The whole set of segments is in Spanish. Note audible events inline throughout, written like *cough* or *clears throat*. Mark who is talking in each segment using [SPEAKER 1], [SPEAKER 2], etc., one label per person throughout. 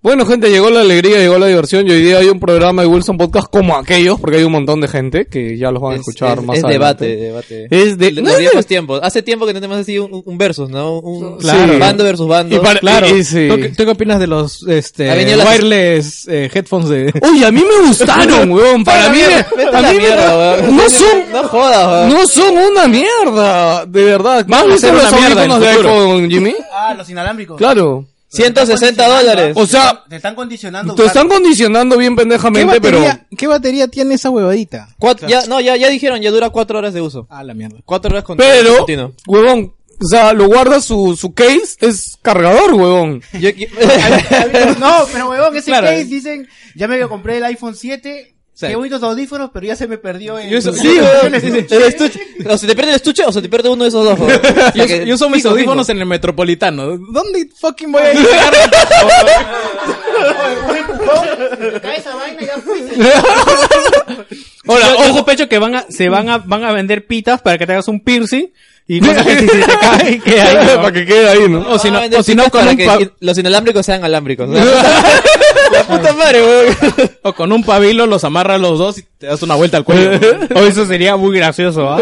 [SPEAKER 1] Bueno, gente, llegó la alegría, llegó la diversión y hoy día hay un programa de Wilson Podcast como aquellos, porque hay un montón de gente que ya los van a escuchar
[SPEAKER 2] es,
[SPEAKER 1] más
[SPEAKER 2] es
[SPEAKER 1] adelante.
[SPEAKER 2] debate, debate.
[SPEAKER 1] Es de-
[SPEAKER 2] Lo-
[SPEAKER 1] no
[SPEAKER 2] los
[SPEAKER 1] es
[SPEAKER 2] viejos
[SPEAKER 1] de-
[SPEAKER 2] tiempos. Hace tiempo que no tenemos así un, un- un versus, ¿no? Un
[SPEAKER 1] Claro.
[SPEAKER 2] sí, bando versus bando.
[SPEAKER 3] Y para-
[SPEAKER 1] Claro,
[SPEAKER 3] y- y-
[SPEAKER 1] sí.
[SPEAKER 3] ¿tú, qué- tú qué opinas de los este,
[SPEAKER 2] Ha venido la-
[SPEAKER 3] wireless eh, headphones de...
[SPEAKER 1] *laughs* Uy, a mí me
[SPEAKER 2] *laughs*
[SPEAKER 3] *laughs*
[SPEAKER 1] gustaron, weón. Para mí, me-
[SPEAKER 2] Vete
[SPEAKER 1] a
[SPEAKER 2] la
[SPEAKER 1] mí me-
[SPEAKER 2] mierda,
[SPEAKER 1] *laughs*
[SPEAKER 2] weón.
[SPEAKER 1] no son,
[SPEAKER 2] No jodas, weón.
[SPEAKER 1] no son una mierda, de verdad.
[SPEAKER 3] Van a
[SPEAKER 1] ¿Viste
[SPEAKER 3] ser
[SPEAKER 1] los
[SPEAKER 3] una mierda en
[SPEAKER 1] audífonos de
[SPEAKER 3] el futuro.
[SPEAKER 1] iPhone, Jimmy?
[SPEAKER 4] Ah, los inalámbricos.
[SPEAKER 1] Claro.
[SPEAKER 2] 160 dólares.
[SPEAKER 1] O sea,
[SPEAKER 4] Te están condicionando.
[SPEAKER 1] te
[SPEAKER 4] usar-
[SPEAKER 1] están condicionando bien
[SPEAKER 3] ¿Qué
[SPEAKER 1] pendejamente, pero
[SPEAKER 3] batería, ¿Qué batería tiene esa huevadita?
[SPEAKER 2] Cuat- ya, no, ya, ya dijeron, ya dura 4 horas de uso.
[SPEAKER 3] Ah, la mierda.
[SPEAKER 2] 4 horas con
[SPEAKER 1] pero *laughs*
[SPEAKER 2] continuo.
[SPEAKER 1] huevón, o sea, lo guarda su su case es cargador, huevón.
[SPEAKER 2] Yo- *laughs* yo-
[SPEAKER 4] No, pero huevón, ese
[SPEAKER 2] Claro.
[SPEAKER 4] case dicen, ya me compré el iPhone 7,
[SPEAKER 2] Sí.
[SPEAKER 4] qué bonitos audífonos, pero ya se me perdió el... *laughs*
[SPEAKER 2] Yo eso-
[SPEAKER 4] Sí,
[SPEAKER 2] yo-
[SPEAKER 4] huevón,
[SPEAKER 2] sí, sí,
[SPEAKER 4] el
[SPEAKER 2] el
[SPEAKER 4] estuche.
[SPEAKER 2] estuche. O se te pierde el estuche o se te pierde uno de esos dos. weón. O sea
[SPEAKER 3] Yo,
[SPEAKER 2] que-
[SPEAKER 3] yo uso mis
[SPEAKER 2] fijo, fijo.
[SPEAKER 3] audífonos en el metropolitano. ¿Dónde fucking voy a ir?
[SPEAKER 4] Cae esa vaina y ya fue.
[SPEAKER 5] Ahora, ojo pecho que van a, se van a, van a vender pitas para que te hagas un piercing y cosas
[SPEAKER 1] *laughs*
[SPEAKER 5] que si se te cae y queda ahí, ¿no?
[SPEAKER 1] Para que quede ahí, ¿no?
[SPEAKER 2] O si no, o si no
[SPEAKER 3] con
[SPEAKER 2] Ah, para
[SPEAKER 3] un
[SPEAKER 2] que
[SPEAKER 3] pa-
[SPEAKER 2] i- los inalámbricos sean
[SPEAKER 5] *laughs*
[SPEAKER 2] alámbricos. ¿no? La puta madre, weón.
[SPEAKER 3] O con un pabilo los amarras los dos y te das una vuelta al cuello.
[SPEAKER 1] *laughs*
[SPEAKER 5] O eso sería muy gracioso, ¿ah?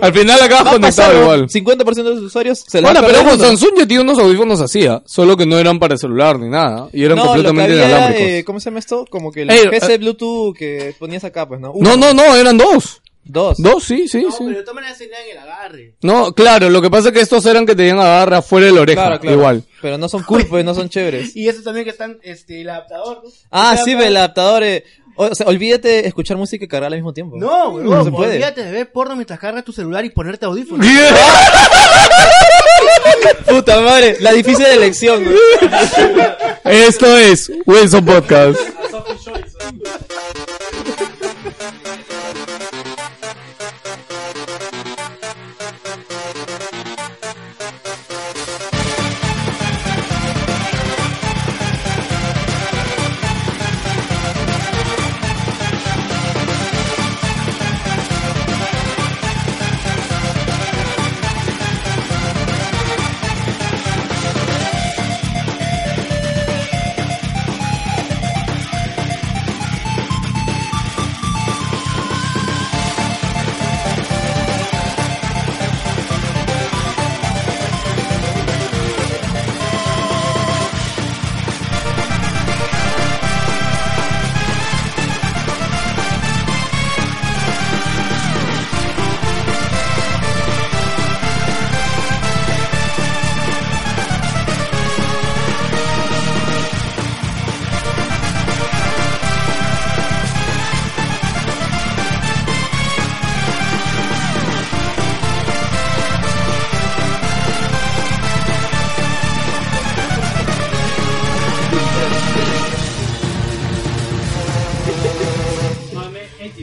[SPEAKER 1] Al final
[SPEAKER 2] Va
[SPEAKER 1] acabas
[SPEAKER 2] a pasar,
[SPEAKER 1] conectado
[SPEAKER 2] weón.
[SPEAKER 1] igual.
[SPEAKER 2] 50% de los usuarios se la
[SPEAKER 1] Bueno,
[SPEAKER 2] va a
[SPEAKER 1] pero
[SPEAKER 2] perder
[SPEAKER 1] con
[SPEAKER 2] uno.
[SPEAKER 1] Samsung ya tiene unos audífonos así, ¿ah? solo que no eran para celular ni nada, ¿ah? y eran
[SPEAKER 2] No,
[SPEAKER 1] completamente
[SPEAKER 2] lo que había era,
[SPEAKER 1] inalámbricos.
[SPEAKER 2] eh, ¿Cómo se llama esto? Como que el
[SPEAKER 1] Ey,
[SPEAKER 2] PC
[SPEAKER 1] eh,
[SPEAKER 2] Bluetooth que ponías acá, pues, ¿no? Uno,
[SPEAKER 1] No, no, no, eran dos.
[SPEAKER 2] Dos.
[SPEAKER 1] Dos, sí, sí,
[SPEAKER 4] No,
[SPEAKER 1] sí.
[SPEAKER 4] pero de todas maneras tenían el agarre.
[SPEAKER 1] No, claro, lo que pasa es que estos eran que tenían agarre afuera de la oreja,
[SPEAKER 2] Claro, claro.
[SPEAKER 1] igual.
[SPEAKER 2] Pero no son cool, pues, no son chéveres.
[SPEAKER 4] Y eso también que están, este, el adaptador. ¿no?
[SPEAKER 2] Ah,
[SPEAKER 4] O sea,
[SPEAKER 2] sí, ve, el adaptador. eh, o sea, olvídate de escuchar música y cargar al mismo tiempo.
[SPEAKER 4] No,
[SPEAKER 2] No
[SPEAKER 4] huevón,
[SPEAKER 2] se puede.
[SPEAKER 4] olvídate de ver porno mientras cargas tu celular y ponerte audífonos.
[SPEAKER 2] *laughs* Puta madre, la difícil elección, güey. Eh,
[SPEAKER 1] Esto es Wilson Podcast.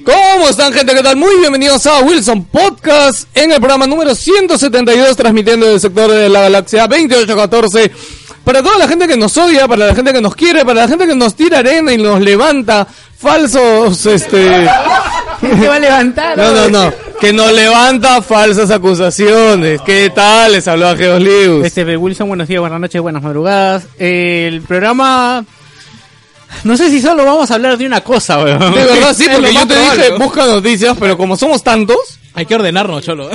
[SPEAKER 1] ¿Cómo están, gente? ¿Qué tal? Muy bienvenidos a Wilson Podcast en el programa número 172, transmitiendo del sector de la galaxia 2814. Para toda la gente que nos odia, para la gente que nos quiere, para la gente que nos tira arena y nos levanta falsos,
[SPEAKER 5] *laughs*
[SPEAKER 1] este.
[SPEAKER 5] Se va a levantar.
[SPEAKER 1] No, no, no. Que nos levanta falsas acusaciones. ¿Qué tal? Les habló a Geos Lius.
[SPEAKER 5] Este Be Wilson, buenos días, buenas noches, buenas madrugadas. El programa. No sé si solo vamos a hablar de una cosa, weón.
[SPEAKER 1] De verdad, sí,
[SPEAKER 5] Es
[SPEAKER 1] porque yo
[SPEAKER 5] lo más
[SPEAKER 1] te
[SPEAKER 5] probable,
[SPEAKER 1] dije,
[SPEAKER 5] weón.
[SPEAKER 1] busca noticias, pero como somos tantos,
[SPEAKER 3] Hay que ordenarnos, cholo.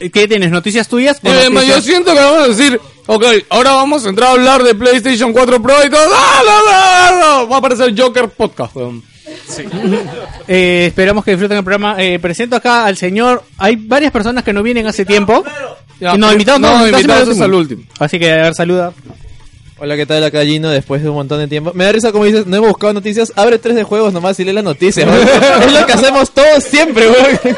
[SPEAKER 5] ¿Qué tienes? ¿Noticias tuyas? o
[SPEAKER 1] eh, ma, yo
[SPEAKER 5] noticias-
[SPEAKER 1] siento que vamos a decir, ok, ahora vamos a entrar a hablar de PlayStation 4 Pro y todo. ¡Ah, no, no, no! Va a aparecer Joker Podcast, weón.
[SPEAKER 5] *laughs* Eh, esperamos que disfruten el programa. Eh, presento acá al señor. Hay varias personas que no vienen hace tiempo.
[SPEAKER 1] Ya,
[SPEAKER 5] no,
[SPEAKER 1] pero-
[SPEAKER 5] invitados
[SPEAKER 1] no,
[SPEAKER 5] no, invitados
[SPEAKER 1] invitados es
[SPEAKER 5] último.
[SPEAKER 1] al último.
[SPEAKER 5] Así que, a ver, saluda.
[SPEAKER 2] Hola, ¿qué tal? Acá Gino, después de un montón de tiempo. Me da risa como dices, no hemos buscado noticias, abre tres de juegos nomás y lee las noticias. güey. es lo que hacemos todos siempre, güey.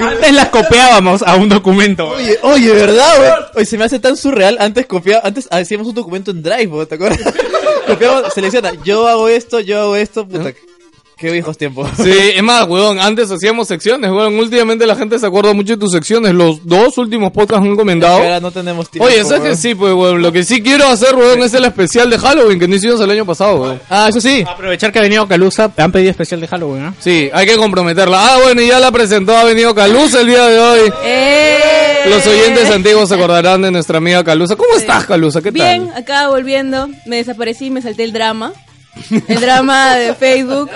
[SPEAKER 5] Antes las copiábamos a un documento. weón.
[SPEAKER 2] Oye, oye, ¿verdad, güey? Oye, se me hace tan surreal. Antes copia, antes hacíamos un documento en Drive, güey, ¿te acuerdas? Copiamos, selecciona, yo hago esto, yo hago esto, puta. Qué viejos tiempos.
[SPEAKER 1] Sí,
[SPEAKER 2] *laughs*
[SPEAKER 1] Eh, es más, weón, antes hacíamos secciones, weón. Últimamente la gente se acuerda mucho de tus secciones. Los dos últimos podcasts han comentado.
[SPEAKER 2] Ahora no tenemos tiempo.
[SPEAKER 1] Oye, ¿sabes
[SPEAKER 2] weón.
[SPEAKER 1] que sí, pues, weón? Lo que sí quiero hacer, weón, es el especial de Halloween que no hicimos el año pasado, weón.
[SPEAKER 2] Ah, eso sí.
[SPEAKER 5] Aprovechar que ha venido Calusa, han pedido especial de Halloween, ¿ah?
[SPEAKER 1] Sí, hay que comprometerla. Ah, bueno, y ya la presentó, ha venido Caluz el día de hoy.
[SPEAKER 6] ¡Eh!
[SPEAKER 1] Los oyentes antiguos se acordarán de nuestra amiga Calusa. ¿Cómo
[SPEAKER 6] Sí.
[SPEAKER 1] estás, Calusa? ¿Qué tal?
[SPEAKER 6] Bien, acá volviendo, me desaparecí, me salté el drama. El drama de Facebook.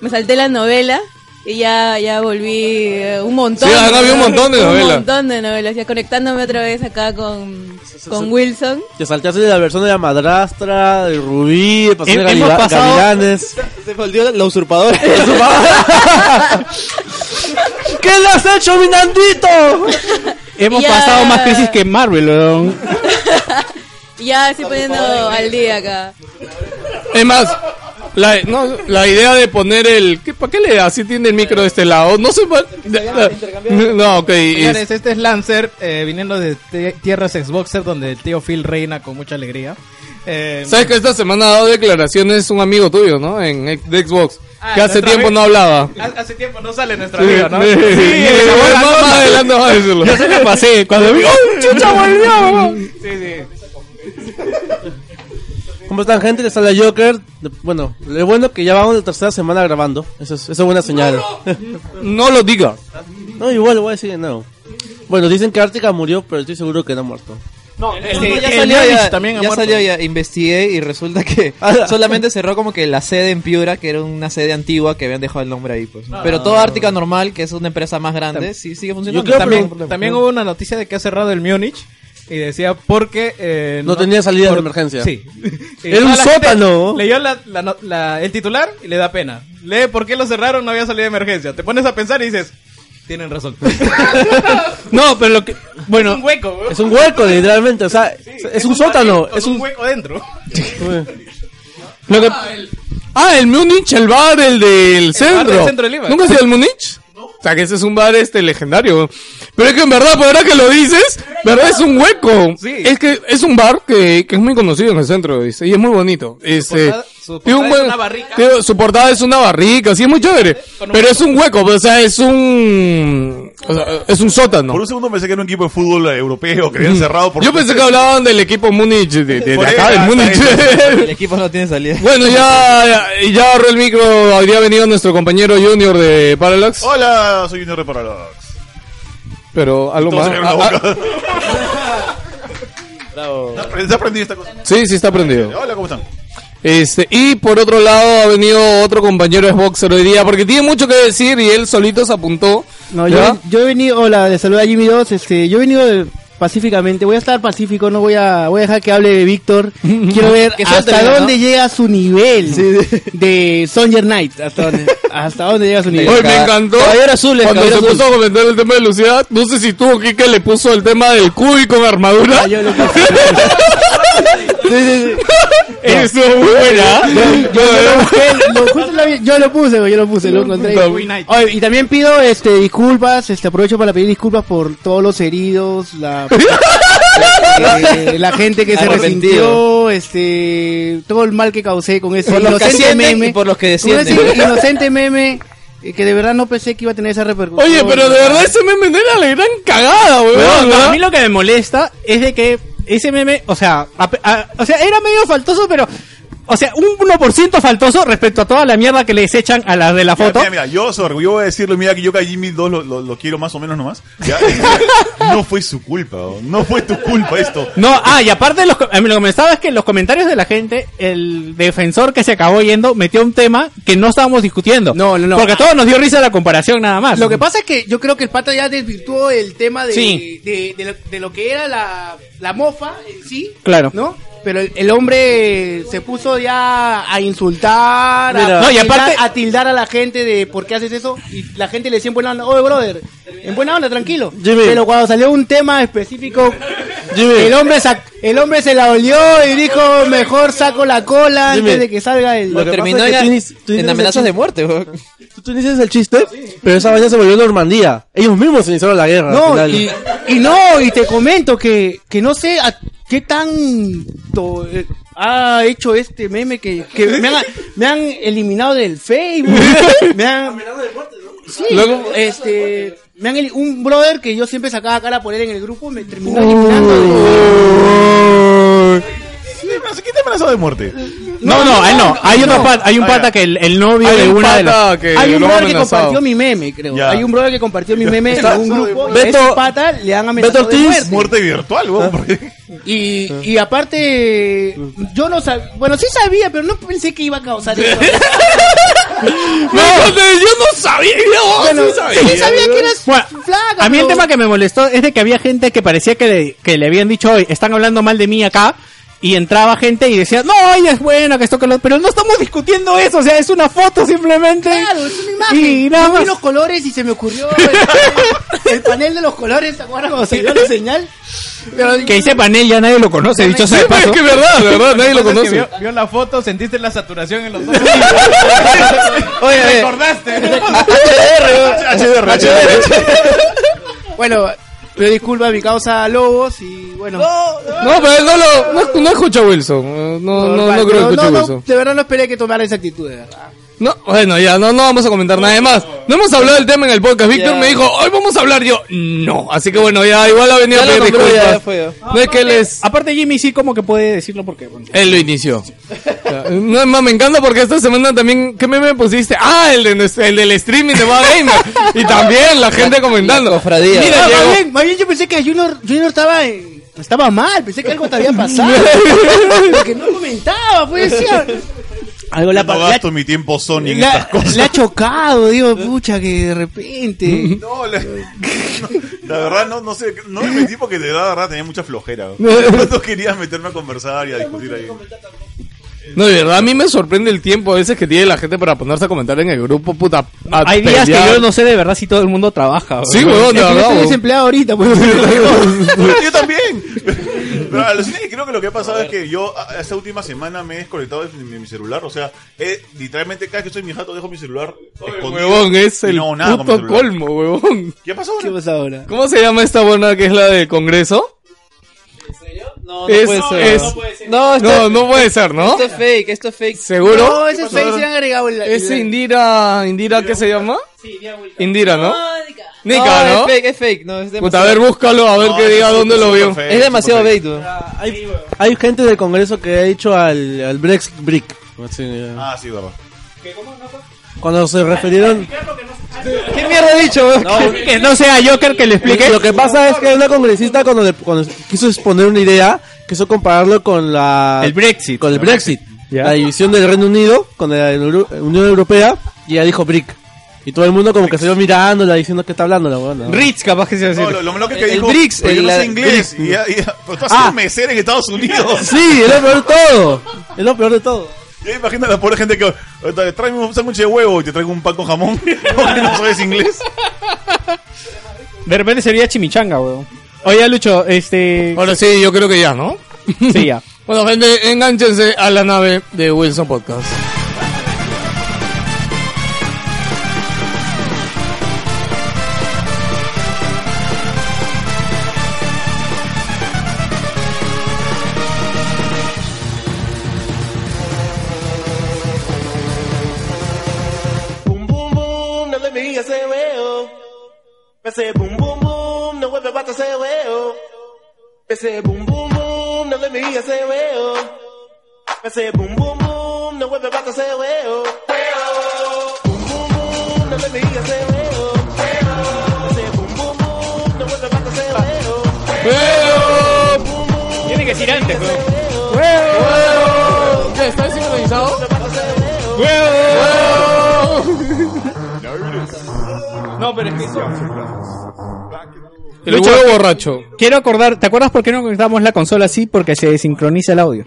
[SPEAKER 6] Me salté la novela y ya, ya volví eh, un montón.
[SPEAKER 1] Sí, han habido un montón de novelas.
[SPEAKER 6] Un montón de novelas. Ya conectándome otra vez acá con, con Wilson.
[SPEAKER 3] Te saltaste de la versión de la madrastra, de Rubí, de Pasión de
[SPEAKER 5] Hemos
[SPEAKER 3] Gavila-
[SPEAKER 5] pasado-
[SPEAKER 3] Gavilanes.
[SPEAKER 2] Se volvió la- la usurpadora.
[SPEAKER 3] ¿Qué le has hecho, mi Nandito?
[SPEAKER 5] Hemos
[SPEAKER 6] Ya.
[SPEAKER 5] pasado más crisis que Marvel, weón.
[SPEAKER 6] Y ya estoy poniendo al día acá.
[SPEAKER 1] Es más, la, no, la idea de poner el... ¿qué, ¿Para qué le así tiene el micro de este lado? No sé... pa- *laughs* No, ok. es-
[SPEAKER 3] Señores, este es Lancer, eh, viniendo de te- tierras Xboxer, donde el tío Phil reina con mucha alegría. Eh,
[SPEAKER 1] Sabes que esta semana ha dado declaraciones un amigo tuyo, ¿no? En ex- de Xbox. que hace
[SPEAKER 3] nuestra
[SPEAKER 1] tiempo
[SPEAKER 3] Ah, vez.
[SPEAKER 1] no hablaba.
[SPEAKER 3] ha- hace tiempo no sale nuestra vida,
[SPEAKER 1] *laughs*
[SPEAKER 3] ¿no?
[SPEAKER 1] Sí, sí, bueno, más adelante vamos a decirlo.
[SPEAKER 4] *laughs*
[SPEAKER 5] ¿Qué pasé? Cuando vi, ¡Oh, chucha, volvió!
[SPEAKER 7] ¿Cómo están, gente? Les habla Joker. Bueno, lo bueno que ya vamos la tercera semana grabando. Eso es, eso es buena señal.
[SPEAKER 1] No lo diga.
[SPEAKER 7] No, igual lo voy a decir de nuevo. Bueno, dicen que Ártica murió, pero estoy seguro que no ha muerto.
[SPEAKER 1] este,
[SPEAKER 2] Sí,
[SPEAKER 3] ya
[SPEAKER 2] el
[SPEAKER 3] salió,
[SPEAKER 2] Nerich
[SPEAKER 3] ya-
[SPEAKER 2] también
[SPEAKER 3] ya
[SPEAKER 2] ha muerto.
[SPEAKER 3] salió,
[SPEAKER 2] ya investigué y resulta
[SPEAKER 1] *laughs*
[SPEAKER 2] que
[SPEAKER 1] Ah.
[SPEAKER 2] solamente cerró como que la sede en Piura, que era una sede antigua que habían dejado el nombre ahí, pues.
[SPEAKER 1] Ah.
[SPEAKER 2] Pero toda Ártica Normal, que es una empresa más grande, sí sigue funcionando.
[SPEAKER 7] creo
[SPEAKER 3] También,
[SPEAKER 7] pero-
[SPEAKER 3] también hubo una noticia de que ha cerrado el Múnich y decía porque eh,
[SPEAKER 7] No tenía salida de emergencia.
[SPEAKER 3] Sí. Y
[SPEAKER 7] Era un
[SPEAKER 3] toda la gente
[SPEAKER 7] sótano.
[SPEAKER 3] Leyó la- la no- la- el titular y le da pena. Lee por qué lo cerraron, no había salida de emergencia. Te pones a pensar y dices, tienen razón.
[SPEAKER 5] No, pero lo que. Bueno,
[SPEAKER 3] un hueco, weón.
[SPEAKER 7] Es un hueco, literalmente. O sea, es, un sótano. *laughs*
[SPEAKER 3] barril con
[SPEAKER 7] Es un...
[SPEAKER 3] hueco dentro.
[SPEAKER 1] Lo que... Ah, el Munich, el bar, el del centro.
[SPEAKER 3] del centro de Lima.
[SPEAKER 1] ¿Nunca has ido al Munich? O sea, que ese es un bar este legendario. Pero es que en verdad, por ahora que lo dices, verdad es un hueco.
[SPEAKER 3] Sí.
[SPEAKER 1] Es que es un bar que, que es muy conocido en el centro, dice, y es muy bonito. Este,
[SPEAKER 3] portada- su
[SPEAKER 1] tiene
[SPEAKER 3] portada
[SPEAKER 1] un
[SPEAKER 3] es
[SPEAKER 1] buen-
[SPEAKER 3] una barrica.
[SPEAKER 1] tiene- su portada es una barrica, sí, es muy chévere. Pero es un hueco, pues, o sea, es un, o sea, Eh, es un sótano. Mm.
[SPEAKER 8] Por un segundo pensé que era un equipo de fútbol eh, europeo que habían cerrado por
[SPEAKER 1] Yo pensé que hablaban del equipo Múnich, de, de- de
[SPEAKER 8] Por
[SPEAKER 1] acá,
[SPEAKER 8] ahí,
[SPEAKER 1] del
[SPEAKER 8] ah,
[SPEAKER 1] *laughs* Múnich.
[SPEAKER 2] El equipo no tiene salida.
[SPEAKER 1] Bueno, ya, ya, ya agarró el micro. Hoy día ha venido nuestro compañero Junior de Parallax.
[SPEAKER 8] Hola, soy Junior de Parallax.
[SPEAKER 1] Pero algo
[SPEAKER 8] Todo
[SPEAKER 1] más.
[SPEAKER 8] se me abrió
[SPEAKER 1] Ah,
[SPEAKER 8] la
[SPEAKER 1] ah,
[SPEAKER 8] boca. *laughs* Aprendí- aprendí esta cosa.
[SPEAKER 1] ah,
[SPEAKER 8] Eh,
[SPEAKER 1] sí, sí está
[SPEAKER 8] *laughs*
[SPEAKER 1] prendido.
[SPEAKER 8] Hola, ¿cómo están?
[SPEAKER 1] Este, y por otro lado ha venido otro compañero de Boxer hoy día porque tiene mucho que decir y él solito se apuntó.
[SPEAKER 9] No,
[SPEAKER 1] ¿ya?
[SPEAKER 9] yo, yo he venido, hola, le saluda Jimmy 2, este, yo he venido de- pacíficamente, voy a estar pacífico, no voy a, voy a dejar que hable Víctor, quiero ver
[SPEAKER 2] Que suelte,
[SPEAKER 9] hasta
[SPEAKER 2] ¿no?
[SPEAKER 9] dónde llega su nivel de Soldier Knight, hasta dónde, hasta dónde llega *laughs* su nivel.
[SPEAKER 1] Hoy me encantó.
[SPEAKER 2] Caballero azul, es
[SPEAKER 1] Cuando se
[SPEAKER 2] caballero azul.
[SPEAKER 1] puso a comentar el tema de Lucía, no sé si tuvo que le puso el tema del cubi con armadura.
[SPEAKER 9] Yo lo que-
[SPEAKER 1] *laughs* Eso es muy buena. ¿eh?
[SPEAKER 9] yo lo busqué, lo- justo lo vi- yo lo puse, güey, yo lo puse, lo encontré. Oye, y también pido este disculpas, este aprovecho para pedir disculpas por todos los
[SPEAKER 1] *laughs*
[SPEAKER 9] heridos, la eh, la gente que se
[SPEAKER 2] Arrepentido.
[SPEAKER 9] resintió, este todo el mal que causé con ese
[SPEAKER 2] Por los que
[SPEAKER 9] inocente
[SPEAKER 2] ascienden
[SPEAKER 9] meme,
[SPEAKER 2] y por los que
[SPEAKER 9] con ese
[SPEAKER 2] descienden.
[SPEAKER 9] inocente meme eh, que de verdad no pensé que iba a tener esa repercusión.
[SPEAKER 1] Oye, pero de verdad ese meme no era la gran cagada,
[SPEAKER 5] Pero
[SPEAKER 1] weón.
[SPEAKER 5] a
[SPEAKER 1] ¿no?
[SPEAKER 5] mí lo que me molesta es de que ese meme, o sea, a- a- o sea, era medio faltoso, pero o sea, un 1% faltoso respecto a toda la mierda que les echan a las de la
[SPEAKER 8] Mira,
[SPEAKER 5] foto.
[SPEAKER 8] Mira, mira, yo, sorry, yo voy a decirlo, mira que yo que a Jimmy 2 lo, lo- lo quiero más o menos nomás.
[SPEAKER 1] *laughs*
[SPEAKER 8] Ya, no fue su culpa, oh, no fue tu culpa esto.
[SPEAKER 5] No, ah, y aparte los, co- a mí lo que me estaba es que en los comentarios de la gente, el defensor que se acabó yendo metió un tema que no estábamos discutiendo.
[SPEAKER 9] No, no, no.
[SPEAKER 5] Porque a todos nos dio risa la comparación nada más.
[SPEAKER 9] Lo que pasa es que yo creo que el pata ya desvirtuó el tema de,
[SPEAKER 5] Sí.
[SPEAKER 9] de, de lo, de lo que era la, la mofa en sí.
[SPEAKER 5] Claro.
[SPEAKER 9] ¿No? Pero el, el hombre se puso ya a insultar,
[SPEAKER 7] Mira.
[SPEAKER 9] a,
[SPEAKER 5] No, y
[SPEAKER 9] tildar-
[SPEAKER 5] aparte-
[SPEAKER 9] a tildar a la gente de por qué haces eso. Y la gente le decía en buena onda, oye, brother, en buena onda, tranquilo.
[SPEAKER 7] Jimmy.
[SPEAKER 9] Pero cuando salió un tema específico,
[SPEAKER 7] Jimmy.
[SPEAKER 9] el hombre sac- el hombre se la olió y dijo, mejor saco la cola
[SPEAKER 7] Jimmy.
[SPEAKER 9] antes de que salga el...
[SPEAKER 7] Lo que
[SPEAKER 2] Terminó
[SPEAKER 7] pasa es que
[SPEAKER 2] en,
[SPEAKER 7] tú inici- tú
[SPEAKER 2] en
[SPEAKER 7] inicias
[SPEAKER 2] amenazas
[SPEAKER 7] el
[SPEAKER 2] de
[SPEAKER 7] chiste.
[SPEAKER 2] muerte, weón.
[SPEAKER 7] Tú, tú dices el chiste, pero esa vaina se volvió Normandía. Ellos mismos iniciaron la guerra. al
[SPEAKER 9] No,
[SPEAKER 7] final.
[SPEAKER 9] y, y no, y te comento que, que no sé a qué tanto eh, ha hecho este meme que, que me, han, me han eliminado del Facebook. me han. Sí,
[SPEAKER 1] Luego-
[SPEAKER 9] este. Me han eli- un brother que yo siempre sacaba cara por él en el grupo me terminó eliminando. de-
[SPEAKER 8] ¿Quién te amenazó de muerte?
[SPEAKER 5] No, no, a él no. Hay otro pat- hay un pata que el, el novio
[SPEAKER 9] Hay
[SPEAKER 5] de
[SPEAKER 9] un
[SPEAKER 5] una de
[SPEAKER 9] pata
[SPEAKER 5] las.
[SPEAKER 9] que Hay un lo han brother que amenazado. compartió mi meme, creo. Hay un brother que compartió mi meme en
[SPEAKER 5] Está-
[SPEAKER 9] un grupo y a
[SPEAKER 5] Beto-
[SPEAKER 9] ese pata le han amenazado Ah, de muerte. Ah.
[SPEAKER 8] virtual,
[SPEAKER 9] Y, y aparte, yo no sabía, bueno, sí sabía, pero no pensé que iba a causar eso.
[SPEAKER 1] yo no sabía, yo
[SPEAKER 9] Bueno,
[SPEAKER 1] sí sabía.
[SPEAKER 9] sí sabía que eras
[SPEAKER 5] Bueno,
[SPEAKER 9] flaca.
[SPEAKER 5] A mí el
[SPEAKER 9] pero-
[SPEAKER 5] tema que me molestó es de que había gente que parecía que le, que le habían dicho, "Oye, están hablando mal de mí acá. Y entraba gente y decía, no, ella es buena, que esto, que lo... Pero no estamos discutiendo eso, o sea, es una foto simplemente.
[SPEAKER 9] Claro, es una imagen.
[SPEAKER 5] Y nada
[SPEAKER 9] Yo vi
[SPEAKER 5] más.
[SPEAKER 9] los colores y se me ocurrió el panel,
[SPEAKER 1] *laughs*
[SPEAKER 9] el panel de los colores, ¿te acuerdas cuando se dio la señal? Pero-
[SPEAKER 5] Que ese panel ya nadie lo conoce, dicho sea de
[SPEAKER 3] Sí, pues,
[SPEAKER 5] paso.
[SPEAKER 3] es que es verdad, de verdad, nadie lo Pasa que conoce. Vio, vio la foto, sentiste la saturación en los ojos.
[SPEAKER 9] Oye, oye.
[SPEAKER 3] recordaste.
[SPEAKER 9] HDR, HDR. Bueno, pero disculpa mi causa Lobos y bueno.
[SPEAKER 1] No, pero él no lo. No, no escucha a Wilson. eh, No, no, no,
[SPEAKER 9] Normal,
[SPEAKER 1] creo que
[SPEAKER 9] pero
[SPEAKER 1] escuche a
[SPEAKER 9] no, no,
[SPEAKER 1] Wilson.
[SPEAKER 9] de verdad no esperé que tomara esa actitud, de verdad.
[SPEAKER 1] No, bueno, ya, no, no vamos a comentar nada más. No hemos hablado del tema en el podcast. Víctor
[SPEAKER 9] Ya.
[SPEAKER 1] me dijo, hoy vamos a hablar yo. No, así que bueno, ya igual ha venido a pedir disculpas. No es que él es.
[SPEAKER 5] Aparte Jimmy sí como que puede decirlo porque... bueno,
[SPEAKER 1] Él lo inició. Ya, No, es más, me encanta porque esta semana también, ¿qué meme pusiste? Ah, el, de, nuestro- el del streaming de Bob Gamer. Y también la gente comentando. Mira,
[SPEAKER 9] Ah,
[SPEAKER 1] llegó-
[SPEAKER 9] más, bien, más bien yo pensé que Junior, Junior estaba en- Estaba mal, pensé que algo te
[SPEAKER 1] *laughs*
[SPEAKER 9] había pasado. Porque no comentaba, pues decía. Algo
[SPEAKER 8] la no gasto mi tiempo Sony en estas
[SPEAKER 9] La,
[SPEAKER 8] cosas.
[SPEAKER 9] le ha chocado, digo, pucha, que de repente.
[SPEAKER 8] No, la, *laughs* la verdad no, no sé, no me metí porque de verdad, de verdad tenía mucha flojera. No quería meterme a conversar y a discutir ahí.
[SPEAKER 1] No, de verdad, a mí me sorprende el tiempo a veces que tiene la gente para ponerse a comentar en el grupo, puta. a
[SPEAKER 5] Hay días que
[SPEAKER 1] pelear.
[SPEAKER 5] yo no sé de verdad si todo el mundo trabaja.
[SPEAKER 1] Sí, huevón, de
[SPEAKER 5] Es que yo
[SPEAKER 1] verdad,
[SPEAKER 5] estoy
[SPEAKER 1] huevón.
[SPEAKER 9] desempleado ahorita,
[SPEAKER 1] *laughs*
[SPEAKER 9] pues. *laughs*
[SPEAKER 8] Yo también. Pero a los que creo que lo que ha pasado es que yo a- esta última semana me he desconectado de mi, de mi celular. O sea, eh, literalmente cada vez que estoy en mi jato dejo mi celular escondido.
[SPEAKER 1] Huevón, es
[SPEAKER 8] Y
[SPEAKER 1] el
[SPEAKER 8] no hago nada con mi
[SPEAKER 1] puto
[SPEAKER 8] celular.
[SPEAKER 1] colmo, huevón.
[SPEAKER 8] ¿Qué pasó ahora?
[SPEAKER 9] ¿Qué pasa ahora?
[SPEAKER 1] ¿Cómo se llama esta buena que es la del Congreso?
[SPEAKER 2] No,
[SPEAKER 1] Es- es-
[SPEAKER 2] No,
[SPEAKER 1] No, no puede ser, *laughs* ¿no?
[SPEAKER 2] Esto es fake, esto es fake.
[SPEAKER 1] ¿Seguro?
[SPEAKER 9] No, ese fake se le han agregado el.
[SPEAKER 1] ¿Es
[SPEAKER 9] el-
[SPEAKER 1] Indira, Indira qué se llama? Indira, ¿no? Nica,
[SPEAKER 2] No,
[SPEAKER 1] ¿no?
[SPEAKER 2] es fake, es fake. No, es
[SPEAKER 1] Puta,
[SPEAKER 2] demasiado-
[SPEAKER 1] a ver, búscalo, a ver que diga dónde lo vio.
[SPEAKER 2] Es demasiado fake, tú.
[SPEAKER 7] Hay gente del Congreso que ha dicho al, al Brexit Brick. Así, eh,
[SPEAKER 8] Ah, sí, verdad.
[SPEAKER 7] Cuando se refirieron.
[SPEAKER 2] ¿Qué mierda he dicho? weón?
[SPEAKER 5] Que no sea Joker que le explique.
[SPEAKER 7] Lo que pasa es que una congresista, cuando, le- cuando quiso exponer una idea, quiso compararlo con la.
[SPEAKER 5] El Brexit.
[SPEAKER 7] Ah, Con el Brexit.
[SPEAKER 5] Ya.
[SPEAKER 7] La división del Reino Unido con la Euro- Unión Europea. Y ella dijo Brick. Y todo el mundo como que se vio mirándola diciendo que está hablando la buena.
[SPEAKER 5] Ritz, capaz que se va a decir.
[SPEAKER 8] No, lo, lo malo que, que
[SPEAKER 2] El
[SPEAKER 8] dijo.
[SPEAKER 2] Brix,
[SPEAKER 8] pero yo
[SPEAKER 2] el-
[SPEAKER 8] no sé
[SPEAKER 2] la-
[SPEAKER 8] inglés. Y, ya- y, ya- pues, pero tú has sido mesera en Estados Unidos.
[SPEAKER 7] Sí, es lo peor de todo. Es lo peor de todo.
[SPEAKER 8] Ya imagina a la pobre gente que "Oye, tráeme un sándwich de huevo y te traigo un pan con jamón *laughs* porque no sabes inglés.
[SPEAKER 5] De repente sería chimichanga, weón. Oye, Lucho, este...
[SPEAKER 1] Ahora sí, yo creo que ya, ¿no?
[SPEAKER 8] *laughs*
[SPEAKER 5] Sí, ya.
[SPEAKER 1] Bueno, gente, enganchense a la nave de Wilson Podcast.
[SPEAKER 10] Boom, boom, boom, no le digas ese huevo. Me hace boom, boom, boom, no vuelve pata ese huevo. Me hace boom, boom, boom, no le digas ese huevo. Me hace boom, boom, boom, no vuelve pata ese huevo. Huevo. Boom, boom, boom, no le digas ese huevo. Huevo. Me hace boom, boom, boom, no vuelve pata ese huevo.
[SPEAKER 5] Tiene que decir antes, weón.
[SPEAKER 1] ¿Estás sincronizado?
[SPEAKER 3] No, pero es que
[SPEAKER 1] El huevo borracho.
[SPEAKER 5] Quiero acordar, ¿te acuerdas por qué no conectamos la consola así? Porque se desincroniza el audio.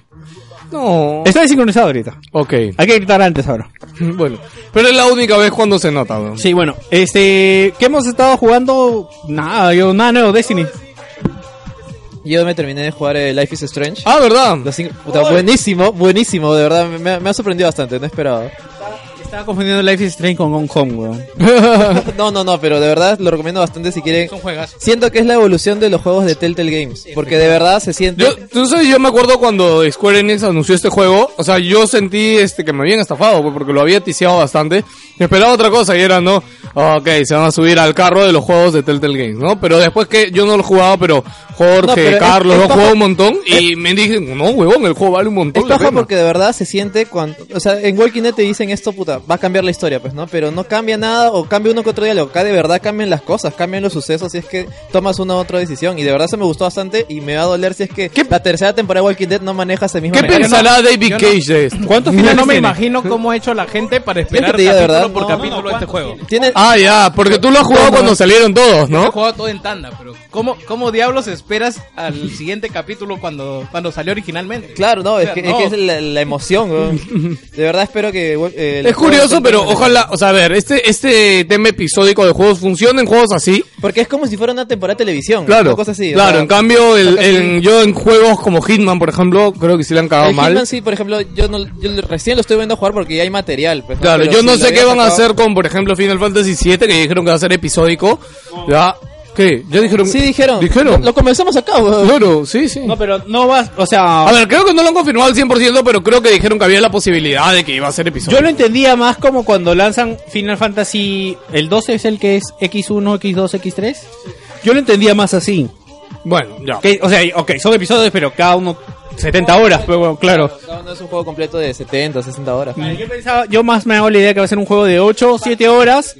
[SPEAKER 1] No.
[SPEAKER 5] Está desincronizado ahorita.
[SPEAKER 1] Ok,
[SPEAKER 5] Hay que gritar antes ahora.
[SPEAKER 1] *laughs* bueno. Pero es la única vez cuando se nota, weón.
[SPEAKER 5] Sí, bueno, este, ¿qué hemos estado jugando? Nada, yo nada nuevo, Destiny.
[SPEAKER 2] Yo me terminé de jugar eh, Life is Strange.
[SPEAKER 1] Ah, ¿verdad?
[SPEAKER 2] Los cinco- puta, buenísimo, buenísimo, de verdad. Me, me ha sorprendido bastante, no esperaba.
[SPEAKER 5] Estaba confundiendo Life is Strange con Hong Kong, weón.
[SPEAKER 2] *laughs* no, no, no, pero de verdad lo recomiendo bastante si quieren. Siento que es la evolución de los juegos de Telltale Games. Porque de verdad se siente.
[SPEAKER 1] Yo, tú sabes, yo me acuerdo cuando Square Enix anunció este juego, o sea, yo sentí este que me habían estafado, pues, porque lo había ticiado bastante. Y esperaba otra cosa y era, no, ah, ok, se van a subir al carro de los juegos de Telltale Games, ¿no? Pero después que yo no lo jugaba, pero Jorge,
[SPEAKER 2] No, pero es-
[SPEAKER 1] Carlos,
[SPEAKER 2] es
[SPEAKER 1] lo
[SPEAKER 2] paja-
[SPEAKER 1] jugó un montón y me dije, no, huevón, el juego vale un montón.
[SPEAKER 2] Es
[SPEAKER 1] la
[SPEAKER 2] paja
[SPEAKER 1] pena".
[SPEAKER 2] porque de verdad se siente cuando... O sea, en Walking Dead te dicen esto, puta, va a cambiar la historia, pues, ¿no? Pero no cambia nada o cambia uno que otro diálogo. Acá de verdad cambian las cosas, cambian los sucesos si es que tomas una u otra decisión. Y de verdad se me gustó bastante y me va a doler si es que la tercera temporada de Walking Dead no maneja ese mismo...
[SPEAKER 1] ¿Qué
[SPEAKER 2] mecanismo.
[SPEAKER 1] pensará David
[SPEAKER 2] Yo no-
[SPEAKER 1] Cage de esto? ¿Cuántos
[SPEAKER 2] finales
[SPEAKER 3] no me
[SPEAKER 2] tiene?
[SPEAKER 3] imagino cómo ha hecho la gente para
[SPEAKER 2] que
[SPEAKER 3] esperar
[SPEAKER 2] te diga de
[SPEAKER 3] capítulo
[SPEAKER 2] verdad?
[SPEAKER 3] por
[SPEAKER 2] No,
[SPEAKER 3] capítulo de este juego.
[SPEAKER 1] Ah, ya, porque tú lo has jugado cuando salieron todos,
[SPEAKER 3] Yo
[SPEAKER 1] ¿no?
[SPEAKER 3] he jugado todo en tanda, pero ¿cómo, cómo diablos esperas al siguiente capítulo cuando, cuando salió originalmente?
[SPEAKER 2] Claro, no,
[SPEAKER 3] O
[SPEAKER 2] es
[SPEAKER 3] sea,
[SPEAKER 2] que, es, que es la, la emoción, weón. De verdad espero que... eh, el
[SPEAKER 1] Es
[SPEAKER 2] juego
[SPEAKER 1] curioso,
[SPEAKER 2] esté-
[SPEAKER 1] pero ojalá, o sea, a ver, este, este tema episódico de juegos funciona en juegos así.
[SPEAKER 2] Porque es como si fuera una temporada de televisión.
[SPEAKER 1] Claro,
[SPEAKER 2] una cosa así, o
[SPEAKER 1] claro.
[SPEAKER 2] sea,
[SPEAKER 1] en cambio, el,
[SPEAKER 2] saca así-
[SPEAKER 1] en- yo en juegos como Hitman, por ejemplo, creo que sí le han cagado
[SPEAKER 2] El
[SPEAKER 1] Ah, mal.
[SPEAKER 2] Hitman sí, por ejemplo, yo, no, yo recién lo estoy viendo jugar porque ya hay material. pues, ¿no?
[SPEAKER 1] Claro,
[SPEAKER 2] Pero
[SPEAKER 1] yo
[SPEAKER 2] si
[SPEAKER 1] no
[SPEAKER 2] lo
[SPEAKER 1] sé qué
[SPEAKER 2] hubieran
[SPEAKER 1] van a
[SPEAKER 2] sacado-
[SPEAKER 1] hacer con, por ejemplo, Final Fantasy VII, que dijeron que va a ser episódico. Ya, ¿qué? ¿Ya dijeron?
[SPEAKER 2] Sí, dijeron.
[SPEAKER 1] Dijeron.
[SPEAKER 2] Lo, lo comenzamos acá, weón.
[SPEAKER 1] Claro, sí, sí.
[SPEAKER 5] No, pero no vas, o sea...
[SPEAKER 1] A ver, creo que no lo han confirmado al 100%, pero creo que dijeron que había la posibilidad de que iba a ser episódico.
[SPEAKER 5] Yo lo entendía más como cuando lanzan Final Fantasy. El 12 es el que es X1, X2, X3. Yo lo entendía más así.
[SPEAKER 1] Bueno, ya.
[SPEAKER 5] Que, o sea, ok, son episodios, pero cada uno 70 horas, pero bueno, claro.
[SPEAKER 2] No, no es un juego completo de 70, 60 horas.
[SPEAKER 5] Yo pensaba, yo más me hago la idea que va a ser un juego de 8, 7 horas.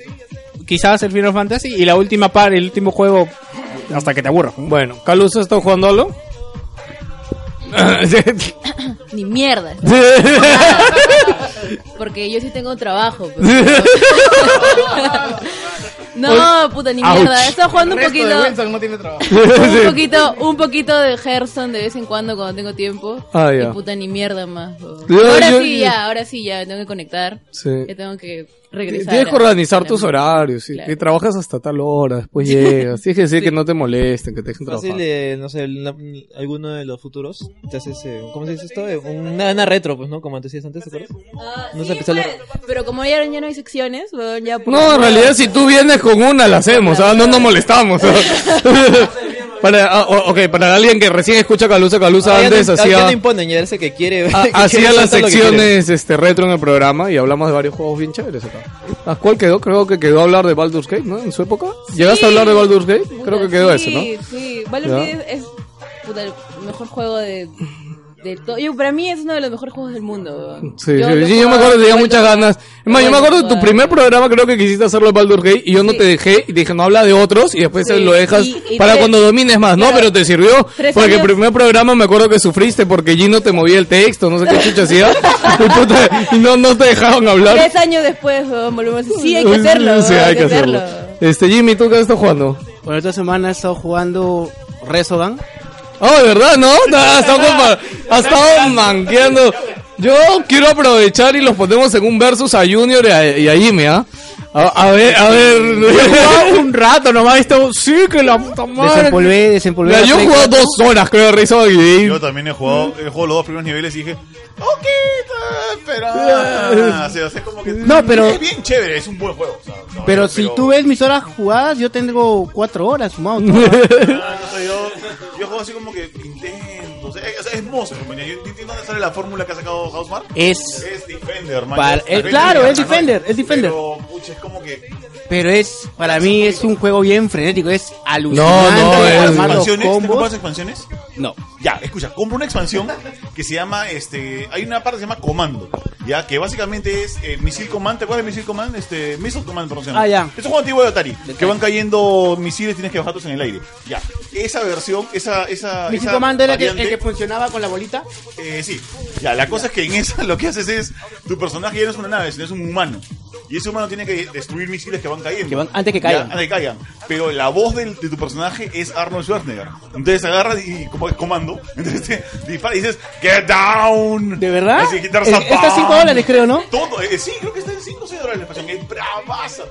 [SPEAKER 5] Quizás el Final Fantasy y la última par, el último juego hasta que te aburra.
[SPEAKER 1] Bueno, Calus está jugando algo.
[SPEAKER 6] Ni *laughs* mierda. Porque yo sí tengo trabajo. pues. *laughs* pero- no, puta, ni
[SPEAKER 3] Ouch.
[SPEAKER 6] mierda. Estaba jugando un
[SPEAKER 3] El resto de
[SPEAKER 6] poquito.
[SPEAKER 3] Wilson no tiene trabajo.
[SPEAKER 6] un poquito, un poquito de Hearthstone de vez en cuando cuando tengo tiempo.
[SPEAKER 1] Ah, ya.
[SPEAKER 6] Y puta ni mierda más. bro.
[SPEAKER 1] Ya,
[SPEAKER 6] ahora
[SPEAKER 1] ya,
[SPEAKER 6] sí
[SPEAKER 1] ya.
[SPEAKER 6] ya, ahora sí ya tengo que conectar.
[SPEAKER 1] Sí.
[SPEAKER 6] Ya tengo que regresar.
[SPEAKER 1] Tienes que
[SPEAKER 6] a-
[SPEAKER 1] organizar
[SPEAKER 6] a-
[SPEAKER 1] tus horarios, sí,
[SPEAKER 6] Claro.
[SPEAKER 1] que trabajas hasta tal hora, después *laughs* llegas. Tienes que decir que no te molesten, que te dejen trabajar.
[SPEAKER 2] Fácil, eh, no sé, el- la- alguno de los futuros. Te haces, eh, ¿cómo se dice esto? Eh, Una, una retro, pues, ¿no? Como te decías antes, ¿te acuerdas? No
[SPEAKER 6] Ah, Sí,
[SPEAKER 2] sé, empezó la-
[SPEAKER 6] pues, pero como ya, ya no hay secciones, bro, ya por-
[SPEAKER 1] No, en realidad si tú vienes con una la hacemos, ah, no nos molestamos.
[SPEAKER 2] *laughs*
[SPEAKER 1] ah. para, ah, o- ok, para alguien que recién escucha Calusa, Calusa
[SPEAKER 2] Ah, ya
[SPEAKER 1] antes
[SPEAKER 2] no, ah, ya no
[SPEAKER 1] hacía,
[SPEAKER 2] imponen, ya ese que quiere.
[SPEAKER 1] ah,
[SPEAKER 2] *laughs* que
[SPEAKER 1] hacía
[SPEAKER 2] quiere
[SPEAKER 1] las
[SPEAKER 2] soltar lo que quiere.
[SPEAKER 1] secciones este retro en el programa y hablamos de varios juegos bien chéveres acá. ¿A cuál quedó? Creo que quedó a hablar de Baldur's Gate, ¿no? En su época. ¿Llegaste a hablar de Baldur's Gate? Creo que quedó
[SPEAKER 6] sí,
[SPEAKER 1] ese, ¿no?
[SPEAKER 6] Sí, Baldur's
[SPEAKER 1] Ya.
[SPEAKER 6] Gate es puta, el mejor juego de, de todo. Yo, para mí es uno de los mejores juegos del mundo. bro.
[SPEAKER 1] Sí,
[SPEAKER 6] Yo
[SPEAKER 1] yo,
[SPEAKER 6] lo
[SPEAKER 1] sí, yo me
[SPEAKER 6] jugaba,
[SPEAKER 1] acuerdo, tenía
[SPEAKER 6] lo
[SPEAKER 1] muchas ganas. Es más, yo me acuerdo de tu primer programa, creo que quisiste hacerlo de Baldur's Gate y yo no te dejé y te dije, no habla de otros y después
[SPEAKER 6] Sí,
[SPEAKER 1] lo dejas
[SPEAKER 6] y- y
[SPEAKER 1] para
[SPEAKER 6] tres-
[SPEAKER 1] cuando domines más, ¿no?
[SPEAKER 6] claro,
[SPEAKER 1] Pero te sirvió.
[SPEAKER 6] tres
[SPEAKER 1] Porque el
[SPEAKER 6] años-
[SPEAKER 1] primer programa me acuerdo que sufriste porque Gino te movía el texto, no sé qué chucha hacía. Y puta, y no, no te dejaban hablar.
[SPEAKER 6] Tres años después, weón, volvemos. Sí, hay que hacerlo.
[SPEAKER 1] *laughs* Sí,
[SPEAKER 6] weón,
[SPEAKER 1] hay que hacerlo. Este, Jimmy, ¿tú qué estás jugando?
[SPEAKER 9] Bueno, esta semana he estado jugando Resogan.
[SPEAKER 1] Ah, de verdad, ¿no?
[SPEAKER 5] *laughs*
[SPEAKER 1] Ha estado, compa- ha estado manqueando. Yo quiero aprovechar y los ponemos en un versus a Junior y a, y a Jimmy, ¿ah? A, a ver, a ver. *laughs*
[SPEAKER 5] un rato nomás, esto. Sí, que la puta
[SPEAKER 9] Desenvolvé, desenvolvé.
[SPEAKER 1] Mira,
[SPEAKER 9] la
[SPEAKER 1] yo he
[SPEAKER 9] Play
[SPEAKER 1] jugado
[SPEAKER 9] 4.
[SPEAKER 1] dos horas, creo, de Rizzo y
[SPEAKER 8] Yo también he jugado, he jugado los dos primeros niveles y dije, ok, pero... ah, o sea, o sea, como que-
[SPEAKER 9] No, pero-
[SPEAKER 8] Es bien chévere, es un buen juego. o sea, no,
[SPEAKER 9] Pero si tú ves mis horas jugadas, yo tengo cuatro horas
[SPEAKER 8] *laughs*
[SPEAKER 9] sumado. todo.
[SPEAKER 8] Ah, no sé, yo, yo juego así como que intento. O sea, es, es monstruo, man. Yo yo entiendo dónde sale la fórmula que ha sacado Housemark.
[SPEAKER 9] Es-
[SPEAKER 8] Es Defender, man.
[SPEAKER 9] Para-
[SPEAKER 8] Es-
[SPEAKER 9] eh,
[SPEAKER 8] Defender
[SPEAKER 9] claro,
[SPEAKER 8] y
[SPEAKER 9] es
[SPEAKER 8] gana, ¿no?
[SPEAKER 9] Defender, es Defender.
[SPEAKER 8] Pero, pucha, es como que.
[SPEAKER 9] Pero es, para mí es un juego bien frenético, es alucinante.
[SPEAKER 1] No, no, es-
[SPEAKER 9] armar los
[SPEAKER 8] ¿Expansiones? ¿Te
[SPEAKER 9] combos.
[SPEAKER 8] compras expansiones?
[SPEAKER 9] No.
[SPEAKER 8] Ya, escucha, compro una expansión que se llama, este, hay una parte que se llama Comando, ya, que básicamente es eh, Misil Command, ¿te acuerdas de Misil Command? Este, Missile Command, perdón. se llama.
[SPEAKER 9] Ah, ya.
[SPEAKER 8] Es un juego antiguo de Atari, que van cayendo misiles, tienes que bajarlos en el aire. Ya, *laughs* esa versión, esa, esa...
[SPEAKER 9] Mi
[SPEAKER 8] esa
[SPEAKER 9] comando era el que, el
[SPEAKER 8] variante-
[SPEAKER 9] que funcionaba con la bolita.
[SPEAKER 8] eh, sí, ya, la cosa es que en esa lo que haces es, tu personaje ya no es una nave, sino es un humano. Y ese humano tiene que destruir misiles que van cayendo.
[SPEAKER 9] Que van- antes que
[SPEAKER 8] Ya,
[SPEAKER 9] caigan.
[SPEAKER 8] antes que caigan. Pero la voz del- de tu personaje es Arnold Schwarzenegger. Entonces agarras y como es comando, *laughs* entonces te dispara y dices, ¡Get down!
[SPEAKER 9] ¿De verdad?
[SPEAKER 8] Así, "Get down,
[SPEAKER 9] Eh, está a 5 dólares, creo, ¿no?
[SPEAKER 8] Todo, eh, sí, creo que está en 5 o 6 dólares la expansión. Es bravaza.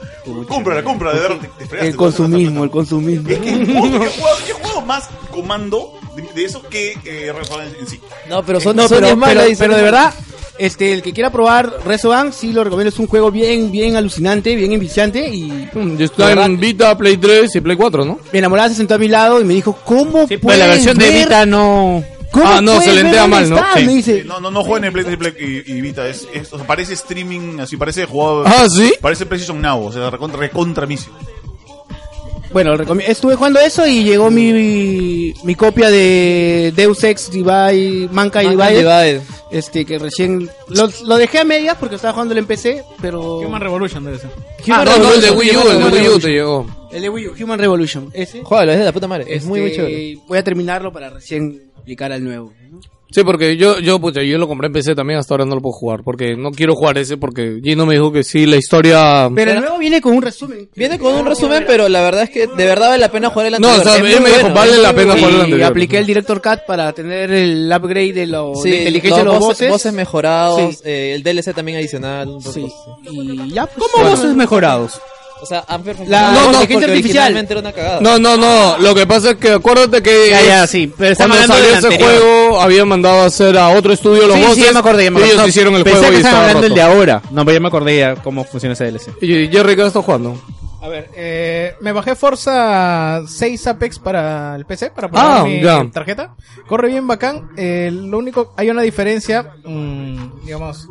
[SPEAKER 8] Cómprala, cómprala, de verdad. te- te fregaste,
[SPEAKER 9] El consumismo, el consumismo.
[SPEAKER 8] Es que,
[SPEAKER 9] *laughs*
[SPEAKER 8] puta, ¿qué juego, qué juego más comando de, de eso que eh, Resident en sí?
[SPEAKER 2] No, pero son,
[SPEAKER 9] Eh, No,
[SPEAKER 2] son
[SPEAKER 9] pero,
[SPEAKER 2] diez más,
[SPEAKER 9] pero-
[SPEAKER 2] la dicen.
[SPEAKER 9] pero de verdad, Este, el que quiera probar Resogan, sí lo recomiendo. Es un juego bien, bien alucinante, bien enviciante y...
[SPEAKER 8] Mm,
[SPEAKER 1] Yo estaba en Vita, Play 3 y Play 4, ¿no?
[SPEAKER 9] Mi enamorada se sentó a mi lado y me dijo, ¿cómo puedes
[SPEAKER 1] pero la versión de
[SPEAKER 9] ver-
[SPEAKER 1] Vita no-
[SPEAKER 9] ¿Cómo
[SPEAKER 1] Ah, no,
[SPEAKER 9] puedes
[SPEAKER 1] se
[SPEAKER 9] ver
[SPEAKER 1] lentea
[SPEAKER 9] dónde
[SPEAKER 1] mal, ¿no?
[SPEAKER 9] está?"
[SPEAKER 1] Sí.
[SPEAKER 9] Me dice,
[SPEAKER 8] No, no, no jueguen en Play 3 y Play- y, y Vita. Es, es- o sea, parece streaming, así parece jugado.
[SPEAKER 9] Ah, ¿sí?
[SPEAKER 8] Parece Precision Now, o sea, recontra, recontra misio.
[SPEAKER 9] Bueno, recom- estuve jugando eso y llegó mi, mi copia de Deus Ex Divide, Mankind
[SPEAKER 2] Mankind
[SPEAKER 9] Divide.
[SPEAKER 2] Divided.
[SPEAKER 9] Este, que recién... Lo, lo dejé a medias porque estaba jugando el empecé, pero...
[SPEAKER 3] Human Revolution debe ser.
[SPEAKER 9] Human
[SPEAKER 1] Ah, no, no, el de
[SPEAKER 9] Revolution,
[SPEAKER 1] Wii U,
[SPEAKER 9] Human
[SPEAKER 1] el de Wii U te
[SPEAKER 9] Revolution.
[SPEAKER 1] llegó.
[SPEAKER 9] El de Wii U, Human Revolution. Ese.
[SPEAKER 2] Juegalo, es de la puta madre. Es
[SPEAKER 9] Este,
[SPEAKER 2] muy, muy chévere.
[SPEAKER 9] Voy a terminarlo para recién aplicar al nuevo.
[SPEAKER 1] Sí, porque yo, yo, pucha, yo lo compré en PC también, hasta ahora no lo puedo jugar, porque no quiero jugar ese, porque Gino me dijo que sí, la historia...
[SPEAKER 9] Pero el nuevo viene con un resumen.
[SPEAKER 2] Viene con un resumen, pero la verdad es que de verdad vale la pena jugar el
[SPEAKER 1] No,
[SPEAKER 2] anterior.
[SPEAKER 1] o sea,
[SPEAKER 2] Es
[SPEAKER 1] él
[SPEAKER 2] muy
[SPEAKER 1] me dijo,
[SPEAKER 2] bueno,
[SPEAKER 1] vale
[SPEAKER 2] es
[SPEAKER 1] la
[SPEAKER 2] muy
[SPEAKER 1] pena
[SPEAKER 2] bueno.
[SPEAKER 1] jugarlo.
[SPEAKER 9] Y
[SPEAKER 1] anterior.
[SPEAKER 9] apliqué el Director Cat para tener el upgrade de, lo,
[SPEAKER 2] Sí,
[SPEAKER 9] de inteligencia de
[SPEAKER 2] los
[SPEAKER 9] los
[SPEAKER 2] voces,
[SPEAKER 9] voces.
[SPEAKER 2] voces mejorados,
[SPEAKER 9] Sí.
[SPEAKER 2] eh, el DLC también adicional.
[SPEAKER 9] Sí. Y ya, pues,
[SPEAKER 5] ¿Cómo
[SPEAKER 9] bueno.
[SPEAKER 5] voces mejorados?
[SPEAKER 2] O sea, han
[SPEAKER 9] La
[SPEAKER 2] perfeccionado.
[SPEAKER 9] no,
[SPEAKER 1] no,
[SPEAKER 9] inteligencia
[SPEAKER 2] porque
[SPEAKER 9] artificial.
[SPEAKER 2] originalmente era una cagada.
[SPEAKER 1] No, no, no, lo que pasa es que acuérdate que...
[SPEAKER 5] Ya, ya, sí, pero estamos
[SPEAKER 1] cuando
[SPEAKER 5] hablando
[SPEAKER 1] salió
[SPEAKER 5] del
[SPEAKER 1] ese
[SPEAKER 5] anterior.
[SPEAKER 1] juego, habían mandado a hacer a otro estudio los
[SPEAKER 5] Sí,
[SPEAKER 1] voces,
[SPEAKER 5] sí, ya me acordé, ya me acordé.
[SPEAKER 1] ellos
[SPEAKER 5] No,
[SPEAKER 1] hicieron el
[SPEAKER 5] pensé
[SPEAKER 1] juego
[SPEAKER 5] que
[SPEAKER 1] y
[SPEAKER 5] estaban
[SPEAKER 1] estaba
[SPEAKER 5] hablando
[SPEAKER 1] roto.
[SPEAKER 5] el de ahora. No, pero ya me acordé ya cómo funciona ese DLC.
[SPEAKER 1] Y Jerry, ¿qué estás jugando?
[SPEAKER 3] A ver, eh, me bajé Forza 6 Apex para el PC, para poner
[SPEAKER 1] Ah,
[SPEAKER 3] mi
[SPEAKER 1] ya.
[SPEAKER 3] tarjeta. Corre bien bacán. eh, lo único, hay una diferencia, mm, digamos,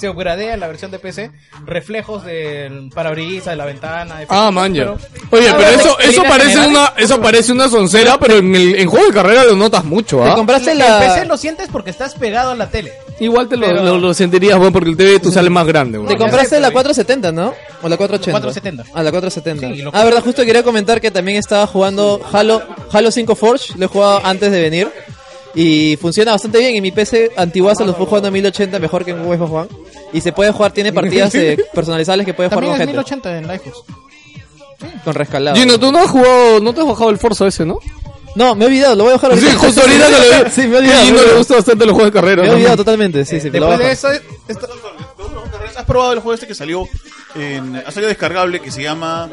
[SPEAKER 3] se upgradea en la versión de PC. Reflejos del parabrisas, de la ventana.
[SPEAKER 1] Ah,
[SPEAKER 3] efectos,
[SPEAKER 1] man, ya.
[SPEAKER 3] pero-
[SPEAKER 1] Oye,
[SPEAKER 3] Ah,
[SPEAKER 1] pero
[SPEAKER 3] bueno,
[SPEAKER 1] eso, eso
[SPEAKER 3] en
[SPEAKER 1] parece
[SPEAKER 3] general,
[SPEAKER 1] una, eso parece una soncera, pero en el, en juego de carrera lo notas mucho,
[SPEAKER 2] Te
[SPEAKER 1] ¿ah?
[SPEAKER 2] compraste
[SPEAKER 3] En PC
[SPEAKER 2] la.
[SPEAKER 3] lo sientes porque estás pegado a la tele.
[SPEAKER 1] Igual te lo,
[SPEAKER 3] Pero-
[SPEAKER 1] lo, lo sentirías, bueno, porque el TV tú sales más grande,
[SPEAKER 2] Te
[SPEAKER 1] weón.
[SPEAKER 2] compraste la 470, ¿no? O la 480.
[SPEAKER 3] 470.
[SPEAKER 2] Ah, la 470.
[SPEAKER 3] Sí, lo-
[SPEAKER 2] Ah, verdad, justo quería comentar que también estaba jugando Halo, Halo 5 Forge. Lo he jugado antes de venir. Y funciona bastante bien. Y mi PC antiguaza lo fui jugando en 1080, mejor que en Xbox One. Y se puede jugar, tiene partidas
[SPEAKER 3] *laughs*
[SPEAKER 2] eh, personalizables que puedes jugar
[SPEAKER 3] También
[SPEAKER 2] con
[SPEAKER 3] es
[SPEAKER 2] gente.
[SPEAKER 3] 1080 en Lifehooks.
[SPEAKER 2] Con rescalado.
[SPEAKER 1] Gino, tú no has jugado, no te has bajado el Forza ese, ¿no?
[SPEAKER 2] No, me he olvidado, lo voy a dejar
[SPEAKER 1] Sí,
[SPEAKER 2] ahorita.
[SPEAKER 1] justo ahorita que lo vi.
[SPEAKER 2] Sí, me he olvidado.
[SPEAKER 1] A Gino
[SPEAKER 2] me he
[SPEAKER 1] le
[SPEAKER 2] olvidado.
[SPEAKER 1] gusta bastante los juegos de carrera.
[SPEAKER 2] Me he
[SPEAKER 1] ¿no?
[SPEAKER 2] olvidado totalmente, sí, sí. me lo voy a
[SPEAKER 3] Después de
[SPEAKER 2] bajar.
[SPEAKER 3] eso, esto-
[SPEAKER 8] ¿Has probado el juego este que salió en, ha salido descargable que se llama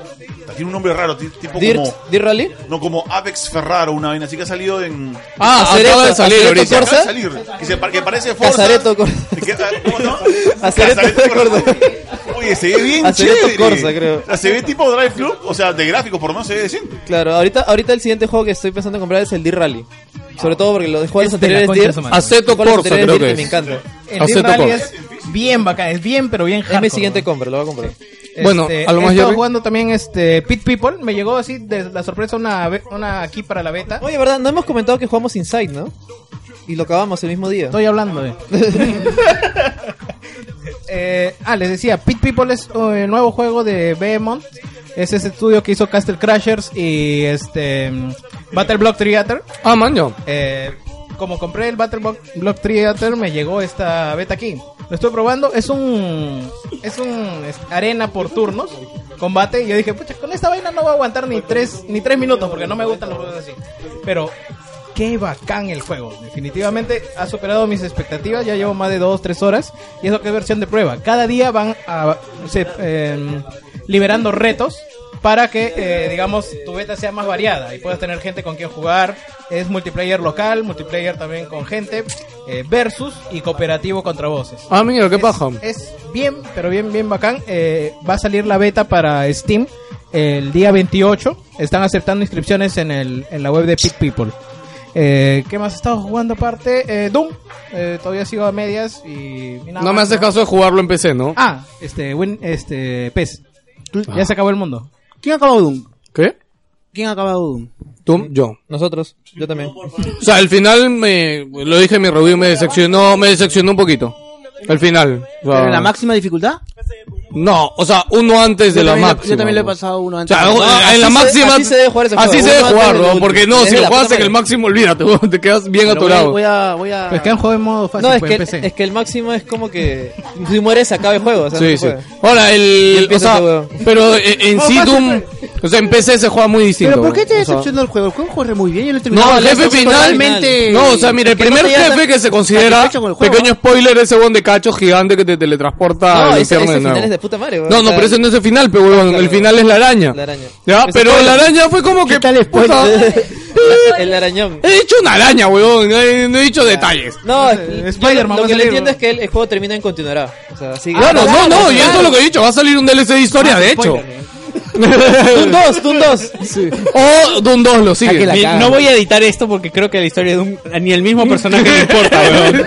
[SPEAKER 8] tiene un nombre raro, ti- tipo
[SPEAKER 2] Dirt,
[SPEAKER 8] como
[SPEAKER 2] Dirt Rally.
[SPEAKER 8] no como Apex Ferraro, una vaina así que ha salido en
[SPEAKER 1] Ah,
[SPEAKER 2] Acereto,
[SPEAKER 1] acaba de salir
[SPEAKER 2] Acereto
[SPEAKER 1] ahorita.
[SPEAKER 8] Acaba de
[SPEAKER 2] Forza.
[SPEAKER 8] salir, que, se, par- que parece Forza.
[SPEAKER 2] Cazareto Corsa.
[SPEAKER 8] Que- ah, ¿Cómo
[SPEAKER 2] *laughs*
[SPEAKER 8] no?
[SPEAKER 2] Acereto
[SPEAKER 8] Cazareto
[SPEAKER 2] Corsa.
[SPEAKER 8] Corsa. Oye, se ve bien
[SPEAKER 2] Acereto
[SPEAKER 8] chévere.
[SPEAKER 2] Corsa, creo.
[SPEAKER 8] O sea, se ve tipo Drive Club, o sea, de gráfico por lo menos se ve decente.
[SPEAKER 2] Claro, ahorita, ahorita el siguiente juego que estoy pensando en comprar es el Dirt Rally. Sobre todo porque los juegos
[SPEAKER 3] Es de la
[SPEAKER 2] anteriores
[SPEAKER 3] concha
[SPEAKER 2] Dirt.
[SPEAKER 3] de su madre.
[SPEAKER 1] Aceto
[SPEAKER 2] juegos
[SPEAKER 1] Corsa,
[SPEAKER 2] anteriores
[SPEAKER 1] creo
[SPEAKER 2] Dirt
[SPEAKER 1] que
[SPEAKER 2] me
[SPEAKER 1] es.
[SPEAKER 2] encanta.
[SPEAKER 3] el
[SPEAKER 1] Aceto
[SPEAKER 3] Dead Rally
[SPEAKER 1] Corsa.
[SPEAKER 3] es bien bacán, es bien, pero bien
[SPEAKER 2] Es mi
[SPEAKER 3] hardcore,
[SPEAKER 2] siguiente
[SPEAKER 3] ¿no?
[SPEAKER 2] compra, lo voy a comprar.
[SPEAKER 1] Bueno,
[SPEAKER 3] Este,
[SPEAKER 1] a lo más
[SPEAKER 3] he estado
[SPEAKER 1] Jerry.
[SPEAKER 3] jugando también este Pit People, me llegó así de la sorpresa una be- una aquí para la beta.
[SPEAKER 2] Oye, ¿verdad? No hemos comentado que jugamos Inside, ¿no? Y lo acabamos el mismo día.
[SPEAKER 3] Estoy hablando de. *laughs* Eh, ah, les decía, Pit People es eh, el nuevo juego de Behemoth. Es ese estudio que hizo Castle Crashers y este mm, Battle Block Theater.
[SPEAKER 1] Ah, man, ya.
[SPEAKER 3] Eh, como compré el Battle Bo- Block Theater, me llegó esta beta aquí. Lo estoy probando. Es un. Es un. es arena por turnos. Combate. Y yo dije, pucha, con esta vaina no voy a aguantar ni tres, ni tres minutos. Porque no me gustan los juegos así. Pero. Qué bacán el juego. Definitivamente ha superado mis expectativas. Ya llevo más de dos, tres horas. Y eso que es versión de prueba. Cada día van a. se, eh, liberando retos para que, eh, digamos, tu beta sea más variada y puedas tener gente con quien jugar. Es multiplayer local, multiplayer también con gente, eh, versus y cooperativo contra voces.
[SPEAKER 1] Ah, mira, qué paja.
[SPEAKER 3] Es bien, pero bien, bien bacán. Eh, va a salir la beta para Steam el día 28. Están aceptando inscripciones en, el, en la web de Pit People. Eh, ¿Qué más he estado jugando aparte? Eh, Doom. Eh, todavía sigo a medias y... y nada
[SPEAKER 1] No me
[SPEAKER 3] más,
[SPEAKER 1] haces caso de jugarlo en PC, ¿no? Ah.
[SPEAKER 3] Ah, este, Win, este, PES. Ya se acabó el mundo.
[SPEAKER 9] ¿Quién ha acabado Doom?
[SPEAKER 1] ¿Qué?
[SPEAKER 9] ¿Quién ha acabado Doom?
[SPEAKER 1] ¿Tú? Yo.
[SPEAKER 2] Nosotros, yo también.
[SPEAKER 1] O sea, al final me, lo dije en mi review, me decepcionó, me decepcionó un poquito. Al final. O sea,
[SPEAKER 9] ¿Pero en la máxima dificultad?
[SPEAKER 1] no, o sea, uno antes de
[SPEAKER 9] yo,
[SPEAKER 1] la
[SPEAKER 9] también lo-
[SPEAKER 1] máxima.
[SPEAKER 9] yo también lo he
[SPEAKER 1] pues.
[SPEAKER 9] pasado uno
[SPEAKER 1] O
[SPEAKER 9] antes.
[SPEAKER 1] sea,
[SPEAKER 9] No,
[SPEAKER 1] en
[SPEAKER 2] así
[SPEAKER 1] la
[SPEAKER 2] se-
[SPEAKER 1] máxima.
[SPEAKER 2] así se debe jugar ese
[SPEAKER 1] así se
[SPEAKER 2] juego.
[SPEAKER 1] debe
[SPEAKER 2] Uno antes
[SPEAKER 1] jugar,
[SPEAKER 2] del
[SPEAKER 1] ¿no?
[SPEAKER 2] último.
[SPEAKER 1] Porque no,
[SPEAKER 2] Es
[SPEAKER 1] si
[SPEAKER 2] de
[SPEAKER 1] lo
[SPEAKER 2] la
[SPEAKER 1] juegas
[SPEAKER 2] puta
[SPEAKER 1] en el
[SPEAKER 2] madre.
[SPEAKER 1] máximo, olvídate, weón, te quedas bien
[SPEAKER 9] pero voy a-
[SPEAKER 1] atorado.
[SPEAKER 9] Voy a... Voy a...
[SPEAKER 3] Pues que han jugado en modo fácil
[SPEAKER 2] No, es
[SPEAKER 3] pues,
[SPEAKER 2] que,
[SPEAKER 3] en PC.
[SPEAKER 2] es que el máximo es como que si mueres se acaba el juego. O sea, no
[SPEAKER 1] Sí,
[SPEAKER 2] se
[SPEAKER 1] sí.
[SPEAKER 2] puede.
[SPEAKER 1] Ahora, el.
[SPEAKER 2] empieza
[SPEAKER 1] o sea,
[SPEAKER 2] ese huevo.
[SPEAKER 1] pero eh, en sí, Doom. O sea, en PC se juega muy distinto.
[SPEAKER 9] ¿Pero por qué te
[SPEAKER 1] weón. O sea,
[SPEAKER 9] decepcionó el juego? El juego corre muy bien. Yo lo he terminado.
[SPEAKER 1] No, el jefe
[SPEAKER 9] Estoy
[SPEAKER 1] final.
[SPEAKER 9] totalmente-
[SPEAKER 1] No, o sea, mira, el
[SPEAKER 9] que no
[SPEAKER 1] primer
[SPEAKER 9] te llegas
[SPEAKER 1] jefe que se considera.
[SPEAKER 9] satisfecho con el juego,
[SPEAKER 1] Pequeño
[SPEAKER 9] ¿no?
[SPEAKER 1] spoiler, ese buen de cacho gigante que te teletransporta
[SPEAKER 2] No,
[SPEAKER 1] al
[SPEAKER 2] ese,
[SPEAKER 1] infierno Ah,
[SPEAKER 2] ese
[SPEAKER 1] de
[SPEAKER 2] final
[SPEAKER 1] nuevo.
[SPEAKER 2] es de puta madre.
[SPEAKER 1] No, no, pero ese no es el final, pero huevón,
[SPEAKER 2] claro,
[SPEAKER 1] el final es la araña.
[SPEAKER 2] La araña.
[SPEAKER 1] Ya,
[SPEAKER 2] Ese
[SPEAKER 1] pero
[SPEAKER 2] spoiler.
[SPEAKER 1] la araña fue como que.
[SPEAKER 9] ¿Qué tal spoiler?
[SPEAKER 1] puta,
[SPEAKER 2] El arañón.
[SPEAKER 1] He dicho una araña, huevón. No he, no he dicho detalles.
[SPEAKER 2] No,
[SPEAKER 3] Spider-Man
[SPEAKER 2] Spider-Man. Lo
[SPEAKER 3] va a
[SPEAKER 2] que le
[SPEAKER 3] salir,
[SPEAKER 2] entiendo es que el, el juego termina en continuará. O sea, sigue. Ah,
[SPEAKER 1] Claro, no, no, y
[SPEAKER 2] claro.
[SPEAKER 1] eso es lo que he dicho. Va a salir un DLC de historia, de hecho.
[SPEAKER 2] Doom 2, Doom 2.
[SPEAKER 1] O Doom 2 lo sigue.
[SPEAKER 5] Mi- no voy a editar esto porque creo que la historia de un, ni el mismo personaje me *laughs* importa, weón.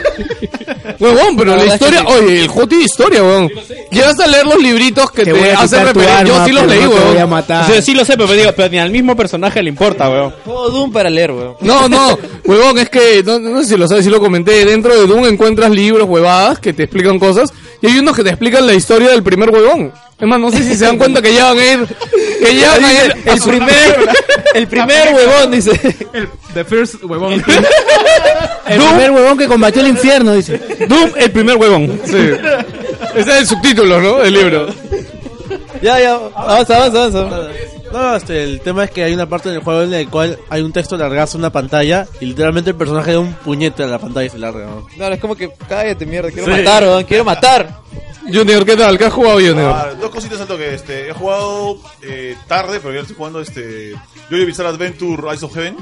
[SPEAKER 1] Huevón, pero la,
[SPEAKER 5] verdad es que
[SPEAKER 1] historia.
[SPEAKER 5] sí.
[SPEAKER 1] Oye, el juego tiene historia, huevón. Llegas a leer los libritos que
[SPEAKER 5] Te
[SPEAKER 1] te,
[SPEAKER 5] voy a
[SPEAKER 1] hacen
[SPEAKER 5] quitar tu
[SPEAKER 1] referencia. Yo
[SPEAKER 5] arma,
[SPEAKER 1] sí los
[SPEAKER 5] pero
[SPEAKER 1] leí,
[SPEAKER 5] no te
[SPEAKER 1] huevón.
[SPEAKER 5] voy a matar. O sea, sí lo sé, pero, digo, pero ni al mismo personaje le importa, weón.
[SPEAKER 2] Juego Doom para leer, weón.
[SPEAKER 1] No, no, huevón, es que, no, no sé si lo sabes, si lo comenté, dentro de Doom encuentras libros, huevadas, que te explican cosas, y hay unos que te explican la historia del primer huevón. Es más, no sé si se dan cuenta que ya van a ir, que ya van a ir a
[SPEAKER 2] El
[SPEAKER 1] su- *laughs*
[SPEAKER 2] primer, el primer huevón, dice.
[SPEAKER 3] The first huevón.
[SPEAKER 9] El primer huevón que combatió el infierno, dice.
[SPEAKER 5] Doom, el primer huevón.
[SPEAKER 1] Sí. Ese es el subtítulo, ¿no? Del libro.
[SPEAKER 2] Ya, ya, avanza, avanza, avanza.
[SPEAKER 7] No, este, el tema es que hay una parte del juego en el cual hay un texto largazo en una pantalla y literalmente el personaje da un puñete a la pantalla y se larga. ¿no?
[SPEAKER 2] Claro, es como que cállate, mierda, quiero matar, weón, quiero matar.
[SPEAKER 1] Junior, ¿qué tal? ¿Qué has jugado, Junior?
[SPEAKER 8] Ah, dos cositas al toque. Este, he jugado eh, tarde, pero ya estoy jugando este, Jojo Bizarre Adventure Rise of Heaven.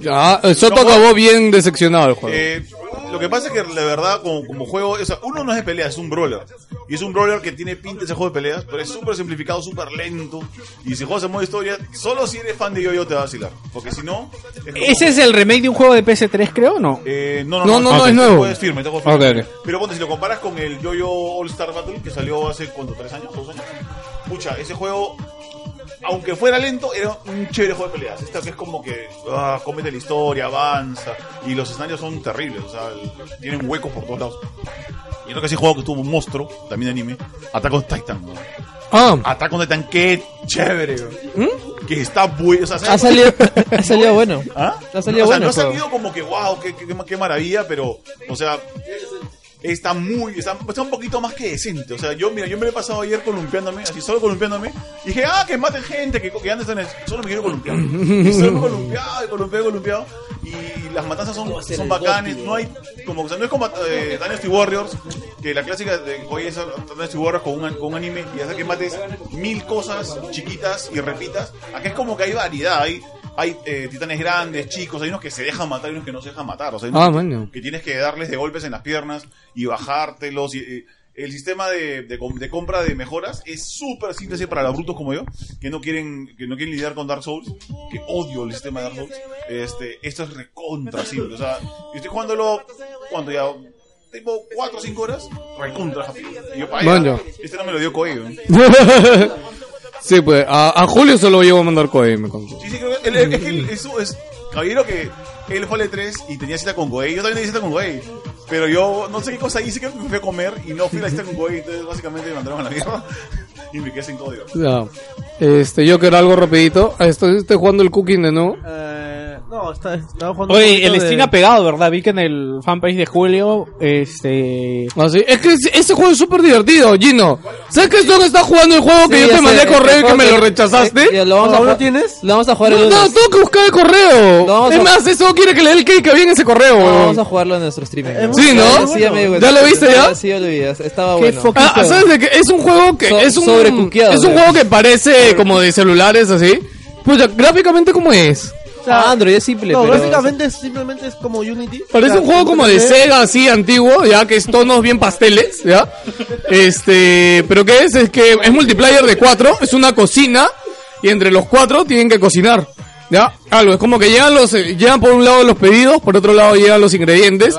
[SPEAKER 1] Ya, el Soto
[SPEAKER 8] No,
[SPEAKER 1] acabó bien decepcionado el juego.
[SPEAKER 8] Eh, lo que pasa es que la verdad, como, como juego, o sea, uno no es de pelea, es un brawler. Y es un brawler que tiene pinta ese juego de peleas, pero es súper simplificado, súper lento. Y si juegas en modo historia, solo si eres fan de Yo-Yo te va a vacilar. Porque si no. es como-
[SPEAKER 5] ¿Ese es el remake de un juego de PS3, creo, o no?
[SPEAKER 8] Eh, no,
[SPEAKER 1] No,
[SPEAKER 8] no,
[SPEAKER 1] no, no, es nuevo.
[SPEAKER 8] Es firme, este juego es firme.
[SPEAKER 1] Ok, ok.
[SPEAKER 8] Pero cuando si lo comparas con el Yo-Yo All-Star Battle que salió hace, ¿cuánto? ¿Tres años? ¿Dos años? Pucha, ese juego, aunque fuera lento, era un chévere juego de peleas. Esta que es como que, ah, cómete la historia, avanza. Y los escenarios son terribles, o sea, el- tienen huecos por todos lados. Y creo que ese juego que tuvo un monstruo, también de anime, Attack on Titan. ¿no?
[SPEAKER 1] Ah, ¿Mm?
[SPEAKER 8] Attack on Titan, qué chévere, ¿no? Que está bueno. O sea,
[SPEAKER 2] Ha salido, *laughs* ha salido bueno.
[SPEAKER 8] ¿Ah?
[SPEAKER 2] Ha salido
[SPEAKER 8] o sea,
[SPEAKER 2] bueno
[SPEAKER 8] no ha
[SPEAKER 2] el juego.
[SPEAKER 8] salido como que, wow, qué, qué- qué maravilla, pero, o sea, está muy, está, está un poquito más que decente. O sea, yo, mira, yo me lo he pasado ayer columpiándome, así solo columpiándome, y dije, ah, que maten gente, que, que antes en el, solo me quiero columpiar. Y solo me he columpiado, y columpiado, y columpiado, y las matanzas son, son bacanes, no hay, como, o sea, no es como eh, Dynasty Warriors, que la clásica de hoy es Dynasty Warriors con un, an- con un anime, y hace que mates mil cosas chiquitas y repitas. Acá es como que hay variedad, hay hay eh, titanes grandes, chicos, hay unos que se dejan matar y unos que no se dejan matar. O sea, hay unos
[SPEAKER 1] Ah,
[SPEAKER 8] que-
[SPEAKER 1] bueno.
[SPEAKER 8] que tienes que darles de golpes en las piernas y bajártelos. Y, eh, el sistema de, de com- de compra de mejoras es súper simple así para los brutos como yo, que no quieren que no quieren lidiar con Dark Souls, que odio el sistema de Dark Souls. Este, esto es recontra simple. O sea, yo estoy jugándolo cuando ya tipo 4 o 5 horas, recontra rápido. Y yo, "Ay,
[SPEAKER 1] Bueno.
[SPEAKER 8] Este no me lo dio Koei. ¿eh?".
[SPEAKER 1] *laughs* sí, pues, a, a Julio se lo llevo a mandar Koei, me contó.
[SPEAKER 8] Sí, sí, creo que el- el- es que el- eso es. Caballero que él fue al E3 y tenía cita con Goey. Yo también tenía cita con Goey. Pero yo no sé qué cosa hice que me fui a comer y no fui a la cita con Goey. Entonces, básicamente me mandaron a la mierda *laughs* y me quedé sin todo. digamos.
[SPEAKER 1] Ya. Este, yo quiero algo rapidito. Ah, Estoy, estoy jugando el cooking de nuevo.
[SPEAKER 7] Eh, no, está, estaba jugando un
[SPEAKER 5] Oye,
[SPEAKER 7] poquito
[SPEAKER 5] el
[SPEAKER 7] de-
[SPEAKER 5] Steam ha pegado, ¿verdad? Vi que en el fanpage de Julio, este...
[SPEAKER 1] Ah, sí. Es que ese, ese juego es súper divertido, Gino. ¿Sabes que Stone está jugando el juego que
[SPEAKER 2] Sí,
[SPEAKER 1] yo
[SPEAKER 2] ya
[SPEAKER 1] te
[SPEAKER 2] sé,
[SPEAKER 1] mandé
[SPEAKER 2] el
[SPEAKER 1] correo y que
[SPEAKER 2] juego
[SPEAKER 1] me
[SPEAKER 2] que-
[SPEAKER 1] lo
[SPEAKER 2] eh, ya
[SPEAKER 1] rechazaste?
[SPEAKER 2] lo
[SPEAKER 7] ¿Aún
[SPEAKER 2] vamos a
[SPEAKER 7] lo
[SPEAKER 2] jugar-
[SPEAKER 7] tienes?
[SPEAKER 2] Lo vamos a jugar el Ah,
[SPEAKER 1] No, no,
[SPEAKER 2] lunes.
[SPEAKER 1] tengo que buscar el correo.
[SPEAKER 2] No, vamos
[SPEAKER 1] es
[SPEAKER 2] a-
[SPEAKER 1] más, eso quiere que le dé el cake que había en ese correo,
[SPEAKER 2] No,
[SPEAKER 1] huevón.
[SPEAKER 2] Ah, vamos a jugarlo en nuestro streaming. weón.
[SPEAKER 1] Sí, ¿no?
[SPEAKER 2] Sí, ya me di cuenta.
[SPEAKER 1] ¿Ya lo viste ya?
[SPEAKER 2] Sí, ya lo vi. ya Estaba
[SPEAKER 9] Qué
[SPEAKER 2] bueno.
[SPEAKER 9] fucking
[SPEAKER 1] Ah, ah,
[SPEAKER 9] juego.
[SPEAKER 1] ¿sabes de qué? Es un juego que
[SPEAKER 2] So-
[SPEAKER 1] es un
[SPEAKER 2] sobrecuqueado,
[SPEAKER 1] es un
[SPEAKER 2] güey.
[SPEAKER 1] juego que parece como de celulares así. Pues ya, gráficamente cómo es?
[SPEAKER 2] Ah, Android es simple.
[SPEAKER 7] No,
[SPEAKER 2] pero-
[SPEAKER 7] básicamente es- simplemente es como Unity. O
[SPEAKER 1] Parece
[SPEAKER 7] sea,
[SPEAKER 1] un juego como de
[SPEAKER 7] simplemente-
[SPEAKER 1] Sega así antiguo, ya que es tonos bien pasteles, ya. Este, pero qué es es que es multiplayer de cuatro, es una cocina y entre los cuatro tienen que cocinar, ya. Algo es como que llegan los eh, llegan por un lado los pedidos, por otro lado llegan los ingredientes.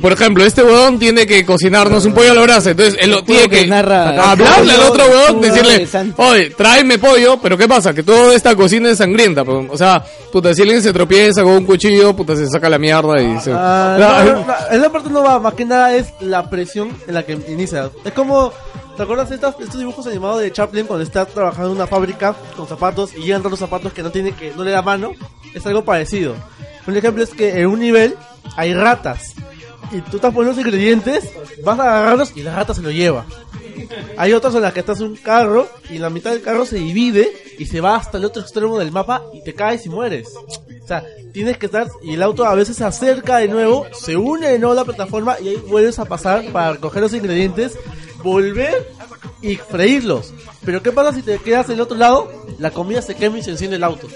[SPEAKER 1] Por ejemplo, este huevón tiene que cocinarnos un pollo a la brasa, entonces él lo tiene
[SPEAKER 9] que
[SPEAKER 1] que
[SPEAKER 2] Ah,
[SPEAKER 9] narra-
[SPEAKER 1] hablarle al otro huevón,
[SPEAKER 9] Tú,
[SPEAKER 1] decirle,
[SPEAKER 9] dale, santo.
[SPEAKER 1] Oye, tráeme pollo, pero ¿qué pasa? Que toda esta cocina es sangrienta, po. o sea, puta, si alguien se tropieza con un cuchillo, puta, se saca la mierda y se...
[SPEAKER 7] Ah, no, no, no, esa parte no va, más que nada es la presión en la que inicia. Es como, ¿te acuerdas estas, estos dibujos animados de Chaplin cuando está trabajando en una fábrica con zapatos y llegan los zapatos que no tiene que no le da mano? Es algo parecido. Un ejemplo es que en un nivel hay ratas y tú estás poniendo los ingredientes, vas a agarrarlos y la rata se lo lleva. Hay otras en las que estás en un carro y la mitad del carro se divide y se va hasta el otro extremo del mapa y te caes y mueres. O sea, tienes que estar y el auto a veces se acerca de nuevo, se une de nuevo a la plataforma y ahí vuelves a pasar para coger los ingredientes, volver y freírlos. Pero ¿qué pasa si te quedas del otro lado? La comida se quema y se enciende el auto.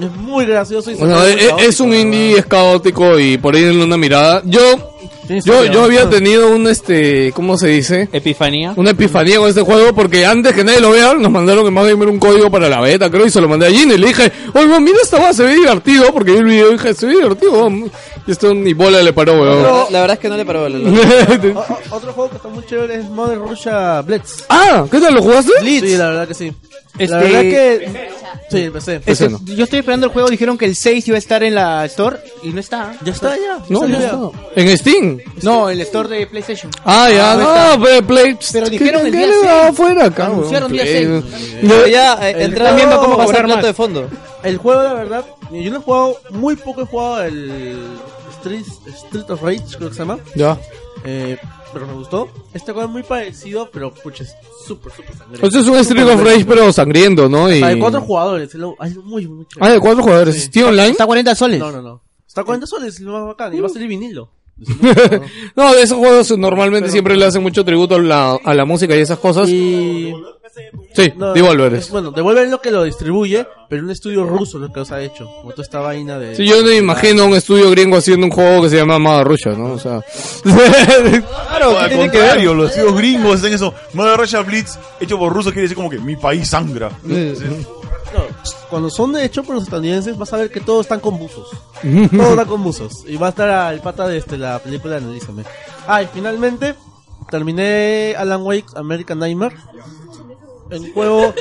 [SPEAKER 7] Es muy gracioso y se
[SPEAKER 1] Bueno, eh,
[SPEAKER 7] pone
[SPEAKER 1] es,
[SPEAKER 7] caótico,
[SPEAKER 1] e-, es un
[SPEAKER 7] ¿verdad?
[SPEAKER 1] indie, es caótico y por ahí en una mirada. Yo, yo, yo había tenido un este, ¿cómo se dice?
[SPEAKER 5] Epifanía.
[SPEAKER 1] Una epifanía con este juego porque antes que nadie lo vea, nos mandaron que más gamer un código para la beta, creo, y se lo mandé a Gino y le dije, oye, weón, mira esta weá, se ve divertido, porque yo el video y dije, se ve divertido, weón". Y esto ni bola le paró,
[SPEAKER 2] La
[SPEAKER 1] weón.
[SPEAKER 2] verdad- La verdad es que no le
[SPEAKER 1] *laughs*
[SPEAKER 2] paró la
[SPEAKER 7] O- o- Otro juego que está muy chévere es Modern Russia Blitz.
[SPEAKER 1] ah, ¿qué tal lo jugaste?
[SPEAKER 7] Sí, la verdad que sí.
[SPEAKER 9] Este-
[SPEAKER 7] La verdad que... Sí, empecé.
[SPEAKER 9] Es que
[SPEAKER 1] no.
[SPEAKER 9] Yo estoy esperando el juego, dijeron que el 6 iba a estar en la Store y no está.
[SPEAKER 7] Ya está, ya.
[SPEAKER 1] No,
[SPEAKER 7] Salió
[SPEAKER 1] no,
[SPEAKER 7] ya.
[SPEAKER 1] no. En Steam.
[SPEAKER 9] No, en la Store de PlayStation.
[SPEAKER 1] Ah, ya, no, pero Play.
[SPEAKER 9] Pero dijeron
[SPEAKER 1] ¿qué,
[SPEAKER 9] el
[SPEAKER 1] qué
[SPEAKER 9] día
[SPEAKER 1] le
[SPEAKER 9] seis.
[SPEAKER 1] da afuera acá, weón?
[SPEAKER 9] Anunciaron día
[SPEAKER 1] Play.
[SPEAKER 2] Pero ya, eh, entraron
[SPEAKER 7] viendo cómo
[SPEAKER 2] pasa el
[SPEAKER 7] cobrar
[SPEAKER 2] plato
[SPEAKER 7] más.
[SPEAKER 2] de fondo.
[SPEAKER 7] El juego, la verdad, yo lo he jugado muy poco. He jugado el Street, Street of Rage, creo que se llama.
[SPEAKER 1] Ya.
[SPEAKER 7] Eh, pero me gustó. Este juego es muy parecido, pero pucha, es súper, súper sangriento.
[SPEAKER 1] Eso Este es un Street of Rage, pero sangriendo, ¿no? Y...
[SPEAKER 7] Hay cuatro jugadores. lo- Hay muy, muy chévere.
[SPEAKER 1] Ah, de cuatro jugadores. ¿Tiene online?
[SPEAKER 9] Está a 40 soles.
[SPEAKER 7] No, no, no. Está a 40 soles, lo más bacán. Y va a salir vinilo.
[SPEAKER 1] No, de esos juegos normalmente siempre le hacen mucho tributo a la, a la música y esas cosas.
[SPEAKER 7] Y.
[SPEAKER 1] Sí,
[SPEAKER 7] no,
[SPEAKER 1] Devolver
[SPEAKER 7] es-
[SPEAKER 1] es.
[SPEAKER 7] Bueno, Devolver es lo que lo distribuye, pero un estudio ruso lo que os ha hecho. Como toda esta vaina de.
[SPEAKER 1] Sí, yo no imagino a un estudio gringo haciendo un juego que se llama Mad Russia, ¿no? O sea... *laughs*
[SPEAKER 8] Claro, al contrario, los tíos gringos hacen eso. Mother Russia Blitz, hecho por rusos, quiere decir como que mi país sangra.
[SPEAKER 7] No, cuando son hechos por los estadounidenses vas a ver que todos están con
[SPEAKER 1] *laughs*
[SPEAKER 7] buzos. todos están con buzos. Y va a estar el pata de este, la película Analízame. Ah, y finalmente terminé Alan Wake American Nightmare. Un juego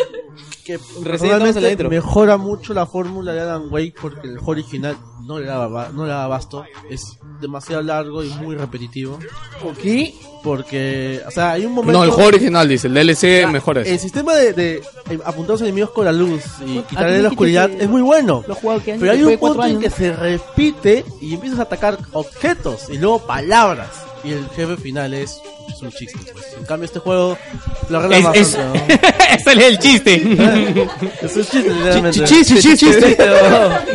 [SPEAKER 7] que
[SPEAKER 2] damos la
[SPEAKER 7] realmente
[SPEAKER 2] intro.
[SPEAKER 7] mejora mucho la fórmula de Alan Wake porque el juego original no le daba, ba- no le daba abasto. Es demasiado largo y muy repetitivo.
[SPEAKER 9] Ok.
[SPEAKER 7] Porque, o sea, hay un momento...
[SPEAKER 1] No, el juego original dice, el DLC mejor es.
[SPEAKER 7] El sistema de, de, eh, apuntar a los enemigos con la luz y
[SPEAKER 6] a ti
[SPEAKER 7] quitarle
[SPEAKER 6] dijiste
[SPEAKER 7] la oscuridad
[SPEAKER 6] Ah, que-
[SPEAKER 7] es muy bueno.
[SPEAKER 6] Lo he jugado que
[SPEAKER 7] Pero hay
[SPEAKER 6] después
[SPEAKER 7] un
[SPEAKER 6] de cuatro
[SPEAKER 7] punto en que
[SPEAKER 6] años.
[SPEAKER 7] se repite y empiezas a atacar objetos y luego palabras. Y el jefe final es, es un chiste. pues. En cambio, este juego lo arregla
[SPEAKER 5] Es, es,
[SPEAKER 7] bastante,
[SPEAKER 1] *laughs*
[SPEAKER 5] ese es el chiste.
[SPEAKER 7] ¿no? Es un chiste, literalmente.
[SPEAKER 1] Chichiste, chichiste.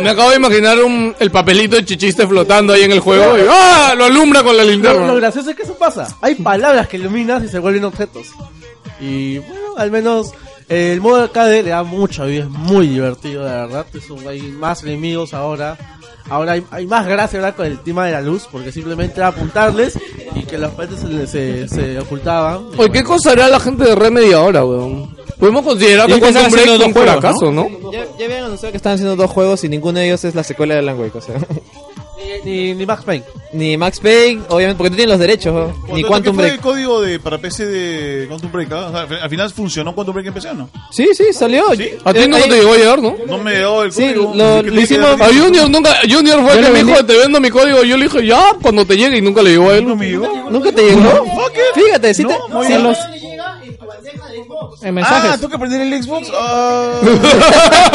[SPEAKER 1] Me acabo de imaginar un, el papelito de chichiste flotando ahí en el juego. Y, ¡Ah! Lo alumbra con la
[SPEAKER 7] Lo, lo
[SPEAKER 1] linterna.
[SPEAKER 7] gracioso es que eso pasa. Hay palabras que iluminas y se vuelven objetos. Y bueno, al menos eh, el modo arcade le da mucha vida, es muy divertido, la verdad. Es un- hay más enemigos ahora. Ahora hay, hay más gracia ahora con el tema de la luz, porque simplemente era apuntarles y que los objetos se, le- se, se ocultaban. Y
[SPEAKER 1] Oye, ¿qué
[SPEAKER 7] bueno,
[SPEAKER 1] cosa hará la gente de Remedy ahora, weón? Podemos considerar
[SPEAKER 5] Ellos
[SPEAKER 1] que Quantum
[SPEAKER 5] están haciendo
[SPEAKER 1] Break un
[SPEAKER 5] dos juegos,
[SPEAKER 1] juegazo, ¿no?
[SPEAKER 2] Ya, ya habían anunciado que estaban haciendo dos juegos y ninguno de ellos es la secuela de Alan Wake, o sea.
[SPEAKER 7] Ni, ni, ni Max Payne.
[SPEAKER 2] Ni Max Payne, obviamente, porque no tienen los derechos, ¿no? ni
[SPEAKER 8] ¿Qué
[SPEAKER 2] Quantum
[SPEAKER 8] fue el
[SPEAKER 2] Break.
[SPEAKER 8] código de, para PC de Quantum Break? ah? O sea, al final funcionó Quantum Break en PC, o ¿no?
[SPEAKER 2] Sí, sí, salió.
[SPEAKER 8] Sí.
[SPEAKER 1] A ti
[SPEAKER 2] Eh,
[SPEAKER 1] no
[SPEAKER 2] ahí-
[SPEAKER 1] te llegó a llegar, ¿no?
[SPEAKER 8] No me dio el
[SPEAKER 2] Sí,
[SPEAKER 8] código. Así
[SPEAKER 2] lo-
[SPEAKER 8] que
[SPEAKER 2] lo
[SPEAKER 8] tenía que
[SPEAKER 2] hicimos-
[SPEAKER 8] darle-
[SPEAKER 1] A Junior nunca, Junior fue el que me dijo, te vendo mi código, yo le dije, ya, cuando te llegue y nunca le llegó a él.
[SPEAKER 8] No me llegó.
[SPEAKER 2] ¿Nunca te llegó?
[SPEAKER 8] Fuck it.
[SPEAKER 2] Fíjate, sí
[SPEAKER 8] No,
[SPEAKER 2] te...
[SPEAKER 8] muy
[SPEAKER 2] sí-
[SPEAKER 8] bien.
[SPEAKER 9] En
[SPEAKER 8] Ah,
[SPEAKER 9] mensajes.
[SPEAKER 8] tengo que prender el Xbox. Ah,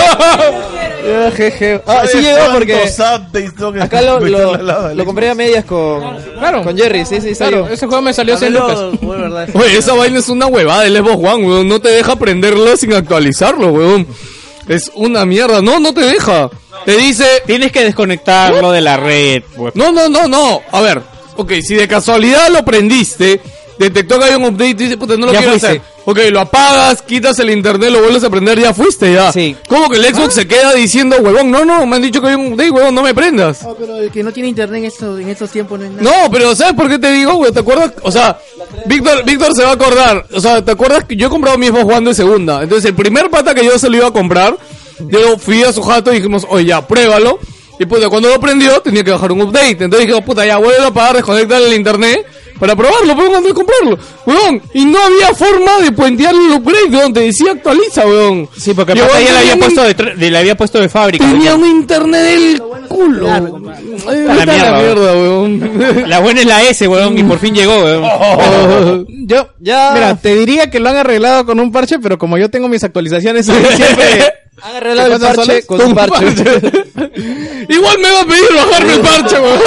[SPEAKER 2] Ah, jeje. Ah, sí
[SPEAKER 8] ¿sabes
[SPEAKER 2] llegó
[SPEAKER 8] cuántos
[SPEAKER 2] porque...
[SPEAKER 8] updates tengo que
[SPEAKER 2] Acá lo,
[SPEAKER 8] meterle
[SPEAKER 2] lo,
[SPEAKER 8] al lado del
[SPEAKER 2] lo compré a medias con,
[SPEAKER 9] Claro.
[SPEAKER 2] con Jerry, sí, sí, salió.
[SPEAKER 9] Claro, ese juego
[SPEAKER 3] *laughs*
[SPEAKER 9] me salió sin
[SPEAKER 7] Dámelo,
[SPEAKER 9] lucas.
[SPEAKER 4] *laughs*
[SPEAKER 7] bueno,
[SPEAKER 5] *laughs*
[SPEAKER 7] verdad.
[SPEAKER 1] Oye, esa vaina es una huevada el Xbox One, weón. No te deja prenderlo sin actualizarlo, weón. Es una mierda. No, no te deja. Te dice...
[SPEAKER 5] Tienes que desconectarlo de la red. weón.
[SPEAKER 1] No, no, no, no. A ver. Ok, si de casualidad lo prendiste, detectó que hay un update y dice, puta, no lo
[SPEAKER 5] Ya
[SPEAKER 1] quiero
[SPEAKER 5] fuiste.
[SPEAKER 1] hacer. Ok, lo apagas, quitas el internet, lo vuelves a prender, ya fuiste, ya.
[SPEAKER 2] Sí.
[SPEAKER 1] ¿Cómo que el Xbox
[SPEAKER 5] Ah.
[SPEAKER 1] se queda diciendo, huevón, no, no, me han dicho que hay un update, huevón, no me prendas?
[SPEAKER 4] No, pero el que no tiene internet en estos, en estos tiempos no es nada.
[SPEAKER 1] No, pero ¿sabes por qué te digo, güey? ¿Te acuerdas? O sea, Víctor, Víctor se va a acordar. O sea, ¿te acuerdas que yo he comprado mi Xbox One de segunda? Entonces, el primer pata que yo se lo iba a comprar, yo fui a su jato y dijimos, oye, ya, pruébalo. Y puta, cuando lo prendió, tenía que bajar un update. Entonces dije, "Oh, puta, ya, vuelve a apagar, desconectar el internet para probarlo, pero antes de comprarlo. Weón, y no había forma de puentear el upgrade, weón. Te decía actualiza, weón.
[SPEAKER 5] Sí, porque
[SPEAKER 1] Y, weón,
[SPEAKER 5] aparte ya le
[SPEAKER 1] tenía
[SPEAKER 5] había
[SPEAKER 1] un-
[SPEAKER 5] puesto de, tra- de- le había puesto de fábrica.
[SPEAKER 1] Tenía un internet del culo. Ay, vete a la
[SPEAKER 5] mierda,
[SPEAKER 1] mierda, weón.
[SPEAKER 5] *laughs* La buena es la S, weón, y por fin llegó, weón.
[SPEAKER 3] Oh.
[SPEAKER 9] Yo,
[SPEAKER 2] Ya.
[SPEAKER 9] mira, te diría que lo han arreglado con un parche, pero como yo tengo mis actualizaciones ahí siempre.
[SPEAKER 2] Han arreglado el
[SPEAKER 3] *laughs*
[SPEAKER 9] ¿Te pasan
[SPEAKER 2] parche
[SPEAKER 9] soles?
[SPEAKER 2] con un parche.
[SPEAKER 4] *laughs*
[SPEAKER 1] Igual me va a pedir bajarme el parche, weón.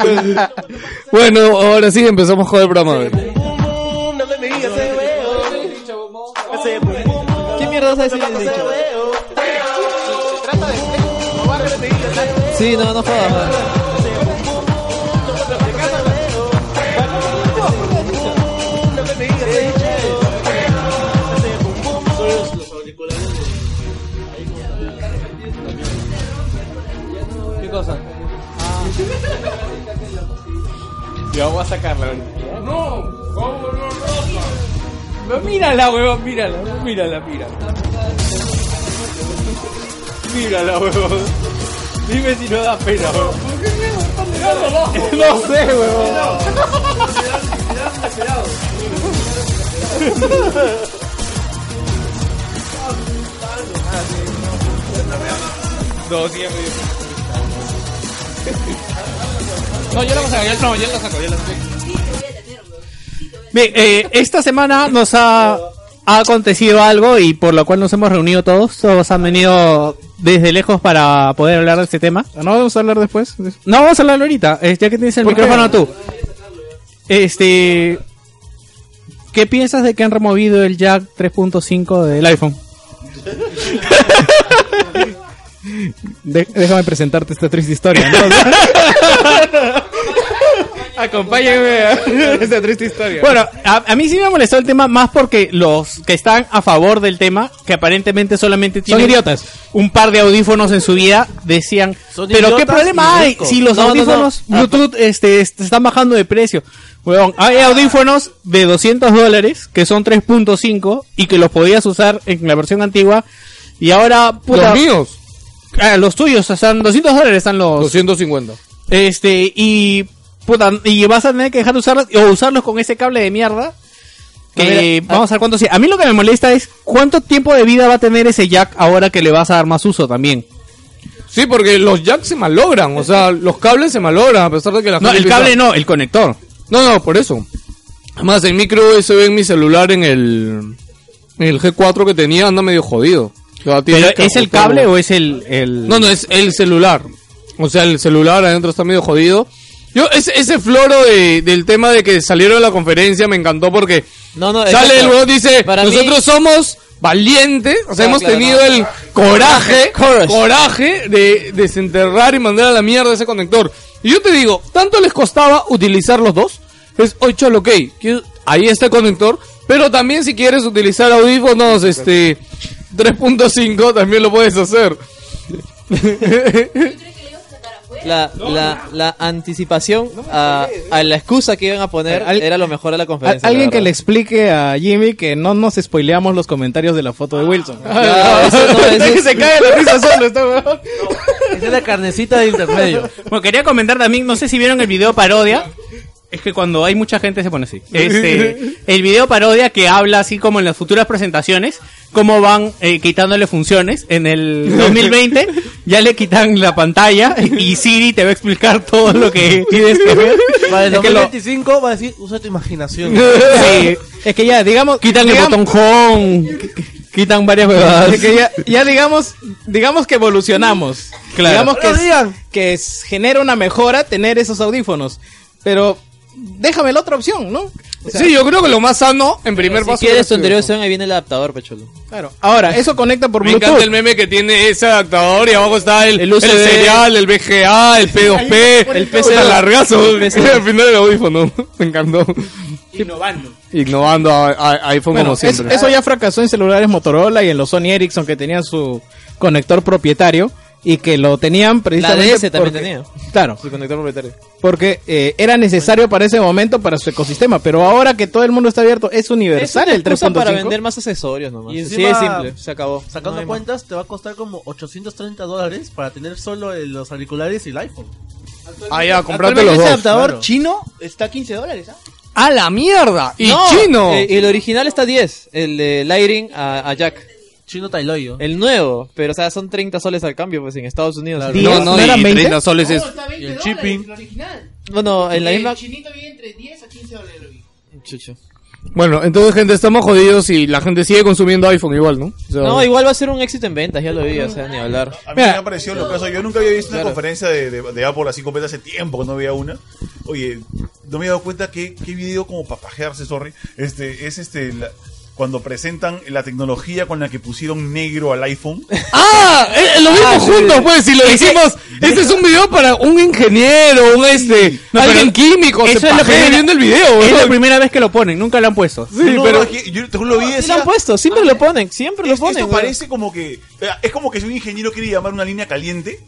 [SPEAKER 4] pues.
[SPEAKER 1] Bueno, ahora sí empezamos con el programa. weón.
[SPEAKER 10] Boom, boom, no le me digas se veo. Ese boom, boom, boom.
[SPEAKER 2] ¿Qué mierda sabes si
[SPEAKER 10] Se veo.
[SPEAKER 2] Sí, no, no jodas. man.
[SPEAKER 1] cosa.
[SPEAKER 3] Ya voy a sacarla ahorita.
[SPEAKER 1] No, ¿cómo no Pero mírala, huevón, mírala, mírala, mírala. Mírala, huevón. Dime si no da pena, huevón. No sé, huevón. No, sí, No, yo la voy a sacar, yo, no, yo la saco, yo la saco.
[SPEAKER 5] Bien, eh, esta semana nos ha, ha acontecido algo y por lo cual nos hemos reunido todos. Todos han venido desde lejos para poder hablar de este tema. ¿No vamos a hablar después? No, vamos a hablar ahorita. eh, ya que tienes el
[SPEAKER 3] ¿Por qué?
[SPEAKER 5] micrófono tú. Este. ¿Qué piensas de que han removido el jack 3.5 del *laughs* iPhone?
[SPEAKER 3] De- déjame presentarte esta triste historia, ¿no?
[SPEAKER 5] *laughs*
[SPEAKER 3] Acompáñenme a *laughs* esta triste historia.
[SPEAKER 5] Bueno, a, a mí sí me molestó el tema más porque los que están a favor del tema, que aparentemente solamente tienen
[SPEAKER 3] idiotas.
[SPEAKER 5] un par de audífonos en su vida, decían,
[SPEAKER 9] Son
[SPEAKER 5] pero qué
[SPEAKER 9] idiotas
[SPEAKER 5] problema
[SPEAKER 9] y
[SPEAKER 5] hay
[SPEAKER 9] ricos".
[SPEAKER 5] si los
[SPEAKER 9] No, no, Ah, no.
[SPEAKER 5] audífonos Bluetooth este, est- están bajando de precio. Huevón, hay
[SPEAKER 9] Ah.
[SPEAKER 5] audífonos de 200 dólares que son 3.5 y que los podías usar en la versión antigua y ahora puta,
[SPEAKER 1] Los míos.
[SPEAKER 5] Ah, los tuyos están 200 dólares están los
[SPEAKER 1] 250.
[SPEAKER 5] este, y. Puta, y vas a tener que dejar de usarlos o usarlos con ese cable de mierda. Que
[SPEAKER 9] A ver, a-
[SPEAKER 5] vamos a ver cuánto sí. A mí lo que me molesta es cuánto tiempo de vida va a tener ese jack ahora que le vas a dar más uso también.
[SPEAKER 1] Sí, porque los jacks se malogran, o sea, los cables se malogran a pesar de que la
[SPEAKER 5] No,
[SPEAKER 1] gente
[SPEAKER 5] el
[SPEAKER 1] piensa-
[SPEAKER 5] cable no, el conector.
[SPEAKER 1] No, no, por eso. Además, el micro USB en mi celular en el en el G4 que tenía anda medio jodido. O sea, tiene
[SPEAKER 5] Pero
[SPEAKER 1] que
[SPEAKER 5] ¿es el
[SPEAKER 1] ajustarlo.
[SPEAKER 5] cable o es el, el-
[SPEAKER 1] No, no, es el celular. O sea, el celular adentro está medio jodido. Yo, ese, ese floro de- del tema de que salieron de la conferencia me encantó porque
[SPEAKER 2] No, no,
[SPEAKER 1] sale el
[SPEAKER 2] exacto.
[SPEAKER 1] huevón dice,
[SPEAKER 2] Para mí-
[SPEAKER 1] nosotros somos valientes, o sea,
[SPEAKER 2] No,
[SPEAKER 1] hemos
[SPEAKER 2] claro,
[SPEAKER 1] tenido
[SPEAKER 2] no.
[SPEAKER 1] el coraje,
[SPEAKER 2] *laughs* Courage.
[SPEAKER 1] coraje de desenterrar y mandar a la mierda ese conector. Y yo te digo, ¿tanto les costaba utilizar los dos? Es 8 ok, que ahí está el conector, pero también si quieres utilizar audífonos este 3.5 también lo puedes hacer.
[SPEAKER 2] La, la, la anticipación a,
[SPEAKER 3] eh.
[SPEAKER 2] a la excusa que iban a poner
[SPEAKER 3] Al-
[SPEAKER 2] era lo mejor de la
[SPEAKER 3] Al-
[SPEAKER 2] conferencia.
[SPEAKER 3] Alguien
[SPEAKER 2] la
[SPEAKER 3] que le
[SPEAKER 2] verdad.
[SPEAKER 3] explique a Jimmy que no nos spoileamos los comentarios de la foto de Wilson.
[SPEAKER 5] *laughs*
[SPEAKER 2] Ah, eso no, eso-
[SPEAKER 3] que se cae la risa solo, está weón.
[SPEAKER 5] Esa es la carnecita de intermedio. Bueno, quería comentar también, no sé si vieron el video parodia. Es que cuando hay mucha gente se pone así. Este, el video parodia que habla así como en las futuras presentaciones, cómo van eh, quitándole funciones. En el 2020 ya le quitan la pantalla y Siri te va a explicar todo lo que tienes que ver.
[SPEAKER 7] Para el
[SPEAKER 5] Es que lo-
[SPEAKER 7] 2025 va a decir, usa tu
[SPEAKER 1] *laughs*
[SPEAKER 7] imaginación.
[SPEAKER 5] Sí.
[SPEAKER 3] Es que ya, digamos.
[SPEAKER 5] Quitan el
[SPEAKER 3] digamos-
[SPEAKER 5] botón home, qu- qu- quitan varias huevadas.
[SPEAKER 3] Es que ya, ya digamos, digamos que evolucionamos.
[SPEAKER 5] Claro.
[SPEAKER 3] Digamos que,
[SPEAKER 5] No
[SPEAKER 3] es- que es- genera una mejora tener esos audífonos. Pero déjame la otra opción, ¿no? O
[SPEAKER 1] *laughs*
[SPEAKER 3] sea,
[SPEAKER 1] sí, yo creo que lo más sano en primer
[SPEAKER 2] Si
[SPEAKER 1] paso
[SPEAKER 2] quieres tu
[SPEAKER 1] era
[SPEAKER 2] anterior
[SPEAKER 1] eso.
[SPEAKER 2] opción, ahí viene el adaptador, pecholo.
[SPEAKER 3] Claro. Ahora, eso conecta por
[SPEAKER 1] Me encanta el
[SPEAKER 3] Bluetooth.
[SPEAKER 1] meme que tiene ese adaptador y abajo está el,
[SPEAKER 3] El
[SPEAKER 1] el,
[SPEAKER 3] USB.
[SPEAKER 1] serial, el BGA, el P2P,
[SPEAKER 3] El
[SPEAKER 1] el
[SPEAKER 3] PC.
[SPEAKER 1] PC largazo,
[SPEAKER 3] El
[SPEAKER 1] *laughs* el
[SPEAKER 3] PC.
[SPEAKER 1] final del audífono. *laughs* Me encantó.
[SPEAKER 5] Innovando.
[SPEAKER 1] Ignorando a, a- a iPhone
[SPEAKER 3] Bueno,
[SPEAKER 1] como
[SPEAKER 3] es-
[SPEAKER 1] siempre.
[SPEAKER 3] eso ya fracasó en celulares Motorola y en los Sony Ericsson que tenían su conector propietario y que lo tenían
[SPEAKER 2] La
[SPEAKER 3] precisamente
[SPEAKER 2] DS también
[SPEAKER 3] porque-
[SPEAKER 2] tenía.
[SPEAKER 3] Claro,
[SPEAKER 2] Su conector propietario.
[SPEAKER 3] porque eh, era necesario para ese momento para su ecosistema, pero ahora que todo el mundo está abierto es
[SPEAKER 2] Es una
[SPEAKER 3] universal el
[SPEAKER 2] excusa para vender
[SPEAKER 3] 3.5.
[SPEAKER 2] más accesorios nomás.
[SPEAKER 7] Y
[SPEAKER 2] sí, es
[SPEAKER 7] encima-
[SPEAKER 2] simple. Se acabó.
[SPEAKER 7] Sacando cuentas, te va a costar como 830 dólares para tener solo eh, los auriculares y el iPhone.
[SPEAKER 1] Ah, ya, comprate
[SPEAKER 4] Actualmente
[SPEAKER 1] los
[SPEAKER 4] ese
[SPEAKER 1] dos.
[SPEAKER 4] adaptador
[SPEAKER 7] claro.
[SPEAKER 4] chino está a 15 dólares. ¿ah?
[SPEAKER 1] ¡A la mierda! ¡Y
[SPEAKER 2] No,
[SPEAKER 1] chino!
[SPEAKER 2] eh, el original está 10. El de Lighting a, a Jack.
[SPEAKER 7] Chino Tailoyo.
[SPEAKER 2] El nuevo. Pero, o sea, son 30 soles al cambio, pues en Estados Unidos.
[SPEAKER 1] no,
[SPEAKER 3] ¿no
[SPEAKER 1] no,
[SPEAKER 3] eran
[SPEAKER 1] y
[SPEAKER 3] 20?
[SPEAKER 1] 30 soles es...
[SPEAKER 4] Y
[SPEAKER 7] el shipping.
[SPEAKER 4] original.
[SPEAKER 2] Bueno, en la misma.
[SPEAKER 4] chinito viene entre 10 a 15 dólares.
[SPEAKER 2] Chucho.
[SPEAKER 1] Bueno, entonces, gente, estamos jodidos y la gente sigue consumiendo iPhone igual, ¿no? O sea,
[SPEAKER 2] No, igual va a ser un éxito en ventas, ya lo vi, o sea,
[SPEAKER 1] *laughs*
[SPEAKER 2] ni hablar.
[SPEAKER 8] A mí me ha parecido lo caso. Yo nunca había visto una
[SPEAKER 2] Claro.
[SPEAKER 8] conferencia de, de, de Apple así completa hace tiempo que no había una. Oye, no me he dado cuenta que qué video como papajearse, sorry. Este, es este la- cuando presentan la tecnología con la que pusieron negro al iPhone.
[SPEAKER 1] ¡Ah! Eh, eh, lo vimos juntos, pues, y lo hicimos Este es un video para un ingeniero, un este,
[SPEAKER 5] No, pero
[SPEAKER 1] alguien químico.
[SPEAKER 5] eso
[SPEAKER 1] se
[SPEAKER 5] es la
[SPEAKER 1] pajea
[SPEAKER 5] primera-
[SPEAKER 1] viendo el video.
[SPEAKER 5] es la
[SPEAKER 1] primera vez que lo ponen, nunca lo han puesto. Sí,
[SPEAKER 8] No,
[SPEAKER 1] pero
[SPEAKER 8] es que yo te lo vi y
[SPEAKER 2] Sí
[SPEAKER 8] decía, ah,
[SPEAKER 2] lo han puesto, siempre lo ponen, siempre lo
[SPEAKER 8] Esto
[SPEAKER 2] ponen. güey.
[SPEAKER 8] parece como que. eh, Es como que si un ingeniero quiere llamar una línea
[SPEAKER 2] *laughs*
[SPEAKER 8] caliente.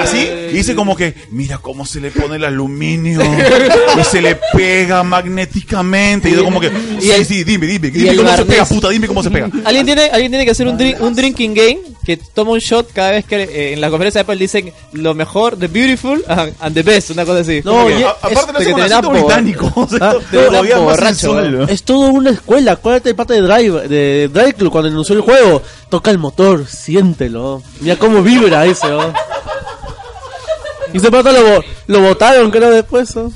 [SPEAKER 8] Así. Y dice como que. Mira cómo se le pone el aluminio. *laughs* Y se le pega magnéticamente. Y yo como que. Sí, sí, dime, dime.
[SPEAKER 2] y
[SPEAKER 8] Dime
[SPEAKER 2] el
[SPEAKER 8] cómo se
[SPEAKER 2] barniz.
[SPEAKER 8] pega, puta. Dime cómo se pega.
[SPEAKER 2] ¿Alguien tiene, alguien tiene que hacer un, drink- un drinking game que toma un shot cada vez que eh, en la conferencia de Apple dicen lo mejor, the beautiful *laughs* ajá, and the best, una cosa así.
[SPEAKER 7] No,
[SPEAKER 2] Porque-
[SPEAKER 7] y-
[SPEAKER 2] a-
[SPEAKER 8] aparte lo
[SPEAKER 2] de
[SPEAKER 8] hace
[SPEAKER 2] que
[SPEAKER 8] con
[SPEAKER 2] te den
[SPEAKER 8] acento
[SPEAKER 2] apo- *laughs*
[SPEAKER 8] británico, *laughs* o sea,
[SPEAKER 2] Ah,
[SPEAKER 8] esto
[SPEAKER 2] te den
[SPEAKER 8] todavía
[SPEAKER 2] apo
[SPEAKER 8] más
[SPEAKER 2] borracho,
[SPEAKER 8] sensual,
[SPEAKER 2] güey.
[SPEAKER 7] Es toda una escuela. Acuérdate de parte de Drive, de Drive Club, cuando anunció el juego. Toca el motor, siéntelo. Mira cómo vibra ese, ¿no? Y ese pata lo, bo- lo botaron, creo, después, ¿no?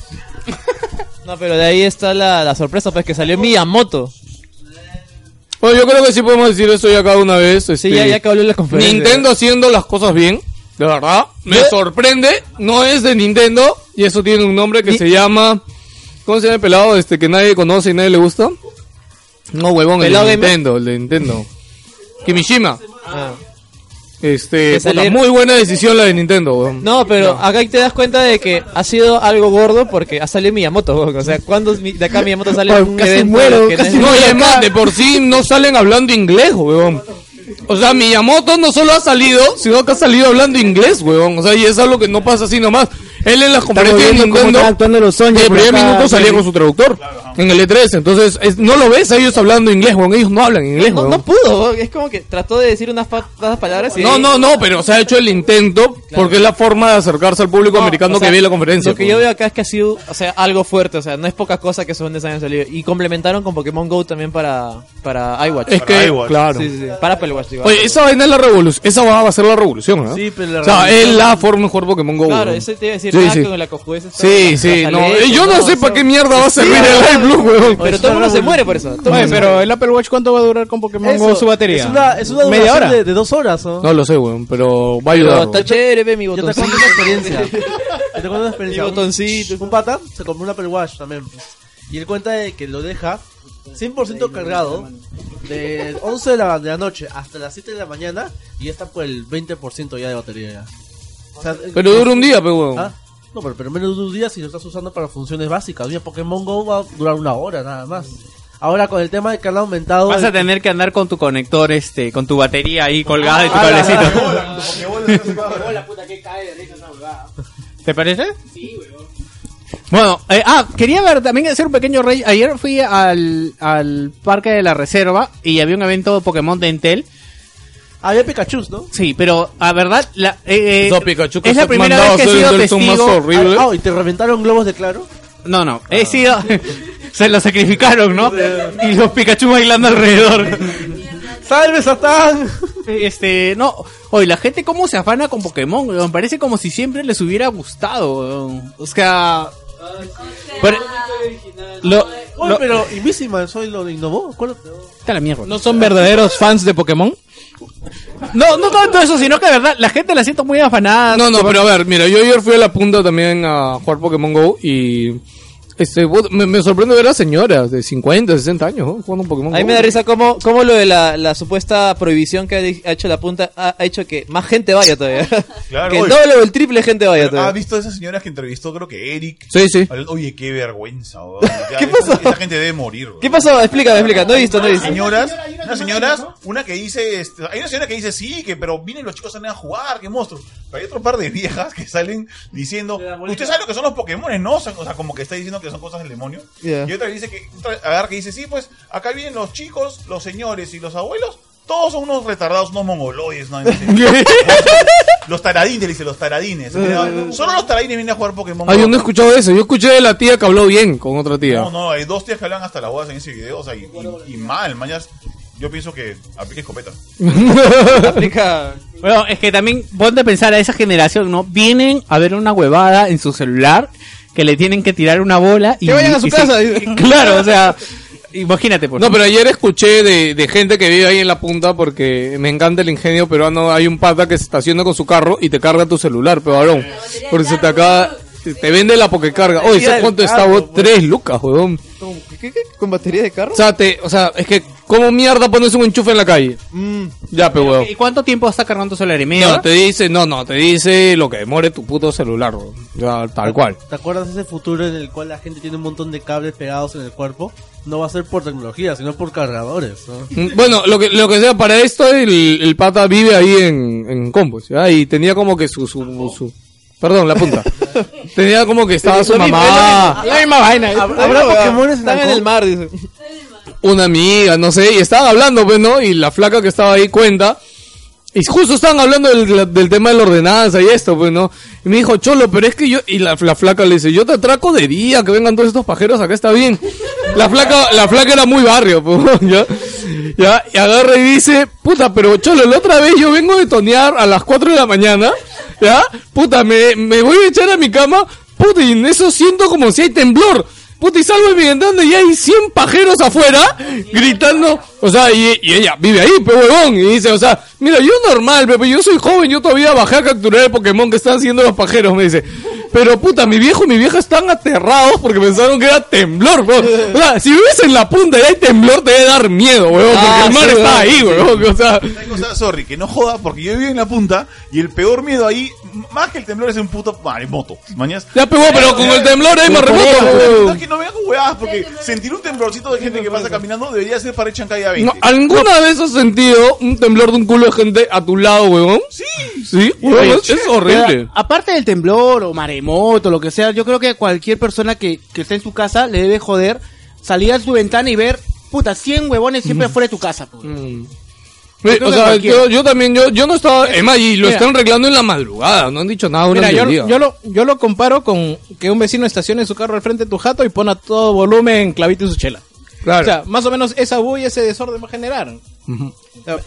[SPEAKER 2] No, pero de ahí está la, la sorpresa, pues que salió Miyamoto.
[SPEAKER 1] Bueno, yo creo que sí podemos decir eso ya cada una vez. este,
[SPEAKER 2] ya- ya acabó la conferencia.
[SPEAKER 1] Nintendo haciendo las cosas bien, de verdad. Me sorprende, no es de Nintendo y eso tiene un nombre que se llama... ¿Cómo se llama el pelado este que nadie conoce y nadie le gusta? No, huevón, el de
[SPEAKER 2] ¿Pelado gamer? Ah.
[SPEAKER 1] Nintendo, el de Nintendo. Kimishima. Este,
[SPEAKER 2] Que
[SPEAKER 1] puta,
[SPEAKER 2] salir-
[SPEAKER 1] muy buena decisión la de Nintendo, huevón.
[SPEAKER 2] No, pero acá te das cuenta de que ha sido algo gordo porque ha salido Miyamoto. güey. O sea, ¿cuándo es mi- de acá Miyamoto
[SPEAKER 9] Pues
[SPEAKER 2] sale
[SPEAKER 1] Pues
[SPEAKER 2] en un evento que no es-
[SPEAKER 1] No, y además, de por sí no salen hablando inglés, huevón. O sea, Miyamoto no solo ha salido, sino que ha salido hablando inglés, huevón. O sea, y es algo que no pasa así nomás. Él en las conferencias de
[SPEAKER 9] viendo cómo
[SPEAKER 1] Nintendo,
[SPEAKER 9] está actuando los
[SPEAKER 1] en
[SPEAKER 9] Sonic
[SPEAKER 1] el
[SPEAKER 9] por
[SPEAKER 1] primer
[SPEAKER 9] acá,
[SPEAKER 1] minuto salía
[SPEAKER 9] sí.
[SPEAKER 1] con su traductor. En el E3, entonces es- no lo ves a ellos hablando inglés, huevón. Ellos no hablan inglés,
[SPEAKER 2] No,
[SPEAKER 1] huevón.
[SPEAKER 2] no pudo, güey. es como que trató de decir unas, fa- unas palabras y...
[SPEAKER 1] No, no, no, pero se ha hecho el intento porque es la forma de acercarse al público americano
[SPEAKER 2] O sea,
[SPEAKER 1] que ve la conferencia.
[SPEAKER 2] Lo que
[SPEAKER 1] pues.
[SPEAKER 2] yo veo acá es que ha sido, o sea, algo fuerte, o sea, no es poca cosa que esos grandes hayan salido. Y complementaron con Pokémon Go también para, para iWatch.
[SPEAKER 1] Es que, claro.
[SPEAKER 2] Sí, sí, sí, Para Apple Watch, digo.
[SPEAKER 1] Oye, esa vaina es la revolución. Esa vaina va a ser la revolución, ¿no?
[SPEAKER 2] Sí, pero la
[SPEAKER 1] O sea, es
[SPEAKER 2] revolución-
[SPEAKER 1] la forma mejor Pokémon Go.
[SPEAKER 2] Claro,
[SPEAKER 1] weón.
[SPEAKER 2] eso te iba a decir,
[SPEAKER 1] Sí,
[SPEAKER 2] nada
[SPEAKER 1] sí.
[SPEAKER 2] con la cojudez esta de
[SPEAKER 1] Sí,
[SPEAKER 2] las
[SPEAKER 1] sí,
[SPEAKER 2] cajas
[SPEAKER 1] no.
[SPEAKER 2] LED,
[SPEAKER 1] eh, Yo no
[SPEAKER 2] todo
[SPEAKER 1] sé
[SPEAKER 2] eso.
[SPEAKER 1] para qué mierda va a servir el Live Blue, weón.
[SPEAKER 3] Pues
[SPEAKER 2] Pero todo el mundo se muere por eso. Todo el
[SPEAKER 3] Oye,
[SPEAKER 2] mundo se
[SPEAKER 3] pero el Apple Watch, ¿cuánto va a durar con Pokémon
[SPEAKER 7] Eso,
[SPEAKER 3] Go su batería?
[SPEAKER 7] Es una, es una
[SPEAKER 3] ¿Media
[SPEAKER 7] duración
[SPEAKER 3] hora?
[SPEAKER 7] De, de dos horas, ¿no?
[SPEAKER 1] No lo sé, weón, pero va a
[SPEAKER 2] Pero
[SPEAKER 1] ayudar.
[SPEAKER 2] está chévere, ve mi
[SPEAKER 7] Yo te
[SPEAKER 2] botoncito.
[SPEAKER 7] cuento una experiencia. Yo te cuento una experiencia.
[SPEAKER 2] Mi botoncito.
[SPEAKER 7] Un pata se compró un Apple Watch también. pues. Y él cuenta de que lo deja 100% cargado de 11 de la, de la noche hasta las 7 de la mañana y ya está por el 20% ya de batería. Ya. O sea,
[SPEAKER 1] Pero dura un día, pe, weón.
[SPEAKER 7] ¿Ah? No, pero, pero menos de un día si lo estás usando para funciones básicas. Oye, Pokémon Go va a durar una hora nada más. Ahora con el tema de que han aumentado.
[SPEAKER 5] Vas a
[SPEAKER 7] el-
[SPEAKER 5] tener que andar con tu conector, este, con tu batería ahí colgada de tu
[SPEAKER 7] Ah, la, la, la.
[SPEAKER 5] cablecito.
[SPEAKER 4] la puta que cae de risa esa huevada.
[SPEAKER 5] ¿Te parece? Bueno, eh, ah, quería ver también hacer un pequeño rey. Ayer fui al, al parque de la reserva y había un evento Pokémon de Entel.
[SPEAKER 7] Había Pikachu, ¿no?
[SPEAKER 5] Sí, pero a verdad, la, eh, eh,
[SPEAKER 1] Los Pikachu que
[SPEAKER 5] es la
[SPEAKER 1] se
[SPEAKER 5] primera vez
[SPEAKER 1] mandaban
[SPEAKER 5] que he
[SPEAKER 1] a hacer
[SPEAKER 5] sido
[SPEAKER 1] Entel son más
[SPEAKER 5] testigo.
[SPEAKER 1] horribles. Horrible.
[SPEAKER 7] Ah, y te reventaron globos de claro.
[SPEAKER 5] No, no, he sido. *laughs* se lo sacrificaron, ¿no? Y los Pikachu bailando alrededor.
[SPEAKER 7] ¡Salve, Satán!
[SPEAKER 5] Este, no, oye, la gente cómo se afana con Pokémon, weón. Parece como si siempre les hubiera gustado, weón. O sea. pero- lo,
[SPEAKER 7] Oye,
[SPEAKER 5] lo-
[SPEAKER 7] pero Invisible soy lo innovó. Acuérdate.
[SPEAKER 5] Está la mierda.
[SPEAKER 3] ¿No son verdaderos fans de Pokémon?
[SPEAKER 5] No, no tanto eso, sino que de verdad, la gente la siento muy afanada.
[SPEAKER 1] No, no, pero a ver, mira, yo ayer fui a la punta también a jugar Pokémon Go y. Este, what- me, me sorprende ver a señoras de 50, 60 años ¿no? jugando Pokémon
[SPEAKER 2] A mí
[SPEAKER 1] Go.
[SPEAKER 2] me da risa cómo, cómo lo de la, la supuesta prohibición que ha di- ha hecho la punta ha, ha hecho que más gente vaya todavía.
[SPEAKER 8] Claro,
[SPEAKER 2] *laughs* que el
[SPEAKER 8] oye. ah,
[SPEAKER 2] doble o el triple gente vaya
[SPEAKER 8] ¿Has
[SPEAKER 2] todavía.
[SPEAKER 8] visto a esas señoras que entrevistó, creo que Eric?
[SPEAKER 1] Sí, sí.
[SPEAKER 8] Hablando, Oye, qué vergüenza,
[SPEAKER 2] *laughs*
[SPEAKER 8] weón. Ya, esa, esa gente debe morir, weón.
[SPEAKER 2] ¿Qué pasó? Explícame, explícame. No he visto, no he visto.
[SPEAKER 8] Señoras, unas señoras, una que dice, este, hay una señora que dice sí, que pero vienen los chicos salen a jugar, qué monstruos. Pero hay otro par de viejas que salen diciendo, usted sabe lo que son los Pokémon, ¿no? O sea, o sea, como que está diciendo que son cosas del demonio.
[SPEAKER 2] Ya.
[SPEAKER 8] Y otra que dice que, otra, agarra que dice, sí, pues acá vienen los chicos, los señores y los abuelos, todos son unos retardados, unos mongoloides, ¿no? Y dice, Los taradines, le dice, los taradines.
[SPEAKER 1] Eh,
[SPEAKER 8] Solo los taradines vienen a jugar Pokémon.
[SPEAKER 1] Ah, yo
[SPEAKER 8] Go.
[SPEAKER 1] no he escuchado eso. Yo escuché de la tía que habló bien con otra tía.
[SPEAKER 8] No, no, hay dos tías que hablan hasta las bodas en ese video, o sea, y, y- y mal, mañas. Yo pienso que aplique escopeta.
[SPEAKER 2] Explica.
[SPEAKER 5] Bueno, es que también ponte a pensar a esa generación, ¿no? Vienen a ver una huevada en su celular que le tienen que tirar una bola y.
[SPEAKER 3] Que vayan a su
[SPEAKER 5] y *laughs*
[SPEAKER 3] casa.
[SPEAKER 5] claro, o sea, imagínate, por
[SPEAKER 1] No, pero ayer escuché de, de gente que vive ahí en la punta porque me encanta el ingenio peruano. Hay un pata que se estaciona con su carro y te carga tu celular, pebalón. Porque se te acaba. Te, te vende la pokecarga. Oye, ¿sabes cuánto está vos? Tres lucas, weón.
[SPEAKER 2] ¿Qué, qué, qué? ¿Con batería de carro?
[SPEAKER 1] O sea, te- o sea, es que ¿Cómo mierda pones un enchufe en la calle? Ya, pe huevón.
[SPEAKER 5] ¿Y cuánto tiempo está cargando solar y medio?
[SPEAKER 1] No, te dice, no, no, te dice lo que demore tu puto celular, huevón. Ya, tal cual.
[SPEAKER 7] ¿Te acuerdas de ese futuro en el cual la gente tiene un montón de cables pegados en el cuerpo? No va a ser por tecnología, sino por cargadores. ¿no?
[SPEAKER 1] Mm, Bueno, lo que, lo que sea, para esto el, el pata vive ahí en, en Combos, ¿ya? Y tenía como que su, su, su- Perdón, la punta. tenía como que estaba su mamá,
[SPEAKER 3] La misma vaina.
[SPEAKER 7] ¿Habrá Pokémones en
[SPEAKER 2] Están en el mar, dice.
[SPEAKER 1] una amiga, no sé, y estaban hablando, pues, ¿no? Y la flaca que estaba ahí cuenta. Y justo estaban hablando del, la- del tema de la ordenanza y esto, pues, ¿no? Y me dijo, Cholo, pero es que yo... Y la, la flaca le dice, yo te atraco de día, que vengan todos estos pajeros, acá está bien. La flaca, la flaca era muy barrio, pues, *laughs* ¿ya? Ya, y agarra y dice, puta, pero Cholo, la otra vez yo vengo de tonear a las 4 de la mañana, ¿ya? Puta, me, me voy a echar a mi cama, puta, y en eso siento como si hay temblor. Puta, y salgo de mi ventana y hay 100 pajeros afuera gritando. O sea, y, y ella vive ahí, pe huevón. Y dice, o sea, mira, yo normal, pe, pe, yo soy joven, yo todavía bajé a capturar el Pokémon que están haciendo los pajeros, me dice. Pero puta, mi viejo y mi vieja están aterrados porque pensaron que era temblor, huevón. O sea, si vives en la punta y hay temblor, te debe dar miedo, huevón, porque
[SPEAKER 2] Ah,
[SPEAKER 1] el mar
[SPEAKER 2] sí,
[SPEAKER 1] está
[SPEAKER 2] huevón,
[SPEAKER 1] ahí,
[SPEAKER 2] sí.
[SPEAKER 1] huevón. O sea,
[SPEAKER 8] Hay cosas, sorry, que no joda, porque yo vivo en la punta y el peor miedo ahí, m- más que el temblor, es un puto maremoto. Mañas.
[SPEAKER 1] ya pegó, pero con el temblor hay más remoto,
[SPEAKER 8] No, es
[SPEAKER 1] huevón.
[SPEAKER 8] que no me hago huevadas, porque sentir un temblorcito de gente que pasa caminando debería ser para echar calle a 20.
[SPEAKER 1] No, ¿Alguna vez has sentido un temblor de un culo de gente a tu lado, huevón?
[SPEAKER 8] Sí.
[SPEAKER 1] Sí, huevón, es, es horrible.
[SPEAKER 9] Pero, aparte del temblor o maremoto, lo que sea, yo creo que a cualquier persona que, que esté en su casa le debe joder salir a su ventana y ver, puta, 100 huevones siempre fuera de tu casa. pues.
[SPEAKER 1] Sí,
[SPEAKER 9] Yo creo
[SPEAKER 1] o
[SPEAKER 9] que
[SPEAKER 1] sea,
[SPEAKER 9] cualquiera.
[SPEAKER 1] yo, yo también, yo, yo no estaba. Es más, y lo
[SPEAKER 3] mira.
[SPEAKER 1] están arreglando en la madrugada, no han dicho nada
[SPEAKER 3] Mira,
[SPEAKER 1] durante
[SPEAKER 3] yo,
[SPEAKER 1] ah, el día.
[SPEAKER 3] yo, lo, yo lo comparo con que un vecino estacione su carro al frente de tu jato y pone a todo volumen clavito y su chela.
[SPEAKER 1] Claro.
[SPEAKER 3] O sea, más o menos esa bulla, ese desorden va a
[SPEAKER 2] A
[SPEAKER 3] generar.
[SPEAKER 2] mí me
[SPEAKER 1] no,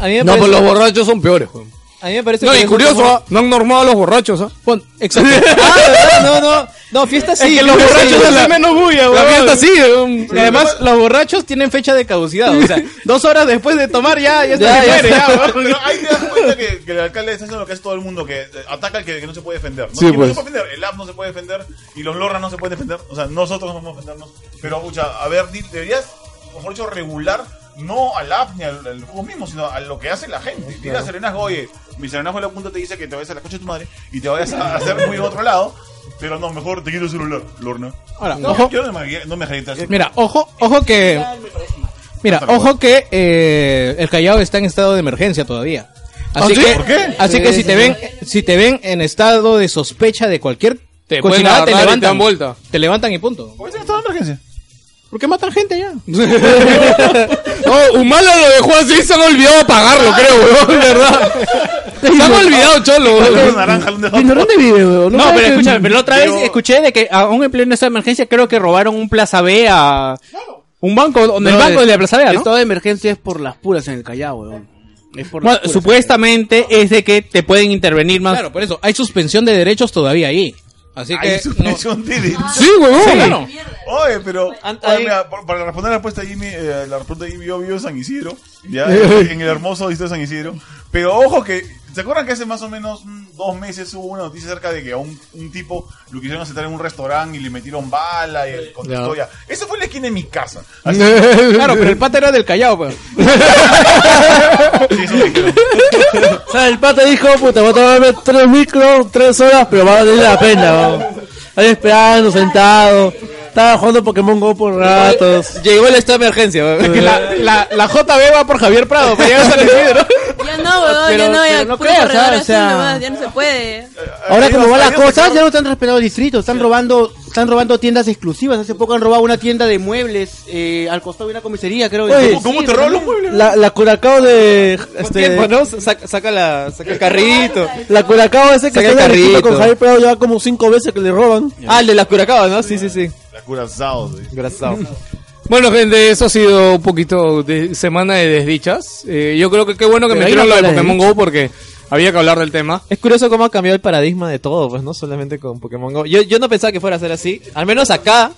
[SPEAKER 2] parece,
[SPEAKER 1] pues los borrachos son peores, weón.
[SPEAKER 2] a mí me parece
[SPEAKER 1] No,
[SPEAKER 2] que
[SPEAKER 1] y
[SPEAKER 2] es un
[SPEAKER 1] curioso,
[SPEAKER 2] temor-
[SPEAKER 1] ¿ah? no han normado a los borrachos, ¿ah?
[SPEAKER 3] Pon- Exacto.
[SPEAKER 2] *laughs* Ah, ¿verdad? No, no, no, fiesta sí.
[SPEAKER 3] que los
[SPEAKER 2] fiesta sí.
[SPEAKER 3] borrachos hacen menos bulla,
[SPEAKER 1] La
[SPEAKER 3] weón.
[SPEAKER 1] fiesta sí, weón.
[SPEAKER 3] Y um, además, los borrachos tienen fecha de caducidad. O sea, dos horas después de tomar ya, ya,
[SPEAKER 2] Ya,
[SPEAKER 3] está,
[SPEAKER 2] ya
[SPEAKER 3] muere, *laughs*
[SPEAKER 2] está.
[SPEAKER 3] ya, weón.
[SPEAKER 8] Pero ahí te das cuenta que, que el alcalde está haciendo lo que hace todo el mundo, que eh, ataca al que, que no se puede defender. ¿no?
[SPEAKER 1] Sí,
[SPEAKER 8] Y no
[SPEAKER 1] pues.
[SPEAKER 8] se puede defender, el app no se puede defender y los lorras no se pueden defender. O sea, nosotros no podemos defendernos. Pero, pucha, a ver, di- deberías, mejor dicho, regular no al app ni al, al juego mismo, sino a lo que hace la gente. Dile a Serenazgo, oye, mi Serenazgo de la punta te dice que te vayas a la coche de tu madre y te vayas a hacer muy a otro lado. Pero no, mejor te quito el celular, Lorna.
[SPEAKER 3] Ahora,
[SPEAKER 8] No,
[SPEAKER 3] ojo.
[SPEAKER 8] yo no me, haría- no me haría así.
[SPEAKER 3] Mira, ojo, ojo que. Mira, ojo que eh, el Callao está en estado de emergencia todavía. Así
[SPEAKER 1] ¿sí?
[SPEAKER 3] que,
[SPEAKER 1] ¿Por qué?
[SPEAKER 3] así
[SPEAKER 2] Sí,
[SPEAKER 3] que si
[SPEAKER 2] sí,
[SPEAKER 3] te
[SPEAKER 2] sí.
[SPEAKER 3] ven, si te ven en estado de sospecha de cualquier
[SPEAKER 1] Te
[SPEAKER 3] cochinada,
[SPEAKER 1] pueden agarrar y te dan vuelta.
[SPEAKER 3] Te levantan y punto.
[SPEAKER 8] ¿Por qué se estado de emergencia?
[SPEAKER 3] Porque matan gente ya.
[SPEAKER 1] *laughs* Oh, Humala lo dejó así, se han olvidado pagarlo, creo, weón, de verdad. Se
[SPEAKER 5] *laughs*
[SPEAKER 1] han olvidado, cholo,
[SPEAKER 8] Una
[SPEAKER 1] weón.
[SPEAKER 8] naranja, un
[SPEAKER 9] Pero
[SPEAKER 8] dedo.
[SPEAKER 9] ¿dónde vive, huevón?
[SPEAKER 5] No,
[SPEAKER 9] sabe
[SPEAKER 5] pero
[SPEAKER 9] que-
[SPEAKER 5] escúchame, pero la otra vez
[SPEAKER 8] Pero-
[SPEAKER 5] escuché de que a un empleado en esta emergencia creo que robaron un Plaza B a... Un banco, donde el
[SPEAKER 9] No,
[SPEAKER 5] banco
[SPEAKER 9] el-
[SPEAKER 5] de la Plaza B,
[SPEAKER 9] El
[SPEAKER 5] ¿no?
[SPEAKER 9] estado de emergencia es por las puras en el Callao, huevón. Es por las
[SPEAKER 5] Bueno,
[SPEAKER 9] puras.
[SPEAKER 5] supuestamente es de que te pueden intervenir más.
[SPEAKER 3] Claro, por eso hay suspensión de derechos todavía ahí. Así que
[SPEAKER 8] Ay,
[SPEAKER 3] no-
[SPEAKER 8] suspensión de derechos.
[SPEAKER 1] Sí, weón.
[SPEAKER 3] Claro.
[SPEAKER 8] Oye, pero
[SPEAKER 2] Ant-
[SPEAKER 8] oye,
[SPEAKER 2] ahí-
[SPEAKER 8] mira, por- para responder la respuesta de Jimmy, eh, la respuesta de Jimmy, yo vivo en San Isidro, ya, en en el hermoso distrito de San Isidro. Pero ojo que, ¿se acuerdan que hace más o menos mm, dos meses hubo una noticia acerca de que a un, un tipo lo quisieron aceptar en un restaurante y le metieron bala y el contestó ya? Eso fue en la esquina de mi casa. Así
[SPEAKER 3] claro, pero el pata era del Callao, pues.
[SPEAKER 8] sí, eso me dijeron.
[SPEAKER 9] O sea, el pata dijo, puta, voy a tomarme tres micros, tres horas, pero va a valer la pena, vamos. Ahí esperando, sentado. Estaba jugando Pokémon Go por ratos.
[SPEAKER 2] Llegó el estado de emergencia. weón.
[SPEAKER 3] La, la, la JB va por Javier Prado, pero ya está el libro.
[SPEAKER 6] Ya no, weón,
[SPEAKER 9] Pero-
[SPEAKER 6] ya no, ya
[SPEAKER 9] pero no
[SPEAKER 6] puro
[SPEAKER 9] creas,
[SPEAKER 6] corredor
[SPEAKER 9] ¿sabes? O
[SPEAKER 6] así
[SPEAKER 9] sea-
[SPEAKER 6] nomás, ya no se puede.
[SPEAKER 9] Ahora
[SPEAKER 8] Ahí
[SPEAKER 9] que
[SPEAKER 8] nos-
[SPEAKER 9] roban
[SPEAKER 8] ahí
[SPEAKER 9] las
[SPEAKER 8] nos
[SPEAKER 9] cosas,
[SPEAKER 8] sacaron-
[SPEAKER 9] ya no están respetando distritos, están robando, están robando tiendas exclusivas. Hace poco han robado una tienda de muebles eh, al costado de una comisaría, creo.
[SPEAKER 7] *laughs* Oye,
[SPEAKER 8] ¿Cómo, cómo te roban los muebles?
[SPEAKER 7] La, la Curacao de. Este,
[SPEAKER 2] Tiempo,
[SPEAKER 3] pues,
[SPEAKER 2] ¿no? Saca, saca la, saca el carrito.
[SPEAKER 7] La Curacao ese que
[SPEAKER 2] Saca el
[SPEAKER 7] está en la disputa con
[SPEAKER 2] carrito.
[SPEAKER 7] Javier Prado ya como cinco veces que le roban.
[SPEAKER 2] Ah, el de las curacadas, ¿no? Sí, sí, sí.
[SPEAKER 8] La curazao, sí.
[SPEAKER 2] Curazao.
[SPEAKER 1] Bueno, gente, eso ha sido un poquito de semana de desdichas. Eh, yo creo que qué bueno que
[SPEAKER 9] Pero
[SPEAKER 1] metieron
[SPEAKER 9] ahí
[SPEAKER 1] lo
[SPEAKER 9] no
[SPEAKER 1] de
[SPEAKER 9] habla de
[SPEAKER 1] Pokémon Go porque había que hablar del tema.
[SPEAKER 2] ¿eh? Es curioso cómo ha cambiado el paradigma de todo, pues, ¿no? Solamente con Pokémon GO. Yo, yo no pensaba que fuera a ser así. Al menos acá.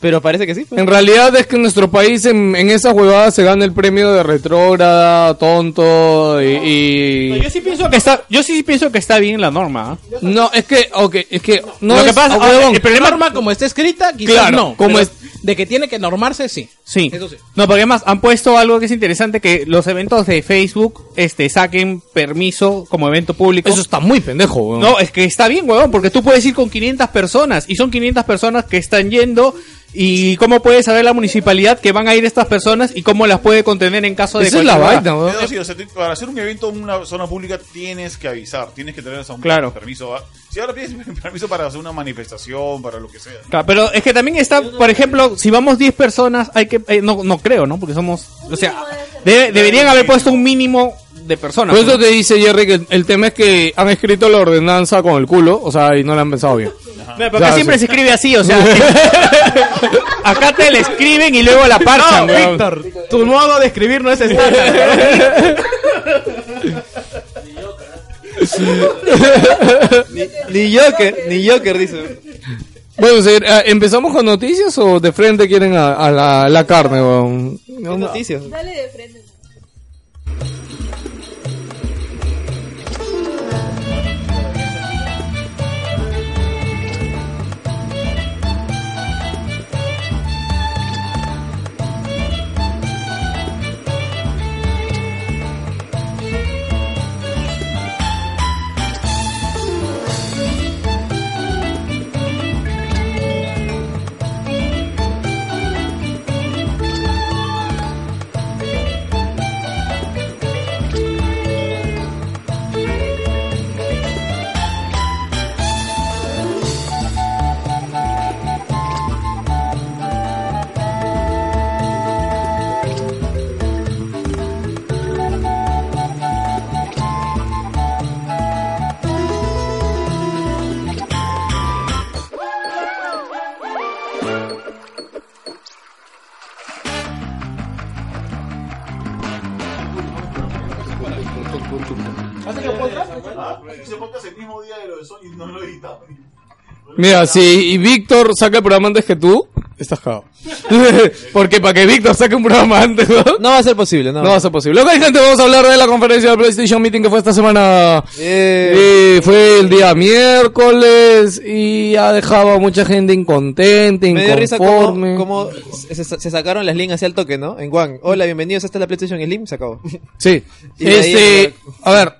[SPEAKER 2] Pero parece que sí. pues.
[SPEAKER 1] En realidad es que en nuestro país en, en esas huevadas se gana el premio de retrógrada, tonto y... y-
[SPEAKER 5] Yo sí pienso que está, yo sí pienso que está bien la norma. ¿ah?
[SPEAKER 1] No, es que, ok, es que... No
[SPEAKER 5] Lo que
[SPEAKER 1] es-
[SPEAKER 5] pasa-
[SPEAKER 1] ah, huevón,
[SPEAKER 5] el problema-
[SPEAKER 3] norma como está escrita, quizás
[SPEAKER 1] claro,
[SPEAKER 3] no.
[SPEAKER 1] como
[SPEAKER 3] pero
[SPEAKER 1] es...
[SPEAKER 3] De que tiene que normarse, sí.
[SPEAKER 5] Sí.
[SPEAKER 3] Eso sí.
[SPEAKER 5] No, porque además han puesto algo que es interesante, que los eventos de Facebook este, saquen permiso como evento público. Eso
[SPEAKER 1] está muy pendejo, weón.
[SPEAKER 5] No, es que está bien, weón, porque tú puedes ir con 500 personas y son 500 personas que están yendo y cómo puede saber la municipalidad que van a ir estas personas y cómo las puede contener en caso de... cualquier huevada?
[SPEAKER 8] Pero sí, o sea, tú- para hacer un evento en una zona pública tienes que avisar, tienes que tener un
[SPEAKER 5] Claro.
[SPEAKER 8] permiso. ¿va? Si ahora pides *laughs* permiso para hacer una manifestación, para lo que sea.
[SPEAKER 5] Claro, pero es que también está, por ejemplo, si vamos 10 personas, hay que... eh, no, no creo, ¿no? Porque somos... O sea, debe- deberían haber puesto un mínimo de personas.
[SPEAKER 1] Por eso
[SPEAKER 5] ¿no?
[SPEAKER 1] te dice Jerry que el, el tema es que han escrito la ordenanza con el culo, o sea, y no la han pensado bien.
[SPEAKER 5] No,
[SPEAKER 1] O
[SPEAKER 5] porque
[SPEAKER 1] sea,
[SPEAKER 5] siempre
[SPEAKER 1] sí.
[SPEAKER 5] se escribe así, o sea.
[SPEAKER 1] *laughs*
[SPEAKER 5] acá te la escriben y luego la parchan,
[SPEAKER 3] No,
[SPEAKER 5] weón.
[SPEAKER 3] Víctor, tu modo de escribir no
[SPEAKER 4] *laughs*
[SPEAKER 3] es estándar.
[SPEAKER 2] ni, ni Joker, ni Joker, dice.
[SPEAKER 1] Bueno, se- eh, ¿empezamos con noticias o de frente quieren a, a la, la carne? weón?
[SPEAKER 2] No, noticias.
[SPEAKER 6] Dale de frente.
[SPEAKER 8] Ese podcast el mismo día de lo de Sony no lo editaba.
[SPEAKER 1] Mira, si Víctor saca el programa antes que tú, estás cagado. *laughs* Porque para que Víctor saque un programa antes, ¿no?
[SPEAKER 2] No va a ser posible, no.
[SPEAKER 1] No va a ser posible. Ok, gente, vamos a hablar de la conferencia del PlayStation Meeting que fue esta semana.
[SPEAKER 2] Eh.
[SPEAKER 1] Eh, fue el día miércoles y ha dejado a mucha gente incontenta,
[SPEAKER 2] Me dio risa
[SPEAKER 1] inconforme.
[SPEAKER 2] cómo, cómo se, se sacaron las links hacia el toque, ¿no? En Juan. Hola, bienvenidos, esta es la PlayStation Slim, se acabó.
[SPEAKER 1] Sí.
[SPEAKER 2] Y de ahí
[SPEAKER 1] Este, a ver.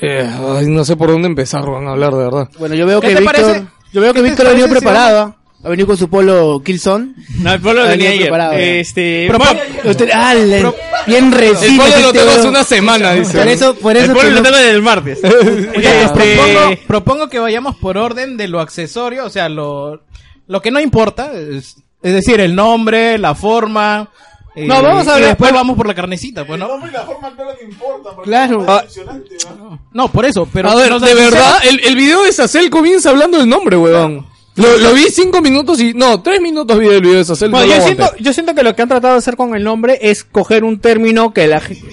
[SPEAKER 1] eh, ay, no sé por dónde empezar, van a hablar de verdad.
[SPEAKER 9] Bueno, yo veo
[SPEAKER 3] ¿Qué
[SPEAKER 9] que
[SPEAKER 3] te
[SPEAKER 9] Víctor,
[SPEAKER 3] parece?
[SPEAKER 9] yo veo que
[SPEAKER 3] ¿Qué te
[SPEAKER 9] Víctor ha venido
[SPEAKER 3] parece si
[SPEAKER 9] preparado. ¿ah? Ha venido con su polo Killzone.
[SPEAKER 5] No, el pueblo
[SPEAKER 9] Ha
[SPEAKER 5] lo
[SPEAKER 9] venido
[SPEAKER 5] tenía ayer.
[SPEAKER 9] preparado, ya.
[SPEAKER 5] Este.
[SPEAKER 9] Propo- usted- ah, le- bien recién.
[SPEAKER 1] El polo lo
[SPEAKER 9] este
[SPEAKER 1] tengo hace
[SPEAKER 9] weón.
[SPEAKER 1] una semana, dice.
[SPEAKER 9] Por eso, por eso.
[SPEAKER 5] el pueblo
[SPEAKER 9] que
[SPEAKER 5] lo
[SPEAKER 9] no-
[SPEAKER 5] tengo desde el martes. este,
[SPEAKER 3] propongo, propongo que vayamos por orden de lo accesorio, o sea, lo, lo que no importa, es, es decir, el nombre, la forma. eh,
[SPEAKER 5] No, vamos a
[SPEAKER 3] y
[SPEAKER 5] ver-
[SPEAKER 3] después vamos por la carnecita,
[SPEAKER 8] El
[SPEAKER 3] pues, ¿no?
[SPEAKER 8] nombre y la forma no le importa. porque
[SPEAKER 3] Claro.
[SPEAKER 8] Es más decepcionante, ¿va?
[SPEAKER 3] No, por eso, pero.
[SPEAKER 1] a ver,
[SPEAKER 3] nos
[SPEAKER 1] de
[SPEAKER 3] avisemos.
[SPEAKER 1] verdad, el, el video de Sacel comienza hablando del nombre, weón. Lo, lo vi cinco minutos y. No, tres minutos vi el video de Sacel.
[SPEAKER 5] bueno,
[SPEAKER 1] no lo
[SPEAKER 5] yo,
[SPEAKER 1] aguanté.
[SPEAKER 5] siento, yo siento que lo que han tratado de hacer con el nombre es coger un término que la gente.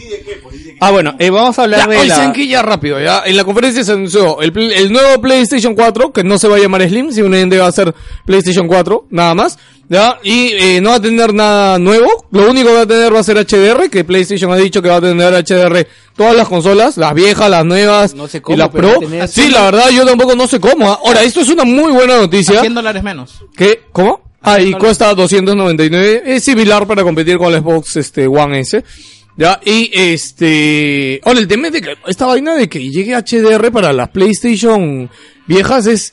[SPEAKER 5] Ah, bueno, eh, vamos a hablar
[SPEAKER 1] Ya,
[SPEAKER 5] de
[SPEAKER 1] hoy
[SPEAKER 5] la.
[SPEAKER 1] Senki ya rápido, ya. En la conferencia se anunció el, pl- el nuevo PlayStation 4, que no se va a llamar Slim, simplemente va a ser PlayStation 4, nada más. Ya, y eh, no va a tener nada nuevo. Lo único que va a tener va a ser HDR, que PlayStation ha dicho que va a tener HDR todas las consolas, las viejas, las nuevas
[SPEAKER 9] No sé
[SPEAKER 1] y
[SPEAKER 9] cómo,
[SPEAKER 1] las
[SPEAKER 9] pero
[SPEAKER 1] Pro.
[SPEAKER 9] va a tener-
[SPEAKER 1] Sí, la verdad yo tampoco no sé cómo. ¿ah? Ahora, esto es una muy buena
[SPEAKER 3] A
[SPEAKER 1] noticia.
[SPEAKER 3] 100 dólares menos.
[SPEAKER 1] ¿Qué? ¿Cómo? Ah, y cuesta 299. Es similar para competir con la Xbox este, One S. Ya, y este. Ahora, el tema es de que esta vaina de que llegue HDR para las PlayStation viejas es.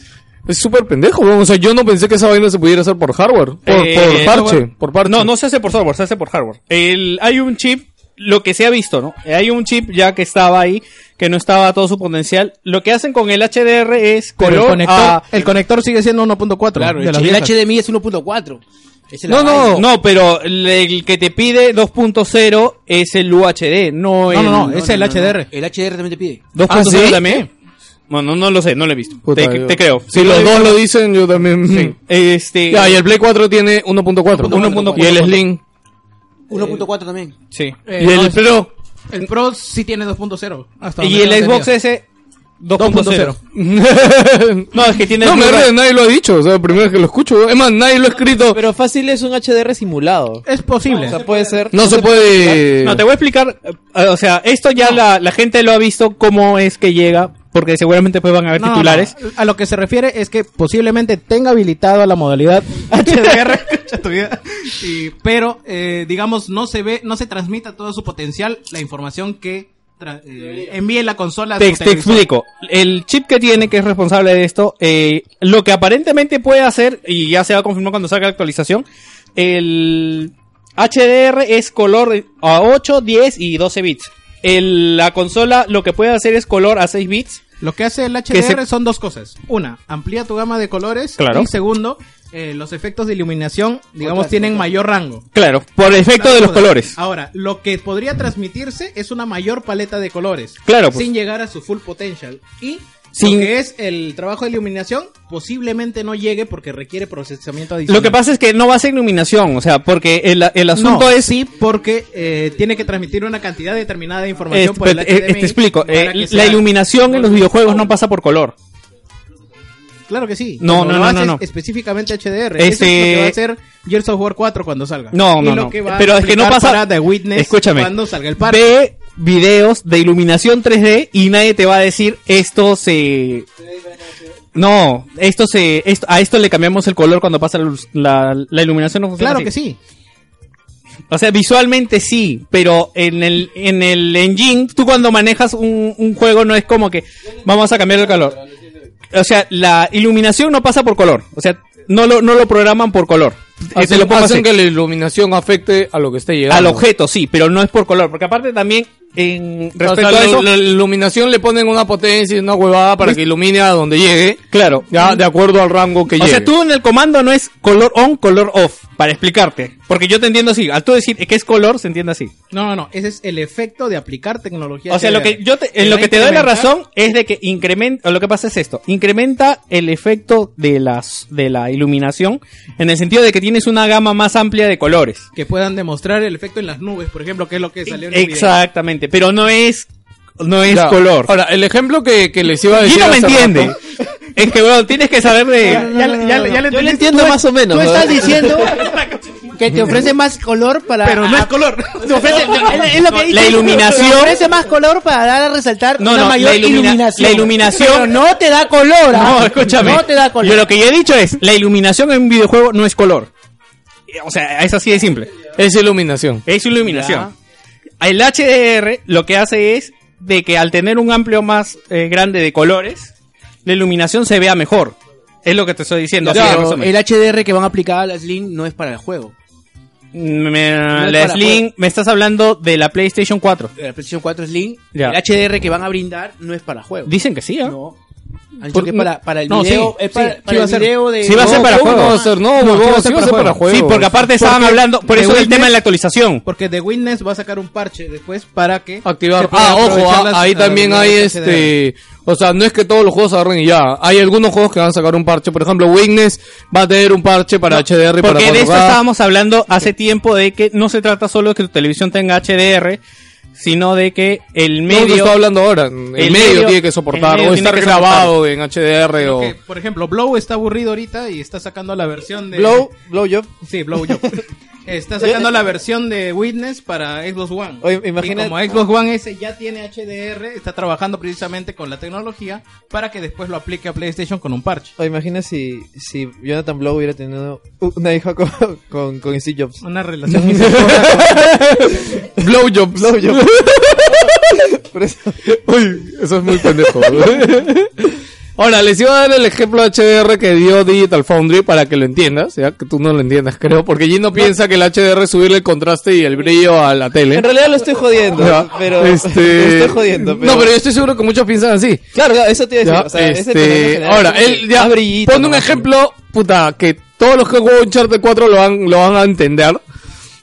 [SPEAKER 1] Es súper pendejo, weón. O sea, yo no pensé que esa vaina se pudiera hacer por hardware. Por,
[SPEAKER 5] Eh,
[SPEAKER 1] por parche,
[SPEAKER 5] software.
[SPEAKER 1] por parche.
[SPEAKER 5] No, no se hace por software, se hace por hardware. El, hay un chip, lo que se ha visto, ¿no? Eh, Hay un chip ya que estaba ahí, que no estaba a todo su potencial. Lo que hacen con el HDR es
[SPEAKER 3] Pero el
[SPEAKER 5] color
[SPEAKER 3] conector,
[SPEAKER 5] a-
[SPEAKER 3] el conector sigue siendo 1.4. de las
[SPEAKER 9] el
[SPEAKER 3] viejas.
[SPEAKER 9] HDMI es 1.4. Esa es la
[SPEAKER 5] No,
[SPEAKER 9] vaina.
[SPEAKER 5] no, no, pero el, el que te pide 2.0 es el UHD,
[SPEAKER 3] No,
[SPEAKER 5] no el...
[SPEAKER 3] no, no, es el HDR.
[SPEAKER 9] El HDR también te pide.
[SPEAKER 5] 2.0
[SPEAKER 1] ¿Ah, sí?
[SPEAKER 5] también. Bueno, no lo sé, no lo he visto.
[SPEAKER 1] Puta,
[SPEAKER 5] Te,
[SPEAKER 1] yo-
[SPEAKER 5] te creo.
[SPEAKER 1] Si los dos lo dicen, yo también. *laughs*
[SPEAKER 5] Sí. Este...
[SPEAKER 1] Ya, y el Play 4 tiene 1.4.
[SPEAKER 9] 1.4.
[SPEAKER 1] Y el Slim.
[SPEAKER 5] Eh,
[SPEAKER 9] 1.4 también.
[SPEAKER 5] Sí.
[SPEAKER 3] Eh,
[SPEAKER 1] Y
[SPEAKER 3] no,
[SPEAKER 1] el
[SPEAKER 3] es-
[SPEAKER 1] Pro.
[SPEAKER 3] el Pro sí tiene 2.0. hasta
[SPEAKER 5] Y
[SPEAKER 3] donde
[SPEAKER 5] el
[SPEAKER 3] tengo
[SPEAKER 5] Xbox
[SPEAKER 3] entendido.
[SPEAKER 5] S 2.0.
[SPEAKER 1] *laughs*
[SPEAKER 5] No, es que tiene...
[SPEAKER 1] No,
[SPEAKER 5] el
[SPEAKER 1] me
[SPEAKER 5] Blu-ray.
[SPEAKER 1] río, nadie lo ha dicho. O sea, la primera vez que lo escucho. Es más, nadie lo ha escrito.
[SPEAKER 2] Pero fácil es un HDR simulado.
[SPEAKER 3] Es
[SPEAKER 2] O
[SPEAKER 3] posible.
[SPEAKER 2] sea, puede ser.
[SPEAKER 1] No se puede.
[SPEAKER 3] *laughs*
[SPEAKER 5] No, te voy a explicar. eh, O sea, esto ya la, la gente lo ha visto cómo es que llega porque seguramente después van a haber
[SPEAKER 3] No,
[SPEAKER 5] titulares.
[SPEAKER 3] no, A lo que se refiere es que posiblemente tenga habilitado a la
[SPEAKER 5] *laughs*
[SPEAKER 3] modalidad HDR, escucha tu vida. Y- pero eh, digamos no se ve, no se transmita todo su potencial la información que tra- eh, envíe la consola. a
[SPEAKER 5] Te,
[SPEAKER 3] su
[SPEAKER 5] te
[SPEAKER 3] televisor.
[SPEAKER 5] explico. El chip que tiene, que es responsable de esto, eh, lo que aparentemente puede hacer, y ya se va a confirmar cuando salga la actualización, el HDR es color a 8, 10 y 12 bits. El- la consola lo que puede hacer es color a 6 bits.
[SPEAKER 3] Lo que hace el
[SPEAKER 5] Que se-
[SPEAKER 3] HDR son dos cosas. Una, amplía tu gama de colores.
[SPEAKER 5] Claro.
[SPEAKER 3] Y segundo, eh, los efectos de iluminación, digamos, tienen mayor rango.
[SPEAKER 5] Claro, por efecto de los colores.
[SPEAKER 3] Ahora, lo que podría transmitirse es una mayor paleta de colores.
[SPEAKER 5] Claro, pues.
[SPEAKER 3] Sin llegar a su full potential. Y lo
[SPEAKER 5] Sin-
[SPEAKER 3] que es el trabajo de iluminación, posiblemente no llegue porque requiere procesamiento adicional.
[SPEAKER 5] Lo que pasa es que no va a ser iluminación, o sea, porque el, el asunto
[SPEAKER 3] No,
[SPEAKER 5] es...
[SPEAKER 3] Sí, porque eh, tiene que transmitir una cantidad determinada de información
[SPEAKER 5] Este,
[SPEAKER 3] por el
[SPEAKER 5] pero, eh,
[SPEAKER 3] HDMI
[SPEAKER 5] te explico,
[SPEAKER 3] para
[SPEAKER 5] eh,
[SPEAKER 3] que
[SPEAKER 5] la
[SPEAKER 3] sea-
[SPEAKER 5] iluminación en los videojuegos no pasa por color.
[SPEAKER 3] Claro que sí.
[SPEAKER 5] No,
[SPEAKER 3] Cuando
[SPEAKER 5] no,
[SPEAKER 3] lo
[SPEAKER 5] no, no,
[SPEAKER 3] haces
[SPEAKER 5] no.
[SPEAKER 3] Específicamente HDR.
[SPEAKER 5] Este-
[SPEAKER 3] Eso es lo que va a hacer Gears of War 4 cuando salga.
[SPEAKER 5] No,
[SPEAKER 3] Y
[SPEAKER 5] no,
[SPEAKER 3] lo
[SPEAKER 5] no.
[SPEAKER 3] que va a
[SPEAKER 5] Pero es que no
[SPEAKER 3] aplicar
[SPEAKER 5] pasa.
[SPEAKER 3] para The Witness
[SPEAKER 5] Escúchame.
[SPEAKER 3] Cuando salga el parche.
[SPEAKER 5] Ve videos de iluminación 3D y nadie te va a decir esto se. No, esto se, esto- a esto le cambiamos el color cuando pasa la, luz- la- la iluminación. No funciona
[SPEAKER 3] Claro
[SPEAKER 5] así.
[SPEAKER 3] que sí.
[SPEAKER 5] O sea, visualmente sí, pero en el, en el engine, tú cuando manejas un, un juego no es como que vamos a cambiar el color. O sea, la iluminación no pasa por color. O sea, no lo, no lo programan por color. Eh, te
[SPEAKER 1] Hacen,
[SPEAKER 5] lo pongo
[SPEAKER 1] hacen
[SPEAKER 5] así.
[SPEAKER 1] que la iluminación afecte a lo que esté llegando.
[SPEAKER 5] Al objeto, sí, pero no es por color. Porque aparte también, en
[SPEAKER 1] O sea,
[SPEAKER 5] respecto a
[SPEAKER 1] la-
[SPEAKER 5] eso...
[SPEAKER 1] la iluminación le ponen una potencia y una huevada para que ilumine a donde llegue.
[SPEAKER 5] Claro.
[SPEAKER 1] Ya, de acuerdo al rango que
[SPEAKER 5] o
[SPEAKER 1] llegue.
[SPEAKER 5] sea, tú en el comando no es color on, color off, para explicarte. Porque yo te entiendo así. Al tú decir que es color, se entiende así.
[SPEAKER 3] No, no, no. Ese es el efecto de aplicar tecnología.
[SPEAKER 5] O sea, lo
[SPEAKER 3] HDR.
[SPEAKER 5] que yo te-
[SPEAKER 3] va
[SPEAKER 5] en lo
[SPEAKER 3] a
[SPEAKER 5] que te doy la
[SPEAKER 3] implementar-
[SPEAKER 5] razón es de que incrementa, lo que pasa es esto, incrementa el efecto de las de la iluminación en el sentido de que tienes una gama más amplia de colores.
[SPEAKER 3] Que puedan demostrar el efecto en las nubes, por ejemplo, que es lo que salió en el video.
[SPEAKER 5] Exactamente, pero no es no es
[SPEAKER 1] Ya.
[SPEAKER 5] color.
[SPEAKER 1] Ahora, el ejemplo que, que les iba a decir.
[SPEAKER 5] Gino me
[SPEAKER 1] hace
[SPEAKER 5] entiende.
[SPEAKER 1] rato-
[SPEAKER 5] Es que bueno, tienes que
[SPEAKER 1] *laughs*
[SPEAKER 5] saber de
[SPEAKER 3] Ya, ya- ya- ya le
[SPEAKER 9] Yo le
[SPEAKER 3] entendiste.
[SPEAKER 9] entiendo
[SPEAKER 3] Tú-
[SPEAKER 9] más o menos.
[SPEAKER 3] Tú
[SPEAKER 9] ¿no?
[SPEAKER 3] estás diciendo
[SPEAKER 9] que te ofrece más color para.
[SPEAKER 3] Pero no es color.
[SPEAKER 9] Te ofrece- es- es lo que
[SPEAKER 5] No,
[SPEAKER 9] dice.
[SPEAKER 5] la iluminación-
[SPEAKER 9] Te ofrece más color para dar a resaltar
[SPEAKER 5] No,
[SPEAKER 9] una
[SPEAKER 5] no,
[SPEAKER 9] mayor
[SPEAKER 5] la ilumina-
[SPEAKER 9] iluminación.
[SPEAKER 5] la iluminación-
[SPEAKER 9] Pero no te da color. ¿ah?
[SPEAKER 5] No, escúchame.
[SPEAKER 9] No te da color.
[SPEAKER 5] Yo lo que yo he dicho es, la iluminación en un videojuego no es color. O sea, es así de simple.
[SPEAKER 1] Es iluminación.
[SPEAKER 5] Es iluminación. El HDR lo que hace es de que al tener un amplio más eh, grande de colores, la iluminación se vea mejor. Es lo que te estoy diciendo. así de
[SPEAKER 9] Pero
[SPEAKER 5] resumen.
[SPEAKER 9] el HDR que van a aplicar a la Slim no es para el juego.
[SPEAKER 5] Me- me-
[SPEAKER 9] es
[SPEAKER 5] la
[SPEAKER 9] para
[SPEAKER 5] Slim,
[SPEAKER 9] juego.
[SPEAKER 5] me estás hablando de la PlayStation 4.
[SPEAKER 9] La PlayStation 4 Slim,
[SPEAKER 5] Ya.
[SPEAKER 9] el HDR que van a brindar no es para juego.
[SPEAKER 5] Dicen que sí, ¿ah?
[SPEAKER 9] No. Han dicho
[SPEAKER 5] Por-
[SPEAKER 9] que para, para el
[SPEAKER 5] no,
[SPEAKER 9] video.
[SPEAKER 5] sí,
[SPEAKER 9] es para,
[SPEAKER 5] sí,
[SPEAKER 9] para
[SPEAKER 5] sí va a
[SPEAKER 9] el
[SPEAKER 5] ser.
[SPEAKER 9] video de.
[SPEAKER 5] Sí va a ser para
[SPEAKER 9] No,
[SPEAKER 1] ¿Cómo
[SPEAKER 5] juego.
[SPEAKER 1] no va a ser? No,
[SPEAKER 5] sí
[SPEAKER 1] huevón,
[SPEAKER 5] va a
[SPEAKER 1] sí
[SPEAKER 5] ser para
[SPEAKER 1] juego.
[SPEAKER 5] Sí, porque aparte estaban hablando, por eso
[SPEAKER 3] The
[SPEAKER 5] el tema de
[SPEAKER 3] Witness-
[SPEAKER 5] la actualización.
[SPEAKER 3] Porque The Witness va a sacar un parche después para que.
[SPEAKER 1] Activar.
[SPEAKER 3] se pueda
[SPEAKER 1] Ah, ojo,
[SPEAKER 3] aprovechar
[SPEAKER 1] ah,
[SPEAKER 3] las-
[SPEAKER 1] ahí
[SPEAKER 3] las
[SPEAKER 1] también hay
[SPEAKER 3] habilidades HDR.
[SPEAKER 1] este. O sea, no es que todos los juegos agarren y ya. Hay algunos juegos que van a sacar un parche. Por ejemplo, Witness va a tener un parche para HDR y para
[SPEAKER 5] Porque de esto
[SPEAKER 1] 4K.
[SPEAKER 5] estábamos hablando hace tiempo de que no se trata solo de que tu televisión tenga HDR, sino de que el
[SPEAKER 1] No, yo
[SPEAKER 5] medio...
[SPEAKER 1] estaba hablando ahora. El,
[SPEAKER 5] el
[SPEAKER 1] medio,
[SPEAKER 5] medio-
[SPEAKER 1] tiene que
[SPEAKER 5] el
[SPEAKER 1] soportar
[SPEAKER 5] medio
[SPEAKER 1] o
[SPEAKER 5] tiene
[SPEAKER 1] estar
[SPEAKER 5] que
[SPEAKER 1] grabado en HDR o.
[SPEAKER 3] Que, por ejemplo, Blow está aburrido ahorita y está sacando la versión de.
[SPEAKER 2] Blow, blow job. Eh,
[SPEAKER 3] Sí, Blow
[SPEAKER 2] *laughs*
[SPEAKER 3] Job. Está sacando la versión de Witness para Xbox One.
[SPEAKER 2] Oye, imagina-
[SPEAKER 3] Y como Xbox One S ya tiene HDR, está trabajando precisamente con la tecnología para que después lo aplique a PlayStation con un parche.
[SPEAKER 2] O imagina si, si Jonathan Blow hubiera tenido una hija con, con, con Steve Jobs. *laughs*
[SPEAKER 3] Una relación.
[SPEAKER 1] Blowjob.
[SPEAKER 2] Blowjob. Por eso-
[SPEAKER 1] *laughs* Uy, eso es muy
[SPEAKER 2] *laughs*
[SPEAKER 1] pendejo. Ahora, les iba a dar el ejemplo HDR que dio Digital Foundry para que lo entiendas, ya que tú no lo entiendas, creo, porque Gino piensa que el HDR es subirle el contraste y el brillo a la tele.
[SPEAKER 2] En realidad lo estoy jodiendo,
[SPEAKER 1] Ya,
[SPEAKER 2] pero
[SPEAKER 1] este,
[SPEAKER 2] lo estoy jodiendo. Pero...
[SPEAKER 1] No, pero yo estoy seguro que muchos piensan así.
[SPEAKER 2] Claro, claro, eso te iba a
[SPEAKER 1] Ya,
[SPEAKER 2] decir. o sea, ese
[SPEAKER 1] este,
[SPEAKER 2] problema general
[SPEAKER 1] ahora,
[SPEAKER 2] es como
[SPEAKER 1] él
[SPEAKER 2] que
[SPEAKER 1] ya
[SPEAKER 2] más brillito,
[SPEAKER 1] pone un
[SPEAKER 2] ¿no?
[SPEAKER 1] ejemplo, puta, que todos los que juegan Uncharted 4 lo van, lo van a entender.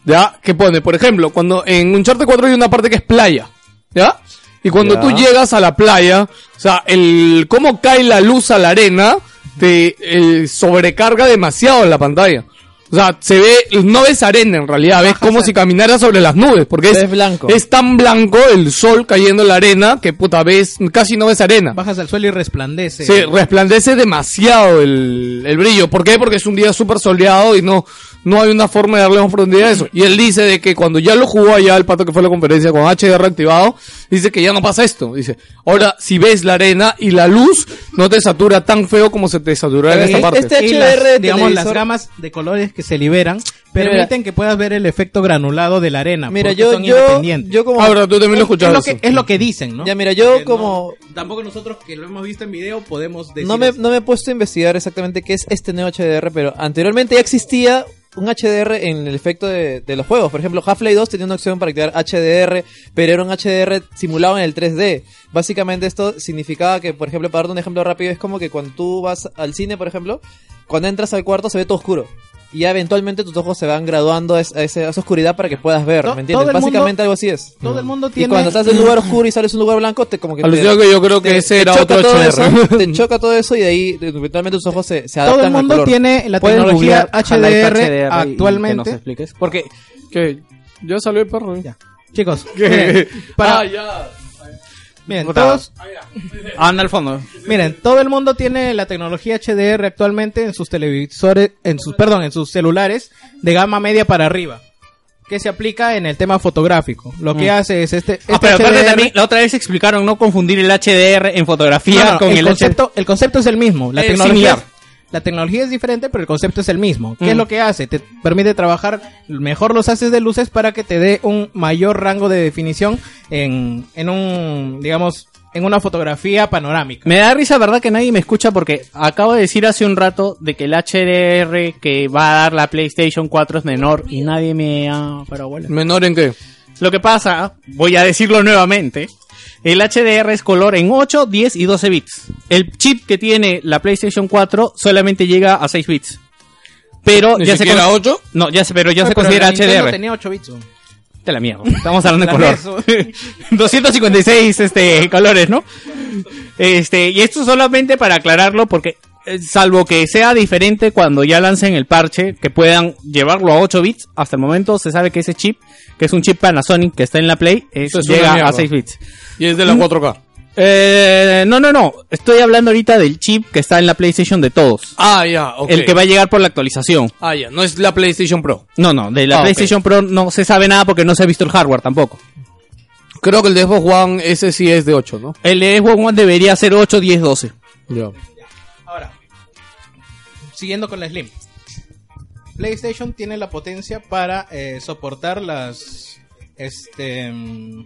[SPEAKER 1] ¿Ya? Que pone, por ejemplo, cuando en Uncharted 4 hay una parte que es playa. ¿Ya? Y cuando
[SPEAKER 2] Ya.
[SPEAKER 1] tú llegas a la playa, o sea, el cómo cae la luz a la arena te eh, sobrecarga demasiado en la pantalla. O sea, se ve, no ves arena en realidad, ves como si caminara sobre las nubes, porque es,
[SPEAKER 3] Ves blanco.
[SPEAKER 1] es tan blanco el sol cayendo en la arena que puta ves, casi no ves arena.
[SPEAKER 3] Bajas al suelo y resplandece.
[SPEAKER 2] Este,
[SPEAKER 1] Sí, resplandece demasiado el, el brillo. ¿Por qué? Porque es un día súper soleado y no, no hay una forma de darle más profundidad a eso. Y él dice de que cuando ya lo jugó allá el pato que fue a la conferencia con HDR activado, dice que ya no pasa esto. Dice, ahora si ves la arena y la luz, no te satura tan feo como se te satura en esta parte.
[SPEAKER 3] Y
[SPEAKER 2] HDR
[SPEAKER 3] las,
[SPEAKER 2] de
[SPEAKER 3] digamos, las
[SPEAKER 2] televisor-
[SPEAKER 3] gamas de colores que se liberan permiten que puedas ver el efecto granulado de la arena.
[SPEAKER 2] Mira,
[SPEAKER 3] porque
[SPEAKER 2] yo-
[SPEAKER 3] son
[SPEAKER 2] yo-
[SPEAKER 3] independientes.
[SPEAKER 2] yo como- Ahora, tú también lo
[SPEAKER 3] Es-
[SPEAKER 2] escuchabas
[SPEAKER 3] Es lo,
[SPEAKER 2] eso.
[SPEAKER 3] que, es lo que dicen, ¿no?
[SPEAKER 2] Ya, mira, yo como-
[SPEAKER 3] tampoco nosotros que lo hemos visto en video podemos decir.
[SPEAKER 2] No me, no me he puesto a investigar exactamente qué es este nuevo HDR, pero anteriormente ya existía un HDR en el efecto de, de los juegos. Por ejemplo, Half-Life 2 tenía una opción para activar HDR, pero era un HDR simulado en el 3D. Básicamente esto significaba que, por ejemplo, para darte un ejemplo rápido, es como que cuando tú vas al cine, por ejemplo, cuando entras al cuarto se ve todo oscuro. Y ya eventualmente tus ojos se van graduando a, ese- a ese- a esa oscuridad para que puedas ver,
[SPEAKER 3] To-
[SPEAKER 2] ¿me
[SPEAKER 3] todo
[SPEAKER 2] entiendes?
[SPEAKER 3] el mundo-
[SPEAKER 2] Básicamente algo así es.
[SPEAKER 3] Todo el mundo
[SPEAKER 2] Y
[SPEAKER 3] tiene.
[SPEAKER 2] cuando estás en un lugar oscuro y sales a un lugar blanco, te como que... te-
[SPEAKER 1] Alucino que yo creo que
[SPEAKER 2] te-
[SPEAKER 1] ese
[SPEAKER 2] te
[SPEAKER 1] era
[SPEAKER 2] choca
[SPEAKER 1] otro
[SPEAKER 2] todo
[SPEAKER 1] HDR.
[SPEAKER 2] eso, te choca todo eso y de ahí eventualmente tus ojos se, se adaptan
[SPEAKER 3] todo el
[SPEAKER 2] al
[SPEAKER 3] mundo
[SPEAKER 2] color.
[SPEAKER 3] tiene la
[SPEAKER 2] Puedes
[SPEAKER 3] tecnología
[SPEAKER 2] googlear Half-Life
[SPEAKER 3] HDR,
[SPEAKER 2] HDR y- y
[SPEAKER 3] actualmente.
[SPEAKER 2] que nos
[SPEAKER 9] expliques.
[SPEAKER 3] Porque,
[SPEAKER 1] que ya salió el perro. eh.
[SPEAKER 3] chicos,
[SPEAKER 5] ¿Qué?
[SPEAKER 3] miren,
[SPEAKER 4] *laughs*
[SPEAKER 7] Ah,
[SPEAKER 3] para, miren, todos,
[SPEAKER 7] Ah,
[SPEAKER 3] Ah,
[SPEAKER 5] Anda al fondo.
[SPEAKER 3] miren, todo el mundo tiene la tecnología HDR actualmente en sus televisores, en sus, perdón, en sus celulares de gama media para arriba, que se aplica en el tema fotográfico. Lo que
[SPEAKER 5] Mm.
[SPEAKER 3] hace es este,
[SPEAKER 5] Ah,
[SPEAKER 3] este
[SPEAKER 5] pero aparte
[SPEAKER 3] HDR
[SPEAKER 5] también, la otra vez explicaron no confundir el HDR en fotografía
[SPEAKER 3] No, no,
[SPEAKER 5] con el,
[SPEAKER 3] concepto, el concepto es el mismo. La
[SPEAKER 5] Eh,
[SPEAKER 3] tecnología,
[SPEAKER 5] similar.
[SPEAKER 3] la tecnología es diferente, pero el concepto es el mismo. ¿Qué
[SPEAKER 5] Mm.
[SPEAKER 3] es lo que hace? Te permite trabajar mejor los haces de luces para que te dé un mayor rango de definición en, en un, digamos, en una fotografía panorámica.
[SPEAKER 5] Me da risa, ¿verdad? Que nadie me escucha porque acabo de decir hace un rato de que el HDR que va a dar la PlayStation 4 es menor y nadie me ha... Pero bueno.
[SPEAKER 1] ¿Menor en qué?
[SPEAKER 5] Lo que pasa, voy a decirlo nuevamente, el HDR es color en 8, 10 y 12 bits. El chip que tiene la PlayStation 4 solamente llega a 6 bits. Pero
[SPEAKER 1] ¿Ni
[SPEAKER 5] ya
[SPEAKER 1] siquiera
[SPEAKER 5] con-
[SPEAKER 1] 8?
[SPEAKER 5] No, ya se, pero ya
[SPEAKER 3] Ay,
[SPEAKER 5] se
[SPEAKER 3] Ah, pero
[SPEAKER 5] considera
[SPEAKER 3] la Nintendo
[SPEAKER 5] HDR.
[SPEAKER 3] tenía 8 bits.
[SPEAKER 5] Te la
[SPEAKER 1] *laughs*
[SPEAKER 5] mierda. Estamos hablando de
[SPEAKER 3] La
[SPEAKER 5] color. *laughs*
[SPEAKER 3] beso.
[SPEAKER 5] 256 este, *laughs* colores, ¿no? Este, y esto solamente para aclararlo porque eh, salvo que sea diferente cuando ya lancen el parche, que puedan llevarlo a 8 bits, hasta el momento se sabe que ese chip, que es un chip Panasonic que está en la Play, es-
[SPEAKER 1] Eso es una
[SPEAKER 5] llega
[SPEAKER 1] mierda.
[SPEAKER 5] a 6 bits.
[SPEAKER 1] *laughs* Y es de la
[SPEAKER 5] Mm.
[SPEAKER 1] 4K.
[SPEAKER 5] Eh, no, no, no, estoy hablando ahorita del chip que está en la PlayStation de todos.
[SPEAKER 1] Ah, ya, ok.
[SPEAKER 5] El que va a llegar por la actualización.
[SPEAKER 1] Ah, ya, no es la PlayStation Pro.
[SPEAKER 5] No, no, de la
[SPEAKER 1] Ah, ok.
[SPEAKER 5] PlayStation Pro no se sabe nada porque no se ha visto el hardware tampoco.
[SPEAKER 1] Creo que el de Xbox One, ese sí es de 8, ¿no?
[SPEAKER 5] El Xbox One debería ser 8, 10, 12.
[SPEAKER 1] Ya.
[SPEAKER 3] Ahora, siguiendo con la Slim. PlayStation tiene la potencia para eh, soportar las este mm,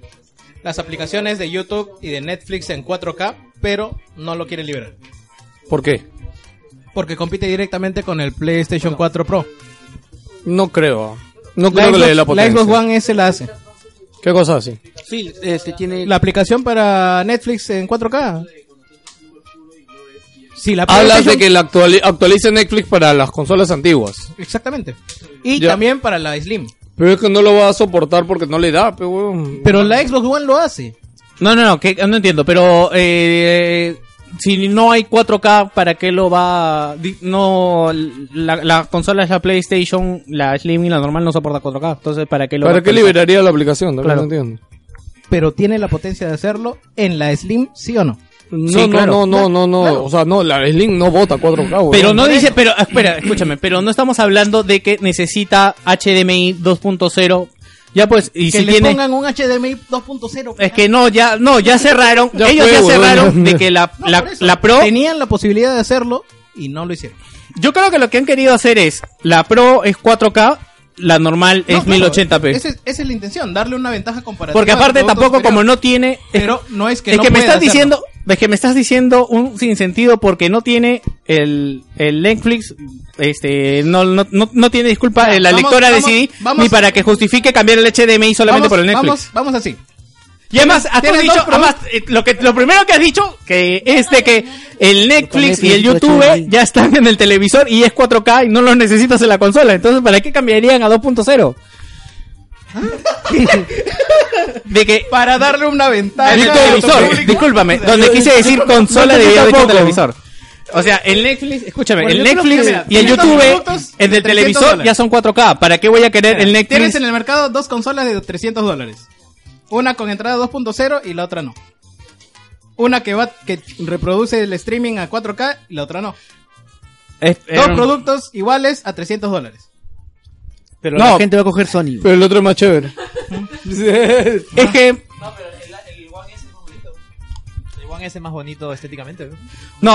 [SPEAKER 3] las aplicaciones de YouTube y de Netflix en 4K, pero no lo quiere liberar
[SPEAKER 1] ¿Por qué?
[SPEAKER 3] porque compite directamente con el PlayStation 4 Pro.
[SPEAKER 1] No creo. No
[SPEAKER 3] La
[SPEAKER 1] creo que le dé la
[SPEAKER 3] Xbox, la
[SPEAKER 1] potencia.
[SPEAKER 3] Xbox One S la hace.
[SPEAKER 1] ¿Qué cosa así?
[SPEAKER 9] Sí, este tiene.
[SPEAKER 3] La aplicación para Netflix en 4K. Sí, la
[SPEAKER 1] Hablas de
[SPEAKER 3] PlayStation-
[SPEAKER 1] que la actuali- actualice Netflix para las consolas antiguas.
[SPEAKER 3] exactamente. Y
[SPEAKER 1] Ya.
[SPEAKER 3] también para la Slim.
[SPEAKER 1] Pero es que no lo va a soportar porque no le da, pe, weón.
[SPEAKER 3] Pero la Xbox One lo hace.
[SPEAKER 5] No, no, no, que, no entiendo, pero eh, si no hay 4K, ¿para qué lo va? a- di- No, la, la consola es la PlayStation, la Slim y la normal no soporta 4K, entonces ¿para qué lo va
[SPEAKER 1] ¿Para
[SPEAKER 5] a
[SPEAKER 1] qué
[SPEAKER 5] actualizar?
[SPEAKER 1] liberaría la aplicación? No
[SPEAKER 5] Claro.
[SPEAKER 1] no entiendo.
[SPEAKER 3] pero tiene la potencia de hacerlo en la Slim, ¿sí o no?
[SPEAKER 1] No,
[SPEAKER 5] Sí,
[SPEAKER 1] no, no,
[SPEAKER 5] claro.
[SPEAKER 1] no, no, no.
[SPEAKER 3] Claro.
[SPEAKER 1] O sea, no, la Slim no vota 4K, weón.
[SPEAKER 5] Pero no dice, pero espera, escúchame, pero no estamos hablando de que necesita HDMI 2.0. Ya pues, y
[SPEAKER 3] que
[SPEAKER 5] si
[SPEAKER 3] le
[SPEAKER 5] tiene
[SPEAKER 3] pongan un HDMI 2.0.
[SPEAKER 5] es que no, ya no, ya cerraron,
[SPEAKER 1] Ya
[SPEAKER 5] ellos
[SPEAKER 1] fue,
[SPEAKER 5] ya
[SPEAKER 1] weón.
[SPEAKER 5] cerraron de que la,
[SPEAKER 3] No,
[SPEAKER 5] la,
[SPEAKER 3] por eso.
[SPEAKER 5] la Pro
[SPEAKER 3] Tenían la posibilidad de hacerlo y no lo hicieron.
[SPEAKER 5] Yo creo que lo que han querido hacer es la Pro es 4K, la normal es
[SPEAKER 3] No, claro,
[SPEAKER 5] 1080p.
[SPEAKER 3] Esa es, esa es la intención, darle una ventaja comparativa.
[SPEAKER 5] Porque aparte
[SPEAKER 3] al producto
[SPEAKER 5] tampoco como
[SPEAKER 3] anterior.
[SPEAKER 5] no tiene es,
[SPEAKER 3] Pero no es que
[SPEAKER 5] es
[SPEAKER 3] no
[SPEAKER 5] que me
[SPEAKER 3] pueda
[SPEAKER 5] estás
[SPEAKER 3] hacerlo.
[SPEAKER 5] diciendo es que me estás diciendo un sinsentido porque no tiene el, el Netflix este no, no, no, no tiene disculpa
[SPEAKER 3] Ya,
[SPEAKER 5] eh, la
[SPEAKER 3] vamos,
[SPEAKER 5] lectora
[SPEAKER 3] vamos,
[SPEAKER 5] de CD
[SPEAKER 3] vamos.
[SPEAKER 5] ni para que justifique cambiar el HDMI solamente
[SPEAKER 3] vamos,
[SPEAKER 5] por el Netflix.
[SPEAKER 3] Vamos, vamos así.
[SPEAKER 5] Y además, has
[SPEAKER 3] Tienes
[SPEAKER 5] dicho,
[SPEAKER 3] dos productos.
[SPEAKER 5] además, eh, lo, que, lo primero que has dicho que es de que el Netflix y el YouTube ya están en el televisor y es 4K y no los necesitas en la consola. Entonces, ¿para qué cambiarían a 2.0? de que
[SPEAKER 3] Para darle una ventaja.
[SPEAKER 5] el
[SPEAKER 3] al
[SPEAKER 5] televisor,
[SPEAKER 3] Ah. público.
[SPEAKER 5] discúlpame, donde quise decir consola debía haber dicho televisor. O sea, el Netflix, escúchame,
[SPEAKER 3] Bueno,
[SPEAKER 5] el
[SPEAKER 3] yo creo
[SPEAKER 5] Netflix
[SPEAKER 3] que, mira,
[SPEAKER 5] y el
[SPEAKER 3] 300
[SPEAKER 5] YouTube,
[SPEAKER 3] minutos,
[SPEAKER 5] el
[SPEAKER 3] 300
[SPEAKER 5] del televisor
[SPEAKER 3] dólares.
[SPEAKER 5] ya son 4K. ¿Para qué voy a querer el
[SPEAKER 3] Tienes
[SPEAKER 5] Netflix?
[SPEAKER 3] en el mercado dos consolas de 300 dólares. Una con entrada 2.0 y la otra no. Una que va que reproduce el streaming a 4K y la otra no.
[SPEAKER 5] Es-
[SPEAKER 3] Dos
[SPEAKER 5] era un-
[SPEAKER 3] productos iguales a 300 dólares.
[SPEAKER 9] Pero
[SPEAKER 5] No.
[SPEAKER 9] la
[SPEAKER 1] *laughs*
[SPEAKER 9] gente va a coger Sony.
[SPEAKER 1] Pero el otro es más chévere.
[SPEAKER 5] es que,
[SPEAKER 2] El One S es más bonito estéticamente. ¿no?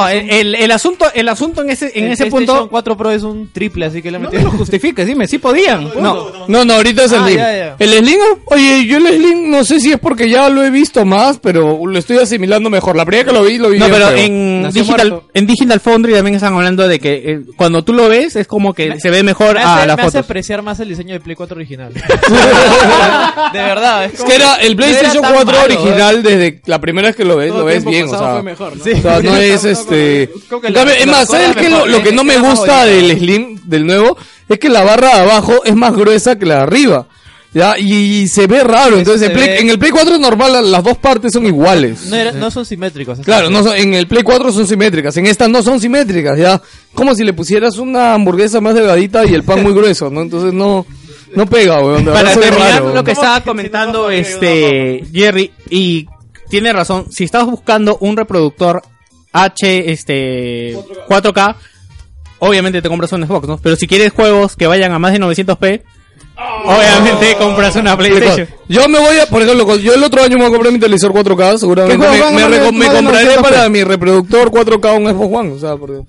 [SPEAKER 5] no, el, el- el asunto, el asunto en ese, en
[SPEAKER 2] El
[SPEAKER 5] ese
[SPEAKER 2] PlayStation
[SPEAKER 5] punto,
[SPEAKER 2] 4 Pro es un triple, así que le
[SPEAKER 3] No
[SPEAKER 2] metí.
[SPEAKER 3] me lo justifiques, dime, sí podían.
[SPEAKER 5] no,
[SPEAKER 1] No, no, ahorita es el
[SPEAKER 2] Ah,
[SPEAKER 1] Slim.
[SPEAKER 2] ya, ya.
[SPEAKER 1] ¿El Slim? Oye, yo el Slim no sé si es porque ya lo he visto más, pero lo estoy asimilando mejor. La primera que lo vi, lo vi
[SPEAKER 5] no,
[SPEAKER 1] bien
[SPEAKER 5] pero
[SPEAKER 1] feo.
[SPEAKER 5] en
[SPEAKER 2] Nació
[SPEAKER 5] digital,
[SPEAKER 2] muerto.
[SPEAKER 5] en digital Foundry también están hablando de que eh, cuando tú lo ves es como que se ve mejor
[SPEAKER 2] Me
[SPEAKER 5] a
[SPEAKER 2] hace,
[SPEAKER 5] las
[SPEAKER 2] me hace
[SPEAKER 5] fotos.
[SPEAKER 2] apreciar más el diseño del Play 4 original. de verdad, es
[SPEAKER 1] Es que era el PlayStation 4 original desde la primera vez que lo ves,
[SPEAKER 3] Todo
[SPEAKER 1] lo ves
[SPEAKER 3] tiempo
[SPEAKER 1] bien, o
[SPEAKER 3] pasado
[SPEAKER 1] sea.
[SPEAKER 3] fue mejor, ¿no?
[SPEAKER 1] O sea, no es este.
[SPEAKER 2] Creo que
[SPEAKER 1] En cambio,
[SPEAKER 2] la-
[SPEAKER 1] es
[SPEAKER 2] la
[SPEAKER 1] más,
[SPEAKER 2] cola
[SPEAKER 1] ¿sabes qué? Lo,
[SPEAKER 2] mejor,
[SPEAKER 1] lo que
[SPEAKER 2] es
[SPEAKER 1] no me
[SPEAKER 2] la más
[SPEAKER 1] gusta
[SPEAKER 2] bonita.
[SPEAKER 1] del Slim, del nuevo, es que la barra de abajo es más gruesa que la de arriba. ¿Ya? Y, y se ve raro. Entonces,
[SPEAKER 2] se
[SPEAKER 1] el Play-
[SPEAKER 2] ve-
[SPEAKER 1] en el Play 4 normal la- las dos partes son iguales.
[SPEAKER 2] No, era- no son simétricos. es
[SPEAKER 1] Claro,
[SPEAKER 2] así.
[SPEAKER 1] no son- en el Play 4 son simétricas, en estas no son simétricas, ya. Como si le pusieras una hamburguesa más delgadita y el pan muy grueso, ¿no? Entonces no, no pega, weón. de verdad
[SPEAKER 5] Para
[SPEAKER 1] se ve
[SPEAKER 5] terminar
[SPEAKER 1] raro.
[SPEAKER 5] lo que estaba comentando este Jerry y tiene razón, si estás buscando un reproductor H este 4K, obviamente te compras un Xbox, ¿no? Pero si quieres juegos que vayan a más de 900p,
[SPEAKER 2] Oh.
[SPEAKER 5] obviamente compras una PlayStation.
[SPEAKER 1] Yo me voy a, por ejemplo, con- yo el otro año me voy a comprar mi televisor 4K, seguramente.
[SPEAKER 3] ¿Qué juegos
[SPEAKER 1] Me,
[SPEAKER 3] van
[SPEAKER 1] me
[SPEAKER 3] a valer
[SPEAKER 1] reco-
[SPEAKER 3] más
[SPEAKER 1] me
[SPEAKER 3] de
[SPEAKER 1] compraré
[SPEAKER 3] 900
[SPEAKER 1] para
[SPEAKER 3] pesos?
[SPEAKER 1] mi reproductor 4K un Xbox One, o sea, porque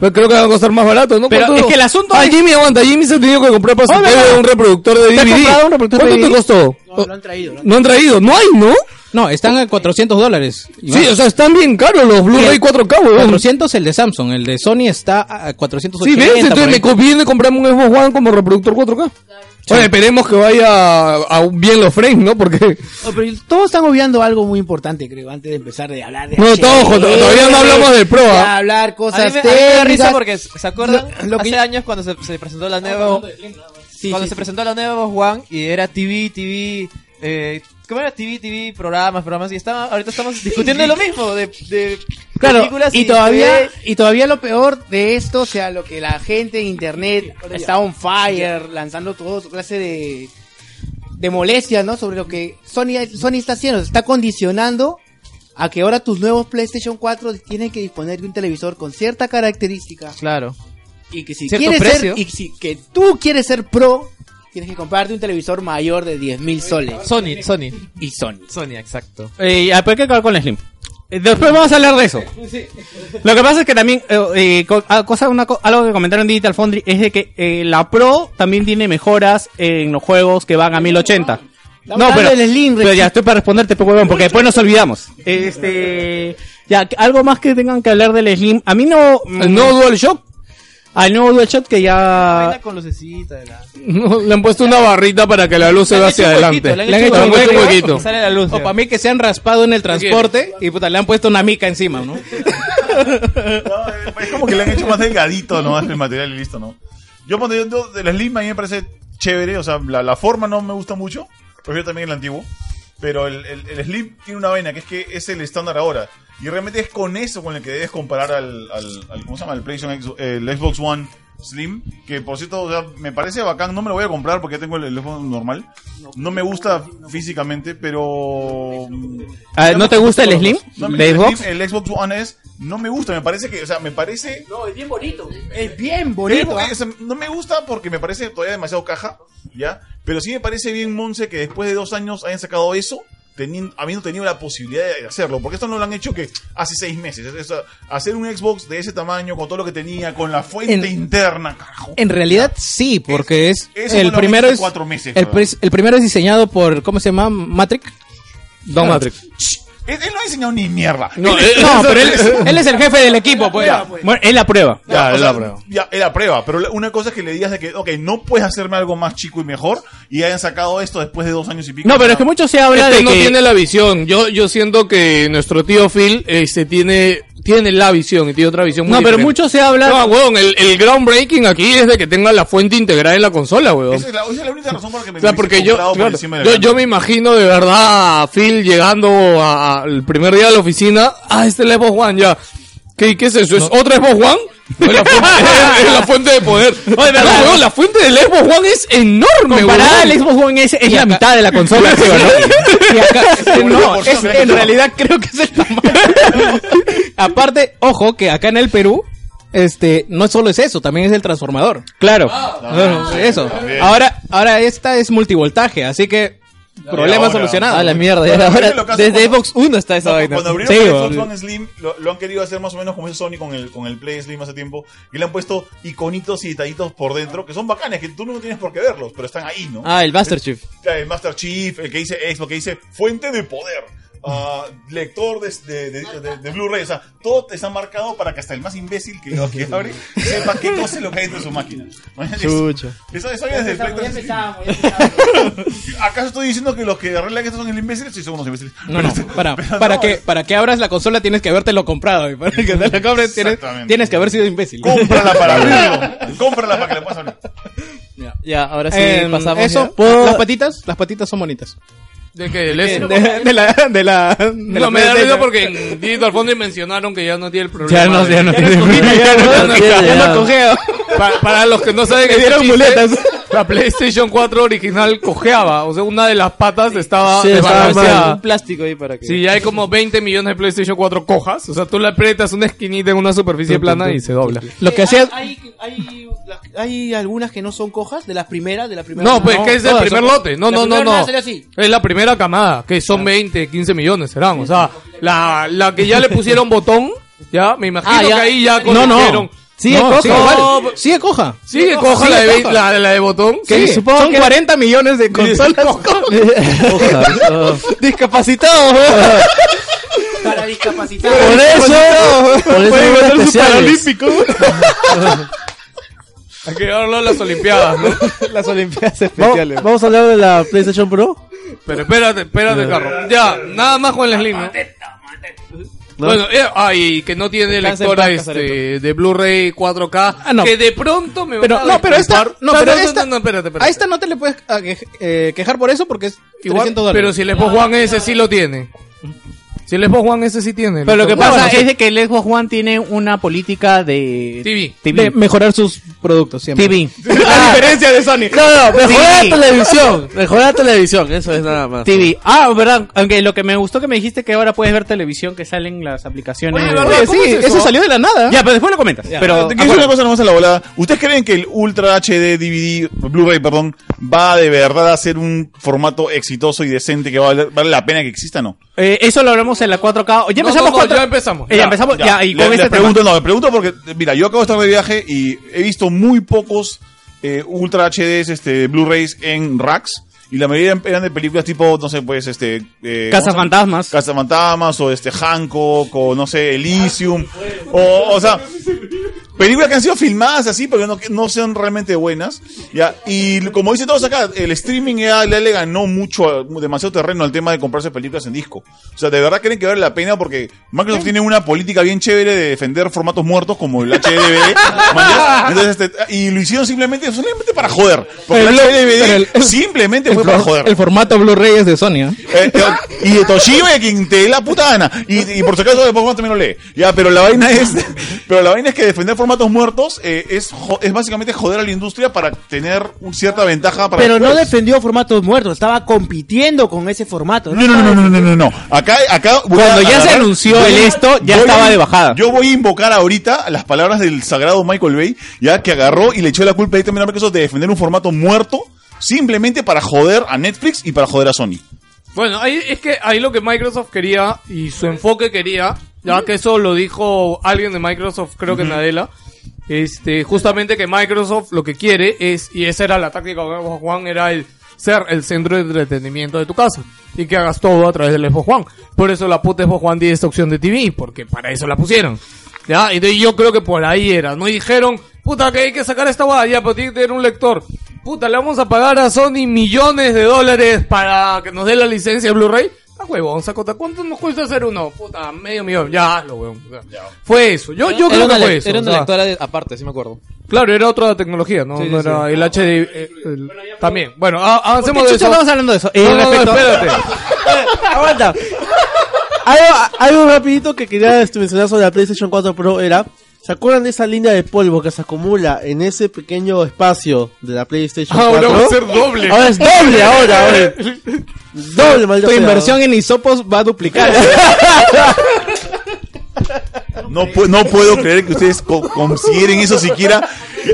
[SPEAKER 1] pero creo que va a costar más barato, ¿no?
[SPEAKER 5] Pero
[SPEAKER 1] ¿Cuánto?
[SPEAKER 5] es que el asunto
[SPEAKER 1] Ah,
[SPEAKER 5] es-
[SPEAKER 1] Jimmy, aguanta, Jimmy se ha tenido que comprar para su tele un reproductor de
[SPEAKER 3] ¿Te has
[SPEAKER 1] DVD.
[SPEAKER 3] comprado un reproductor
[SPEAKER 1] ¿Cuánto
[SPEAKER 3] de
[SPEAKER 1] te
[SPEAKER 3] DVD?
[SPEAKER 1] costó?
[SPEAKER 9] No, lo han traído.
[SPEAKER 1] No han traído, no hay, ¿no?
[SPEAKER 3] No, están a 400 dólares.
[SPEAKER 1] Sí, o sea, están bien caros los Blu-ray 4K, weón.
[SPEAKER 3] 400 el de Samsung, el de Sony está a
[SPEAKER 1] Sí,
[SPEAKER 3] 480.
[SPEAKER 1] ves, entonces
[SPEAKER 3] por
[SPEAKER 1] me
[SPEAKER 3] ahí.
[SPEAKER 1] conviene comprarme un Xbox One como reproductor 4K. Oye, esperemos que vaya a, a bien los frames, ¿no? Porque *laughs*
[SPEAKER 9] Oh, pero todos están obviando algo muy importante, creo, antes de empezar de hablar de
[SPEAKER 1] No,
[SPEAKER 9] HD,
[SPEAKER 1] todos, to-
[SPEAKER 2] eh,
[SPEAKER 1] todavía no hablamos del Pro,
[SPEAKER 9] de
[SPEAKER 1] ¿ah?
[SPEAKER 9] hablar
[SPEAKER 2] A mí
[SPEAKER 9] cosas
[SPEAKER 2] me, a mí me da risa
[SPEAKER 9] técnicas.
[SPEAKER 2] porque, ¿se acuerdan?
[SPEAKER 9] Lo- lo que
[SPEAKER 2] Hace
[SPEAKER 9] yo-
[SPEAKER 2] años cuando se, se presentó la nueva... cuando
[SPEAKER 9] sí,
[SPEAKER 2] se
[SPEAKER 9] sí.
[SPEAKER 2] presentó la nueva Xbox One y era TV, TV... Eh, ¿Cómo era? TV, TV, programas, programas. Y estaba, ahorita estamos discutiendo lo mismo de, de
[SPEAKER 9] Claro,
[SPEAKER 2] películas
[SPEAKER 9] y todavía
[SPEAKER 2] de-
[SPEAKER 9] y todavía lo peor de esto, o sea, lo que la gente en internet está on fire, lanzando todo su clase de de molestias, ¿no? Sobre lo que Sony Sony está haciendo, se está condicionando a que ahora tus nuevos PlayStation 4 tienen que disponer de un televisor con cierta característica
[SPEAKER 2] Claro.
[SPEAKER 9] y que si
[SPEAKER 2] Cierto
[SPEAKER 9] quieres
[SPEAKER 2] precio.
[SPEAKER 9] ser y si que tú quieres ser pro, tienes que comprarte un televisor mayor de 10.000 mil soles
[SPEAKER 2] Sony, Sony.
[SPEAKER 5] Y Sony.
[SPEAKER 2] Sony, exacto.
[SPEAKER 5] Eh, ah, pero hay que acabar con el Slim. Eh, Después vamos a hablar de eso. Lo que pasa es que también, eh, eh, co- ah, cosa, una, co- algo que comentaron Digital Foundry es de que eh, la Pro también tiene mejoras en los juegos que van a 1080. No, pero,
[SPEAKER 9] hablando del Slim,
[SPEAKER 5] pero
[SPEAKER 9] recién.
[SPEAKER 5] ya estoy para responderte, pues, huevón, porque después nos olvidamos. Este, ya, que- algo más que tengan que hablar del Slim. A mí no, mm,
[SPEAKER 1] el nuevo DualShock
[SPEAKER 5] al nuevo DualShock
[SPEAKER 1] *laughs*
[SPEAKER 5] que ya,
[SPEAKER 2] con lucecita de la...
[SPEAKER 1] no, le han puesto una barrita para que la luz se
[SPEAKER 2] Le
[SPEAKER 1] vea
[SPEAKER 2] han
[SPEAKER 1] hacia
[SPEAKER 2] hecho un
[SPEAKER 1] adelante.
[SPEAKER 2] huequito,
[SPEAKER 1] Le han hecho un huequito.
[SPEAKER 2] Sale la luz.
[SPEAKER 3] O para mí que se han raspado en el transporte y puta, le han puesto una mica encima, ¿no?
[SPEAKER 8] No, eh, es como que le han hecho más delgadito, ¿no? El material y listo, ¿no? Yo cuando yo- yo de la Slim a mí me parece chévere, o sea, la, la forma no me gusta mucho, prefiero también el antiguo, pero el, el, el Slim tiene una vaina que es que es el estándar ahora, y realmente es con eso con el que debes comparar al, al, al- ¿cómo se llama? El PlayStation, X- el Xbox One Slim, que por cierto, o sea, me parece bacán, no me lo voy a comprar porque ya tengo el, el Xbox normal, no me gusta físicamente, pero...
[SPEAKER 5] Ah, ¿no te gusta el Slim
[SPEAKER 8] No, el
[SPEAKER 5] de
[SPEAKER 8] Slim,
[SPEAKER 5] Xbox?
[SPEAKER 8] el Xbox One S no me gusta, me parece que, o sea, me parece
[SPEAKER 4] No, es bien bonito.
[SPEAKER 9] Es
[SPEAKER 8] pero,
[SPEAKER 3] ¿ah?
[SPEAKER 9] bien bonito.
[SPEAKER 8] eh, o sea, no me gusta porque me parece todavía demasiado caja, ¿ya? Pero sí me parece bien, Monse, que después de dos años hayan sacado eso, teni- habiendo tenido la posibilidad de hacerlo. Porque esto no lo han hecho que hace seis meses. Es- es, uh, hacer un Xbox de ese tamaño, con todo lo que tenía, con la fuente
[SPEAKER 3] En-
[SPEAKER 8] interna, carajo.
[SPEAKER 3] En realidad sí, porque es,
[SPEAKER 8] Eso no
[SPEAKER 3] el
[SPEAKER 8] lo han
[SPEAKER 3] primero
[SPEAKER 8] hecho
[SPEAKER 3] es
[SPEAKER 8] cuatro meses,
[SPEAKER 3] el,
[SPEAKER 8] ¿verdad?
[SPEAKER 3] pres- el primero es diseñado por ¿cómo se llama? Matrix.
[SPEAKER 1] Don Matrix.
[SPEAKER 8] Él, él no ha enseñado ni mierda.
[SPEAKER 5] No,
[SPEAKER 8] *laughs*
[SPEAKER 3] No, pero él, él es el jefe del equipo, pues.
[SPEAKER 5] bueno, es la prueba.
[SPEAKER 8] Ya, o
[SPEAKER 1] es
[SPEAKER 8] sea,
[SPEAKER 1] la prueba.
[SPEAKER 8] ya, es la prueba, pero la- una cosa es que le digas de que, ok, no puedes hacerme algo más chico y mejor, y hayan sacado esto después de dos años y pico.
[SPEAKER 5] No, pero
[SPEAKER 8] O
[SPEAKER 5] es que
[SPEAKER 8] sea,
[SPEAKER 5] mucho se habla
[SPEAKER 1] Este
[SPEAKER 5] de
[SPEAKER 1] no
[SPEAKER 5] que...
[SPEAKER 1] tiene la visión. Yo, yo siento que nuestro tío Phil este, tiene, tiene la visión y tiene otra visión. Muy
[SPEAKER 5] No, pero
[SPEAKER 1] diferente.
[SPEAKER 5] mucho se habla...
[SPEAKER 1] No, weón, el, el groundbreaking aquí es de que tenga la fuente integrada en la consola, weón.
[SPEAKER 8] Esa es, la, esa es la única razón por la que me
[SPEAKER 1] O sea,
[SPEAKER 8] lo hubiese
[SPEAKER 1] porque yo,
[SPEAKER 8] comprado por
[SPEAKER 1] claro,
[SPEAKER 8] encima de la
[SPEAKER 1] yo,
[SPEAKER 8] gana.
[SPEAKER 1] yo me imagino de verdad a Phil llegando a- al primer día de la oficina, ah, este es el Xbox One ya. ¿Qué, qué es eso? ¿Es otra Xbox One? Es la fuente, *laughs* es la fuente de poder. No, weón, la fuente del Xbox One es enorme,
[SPEAKER 5] Comparada
[SPEAKER 1] weón.
[SPEAKER 5] al Xbox One S es la mitad de la consola, creo, ¿no? no, es- en realidad creo que es el tamaño. Aparte, ojo, que acá en el Perú, este, no solo es eso, también es el transformador. Claro.
[SPEAKER 8] Ah,
[SPEAKER 5] Bueno, eso.
[SPEAKER 3] también.
[SPEAKER 5] Ahora, ahora esta es multivoltaje, así que, problema
[SPEAKER 3] ahora.
[SPEAKER 5] solucionado.
[SPEAKER 3] A la mierda,
[SPEAKER 8] ya, ahora, desde
[SPEAKER 5] Xbox 1 está esa vaina.
[SPEAKER 8] Cuando abrieron el Xbox One Slim, lo, lo han querido hacer más o menos como hizo Sony con el, con el Play Slim hace tiempo. Y le han puesto iconitos y detallitos por dentro, que son bacanes, que tú no tienes por qué verlos, pero están ahí, ¿no?
[SPEAKER 9] Ah, el
[SPEAKER 7] *laughs*
[SPEAKER 9] Master Chief.
[SPEAKER 8] El, el Master Chief, el que dice Xbox, que dice fuente de poder.
[SPEAKER 5] *laughs*
[SPEAKER 8] ah, lector de, de, de- de- de Blu-ray, o sea, todo está marcado para que hasta el más imbécil que lo que abre sepa qué cosa es lo que hay dentro de su máquina.
[SPEAKER 9] Chucha.
[SPEAKER 8] *laughs* Eso, eso ya desde el Play 360. *laughs* ¿Acaso estoy diciendo que los que arreglan esto son los imbéciles? Sí, son unos imbéciles.
[SPEAKER 5] No, no, para, para, que, para que abras la consola tienes que habértelo comprado. Y para que te la compres tienes,
[SPEAKER 8] Exactamente.
[SPEAKER 5] tienes que haber sido imbécil.
[SPEAKER 8] Cómprala
[SPEAKER 5] *laughs*
[SPEAKER 8] para abrirlo. *laughs* Cómprala para que le puedas abrir.
[SPEAKER 7] *laughs*
[SPEAKER 9] Ya, ahora sí
[SPEAKER 5] Em,
[SPEAKER 9] pasamos.
[SPEAKER 5] Eso,
[SPEAKER 9] ya.
[SPEAKER 5] las patitas, las patitas son bonitas.
[SPEAKER 1] ¿De qué? ¿El
[SPEAKER 5] De,
[SPEAKER 1] S?
[SPEAKER 5] de la, de la. de la
[SPEAKER 1] No, me da
[SPEAKER 5] PlayStation.
[SPEAKER 1] risa porque en Digital Foundry mencionaron que ya no tiene el problema.
[SPEAKER 5] Ya no,
[SPEAKER 1] de-
[SPEAKER 5] ya no tiene
[SPEAKER 1] es
[SPEAKER 5] el
[SPEAKER 1] cojita,
[SPEAKER 5] problema.
[SPEAKER 1] ya no-
[SPEAKER 5] Ya no tiene,
[SPEAKER 1] ya
[SPEAKER 5] ya.
[SPEAKER 1] no cojea. Para, para los que no saben,
[SPEAKER 5] Le
[SPEAKER 1] este
[SPEAKER 5] dieron
[SPEAKER 1] chiste,
[SPEAKER 5] muletas.
[SPEAKER 1] La PlayStation 4 original cojeaba. O sea, una de las patas estaba
[SPEAKER 9] Sí, estaba mal.
[SPEAKER 1] desbalanceada.
[SPEAKER 9] Un plástico ahí para que.
[SPEAKER 1] Si ya hay como 20 millones de PlayStation 4 cojas, o sea, tú le aprietas una esquinita en una superficie plana y se dobla.
[SPEAKER 5] Lo que hacía.
[SPEAKER 9] Hay, hay, hay algunas que no son cojas de las primeras, de la primera.
[SPEAKER 1] No, pues que es el
[SPEAKER 9] todas
[SPEAKER 1] primer
[SPEAKER 9] son cojas.
[SPEAKER 1] lote. No,
[SPEAKER 9] La
[SPEAKER 1] no, no,
[SPEAKER 9] primera
[SPEAKER 1] no.
[SPEAKER 9] nada sería así.
[SPEAKER 1] Es la primera camada, que
[SPEAKER 5] Ah.
[SPEAKER 1] son 20, 15 millones serán. O sea, la, la que ya le pusieron botón, ya, me imagino
[SPEAKER 5] Ah, ya.
[SPEAKER 1] que ahí ya
[SPEAKER 5] No, no.
[SPEAKER 1] corrigieron.
[SPEAKER 5] Sigue
[SPEAKER 1] No,
[SPEAKER 5] coja.
[SPEAKER 1] sigue igual.
[SPEAKER 5] No, sigue coja.
[SPEAKER 1] Sigue coja la de,
[SPEAKER 5] Sigue
[SPEAKER 1] vein-
[SPEAKER 5] coja.
[SPEAKER 1] la, la de botón.
[SPEAKER 5] Que
[SPEAKER 1] Sí.
[SPEAKER 5] Son 40 millones de consolas. *laughs*
[SPEAKER 9] Discapacitados, weón.
[SPEAKER 4] Para discapacitar.
[SPEAKER 9] Por eso. Por eso
[SPEAKER 1] Pueden
[SPEAKER 9] son
[SPEAKER 1] ganar su
[SPEAKER 9] especiales.
[SPEAKER 1] paralímpico. Hay que llevarlo a las Olimpiadas,
[SPEAKER 5] *laughs*
[SPEAKER 1] ¿no?
[SPEAKER 9] Las Olimpiadas
[SPEAKER 7] Vamos,
[SPEAKER 9] especiales.
[SPEAKER 7] vamos a hablar de la PlayStation Pro.
[SPEAKER 1] Pero espérate, espérate, carro. Ya, nada más con el Slim, ¿no?
[SPEAKER 7] ¿No?
[SPEAKER 1] Bueno, eh, ay, que no tiene
[SPEAKER 9] Descansa en
[SPEAKER 1] lectora
[SPEAKER 9] paz,
[SPEAKER 1] este, de Blu-ray 4K.
[SPEAKER 5] Ah, no.
[SPEAKER 1] Que de pronto me
[SPEAKER 5] Pero,
[SPEAKER 1] van a
[SPEAKER 5] no, pero esta.
[SPEAKER 1] disculpar.
[SPEAKER 5] No,
[SPEAKER 1] Pero
[SPEAKER 5] pero
[SPEAKER 1] no,
[SPEAKER 5] esta.
[SPEAKER 1] no, no, espérate, espérate.
[SPEAKER 5] A esta no te le puedes ah, que- eh, quejar por eso porque es
[SPEAKER 1] Igual,
[SPEAKER 5] 300 dólares.
[SPEAKER 1] pero si el Xbox One S sí lo tiene. Si el Xbox One S sí tiene.
[SPEAKER 5] Pero lo que
[SPEAKER 1] No,
[SPEAKER 5] pasa
[SPEAKER 1] bueno, sí.
[SPEAKER 5] es de que el Xbox One tiene una política de
[SPEAKER 1] TV.
[SPEAKER 5] TV.
[SPEAKER 9] De mejorar sus productos siempre.
[SPEAKER 5] TV.
[SPEAKER 9] Ah.
[SPEAKER 5] A diferencia de Sony.
[SPEAKER 9] No, no, mejorar
[SPEAKER 5] Sí.
[SPEAKER 9] la
[SPEAKER 3] *laughs*
[SPEAKER 9] televisión. Mejorar la televisión, eso es nada más.
[SPEAKER 5] TV. Ah, verdad. Aunque lo que me gustó que me dijiste que ahora puedes ver televisión que salen las aplicaciones.
[SPEAKER 1] Oye, ¿verdad? ¿Cómo es eso?
[SPEAKER 5] de la nada. Ya, pero después lo comentas. Pero
[SPEAKER 8] Ah, Te quiero decir una cosa nomás a la volada. ¿Ustedes creen que el Ultra HD DVD, Blu-ray, perdón, va de verdad a ser un formato exitoso y decente que va a valer- vale la pena que exista no?
[SPEAKER 5] eh, eso lo hablamos en la 4K. Ya
[SPEAKER 1] No,
[SPEAKER 5] empezamos
[SPEAKER 1] no, no,
[SPEAKER 5] cuatro-
[SPEAKER 1] ya empezamos.
[SPEAKER 5] Eh, ya empezamos. Ya, y
[SPEAKER 8] Le-
[SPEAKER 5] con
[SPEAKER 8] les
[SPEAKER 5] este
[SPEAKER 8] pregunto, no, me pregunto porque, mira, yo acabo de estar de viaje y he visto muy pocos eh, Ultra HDs, este, Blu-rays en racks. Y la mayoría eran de películas tipo, no sé, pues, este... Eh, ¿cómo se llama?
[SPEAKER 5] Cazafantasmas.
[SPEAKER 8] Cazafantasmas o este Hancock o no sé, Elysium o, o sea películas que han sido filmadas así pero no, que no sean realmente buenas ya y como dicen todos acá el streaming ya, ya le ganó mucho a- demasiado terreno al tema de comprarse películas en disco o sea de verdad creen que vale la pena porque Microsoft tiene una política bien chévere de defender formatos muertos como el
[SPEAKER 5] *laughs*
[SPEAKER 8] HDVD ¿mañas? Entonces, este, y lo hicieron simplemente simplemente para joder porque el,
[SPEAKER 5] Pero el- pero
[SPEAKER 8] HDVD
[SPEAKER 5] el-
[SPEAKER 8] simplemente fue
[SPEAKER 5] tema.
[SPEAKER 8] para joder
[SPEAKER 5] El formato Blu-ray es de Sony. ¿eh?
[SPEAKER 8] eh, eh, y de Toshiba y de quien te dé la puta gana. Y, y por si acaso después Juan también lo lee. Ya, pero la vaina es, *laughs* pero la vaina es que defender formatos muertos eh, es, jo- es básicamente joder a la industria para tener un- cierta ventaja para
[SPEAKER 9] Pero no
[SPEAKER 8] después.
[SPEAKER 9] defendió formatos muertos, estaba compitiendo con ese formato.
[SPEAKER 8] No, no, no, no, no, no, no, no. Acá, acá. voy
[SPEAKER 5] Cuando
[SPEAKER 8] a
[SPEAKER 5] ya se anunció el esto, ya estaba de bajada.
[SPEAKER 8] Yo voy a invocar ahorita las palabras del sagrado Michael Bay, ya que agarró y le echó la culpa ahí también a este Microsoft de defender un formato muerto simplemente para joder a Netflix y para joder a Sony.
[SPEAKER 1] Bueno, ahí, es que ahí lo que Microsoft quería y su enfoque quería, ya que eso lo dijo alguien de Microsoft, creo que Nadella, este, justamente que Microsoft lo que quiere es, y esa era la táctica de Xbox One, era el ser el centro de entretenimiento de tu casa y que hagas todo a través del Xbox One. Por eso la puta Xbox One tiene esta opción de TV, porque para eso la pusieron. Ya, entonces yo creo que por ahí era, ¿no? Y dijeron, puta, que hay que sacar esta guada, ya, pero tiene que tener un lector. Puta, le vamos a pagar a Sony millones de dólares para que nos dé la licencia de Blu-ray. Ah, huevón, sacota, ¿cuánto nos cuesta hacer uno? Puta, medio millón, ya hazlo, huevón. O sea, Fue eso, yo, yo
[SPEAKER 2] Era
[SPEAKER 1] creo
[SPEAKER 2] una
[SPEAKER 1] que fue
[SPEAKER 2] le-
[SPEAKER 1] eso.
[SPEAKER 2] Era
[SPEAKER 1] o
[SPEAKER 2] una
[SPEAKER 1] sea,
[SPEAKER 2] lectora de- aparte, sí me acuerdo.
[SPEAKER 1] claro, era otra tecnología, no,
[SPEAKER 2] Sí, sí,
[SPEAKER 1] no
[SPEAKER 2] sí.
[SPEAKER 1] era el HD. eh, el- también, bueno, a- avancemos
[SPEAKER 5] ¿Qué
[SPEAKER 1] de
[SPEAKER 5] chucha
[SPEAKER 7] *laughs*
[SPEAKER 1] eso.
[SPEAKER 5] estamos hablando de eso? Eh,
[SPEAKER 1] No, no, no,
[SPEAKER 5] respecto-
[SPEAKER 1] espérate.
[SPEAKER 9] Aguanta.
[SPEAKER 7] algo, algo rapidito que quería este, mencionar sobre la PlayStation 4 Pro era, ¿se acuerdan de esa línea de polvo que se acumula en ese pequeño espacio de la PlayStation 4? Ahora es doble, ahora, ahora.
[SPEAKER 3] *laughs*
[SPEAKER 7] Doble, maldito
[SPEAKER 3] Tu
[SPEAKER 7] sea.
[SPEAKER 3] inversión en hisopos va a duplicar.
[SPEAKER 8] *laughs* No, pu- no puedo creer que ustedes co- consideren eso siquiera.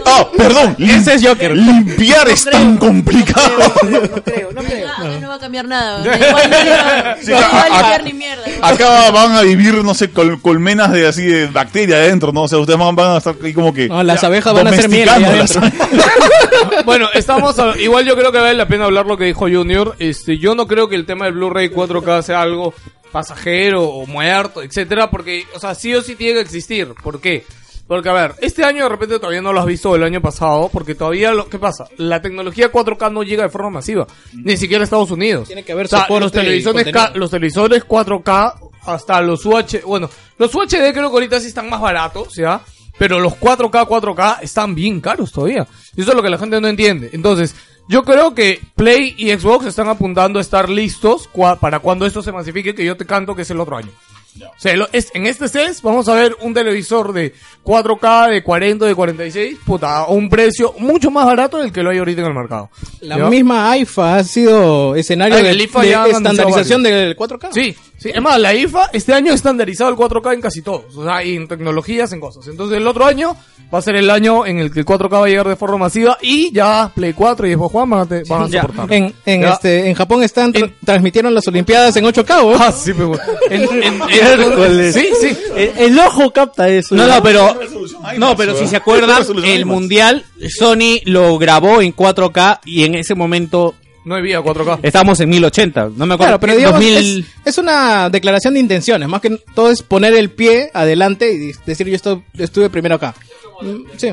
[SPEAKER 8] Ah, perdón. Ese es Joker. Limpiar es tan complicado.
[SPEAKER 6] Ah, no va a cambiar nada. da igual, no le va-
[SPEAKER 8] *laughs* Sí,
[SPEAKER 6] no le va a
[SPEAKER 8] a- a-
[SPEAKER 6] limpiar ni mierda.
[SPEAKER 8] Acá van a vivir, no sé, col- colmenas de así de bacteria adentro, ¿no? O sea, ustedes van, van a estar ahí como que.
[SPEAKER 3] No, las abejas van a hacer miel ahí
[SPEAKER 8] domesticándolas.
[SPEAKER 1] bueno, estamos. a- igual yo creo que vale la pena hablar lo que dijo Junior. Este, yo no creo que el tema del Blu-ray 4K sea algo pasajero o muerto, etcétera, porque, o sea, sí o sí tiene que existir. ¿Por qué? Porque, a ver, este año de repente todavía no lo has visto del año pasado, porque todavía, lo, ¿qué pasa? La tecnología 4K no llega de forma masiva, ni siquiera a Estados Unidos.
[SPEAKER 3] Tiene que haber
[SPEAKER 1] O sea,
[SPEAKER 3] soporte
[SPEAKER 1] los televisores,
[SPEAKER 3] y
[SPEAKER 1] K-
[SPEAKER 3] contenido.
[SPEAKER 1] los televisores 4K, hasta los UH, bueno, los UHD creo que ahorita sí están más baratos, ¿ya? Pero los 4K, 4K están bien caros todavía. Y eso es lo que la gente no entiende. Entonces, yo creo que Play y Xbox están apuntando a estar listos cua- para cuando esto se masifique, que yo te canto que es el otro año. O sea, lo- es- en este CES vamos a ver un televisor de 4K, de 40, de 46, puta, a un precio mucho más barato del que lo hay ahorita en el mercado.
[SPEAKER 3] La
[SPEAKER 1] ¿Ya?
[SPEAKER 3] misma AIFA ha sido escenario
[SPEAKER 1] Ah,
[SPEAKER 3] de,
[SPEAKER 1] el IFA
[SPEAKER 3] de
[SPEAKER 1] ya han
[SPEAKER 3] estandarización
[SPEAKER 1] anunciado
[SPEAKER 3] del 4K.
[SPEAKER 1] Sí, sí. Es más, la IFA este año ha estandarizado el 4K en casi todos. O sea, y en tecnologías, en cosas. Entonces el otro año va a ser el año en el que el 4K va a llegar de forma masiva y ya Play 4 y Xbox One van a, te- van a
[SPEAKER 3] Ya.
[SPEAKER 1] soportar.
[SPEAKER 3] En, en,
[SPEAKER 1] Ya.
[SPEAKER 3] este, en Japón están tra- transmitieron las Olimpiadas en 8K. ¿o?
[SPEAKER 1] Ah, sí, pero- en-
[SPEAKER 7] *laughs*
[SPEAKER 1] en- en-
[SPEAKER 3] *laughs* Miércoles.
[SPEAKER 1] sí, sí.
[SPEAKER 3] E,
[SPEAKER 7] El, el ojo capta eso.
[SPEAKER 5] No,
[SPEAKER 7] ¿no?
[SPEAKER 5] no, pero.
[SPEAKER 8] Ay,
[SPEAKER 5] No, pero si se
[SPEAKER 8] Una
[SPEAKER 5] acuerdan,
[SPEAKER 8] resolución
[SPEAKER 5] el
[SPEAKER 8] IMAX.
[SPEAKER 5] mundial Sony lo grabó en 4K y en ese momento
[SPEAKER 1] No había 4K.
[SPEAKER 5] estábamos en 1080. No me acuerdo.
[SPEAKER 3] Claro, pero digamos,
[SPEAKER 5] 2000.
[SPEAKER 3] es, es una declaración de intenciones. Más que todo es poner el pie adelante y decir yo esto- estuve primero acá. Mm, Sí.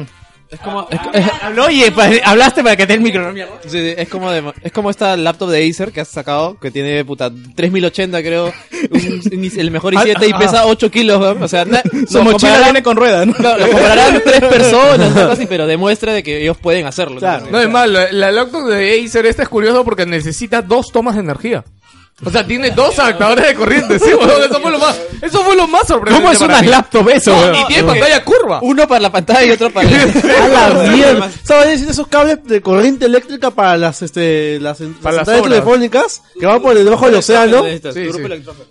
[SPEAKER 5] Habló y eh, pa- hablaste para que te dé el micro.
[SPEAKER 2] Sí, sí, es como de- es como esta laptop de Acer que has sacado, que tiene puta 3080 creo, un- un i- el mejor i7 y pesa 8 kilos, weón. o sea, na-
[SPEAKER 3] Su
[SPEAKER 8] *laughs*
[SPEAKER 2] lo
[SPEAKER 3] mochila
[SPEAKER 2] compararán-
[SPEAKER 3] viene con ruedas, *laughs* ¿no?
[SPEAKER 2] no, lo comprarán tres personas, algo así, pero demuestre de que ellos pueden hacerlo. ¿no?
[SPEAKER 1] No es mal, la, la laptop de Acer esta es curioso porque necesita dos tomas de energía. O sea, tiene dos adaptadores de corriente, sí, weón, eso fue lo más, eso fue lo más sorprendente.
[SPEAKER 5] ¿Cómo es
[SPEAKER 1] para
[SPEAKER 5] una
[SPEAKER 1] mí.
[SPEAKER 5] laptop eso?
[SPEAKER 1] No,
[SPEAKER 5] weón?
[SPEAKER 1] y tiene pantalla curva.
[SPEAKER 2] Uno para la pantalla y otro
[SPEAKER 7] *laughs*
[SPEAKER 2] para
[SPEAKER 7] A la
[SPEAKER 2] la
[SPEAKER 7] mierda. ¿Sabes? Necesitas esos cables de corriente eléctrica para las, este, las, las
[SPEAKER 1] Para las
[SPEAKER 7] centrales
[SPEAKER 1] obras.
[SPEAKER 7] telefónicas que van por debajo del océano.
[SPEAKER 1] Sí, sí.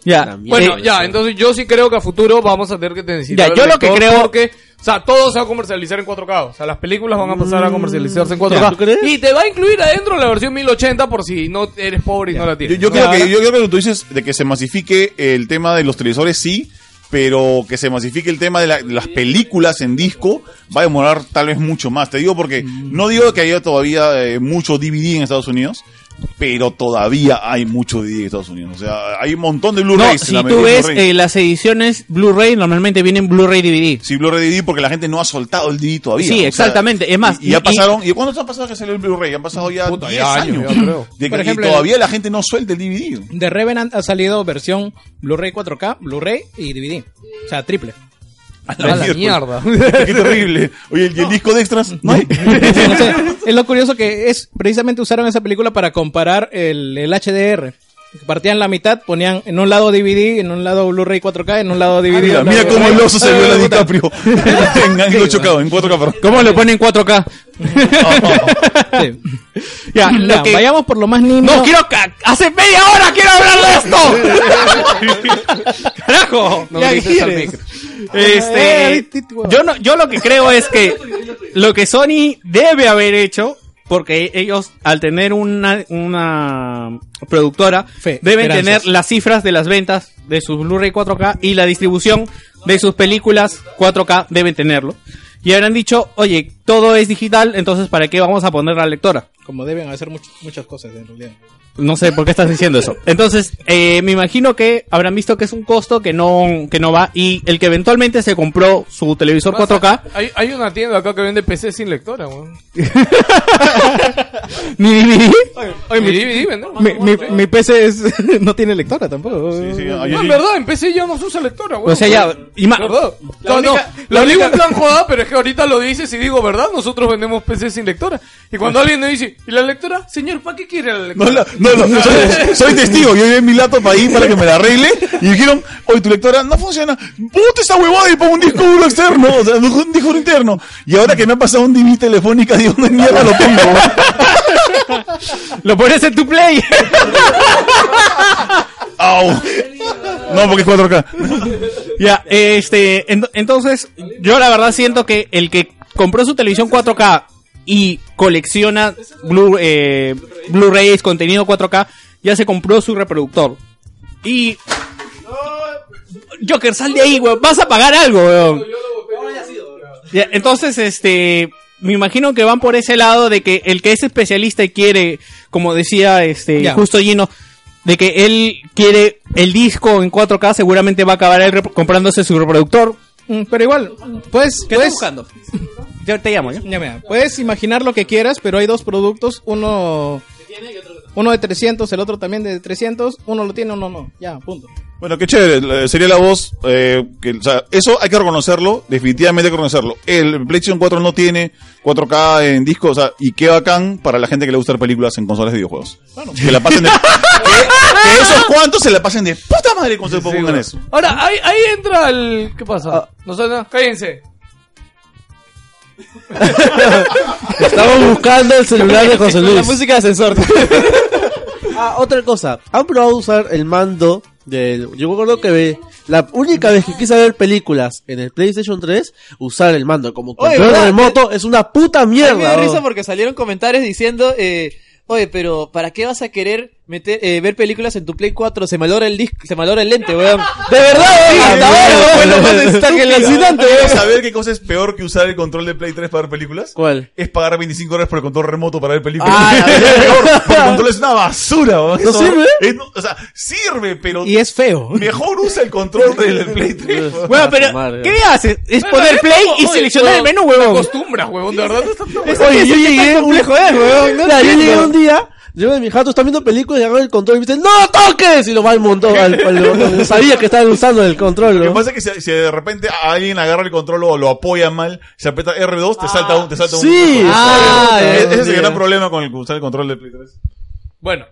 [SPEAKER 5] Ya.
[SPEAKER 1] Bueno, ya, Eh, entonces yo sí creo que a futuro vamos a tener que necesitar.
[SPEAKER 5] Ya, yo
[SPEAKER 1] el
[SPEAKER 5] lo que
[SPEAKER 1] lector
[SPEAKER 5] creo-
[SPEAKER 1] Porque, o sea, todo se va a comercializar en 4K. O sea, las películas van a pasar a comercializarse en 4K.
[SPEAKER 7] ¿Tú crees?
[SPEAKER 1] Y te va a incluir adentro la versión 1080 por si no eres pobre y no la
[SPEAKER 8] Yo,
[SPEAKER 1] tienes.
[SPEAKER 8] yo creo que, yo creo que lo que tú dices de que se masifique el tema de los televisores, sí, pero que se masifique el tema de, la- de las películas en disco va a demorar tal vez mucho más. Te digo porque
[SPEAKER 5] Mm.
[SPEAKER 8] no digo que haya todavía eh, mucho DVD en Estados Unidos, pero todavía hay mucho DVD en Estados Unidos. O sea, hay un montón de
[SPEAKER 5] No,
[SPEAKER 8] Blu-rays.
[SPEAKER 5] si
[SPEAKER 8] en la-
[SPEAKER 5] tú
[SPEAKER 8] en
[SPEAKER 5] ves
[SPEAKER 8] Blu-ray.
[SPEAKER 5] eh, las ediciones Blu-ray, normalmente vienen Blu-ray DVD.
[SPEAKER 8] Sí, Blu-ray DVD porque la gente no ha soltado el DVD todavía.
[SPEAKER 5] Sí,
[SPEAKER 8] O sea,
[SPEAKER 5] exactamente. Es más,
[SPEAKER 8] y, y ya
[SPEAKER 5] y-
[SPEAKER 8] pasaron. ¿Y cuándo ha pasado que salió el Blu-ray? Han pasado ya
[SPEAKER 1] Puta,
[SPEAKER 8] 10
[SPEAKER 1] ya años,
[SPEAKER 8] años.
[SPEAKER 1] ya creo.
[SPEAKER 8] *laughs* De que-
[SPEAKER 3] Por ejemplo,
[SPEAKER 8] y todavía la gente no suelta el DVD.
[SPEAKER 3] De Revenant ha salido versión Blu-ray 4K, Blu-ray y DVD. O sea, triple.
[SPEAKER 1] A la mierda.
[SPEAKER 8] *laughs* Qué terrible. Oye, ¿y el disco de extras? No
[SPEAKER 3] *laughs*
[SPEAKER 8] hay.
[SPEAKER 3] No
[SPEAKER 8] *laughs*
[SPEAKER 3] sé, es lo curioso que es, precisamente usaron esa película para comparar el, el HDR. Partían la mitad, ponían en un lado DVD, en un lado Blu-ray 4K, en un lado DVD.
[SPEAKER 8] Ah, Mira,
[SPEAKER 3] en un
[SPEAKER 8] mira
[SPEAKER 3] lado
[SPEAKER 8] cómo el
[SPEAKER 3] Blu-ray.
[SPEAKER 8] oso se vio la DiCaprio. *laughs* en ángulo chocado, en 4K. perdón.
[SPEAKER 5] ¿Cómo lo ponen en 4K?
[SPEAKER 3] Sí.
[SPEAKER 5] Ya, lo
[SPEAKER 3] Ya,
[SPEAKER 5] que-
[SPEAKER 3] Vayamos por lo más niño.
[SPEAKER 5] No, quiero. ca- Hace media hora quiero
[SPEAKER 7] *laughs*
[SPEAKER 5] hablar de esto. Carajo.
[SPEAKER 3] Ya,
[SPEAKER 1] grites al
[SPEAKER 3] gires.
[SPEAKER 5] Este, yo no, yo lo que creo es que lo que Sony debe haber hecho, porque ellos al tener una, una productora
[SPEAKER 3] Fe,
[SPEAKER 5] deben
[SPEAKER 3] esperanzas.
[SPEAKER 5] tener las cifras de las ventas de sus Blu-ray 4K y la distribución de sus películas 4K deben tenerlo. Y habrán dicho, oye, todo es digital, entonces ¿para qué vamos a poner la lectora?
[SPEAKER 3] Como deben hacer much- muchas cosas en realidad.
[SPEAKER 5] No sé por qué estás diciendo eso. Entonces, eh, me imagino que habrán visto que es un costo que no, que no va. Y el que eventualmente se compró su televisor 4K,
[SPEAKER 1] Hay, hay una tienda acá que vende PC sin lectora, weón.
[SPEAKER 5] ni DVD.
[SPEAKER 1] Oye, mi DVD vende.
[SPEAKER 3] Mi, mi,
[SPEAKER 5] eh.
[SPEAKER 3] mi PC es- *laughs* no tiene lectora tampoco.
[SPEAKER 8] Sí, sí, ah, yo
[SPEAKER 1] No, en
[SPEAKER 8] sí.
[SPEAKER 1] verdad, en PC ya no se usa lectora, weón.
[SPEAKER 5] O sea, ya, y ma-
[SPEAKER 1] ¿Verdad?
[SPEAKER 5] La
[SPEAKER 1] No, no,
[SPEAKER 5] única-
[SPEAKER 1] lo digo en plan joda, pero es que ahorita lo dices y digo verdad, nosotros vendemos PC sin lectora. Y cuando alguien nos dice, ¿y la lectora? Señor, ¿para qué quiere la
[SPEAKER 8] No,
[SPEAKER 1] lectora?
[SPEAKER 8] la- no, no, soy, soy testigo. Yo llevé mi laptop ahí para que me la arregle. Y dijeron, oye, tu lectora no funciona. Puta esa huevada y pongo un disco duro externo. O sea, un disco duro interno. Y ahora que me ha pasado un DV telefónica, digo, no mierda lo pongo.
[SPEAKER 5] *laughs* lo pones en tu play.
[SPEAKER 8] Au. No, porque es 4K.
[SPEAKER 5] *laughs* Ya, este, en- entonces, yo la verdad siento que el que compró su televisión 4K y colecciona Blu- eh, Blu-rays, contenido 4K, ya se compró su reproductor. Y... Joker, sal de ahí, weón. Vas a pagar algo, weón. Ya, entonces, este, me imagino que van por ese lado de que el que es especialista y quiere, como decía este,
[SPEAKER 1] Ya.
[SPEAKER 5] justo Gino, de que él quiere el disco en 4K, seguramente va a acabar él rep- comprándose su reproductor.
[SPEAKER 3] Mm, Pero igual, pues...
[SPEAKER 5] ¿Qué
[SPEAKER 3] pues,
[SPEAKER 5] estás buscando? Yo te llamo, ¿ya?
[SPEAKER 3] Ya mira, puedes imaginar lo que quieras, pero hay dos productos, uno... Uno de 300, el otro también de 300, uno lo tiene, uno no, ya, punto.
[SPEAKER 8] Bueno, qué chévere. la- Sería la voz. eh, que, o sea, eso hay que reconocerlo. Definitivamente hay que reconocerlo. El PlayStation 4 no tiene 4K en disco. O sea, y qué bacán para la gente que le gusta ver películas en consolas de videojuegos. Que la *laughs* pasen de. que, que esos cuantos se la pasen de puta madre con se pongan eso.
[SPEAKER 1] *laughs* Ahora, ahí, ahí entra el... ¿Qué pasa? No sé nada. Cállense.
[SPEAKER 7] Estamos buscando el celular de José Luis.
[SPEAKER 2] La música de ascensor.
[SPEAKER 7] *laughs* Ah, otra cosa. Han probado usar el mando del. Yo me acuerdo que ve- la única vez que quise ver películas en el PlayStation 3, usar el mando como
[SPEAKER 2] Oye,
[SPEAKER 7] control
[SPEAKER 2] ¿verdad?
[SPEAKER 7] remoto es una puta
[SPEAKER 2] A mí me
[SPEAKER 7] mierda.
[SPEAKER 2] da
[SPEAKER 7] bro.
[SPEAKER 2] risa porque salieron comentarios diciendo, eh, oye, pero ¿para qué vas a querer meter, eh, ver películas en tu Play 4? Se malogra el disco, se malogra el lente, weón. De verdad, ah, weón. Hasta ahora, weón. Está que alucinante,
[SPEAKER 8] ¿Quieres
[SPEAKER 2] weón.
[SPEAKER 8] saber qué cosa es peor que usar el control de Play 3 para ver películas?
[SPEAKER 7] ¿Cuál?
[SPEAKER 8] Es pagar 25 dólares por el control remoto para ver películas.
[SPEAKER 3] Ah,
[SPEAKER 8] *laughs*
[SPEAKER 3] la
[SPEAKER 8] Es
[SPEAKER 3] verdad.
[SPEAKER 8] peor, porque el control es una basura. ¿no? Eso-
[SPEAKER 3] sirve?
[SPEAKER 8] es- no, o sea, sirve, pero
[SPEAKER 3] Y es feo.
[SPEAKER 8] mejor usa el control del Play 3. ¿no?
[SPEAKER 5] Bueno, pero, ¿qué haces? Es poner play y seleccionar el menú, huevón.
[SPEAKER 1] acostumbras, huevón, de verdad. *laughs*
[SPEAKER 7] Oye, yo llegué. un-
[SPEAKER 1] eh, weón, no
[SPEAKER 7] Mira, yo
[SPEAKER 1] entiendo.
[SPEAKER 7] llegué un día. Yo de mi jato están viendo películas y agarro el control y me dicen, ¡No toques! Y lo va al montón. Al, al- al- sabía que estaban usando el control,
[SPEAKER 8] Lo
[SPEAKER 7] ¿no?
[SPEAKER 8] que pasa es que si, si de repente alguien agarra el control o lo apoya mal, se aprieta R2, te salta un, te salta un-
[SPEAKER 7] sí.
[SPEAKER 8] un.
[SPEAKER 7] Ah,
[SPEAKER 8] E- ese es
[SPEAKER 7] ya.
[SPEAKER 8] el gran problema con el, usar el control del Play 3.
[SPEAKER 1] Bueno,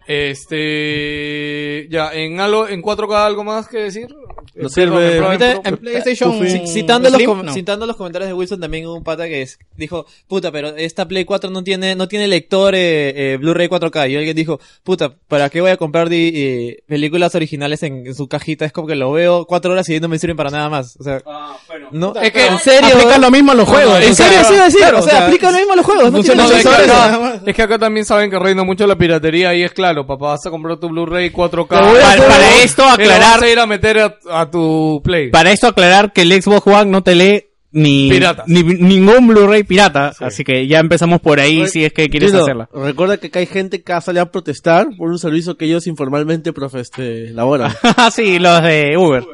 [SPEAKER 1] este... Ya, en, algo, en 4K algo más que decir. Eh,
[SPEAKER 7] No sirve. Pues
[SPEAKER 1] Ahorita
[SPEAKER 2] en
[SPEAKER 3] PlayStation
[SPEAKER 2] Ci- Citando los,
[SPEAKER 3] Slim,
[SPEAKER 2] com-
[SPEAKER 3] no.
[SPEAKER 2] citando los comentarios de Wilson, también hubo un pata que es- dijo, puta, pero esta Play 4 no tiene, no tiene lector eh, eh, Blu-ray 4K. Y alguien dijo, puta, ¿para qué voy a comprar di- eh, películas originales en, en su cajita? Es como que lo veo cuatro horas y no me sirven para nada más. O sea,
[SPEAKER 7] Ah,
[SPEAKER 2] no,
[SPEAKER 1] Es que-
[SPEAKER 2] en serio.
[SPEAKER 3] Aplica lo mismo a los juegos.
[SPEAKER 2] En
[SPEAKER 3] o sea,
[SPEAKER 2] serio, sí, decir,
[SPEAKER 1] claro,
[SPEAKER 2] o sea,
[SPEAKER 1] o sea,
[SPEAKER 2] aplica lo mismo a los juegos. No, tiene
[SPEAKER 1] No,
[SPEAKER 2] mucho
[SPEAKER 1] es, que
[SPEAKER 2] sentido. *laughs*
[SPEAKER 1] acá, es que acá también saben que reina mucho la piratería y es claro, papá, vas a comprar tu Blu-ray 4K.
[SPEAKER 5] Te voy a Para- hacer- para esto
[SPEAKER 1] Pero
[SPEAKER 5] aclarar-
[SPEAKER 1] Vas a ir a meter a, a tu Play.
[SPEAKER 5] Para esto aclarar que el Xbox One no te lee ni,
[SPEAKER 1] Piratas.
[SPEAKER 5] ni ningún Blu-ray pirata, así que ya empezamos por ahí si es que quieres
[SPEAKER 7] Tino,
[SPEAKER 5] hacerla.
[SPEAKER 7] Recuerda que acá hay gente que sale a protestar por un servicio que ellos informalmente profe, este, laboran.
[SPEAKER 5] *laughs* Ah, sí, los de Uber.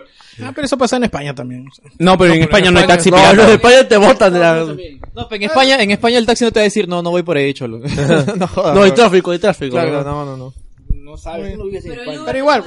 [SPEAKER 3] Ah, pero eso pasa en España también. o sea.
[SPEAKER 5] No, pero en España no hay taxi
[SPEAKER 7] no,
[SPEAKER 5] pirata.
[SPEAKER 7] los de España te botan. de la-
[SPEAKER 2] No, pero en España, en España el taxi no te va a decir, no, no voy por ahí, cholo. no jodas.
[SPEAKER 7] No, hay
[SPEAKER 2] bro.
[SPEAKER 7] tráfico, hay tráfico.
[SPEAKER 2] Claro,
[SPEAKER 7] ¿no?
[SPEAKER 2] no, no, no.
[SPEAKER 4] No sabes, no vives en España.
[SPEAKER 3] Pero igual,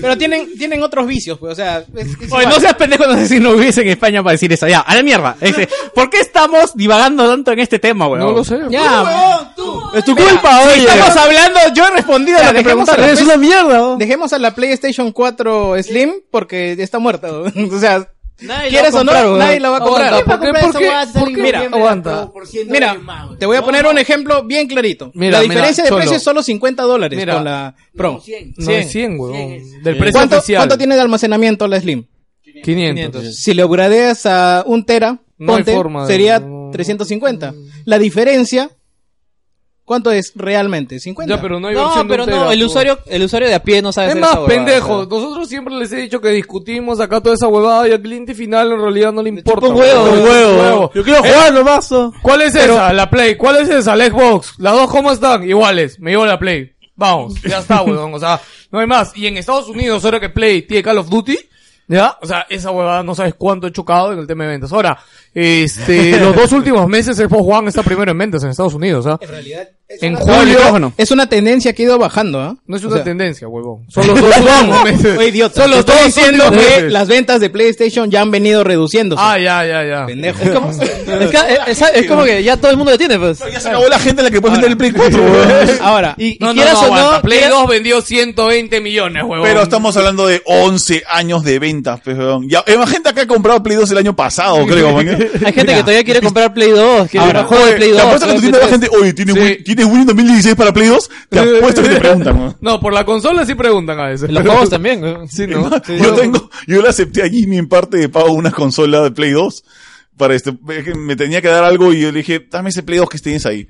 [SPEAKER 3] pero tienen, tienen otros vicios, pues, o sea, es- es
[SPEAKER 5] Oye,
[SPEAKER 3] igual.
[SPEAKER 5] no seas pendejo no sé si no hubiese en España para decir eso. Ya, a la mierda. Este, ¿Por qué estamos divagando tanto en este tema, weón?
[SPEAKER 1] No lo sé.
[SPEAKER 3] Ya,
[SPEAKER 7] Es tu culpa,
[SPEAKER 5] Si
[SPEAKER 7] oye.
[SPEAKER 5] estamos hablando, yo he respondido
[SPEAKER 3] Ya,
[SPEAKER 5] a lo que
[SPEAKER 3] dejemos a
[SPEAKER 5] preguntaron.
[SPEAKER 3] la-
[SPEAKER 7] Eres una mierda. ¿no?
[SPEAKER 3] dejemos a la PlayStation 4 Slim porque está muerta, *laughs* o sea,
[SPEAKER 2] Nadie
[SPEAKER 3] quieres
[SPEAKER 2] lo va a
[SPEAKER 3] o no,
[SPEAKER 2] comprar, weón.
[SPEAKER 3] nadie la va a comprar.
[SPEAKER 1] Aguanta, ¿por qué?
[SPEAKER 4] Compra
[SPEAKER 1] ¿Por
[SPEAKER 4] esa
[SPEAKER 1] qué?
[SPEAKER 4] huevada,
[SPEAKER 1] ¿Por
[SPEAKER 4] sale
[SPEAKER 1] qué?
[SPEAKER 4] en
[SPEAKER 1] Mira,
[SPEAKER 4] noviembre,
[SPEAKER 1] aguanta.
[SPEAKER 4] por 100
[SPEAKER 3] Mira,
[SPEAKER 4] dólares más, güey.
[SPEAKER 3] te voy a poner un ejemplo bien clarito.
[SPEAKER 1] Mira,
[SPEAKER 3] la diferencia
[SPEAKER 1] mira,
[SPEAKER 3] de precio
[SPEAKER 1] solo.
[SPEAKER 3] es solo 50 dólares
[SPEAKER 1] Mira. eh.
[SPEAKER 3] con la Pro.
[SPEAKER 4] No, 100.
[SPEAKER 1] No, es 100, huevón. Del precio
[SPEAKER 3] ¿Cuánto,
[SPEAKER 1] oficial.
[SPEAKER 3] cuánto tiene de almacenamiento la Slim?
[SPEAKER 1] 500.
[SPEAKER 3] Si le upgradeas a un tera,
[SPEAKER 1] No hay
[SPEAKER 3] ponte,
[SPEAKER 1] forma de-
[SPEAKER 3] sería
[SPEAKER 1] no.
[SPEAKER 3] 350.
[SPEAKER 2] Mm.
[SPEAKER 3] La diferencia, ¿cuánto es realmente? 50.
[SPEAKER 1] Ya, pero no hay
[SPEAKER 2] No,
[SPEAKER 1] versión de
[SPEAKER 2] pero
[SPEAKER 1] un
[SPEAKER 2] no,
[SPEAKER 1] tera,
[SPEAKER 2] el
[SPEAKER 1] huevón.
[SPEAKER 2] usuario, el usuario de a pie no sabe
[SPEAKER 1] Es
[SPEAKER 2] hacer
[SPEAKER 1] más,
[SPEAKER 2] esa huevada,
[SPEAKER 1] pendejo,
[SPEAKER 2] o sea.
[SPEAKER 1] nosotros siempre les he dicho que discutimos acá toda esa huevada y al cliente final en realidad no le importa.
[SPEAKER 7] Un huevo,
[SPEAKER 1] huevón.
[SPEAKER 7] un huevo. Yo
[SPEAKER 4] Eh,
[SPEAKER 7] quiero jugar nomás. ¿no?
[SPEAKER 1] ¿Cuál es esa? La Play. ¿Cuál es esa? La Xbox. Las dos, ¿cómo están? Iguales. Me llevo la Play. Vamos. Ya está, huevón. O sea, no hay más. Y en Estados Unidos, ahora que Play tiene Call of Duty, ¿ya? O sea, esa huevada no sabes cuánto he chocado en el tema de ventas.
[SPEAKER 3] *laughs*
[SPEAKER 1] Ahora, este, los dos últimos meses Xbox One está primero en ventas en Estados Unidos, ¿ah?
[SPEAKER 3] En realidad, En
[SPEAKER 5] Apaga el
[SPEAKER 3] julio
[SPEAKER 5] micrófono.
[SPEAKER 3] es una tendencia que ha ido bajando, ¿ah? oh,
[SPEAKER 1] No es una tendencia,
[SPEAKER 3] *laughs*
[SPEAKER 1] huevón.
[SPEAKER 3] Son los dos últimos meses.
[SPEAKER 5] Oye, idiota,
[SPEAKER 3] Son los
[SPEAKER 5] te
[SPEAKER 3] dos
[SPEAKER 5] estoy
[SPEAKER 3] diciendo
[SPEAKER 5] diciendo
[SPEAKER 3] que
[SPEAKER 5] que
[SPEAKER 3] las ventas de PlayStation ya han venido reduciéndose.
[SPEAKER 1] Ah, ya, ya, ya.
[SPEAKER 3] Pendejo.
[SPEAKER 1] *laughs*
[SPEAKER 2] Es como, es que- eh, es- es- es como que ya todo el mundo lo tiene, pues.
[SPEAKER 8] Ya se acabó la gente a la que puede vender el Play 4,
[SPEAKER 3] Ahora, ahora,
[SPEAKER 2] Y, y
[SPEAKER 1] No, no,
[SPEAKER 2] quieras
[SPEAKER 1] no,
[SPEAKER 2] o no,
[SPEAKER 1] aguanta. Play
[SPEAKER 2] quieras-
[SPEAKER 1] 2 vendió 120 millones, huevón.
[SPEAKER 8] Pero estamos hablando de 11 años de ventas, pues, weón. Ya, eh, gente acá ha comprado Play 2 el año pasado, creo,
[SPEAKER 1] *laughs*
[SPEAKER 8] man.
[SPEAKER 2] hay gente que todavía quiere comprar Play 2, quiere
[SPEAKER 8] Ahora,
[SPEAKER 2] comprar juego de Play 2.
[SPEAKER 8] Te apuesto que tú
[SPEAKER 2] juego de
[SPEAKER 8] tienes la
[SPEAKER 2] Play
[SPEAKER 8] gente, oye, ¿tienes,
[SPEAKER 1] Sí.
[SPEAKER 8] Win- ¿tienes Windows 2016 para Play
[SPEAKER 1] *laughs*
[SPEAKER 8] 2? Te apuesto que pues, te preguntan, weón.
[SPEAKER 1] No, por la consola sí preguntan a veces.
[SPEAKER 2] 3. Los juegos también, güey.
[SPEAKER 1] *laughs* Sí, ¿no?
[SPEAKER 8] Yo tengo, yo le acepté a Jimmy en parte de pago una consola de Play 2 para este, es que me tenía que dar algo y yo le dije, dame ese Play 2 que tienes
[SPEAKER 1] *laughs*
[SPEAKER 8] ahí.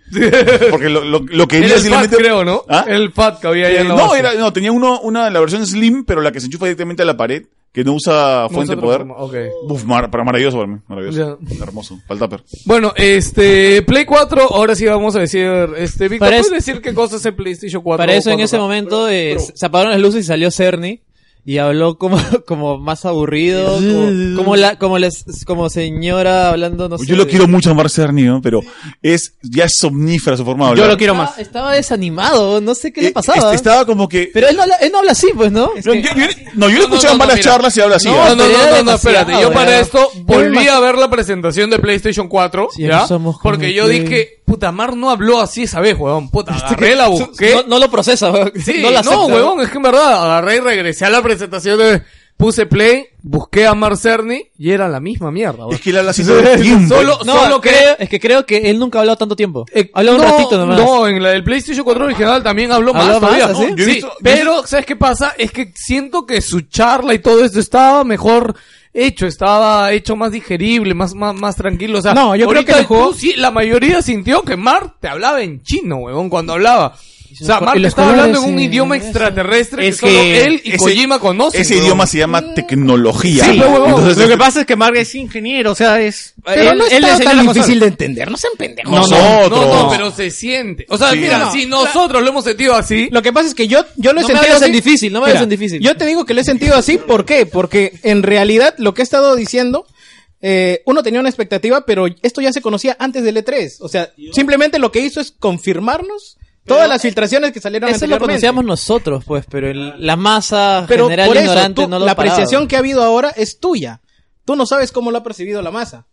[SPEAKER 8] Porque lo, lo, lo
[SPEAKER 1] Era
[SPEAKER 8] quería
[SPEAKER 1] el
[SPEAKER 8] si le
[SPEAKER 1] FAT,
[SPEAKER 8] meto-
[SPEAKER 1] creo, ¿no?
[SPEAKER 8] ¿Ah?
[SPEAKER 1] El FAT que había ahí en la
[SPEAKER 8] no,
[SPEAKER 1] base.
[SPEAKER 8] era, no, tenía uno, una, la versión slim, pero la que se enchufa directamente a la pared, que no usa
[SPEAKER 1] No es
[SPEAKER 8] fuente de
[SPEAKER 1] otra
[SPEAKER 8] poder.
[SPEAKER 1] forma, ok.
[SPEAKER 8] Uf, mar- para maravilloso para mí, maravilloso. Hermoso, para el tupper.
[SPEAKER 1] Bueno, este, Play 4, ahora sí vamos a decir, este, Víctor,
[SPEAKER 2] Para
[SPEAKER 1] ¿puedes
[SPEAKER 2] eso-
[SPEAKER 1] decir qué cosa es el PlayStation 4?
[SPEAKER 2] Para eso en
[SPEAKER 1] 4K?
[SPEAKER 2] ese momento eh, se apagaron las luces y salió Cerny y habló como, como más aburrido, como, como la, como les, como señora hablando, no sé.
[SPEAKER 8] Yo lo
[SPEAKER 2] de-
[SPEAKER 8] quiero mucho a Mark Cerny, ¿no? Pero es, ya es somnífera su forma de
[SPEAKER 5] Yo
[SPEAKER 8] hablar.
[SPEAKER 5] lo quiero más.
[SPEAKER 2] Estaba, estaba desanimado, no sé qué le
[SPEAKER 8] Eh,
[SPEAKER 2] pasaba.
[SPEAKER 8] este, estaba como que...
[SPEAKER 2] Pero él no, habla, él no habla así, pues, ¿no?
[SPEAKER 8] no, yo, yo- no, yo le
[SPEAKER 1] No, no,
[SPEAKER 8] escuchaba
[SPEAKER 1] no,
[SPEAKER 8] en malas
[SPEAKER 1] mira.
[SPEAKER 8] charlas y habla así. ¿ah?
[SPEAKER 1] No, no, no, no, no,
[SPEAKER 2] demasiado, ¿eh?
[SPEAKER 1] espérate. Yo
[SPEAKER 2] ya.
[SPEAKER 1] para esto volví
[SPEAKER 2] demasiado.
[SPEAKER 1] a ver la presentación de PlayStation 4,
[SPEAKER 2] Sí,
[SPEAKER 1] ¿ya?
[SPEAKER 2] somos como
[SPEAKER 1] Porque yo
[SPEAKER 2] que-
[SPEAKER 1] dije, puta, Mar no habló así esa vez, huevón. Puta, agarré la busqué.
[SPEAKER 2] Este No, no lo procesa, weón.
[SPEAKER 1] Sí,
[SPEAKER 2] *laughs* no
[SPEAKER 1] no,
[SPEAKER 2] lo acepta,
[SPEAKER 1] huevón, es que en verdad agarré y regresé a la presentación de... Puse play, busqué a Mark Cerny y era la misma mierda,
[SPEAKER 8] Es
[SPEAKER 1] huevón.
[SPEAKER 8] que él habla así todo el tiempo.
[SPEAKER 1] Solo,
[SPEAKER 2] No,
[SPEAKER 1] solo que...
[SPEAKER 2] creo- es que creo que él nunca ha hablado tanto tiempo.
[SPEAKER 1] Eh,
[SPEAKER 2] Habla un
[SPEAKER 1] no,
[SPEAKER 2] ratito nomás.
[SPEAKER 1] No, en la del PlayStation 4 original también habló más
[SPEAKER 2] ¿Habló más,
[SPEAKER 1] todavía.
[SPEAKER 2] así?
[SPEAKER 1] Sí,
[SPEAKER 8] Yo he visto- yo he
[SPEAKER 1] pero, ¿sabes qué pasa? Es que siento que su charla y todo esto estaba mejor hecho, estaba hecho más digerible, más, más, más tranquilo. O sea,
[SPEAKER 3] No, yo creo
[SPEAKER 1] ahorita
[SPEAKER 3] que se jugó-
[SPEAKER 1] tú sí, la mayoría sintió que Mar te hablaba en chino, huevón, cuando hablaba. O sea,
[SPEAKER 2] co-
[SPEAKER 1] Mar
[SPEAKER 2] y
[SPEAKER 1] te
[SPEAKER 2] los
[SPEAKER 1] estaba hablando en
[SPEAKER 2] colores,
[SPEAKER 1] un
[SPEAKER 2] eh,
[SPEAKER 1] idioma extraterrestre
[SPEAKER 5] Es
[SPEAKER 1] que, solo
[SPEAKER 5] que
[SPEAKER 1] él y
[SPEAKER 8] Ese-
[SPEAKER 1] Kojima conocen.
[SPEAKER 8] Ese
[SPEAKER 1] huevón.
[SPEAKER 8] idioma se llama tecnología.
[SPEAKER 1] Sí, huevón.
[SPEAKER 8] Entonces,
[SPEAKER 5] Lo que pasa es que Mark es ingeniero, o sea, es...
[SPEAKER 3] Pero no
[SPEAKER 5] le
[SPEAKER 3] es
[SPEAKER 5] enseñó
[SPEAKER 3] tan
[SPEAKER 5] las cosas.
[SPEAKER 3] difícil de entender, no sean pendejos.
[SPEAKER 8] No, no.
[SPEAKER 1] No,
[SPEAKER 8] Nosotros.
[SPEAKER 1] no, pero se siente. O sea,
[SPEAKER 8] Sí.
[SPEAKER 1] mira,
[SPEAKER 8] No,
[SPEAKER 1] si nosotros lo hemos sentido así,
[SPEAKER 3] Lo que pasa es que yo, yo lo he
[SPEAKER 2] No me
[SPEAKER 3] sentido
[SPEAKER 2] hables en
[SPEAKER 3] así.
[SPEAKER 2] difícil, no me hables en difícil.
[SPEAKER 3] Yo te digo que lo he sentido así, ¿por qué? Porque en realidad lo que he estado diciendo, eh, uno tenía una expectativa, pero esto ya se conocía antes del E3. O sea, simplemente lo que hizo es confirmarnos todas las filtraciones que salieron
[SPEAKER 2] Eso lo
[SPEAKER 3] anteriormente.
[SPEAKER 2] conocíamos nosotros, pues, pero el- la masa
[SPEAKER 3] pero
[SPEAKER 2] general
[SPEAKER 3] por eso,
[SPEAKER 2] ignorante
[SPEAKER 3] tú-
[SPEAKER 2] no lo
[SPEAKER 3] la
[SPEAKER 2] ha parado.
[SPEAKER 3] apreciación que ha habido ahora es tuya. Tú no sabes cómo lo ha percibido la masa.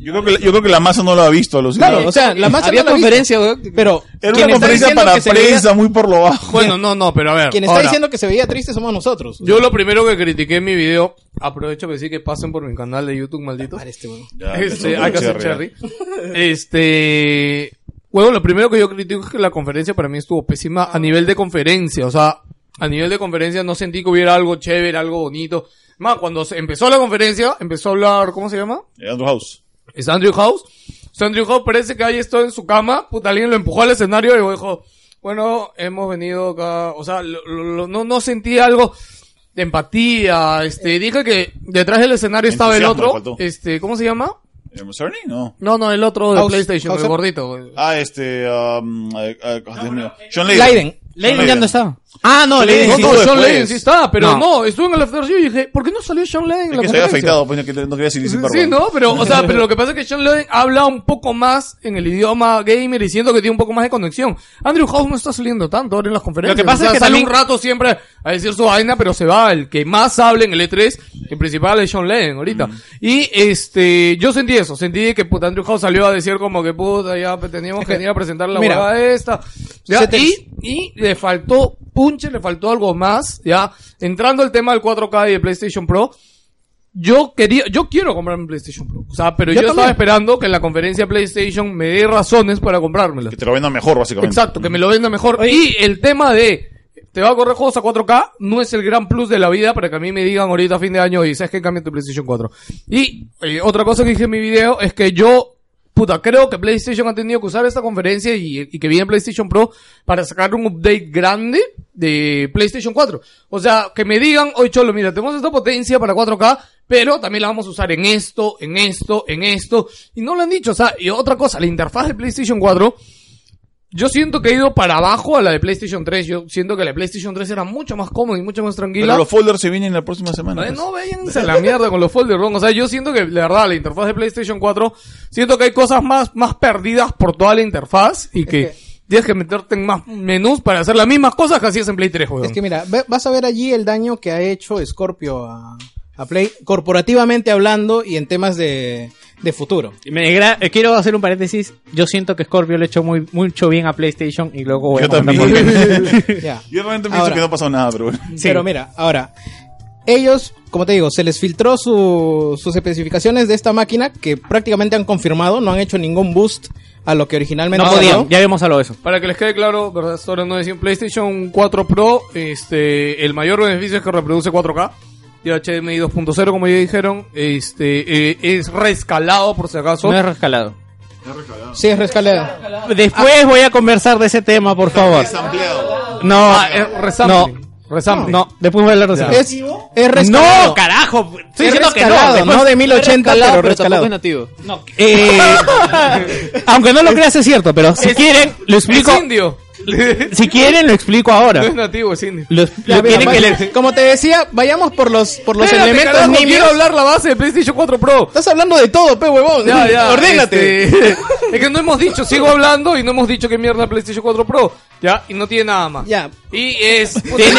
[SPEAKER 8] yo, creo que, la- yo creo que la masa no lo ha visto. Lo
[SPEAKER 3] Claro, o sea, la masa
[SPEAKER 2] Había
[SPEAKER 3] no lo ha visto.
[SPEAKER 2] conferencia, weón.
[SPEAKER 3] pero
[SPEAKER 8] Era
[SPEAKER 3] quien
[SPEAKER 8] una
[SPEAKER 3] está
[SPEAKER 8] conferencia
[SPEAKER 3] diciendo
[SPEAKER 8] para
[SPEAKER 3] que se veía-
[SPEAKER 8] prensa, muy por lo bajo.
[SPEAKER 1] bueno, no, no, pero a ver.
[SPEAKER 3] Quien está
[SPEAKER 1] ahora,
[SPEAKER 3] diciendo que se veía triste somos nosotros.
[SPEAKER 1] Yo lo primero que critiqué en mi video, aprovecho para decir que pasen por mi canal de YouTube, maldito.
[SPEAKER 8] Ya,
[SPEAKER 1] Este,
[SPEAKER 8] empezó
[SPEAKER 1] hay que
[SPEAKER 8] con
[SPEAKER 1] hacer
[SPEAKER 8] Cherry,
[SPEAKER 1] cherry. Este, huevo, lo primero que yo critico es que la conferencia para mí estuvo pésima a nivel de conferencia, o sea, a nivel de conferencia no sentí que hubiera algo chévere, algo bonito. Más, cuando se empezó la conferencia, empezó a hablar, ¿cómo se llama?
[SPEAKER 8] ¿eh? Andrew House.
[SPEAKER 1] Es Andrew House. Es Andrew House parece que ahí está en su cama. Puta, alguien lo empujó al escenario y dijo, bueno, hemos venido acá. O sea, lo- lo- lo- no, no sentí algo de empatía. Este, dije que detrás del escenario estaba el
[SPEAKER 8] Eh, Entusiasmo,
[SPEAKER 1] otro.
[SPEAKER 8] faltó.
[SPEAKER 1] Este, ¿cómo se llama?
[SPEAKER 8] ¿Eh, Cerny? No.
[SPEAKER 1] No, no, el otro de
[SPEAKER 3] House-
[SPEAKER 1] PlayStation,
[SPEAKER 3] House-
[SPEAKER 1] el gordito.
[SPEAKER 8] Ah, este. um, eh, eh, oh, Dios mío. John
[SPEAKER 3] Leiden.
[SPEAKER 8] Leiden.
[SPEAKER 9] Lady ya no estaba.
[SPEAKER 3] Ah, no,
[SPEAKER 8] le
[SPEAKER 3] Leiden.
[SPEAKER 8] dije-
[SPEAKER 3] sí.
[SPEAKER 1] No,
[SPEAKER 8] estuvo
[SPEAKER 1] Sean
[SPEAKER 8] después.
[SPEAKER 1] Layden sí está, pero
[SPEAKER 9] No.
[SPEAKER 1] no, estuvo en el After Show y dije, ¿por qué no salió Sean Layden? en
[SPEAKER 8] Es
[SPEAKER 1] la
[SPEAKER 8] que se había
[SPEAKER 1] conferencia?
[SPEAKER 8] afeitado, pues no quería- no quería decir sin barba.
[SPEAKER 1] Sí, no, pero, o sea,
[SPEAKER 5] *laughs*
[SPEAKER 1] pero lo que pasa es que Sean Layden habla un poco más en el idioma gamer y siento que tiene un poco más de conexión. Andrew House no está saliendo tanto ahora en las conferencias.
[SPEAKER 5] Lo que pasa
[SPEAKER 1] O sea,
[SPEAKER 5] es que
[SPEAKER 1] sale
[SPEAKER 5] también-
[SPEAKER 1] un rato siempre a decir su vaina, pero se va. El que más habla en el E3, el principal es Sean Layden ahorita.
[SPEAKER 5] Mm.
[SPEAKER 1] Y este, yo sentí eso, sentí que puta, Andrew House salió a decir como que puta, ya teníamos que venir a presentar la
[SPEAKER 3] Mira.
[SPEAKER 1] huevada esta. Ya,
[SPEAKER 3] Se te-
[SPEAKER 1] y, y le faltó punche, le faltó algo más, ya. Entrando al tema del 4K y de PlayStation Pro, yo quería, yo quiero comprarme un PlayStation Pro. O sea, pero yo,
[SPEAKER 3] Yo
[SPEAKER 1] estaba
[SPEAKER 3] también.
[SPEAKER 1] esperando que en la conferencia PlayStation me dé razones para
[SPEAKER 8] *laughs*
[SPEAKER 1] comprármelo.
[SPEAKER 8] Que te lo vendan mejor, básicamente.
[SPEAKER 1] Exacto, que me lo venda mejor. Y el tema de, te va a correr juegos a 4K, no es el gran plus de la vida para que a mí me digan ahorita a fin de año, y sabes que cambia tu PlayStation 4. Y eh, otra cosa que dije en mi video es que yo, puta, creo que PlayStation ha tenido que usar esta conferencia y, y que viene PlayStation Pro para sacar un update grande de PlayStation 4. O sea, que me digan, oye Cholo, mira, tenemos esta potencia para 4K, pero también la vamos a usar en esto, en esto, en esto. Y no lo han dicho, o sea, y otra cosa, la interfaz de PlayStation 4 yo siento que he ido para abajo a la de PlayStation 3. Yo siento que la de PlayStation 3 era mucho más cómoda y mucho más tranquila.
[SPEAKER 8] Pero los folders se vienen la próxima semana.
[SPEAKER 1] Eh,
[SPEAKER 8] pues.
[SPEAKER 1] No, véyanse a la mierda con los folders, ¿no? O sea, yo siento que, la verdad, la interfaz de PlayStation 4, siento que hay cosas más, más perdidas por toda la interfaz y que tienes que meterte en más menús para hacer las mismas cosas que hacías en Play 3, weón.
[SPEAKER 3] Es que mira, ve- vas a ver allí el daño que ha hecho Scorpio a, a Play, corporativamente hablando y en temas de, de futuro.
[SPEAKER 5] Me gra- eh, quiero hacer un paréntesis. Yo siento que Scorpio le ha hecho muy, mucho bien a PlayStation y luego voy a
[SPEAKER 8] Yo
[SPEAKER 5] comentar
[SPEAKER 8] también.
[SPEAKER 3] *laughs*
[SPEAKER 5] por qué.
[SPEAKER 3] Ya.
[SPEAKER 8] Yo realmente
[SPEAKER 3] Ahora.
[SPEAKER 8] pienso que no pasó nada, pero bueno.
[SPEAKER 3] Pero mira, ahora, ellos, como te digo, se les filtró su- sus especificaciones de esta máquina que prácticamente han confirmado, no han hecho ningún boost a lo que originalmente
[SPEAKER 5] No
[SPEAKER 3] salió.
[SPEAKER 5] podían, ya habíamos hablado de eso.
[SPEAKER 1] Para que les quede claro, ¿verdad? Hasta ahora no decían PlayStation 4 Pro, este, el mayor beneficio es que reproduce 4K. Y HDMI 2.0, como ya dijeron, este, eh, es reescalado por si acaso.
[SPEAKER 5] No es rescalado.
[SPEAKER 3] Sí, es rescalado.
[SPEAKER 5] Después voy a conversar de ese tema, por favor. No,
[SPEAKER 1] Ah, eh, resampling.
[SPEAKER 5] resample. No, después voy a hablar de
[SPEAKER 1] Ya.
[SPEAKER 5] ese
[SPEAKER 3] Es, es
[SPEAKER 5] No,
[SPEAKER 3] rescalado. *laughs*
[SPEAKER 5] carajo. Estoy
[SPEAKER 3] Es
[SPEAKER 5] diciendo que no.
[SPEAKER 3] rescalado,
[SPEAKER 5] después-
[SPEAKER 3] no de 1080,
[SPEAKER 5] Es
[SPEAKER 3] pero
[SPEAKER 5] rescalado,
[SPEAKER 3] rescalado.
[SPEAKER 5] tampoco es
[SPEAKER 2] *laughs*
[SPEAKER 5] nativo.
[SPEAKER 3] *laughs*
[SPEAKER 5] Eh, aunque no lo creas es cierto, pero si quieren, lo explico.
[SPEAKER 1] Es indio.
[SPEAKER 5] *laughs* Si quieren, lo explico ahora.
[SPEAKER 8] *laughs*
[SPEAKER 1] No es nativo, es indio.
[SPEAKER 5] Lo,
[SPEAKER 3] Ya,
[SPEAKER 5] lo
[SPEAKER 3] mira,
[SPEAKER 5] tienen que
[SPEAKER 3] vaya-
[SPEAKER 5] leer.
[SPEAKER 3] Como te decía, vayamos por los, por los
[SPEAKER 1] Espérate,
[SPEAKER 3] elementos
[SPEAKER 1] carajo,
[SPEAKER 3] nimios.
[SPEAKER 1] quiero hablar la base de PlayStation 4 Pro.
[SPEAKER 3] Estás hablando de todo, pe huevón.
[SPEAKER 1] Ya, ya.
[SPEAKER 3] *laughs* Ordénate.
[SPEAKER 1] este, *laughs* es que no hemos dicho, sigo hablando y no hemos dicho que mierda PlayStation 4 Pro. Ya, y no tiene nada más.
[SPEAKER 3] Ya.
[SPEAKER 1] Y es.
[SPEAKER 5] Tiene-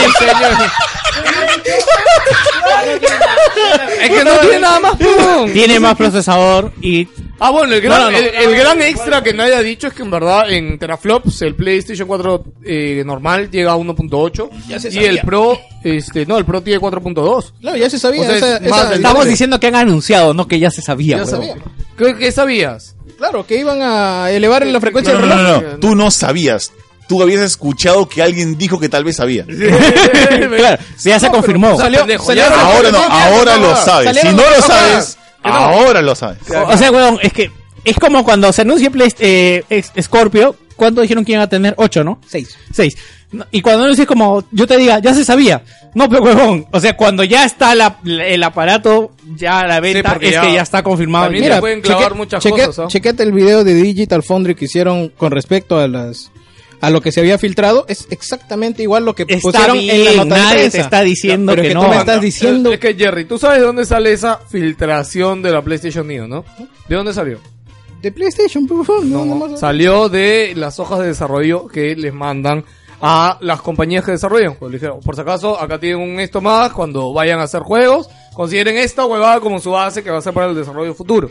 [SPEAKER 1] es que no tiene nada más,
[SPEAKER 3] *laughs*
[SPEAKER 1] pum.
[SPEAKER 5] Tiene más procesador y
[SPEAKER 1] Ah, bueno, el gran,
[SPEAKER 5] No, no, no.
[SPEAKER 1] El, el gran extra que nadie ha dicho es que en verdad en teraflops el PlayStation 4 eh, normal llega a 1.8 y el Pro, este, no, el Pro tiene 4.2.
[SPEAKER 3] No, ya se
[SPEAKER 1] O
[SPEAKER 3] sabía.
[SPEAKER 1] sea,
[SPEAKER 3] esa-
[SPEAKER 1] es
[SPEAKER 3] esa-
[SPEAKER 1] más del
[SPEAKER 5] estamos
[SPEAKER 1] doble.
[SPEAKER 5] diciendo que han anunciado, no que ya se sabía.
[SPEAKER 3] Ya
[SPEAKER 5] huevón.
[SPEAKER 3] sabía.
[SPEAKER 1] ¿Qué, qué sabías?
[SPEAKER 3] Claro, que iban a elevar la frecuencia
[SPEAKER 8] No,
[SPEAKER 3] del
[SPEAKER 8] no,
[SPEAKER 3] reloj.
[SPEAKER 8] no, no, tú no sabías. Tú habías escuchado que alguien dijo que tal vez sabía. *laughs*
[SPEAKER 5] claro, ya se confirmó.
[SPEAKER 1] Salió,
[SPEAKER 3] pendejo,
[SPEAKER 1] salió-
[SPEAKER 3] ya no.
[SPEAKER 8] Ahora no,
[SPEAKER 3] no, no,
[SPEAKER 8] ahora
[SPEAKER 3] no,
[SPEAKER 8] lo
[SPEAKER 3] no,
[SPEAKER 8] sabes. Si
[SPEAKER 3] salieron
[SPEAKER 8] no
[SPEAKER 3] las
[SPEAKER 8] lo
[SPEAKER 3] cosas.
[SPEAKER 8] sabes, ahora lo sabes.
[SPEAKER 5] O sea, weón, es que es como cuando se anunció Play- eh, ex- Scorpio, ¿cuánto dijeron que iban a tener? Ocho, ¿no?
[SPEAKER 3] Seis.
[SPEAKER 5] Seis. No, Y cuando anuncias como, yo te diga, ya se sabía. No, pero huevón, o sea, cuando ya está la- la- el aparato, ya a la venta,
[SPEAKER 1] porque
[SPEAKER 5] es
[SPEAKER 1] ya-
[SPEAKER 5] que ya está confirmado.
[SPEAKER 1] también
[SPEAKER 5] Mira,
[SPEAKER 1] te pueden clavar muchas
[SPEAKER 3] cheque-
[SPEAKER 1] cosas, ¿ah?
[SPEAKER 3] chequete el video de Digital Foundry que hicieron con respecto a las a lo que se había filtrado es exactamente igual lo que
[SPEAKER 5] Está
[SPEAKER 3] pusieron en la
[SPEAKER 5] bien,
[SPEAKER 3] nota de
[SPEAKER 5] nadie
[SPEAKER 3] prensa.
[SPEAKER 5] te está diciendo
[SPEAKER 3] Pero es
[SPEAKER 5] que
[SPEAKER 3] tú
[SPEAKER 5] no.
[SPEAKER 3] me estás diciendo
[SPEAKER 1] Es que Jerry, tú sabes de dónde sale esa filtración de la PlayStation Neo, ¿no? ¿De dónde salió?
[SPEAKER 3] de PlayStation, por favor, no, no más.
[SPEAKER 1] Salió de las hojas de desarrollo que les mandan a las compañías que desarrollan juegos. Les dijeron, por si acaso, acá tienen un esto más, cuando vayan a hacer juegos, consideren esta huevada como su base que va a ser para el desarrollo futuro.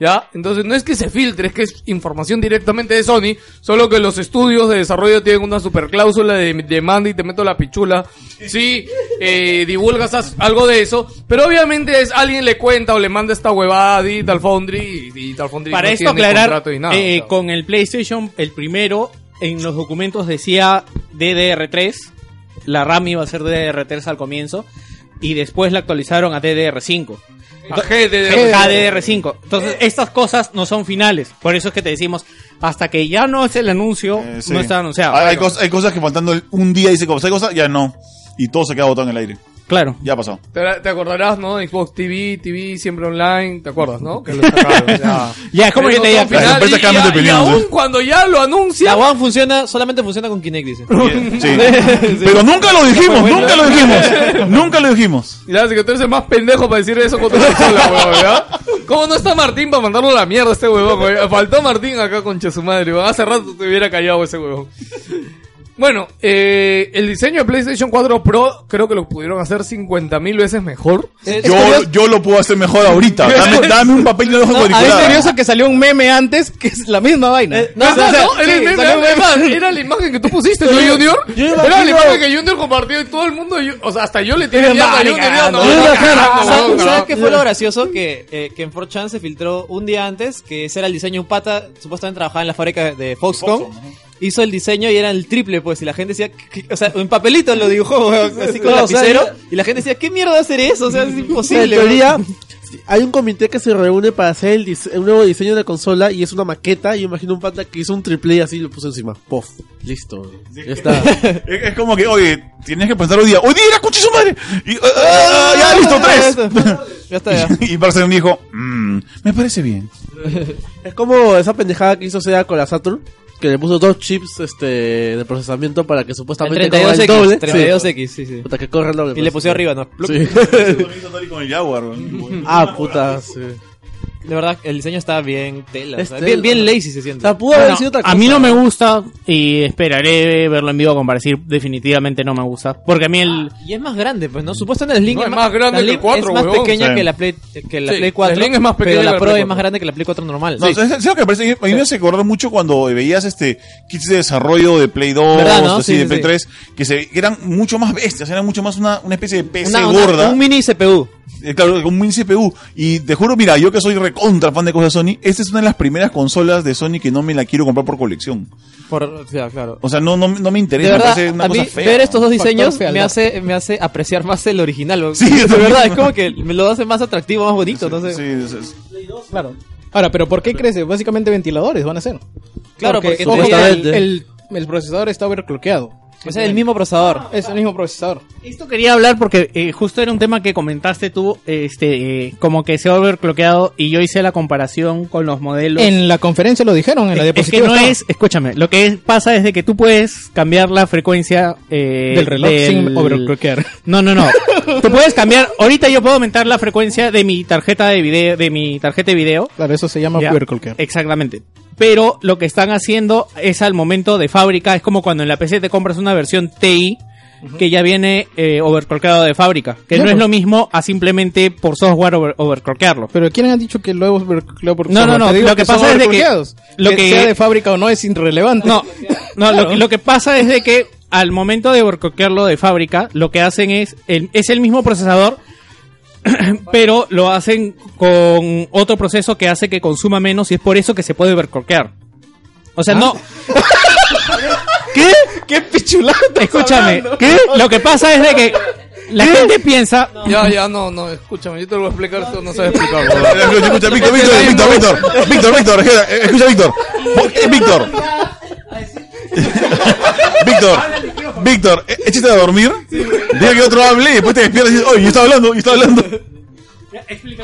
[SPEAKER 1] ¿Ya? Entonces no es que se filtre, es que es información directamente de Sony, solo que los estudios de desarrollo tienen una super cláusula de demanda y te meto la pichula. Sí, eh, divulgas as- algo de eso, pero obviamente es alguien le cuenta o le manda esta huevada a Digital Foundry y Digital Foundry
[SPEAKER 5] para
[SPEAKER 1] no
[SPEAKER 5] esto
[SPEAKER 1] tiene
[SPEAKER 5] aclarar,
[SPEAKER 1] contrato ni nada,
[SPEAKER 5] eh,
[SPEAKER 1] o sea.
[SPEAKER 5] con el PlayStation, el primero, en los documentos decía DDR3, la RAM iba a ser DDR3 al comienzo, y después la actualizaron a DDR5. KDR5. Entonces, estas cosas no son finales. Por eso es que te decimos, hasta que ya no es el anuncio,
[SPEAKER 8] Eh, sí.
[SPEAKER 5] no está anunciado.
[SPEAKER 8] Hay, hay cosas, hay cosas que faltando el- un día dice cosas, hay cosas, ya no. Y todo se queda botado en el aire.
[SPEAKER 5] Claro.
[SPEAKER 8] Ya pasó.
[SPEAKER 1] Te, te acordarás, ¿no? Xbox TV, TV, siempre online, ¿te acuerdas, no?
[SPEAKER 8] *laughs*
[SPEAKER 1] Que lo sacaron, ya.
[SPEAKER 5] Ya, es como yo te diga,
[SPEAKER 1] Al final,
[SPEAKER 8] Las empresas
[SPEAKER 1] y-
[SPEAKER 8] cambian de
[SPEAKER 1] y- y
[SPEAKER 8] opinión,
[SPEAKER 1] aún
[SPEAKER 8] ¿sí?
[SPEAKER 1] cuando ya lo
[SPEAKER 2] La
[SPEAKER 1] anuncian,
[SPEAKER 2] One funciona, solamente funciona con Kinect,
[SPEAKER 3] *laughs*
[SPEAKER 2] dice.
[SPEAKER 8] Sí.
[SPEAKER 2] *laughs*
[SPEAKER 5] *laughs*
[SPEAKER 8] Pero nunca lo dijimos, nunca lo dijimos. nunca lo dijimos.
[SPEAKER 1] ya sé que tú eres el más pendejo para decir eso con tu consola, *laughs* huevón, ¿verdad? ¿Cómo no está Martín para mandarlo a la mierda a este huevón? huevón? Faltó Martín acá, concha su madre, huevón. Hace rato te hubiera callado ese huevón. Bueno, eh, el diseño de PlayStation 4 Pro creo que lo pudieron hacer 50.000 veces mejor.
[SPEAKER 8] Yo, yo lo puedo hacer mejor ahorita.
[SPEAKER 1] *laughs*
[SPEAKER 8] Dame, dame un papel de hoja
[SPEAKER 3] A mí es
[SPEAKER 8] cuadriculada.
[SPEAKER 3] curioso que salió un meme antes que es la misma vaina.
[SPEAKER 1] Eh,
[SPEAKER 3] *laughs*
[SPEAKER 1] No, no, no, era, el
[SPEAKER 3] sí,
[SPEAKER 1] meme,
[SPEAKER 3] salió un meme.
[SPEAKER 1] además, era la imagen que tú pusiste, ¿no, Junior?
[SPEAKER 7] yo
[SPEAKER 1] era la
[SPEAKER 7] imagino-
[SPEAKER 1] imagen que Junior compartió y todo el mundo, yo- o sea, hasta yo le tiré mierda a Junior. era, no,
[SPEAKER 7] yo
[SPEAKER 1] no,
[SPEAKER 7] imagino-
[SPEAKER 1] carajo,
[SPEAKER 2] ¿Sabes,
[SPEAKER 1] no,
[SPEAKER 2] sabes
[SPEAKER 1] no.
[SPEAKER 2] qué fue lo gracioso? Que, eh, que en 4chan se filtró un día antes, que ese era el diseño de un pata, supuestamente trabajaba en la fábrica de Foxconn. Hizo el diseño y era el triple, pues, y la gente decía, "¿Qué- qué-?" o sea, en papelito lo dibujó, *laughs* weón, así con
[SPEAKER 7] *laughs* No, o sea,
[SPEAKER 2] lapicero,
[SPEAKER 7] era-
[SPEAKER 2] y la gente decía, ¿qué mierda hacer eso? O sea, es
[SPEAKER 7] *laughs*
[SPEAKER 2] imposible.
[SPEAKER 7] en
[SPEAKER 2] weón".
[SPEAKER 7] teoría, hay un comité que se reúne para hacer el dise- un nuevo diseño de la consola y es una maqueta. Y yo imagino un pata que hizo un triple y así y lo puso encima. Pof, listo. Ya
[SPEAKER 1] *laughs*
[SPEAKER 7] está.
[SPEAKER 8] Es, es como que, oye, Eh, tienes que pensar hoy día. Hoy día era concha de su madre. Y, ah, ah, ya, listo, tres.
[SPEAKER 2] Ya está, ya.
[SPEAKER 8] *laughs* y Barcelona dijo, "Mm, me parece bien.
[SPEAKER 7] es como esa pendejada que hizo Sega con la Saturn. Que le puso dos chips este, de procesamiento para que supuestamente
[SPEAKER 2] El
[SPEAKER 7] corra el
[SPEAKER 2] 32X,
[SPEAKER 7] doble.
[SPEAKER 2] 32X, sí, sí.
[SPEAKER 7] Sí. Puta, que corra el doble. *laughs*
[SPEAKER 2] Y le
[SPEAKER 7] pues. *laughs*
[SPEAKER 2] puso arriba, ¿no?
[SPEAKER 7] Sí.
[SPEAKER 2] *laughs*
[SPEAKER 8] Con el Jaguar.
[SPEAKER 7] ah, puta. Sí.
[SPEAKER 2] De verdad, el diseño está bien tela. o sea,
[SPEAKER 5] Este-
[SPEAKER 2] bien, bien lazy se siente.
[SPEAKER 5] Bueno, A mí no me gusta y esperaré verlo en vivo como para decir definitivamente no me gusta. Porque a mí el...
[SPEAKER 2] Y es más grande, pues, ¿no? Supuestamente la Slim
[SPEAKER 1] No, es
[SPEAKER 2] ma-
[SPEAKER 1] más grande
[SPEAKER 2] la
[SPEAKER 1] que el
[SPEAKER 2] Slim
[SPEAKER 1] 4,
[SPEAKER 2] es más
[SPEAKER 1] huevón.
[SPEAKER 2] pequeña
[SPEAKER 1] Sí.
[SPEAKER 2] que la Play, que la
[SPEAKER 1] Sí,
[SPEAKER 2] Play 4.
[SPEAKER 1] la Slim es más pequeña
[SPEAKER 2] pero
[SPEAKER 1] que
[SPEAKER 2] la,
[SPEAKER 1] la
[SPEAKER 2] Pro
[SPEAKER 1] Play
[SPEAKER 2] es más
[SPEAKER 1] 4.
[SPEAKER 2] grande que la Play 4 normal.
[SPEAKER 8] No,
[SPEAKER 2] Sí.
[SPEAKER 8] ¿sabes, sabes lo que me parece? A mí me hace acordar mucho cuando veías este kits de desarrollo de Play 2,
[SPEAKER 2] ¿Verdad, no?
[SPEAKER 8] así
[SPEAKER 2] Sí,
[SPEAKER 8] de
[SPEAKER 2] sí,
[SPEAKER 8] Play
[SPEAKER 2] sí.
[SPEAKER 8] 3, que se, que eran mucho más bestias, eran mucho más una, una especie de PC
[SPEAKER 2] Una- una-
[SPEAKER 8] gorda. Eh,
[SPEAKER 2] un mini CPU.
[SPEAKER 8] claro, un mini CPU. Y te juro, mira, yo que soy recontra fan de cosas de Sony, esta es una de las primeras consolas de Sony que no me la quiero comprar por colección.
[SPEAKER 2] Por, o
[SPEAKER 8] ah,
[SPEAKER 2] sea, claro.
[SPEAKER 8] O sea, no, no, no me
[SPEAKER 2] De
[SPEAKER 8] interesa, me
[SPEAKER 2] verdad,
[SPEAKER 8] parece una
[SPEAKER 2] a mí
[SPEAKER 8] cosa fea.
[SPEAKER 2] ver estos dos
[SPEAKER 8] Factor
[SPEAKER 2] diseños
[SPEAKER 8] fealdad.
[SPEAKER 2] me
[SPEAKER 8] *laughs*
[SPEAKER 2] hace, me hace apreciar más el original.
[SPEAKER 8] Sí,
[SPEAKER 2] de
[SPEAKER 8] también.
[SPEAKER 2] verdad, es como que me lo hace más atractivo, más bonito. entonces,
[SPEAKER 3] Claro. Ahora, pero ¿por qué crece? Básicamente ventiladores van a ser.
[SPEAKER 2] Claro, porque
[SPEAKER 3] ojo, el,
[SPEAKER 2] supuestamente-
[SPEAKER 3] el- el procesador está overclockeado. Ah,
[SPEAKER 2] O sea, el mismo procesador.
[SPEAKER 3] Es el mismo procesador.
[SPEAKER 5] Esto quería hablar porque eh, justo era un tema que comentaste tú, este, eh, como que se ha overclockeado y yo hice la comparación con los modelos.
[SPEAKER 3] En la conferencia lo dijeron, en la
[SPEAKER 5] Es- es que
[SPEAKER 3] diapositiva.
[SPEAKER 5] no
[SPEAKER 3] estaba.
[SPEAKER 5] es, escúchame, lo que es- pasa es de que tú puedes cambiar la frecuencia eh,
[SPEAKER 3] Del reloj sin overclockear.
[SPEAKER 5] No, no, no. tú puedes cambiar. Ahorita yo puedo aumentar la frecuencia de mi tarjeta de video, de mi tarjeta de video.
[SPEAKER 3] Claro, eso se llama
[SPEAKER 5] Ya.
[SPEAKER 3] overclockear.
[SPEAKER 5] Exactamente. Pero lo que están haciendo es al momento de fábrica, es como cuando en la PC te compras una versión TI que ya viene eh, overclockeado de fábrica, que
[SPEAKER 3] Ya,
[SPEAKER 5] no es
[SPEAKER 3] pues.
[SPEAKER 5] lo mismo a simplemente por software over- overclockearlo.
[SPEAKER 3] Pero ¿quiénes han dicho que lo hemos overclockeado por
[SPEAKER 5] No, no,
[SPEAKER 3] software?
[SPEAKER 5] no,
[SPEAKER 3] Te digo
[SPEAKER 5] lo que
[SPEAKER 3] son
[SPEAKER 5] pasa es de que-
[SPEAKER 3] overclockeados.
[SPEAKER 5] lo
[SPEAKER 3] Que
[SPEAKER 5] que-
[SPEAKER 3] sea de fábrica o no es irrelevante.
[SPEAKER 5] No,
[SPEAKER 3] *laughs*
[SPEAKER 5] no lo, lo que pasa es de que al momento de overclockearlo de fábrica, lo que hacen es el, es el mismo procesador, *clears throat* pero lo hacen con otro proceso que hace que consuma menos y es por eso que se puede overclockear. O sea, no.
[SPEAKER 3] Ah.
[SPEAKER 5] ¿Qué? ¿Qué pichulado? Escúchame, ¿qué? Lo que pasa es de que la gente piensa,
[SPEAKER 1] Ya, ya, no, no, escúchame, yo te lo voy a explicar, esto no sabes *laughs* explicarlo.
[SPEAKER 8] Escucha, Víctor, Víctor, Víctor, Víctor, Víctor, Víctor, escucha, escucha, Víctor, Eh,
[SPEAKER 1] *laughs*
[SPEAKER 8] Víctor, Víctor, Víctor, eh, échate a dormir, deja que otro hable y después te despiertas y dices, oye, yo estaba hablando, yo estaba hablando.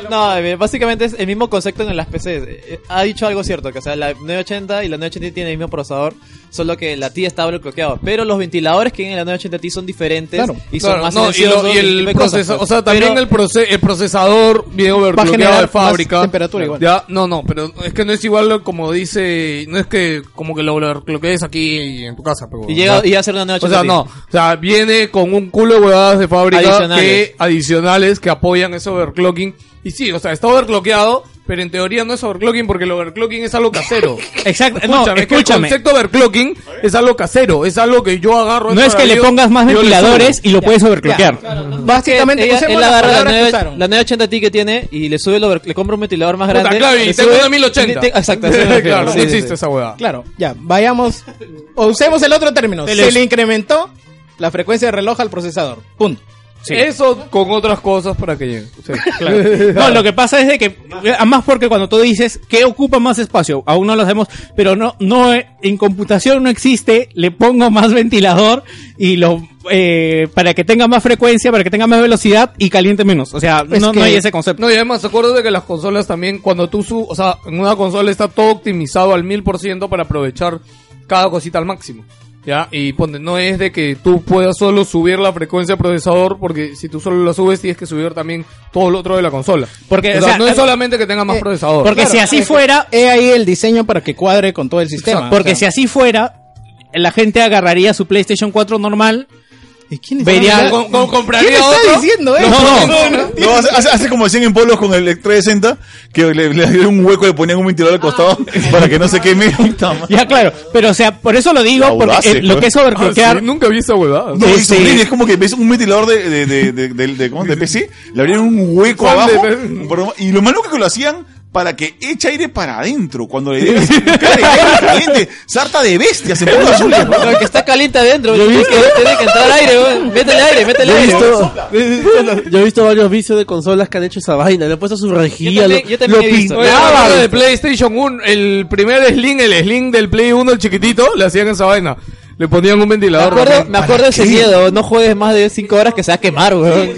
[SPEAKER 2] No, eh, básicamente es el mismo concepto en las PCs. Eh, Ha dicho algo cierto, que o sea, la 980 y la 980 tienen el mismo procesador, solo que la TI está bloqueado. Pero los ventiladores que hay en la 980 ti son diferentes
[SPEAKER 1] Claro.
[SPEAKER 2] y son
[SPEAKER 1] Claro,
[SPEAKER 2] más
[SPEAKER 1] no, y, lo-
[SPEAKER 2] silenciosos
[SPEAKER 1] y
[SPEAKER 2] ese
[SPEAKER 1] el
[SPEAKER 2] tipo de cosas,
[SPEAKER 1] procesador, o
[SPEAKER 2] pues.
[SPEAKER 1] sea, también
[SPEAKER 2] Pero-
[SPEAKER 1] el, proce- el procesador bien overclockeado
[SPEAKER 3] generar
[SPEAKER 1] de fábrica.
[SPEAKER 3] más temperatura igual.
[SPEAKER 1] Ya, no, no, pero es que no es igual como dice, no es que como que lo overclockees aquí en tu casa. Pero,
[SPEAKER 2] Y llega-
[SPEAKER 1] ¿no?
[SPEAKER 2] y hace una noche
[SPEAKER 1] O sea,
[SPEAKER 2] así.
[SPEAKER 1] no, o sea, viene con un culo de huevadas de fábrica
[SPEAKER 2] Adicionales.
[SPEAKER 1] que adicionales que apoyan ese overclocking. Y sí, o sea, está overclockeado, pero en teoría no es overclocking porque el overclocking es algo
[SPEAKER 5] *laughs*
[SPEAKER 1] casero.
[SPEAKER 5] Exacto, no,
[SPEAKER 1] Escúchame, es que
[SPEAKER 5] escúchame.
[SPEAKER 1] el concepto de overclocking es algo casero, es algo que yo agarro.
[SPEAKER 5] no
[SPEAKER 1] esto
[SPEAKER 5] es que
[SPEAKER 1] de
[SPEAKER 5] le
[SPEAKER 1] ahí,
[SPEAKER 5] pongas más
[SPEAKER 1] yo le subo.
[SPEAKER 5] ventiladores y lo puedes overclockear.
[SPEAKER 3] Básicamente,
[SPEAKER 2] ella-
[SPEAKER 3] usemos
[SPEAKER 2] él
[SPEAKER 3] las
[SPEAKER 2] agarra la,
[SPEAKER 3] palabras que
[SPEAKER 2] nueve-
[SPEAKER 3] usaron.
[SPEAKER 2] la 980 ti que tiene y le sube el over- le compra un ventilador más
[SPEAKER 1] Puta,
[SPEAKER 2] grande.
[SPEAKER 1] claro, y
[SPEAKER 2] le
[SPEAKER 1] tengo
[SPEAKER 2] sube-
[SPEAKER 1] una 1080. *laughs*
[SPEAKER 2] te- *laughs* Exacto, eso me refiero,
[SPEAKER 1] Claro,
[SPEAKER 2] sí,
[SPEAKER 1] no
[SPEAKER 2] sí, sí.
[SPEAKER 1] existe esa huevada.
[SPEAKER 3] Claro, ya, vayamos. O usemos el otro término.
[SPEAKER 1] Se
[SPEAKER 3] Se,
[SPEAKER 1] les-
[SPEAKER 3] le incrementó la frecuencia de reloj al procesador. Punto.
[SPEAKER 1] Eso con otras cosas para que lleguen.
[SPEAKER 5] *laughs*
[SPEAKER 1] Sí, *laughs* claro.
[SPEAKER 5] No, lo que pasa es de que, además porque cuando tú dices que ocupa más espacio, aún no lo sabemos, pero no, no, eh, en computación no existe, le pongo más ventilador y lo, eh, para que tenga más frecuencia, para que tenga más velocidad y caliente menos. O sea,
[SPEAKER 1] Es
[SPEAKER 5] no,
[SPEAKER 1] que-
[SPEAKER 5] no hay ese concepto.
[SPEAKER 1] No, y además, acuérdate que las consolas también, cuando tú su, o sea, en una consola está todo optimizado al mil por ciento para aprovechar cada cosita al máximo. ¿Ya? Y ponte, no es de que tú puedas solo subir la frecuencia de procesador, porque si tú solo la subes, tienes que subir también todo lo otro de la consola.
[SPEAKER 5] Porque,
[SPEAKER 1] o
[SPEAKER 5] o
[SPEAKER 1] sea,
[SPEAKER 5] sea,
[SPEAKER 1] no es
[SPEAKER 5] eh,
[SPEAKER 1] solamente que tenga más
[SPEAKER 3] eh,
[SPEAKER 1] procesador.
[SPEAKER 5] Porque si así
[SPEAKER 8] Ah,
[SPEAKER 5] fuera,
[SPEAKER 3] He ahí el diseño para que cuadre con todo el sistema.
[SPEAKER 5] porque si así fuera, la gente agarraría su PlayStation 4 normal,
[SPEAKER 3] si quién está
[SPEAKER 5] vería
[SPEAKER 3] hablando?
[SPEAKER 5] algo.
[SPEAKER 3] ¿Quién
[SPEAKER 1] compraría
[SPEAKER 3] está
[SPEAKER 1] otro.
[SPEAKER 3] diciendo eso?
[SPEAKER 5] eh? No, *laughs* no.
[SPEAKER 8] No, hace, hace- hace como decían en pueblos con el 360, que le, le dieron un hueco, le ponían un ventilador al costado para que no se queme. Puta madre.
[SPEAKER 5] Ah. *laughs* Ya, claro. Pero, o sea, por eso lo digo,
[SPEAKER 8] La
[SPEAKER 5] porque eh,
[SPEAKER 8] audacia,
[SPEAKER 5] lo que es
[SPEAKER 8] ¿no?
[SPEAKER 5] overclockear,
[SPEAKER 1] Ah, sí, nunca vi esa huevada.
[SPEAKER 8] No, es
[SPEAKER 5] Este-
[SPEAKER 8] horrible, es como que ves un ventilador de, de, de, de, de, de- ¿cómo? de PC, le abrieron un hueco
[SPEAKER 1] Fan
[SPEAKER 8] abajo,
[SPEAKER 1] de-
[SPEAKER 8] por lo- y lo malo que lo hacían para que eche aire para adentro, cuando le
[SPEAKER 2] *laughs*
[SPEAKER 8] llegas caliente, sarta de bestias en pueblos azules. ¿no?
[SPEAKER 2] Pero que está caliente adentro, tiene que, tiene que entrar aire, weón. métele aire, métele
[SPEAKER 7] Yo he,
[SPEAKER 2] aire.
[SPEAKER 7] visto, yo he visto varios vicios de consolas que han hecho esa vaina. Le han puesto su
[SPEAKER 2] Yo
[SPEAKER 7] rejilla,
[SPEAKER 2] también-
[SPEAKER 7] lo,
[SPEAKER 2] yo también
[SPEAKER 7] lo
[SPEAKER 2] he visto.
[SPEAKER 1] Oye,
[SPEAKER 7] pintaban.
[SPEAKER 1] hablando de PlayStation 1, el primer sling, el sling del Play 1, el chiquitito, le hacían esa vaina. Le ponían un
[SPEAKER 2] Me
[SPEAKER 1] ventilador.
[SPEAKER 2] acuerdo,
[SPEAKER 1] también.
[SPEAKER 2] me acuerdo ese miedo, no juegues más de 5 horas que se va a quemar, weón.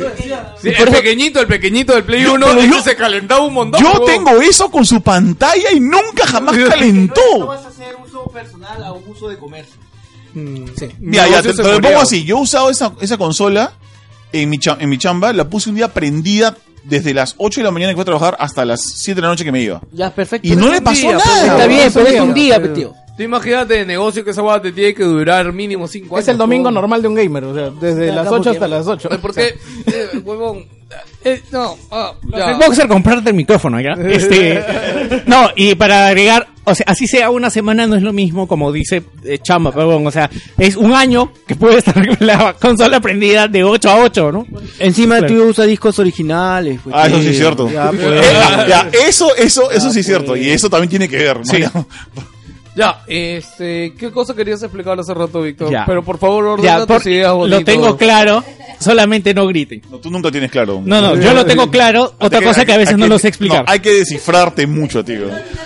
[SPEAKER 1] Sí, el pequeñito, el pequeñito del Play 1,
[SPEAKER 8] pero
[SPEAKER 1] ese
[SPEAKER 8] yo-
[SPEAKER 1] se calentaba un montón.
[SPEAKER 8] Yo
[SPEAKER 1] huevón.
[SPEAKER 8] tengo eso con su pantalla y nunca jamás
[SPEAKER 4] No
[SPEAKER 8] calentó.
[SPEAKER 4] vas a hacer uso personal a un uso de comercio.
[SPEAKER 8] Mira,
[SPEAKER 1] Mm, Mi
[SPEAKER 8] ya,
[SPEAKER 1] negocio
[SPEAKER 8] te,
[SPEAKER 1] se
[SPEAKER 8] te lo
[SPEAKER 1] murió.
[SPEAKER 8] pongo así. Yo he usado esa, esa consola en mi, cha- en mi chamba, la puse un día prendida desde las 8 de la mañana que fue a trabajar hasta las 7 de la noche que me iba.
[SPEAKER 9] Ya, perfecto.
[SPEAKER 8] Y no le pasó nada.
[SPEAKER 9] Está bien, pero es un día,
[SPEAKER 1] pero-
[SPEAKER 9] pe, tío.
[SPEAKER 1] Tú imagínate de negocio que esa guada te tiene que durar mínimo 5 años.
[SPEAKER 3] Es el domingo
[SPEAKER 1] huevón.
[SPEAKER 3] normal de un gamer, o sea, desde
[SPEAKER 1] Ya,
[SPEAKER 3] las
[SPEAKER 1] estamos
[SPEAKER 3] 8 hasta
[SPEAKER 1] bien.
[SPEAKER 3] las 8.
[SPEAKER 1] Ay, ¿Por qué? Eh, huevón. Eh, no, ah, ya.
[SPEAKER 5] Boxer, comprarte el
[SPEAKER 8] *laughs*
[SPEAKER 5] micrófono, ¿ya? Este, no, y para agregar, o sea, así sea una semana no es lo mismo como dice eh, Chamba, perdón, o sea, es un año que puede estar *laughs* la consola prendida de 8 a 8, ¿no?
[SPEAKER 9] Encima
[SPEAKER 5] Claro.
[SPEAKER 9] tú usas discos originales. pues,
[SPEAKER 8] Ah, eso sí
[SPEAKER 9] tío.
[SPEAKER 8] es cierto. *laughs*
[SPEAKER 9] Ya, pues.
[SPEAKER 8] Eh, ah, ya, eso, eso, eso sí es cierto. Y eso también tiene que ver. ¿no?
[SPEAKER 1] Sí.
[SPEAKER 8] Ya.
[SPEAKER 1] Ya, este, ¿qué cosa querías explicar hace rato, Víctor?
[SPEAKER 5] Ya.
[SPEAKER 1] Pero por favor, ordena
[SPEAKER 5] Ya, por-
[SPEAKER 1] tus ideas,
[SPEAKER 5] lo
[SPEAKER 1] bonito.
[SPEAKER 5] tengo claro, solamente no griten.
[SPEAKER 8] No, tú nunca tienes claro.
[SPEAKER 5] No, no, yo lo tengo claro, otra cosa que a veces no lo
[SPEAKER 8] los
[SPEAKER 5] sé explicar.
[SPEAKER 8] hay que descifrarte mucho, tío.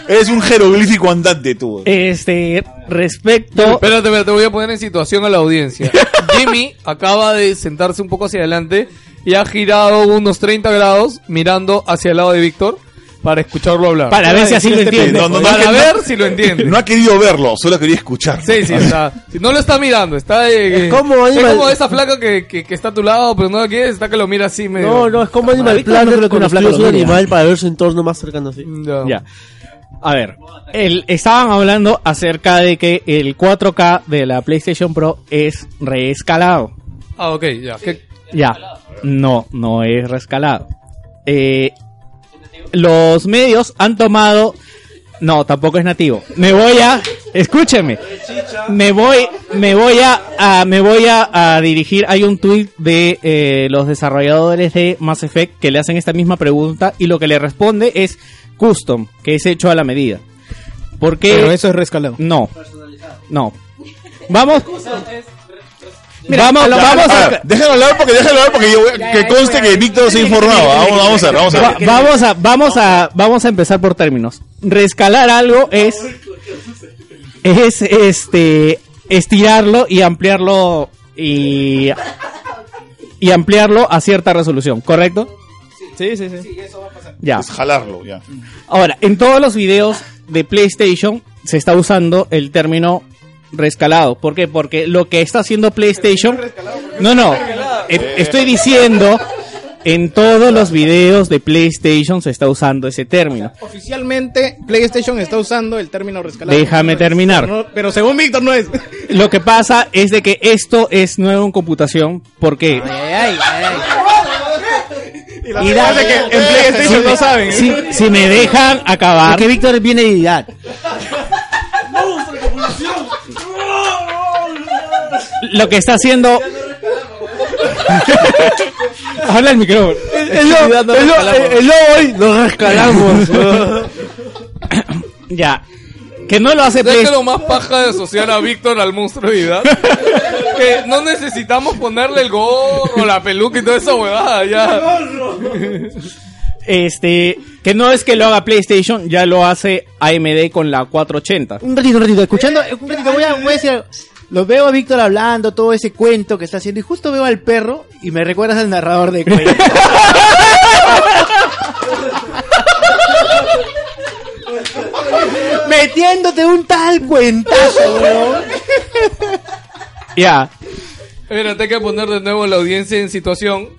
[SPEAKER 8] Eres un jeroglífico andante, tú.
[SPEAKER 5] Este, respecto...
[SPEAKER 1] Espérate, espérate, te voy a poner en situación a la
[SPEAKER 5] *laughs*
[SPEAKER 1] audiencia. Jimmy acaba de sentarse un poco hacia adelante y ha girado unos 30 grados mirando hacia el lado de Víctor para escucharlo hablar.
[SPEAKER 5] Para ver si así lo entiende.
[SPEAKER 8] No, no, no,
[SPEAKER 1] para
[SPEAKER 8] que no-
[SPEAKER 1] ver si lo entiende.
[SPEAKER 8] No ha querido verlo, solo quería escuchar.
[SPEAKER 1] Sí, sí, está.
[SPEAKER 8] *laughs*
[SPEAKER 1] si No lo está mirando, está de.
[SPEAKER 9] Es como
[SPEAKER 1] es
[SPEAKER 9] animal-
[SPEAKER 1] como esa flaca que, que, que está a tu lado, pero no la quieres, está que lo mira así medio.
[SPEAKER 7] No, no, es
[SPEAKER 5] Ah,
[SPEAKER 7] como Animal
[SPEAKER 9] Ahorita no creo
[SPEAKER 7] Planet
[SPEAKER 9] que una flaca
[SPEAKER 7] construyes
[SPEAKER 9] lo
[SPEAKER 7] un
[SPEAKER 9] mire.
[SPEAKER 7] animal para ver su entorno más cercano así.
[SPEAKER 1] Ya.
[SPEAKER 5] Ya. A ver, el- estaban hablando acerca de que el 4K de la PlayStation Pro es reescalado.
[SPEAKER 1] Ah, ok, ya. ¿Qué-
[SPEAKER 5] Ya, no, no es rescalado. Eh, los medios han tomado... No, tampoco es nativo. Me voy a... Escúcheme. Me voy, me voy a, a- me voy a, a dirigir. Hay un tweet de eh, los desarrolladores de Mass Effect que le hacen esta misma pregunta y lo que le responde es custom, que es hecho a la medida. Porque
[SPEAKER 3] Pero eso es rescalado.
[SPEAKER 5] no, no. Vamos.
[SPEAKER 8] Mira,
[SPEAKER 5] vamos,
[SPEAKER 8] a lo-
[SPEAKER 5] vamos
[SPEAKER 8] a
[SPEAKER 5] a-
[SPEAKER 8] ver, déjalo hablar porque déjalo hablar porque yo voy- que conste que Víctor se informaba. Vamos, vamos a ver, vamos a
[SPEAKER 5] Va-
[SPEAKER 8] ver.
[SPEAKER 5] vamos a vamos a vamos a empezar por términos. Rescalar algo es es este estirarlo y ampliarlo y y ampliarlo a cierta resolución, ¿correcto?
[SPEAKER 2] Sí, sí, sí.
[SPEAKER 5] Ya.
[SPEAKER 8] Es jalarlo, ya.
[SPEAKER 5] Ahora, en todos los videos de PlayStation se está usando el término rescalado. ¿Por qué? Porque lo que está haciendo PlayStation... No, no. Eh, Estoy diciendo... En todos los videos de PlayStation se está usando ese término.
[SPEAKER 3] Oficialmente, PlayStation está usando el término rescalado. No
[SPEAKER 5] Déjame
[SPEAKER 3] es-
[SPEAKER 5] terminar.
[SPEAKER 3] no- pero según Víctor, no es.
[SPEAKER 5] Lo que pasa es de que esto es nuevo en computación. ¿Por qué?
[SPEAKER 3] Y dale que en PlayStation no saben.
[SPEAKER 5] Si, si me dejan acabar...
[SPEAKER 9] Porque Víctor viene de idear.
[SPEAKER 5] Lo que está haciendo... Habla el micrófono.
[SPEAKER 7] El lobo, el lobo, el lobo hoy lo rescalamos.
[SPEAKER 5] *laughs* Ya. Que no lo hace pues.
[SPEAKER 1] ¿Sabes qué es
[SPEAKER 5] PlayStation.
[SPEAKER 1] lo más paja de asociar a Víctor al monstruo de edad?
[SPEAKER 5] *laughs*
[SPEAKER 1] que no necesitamos ponerle el gorro, la peluca y toda esa huevada, ya.
[SPEAKER 5] Este, que no es que lo haga PlayStation, ya lo hace AMD con la 480.
[SPEAKER 9] Un ratito, un ratito, escuchando, un ratito, voy a, voy a decir algo. Lo veo a Víctor hablando, todo ese cuento que está haciendo, y justo veo al perro y me recuerdas al narrador de *laughs* cuentos. Metiéndote un tal cuentazo, weón.
[SPEAKER 5] Ya.
[SPEAKER 1] Mira, tengo que poner de nuevo la audiencia en situación.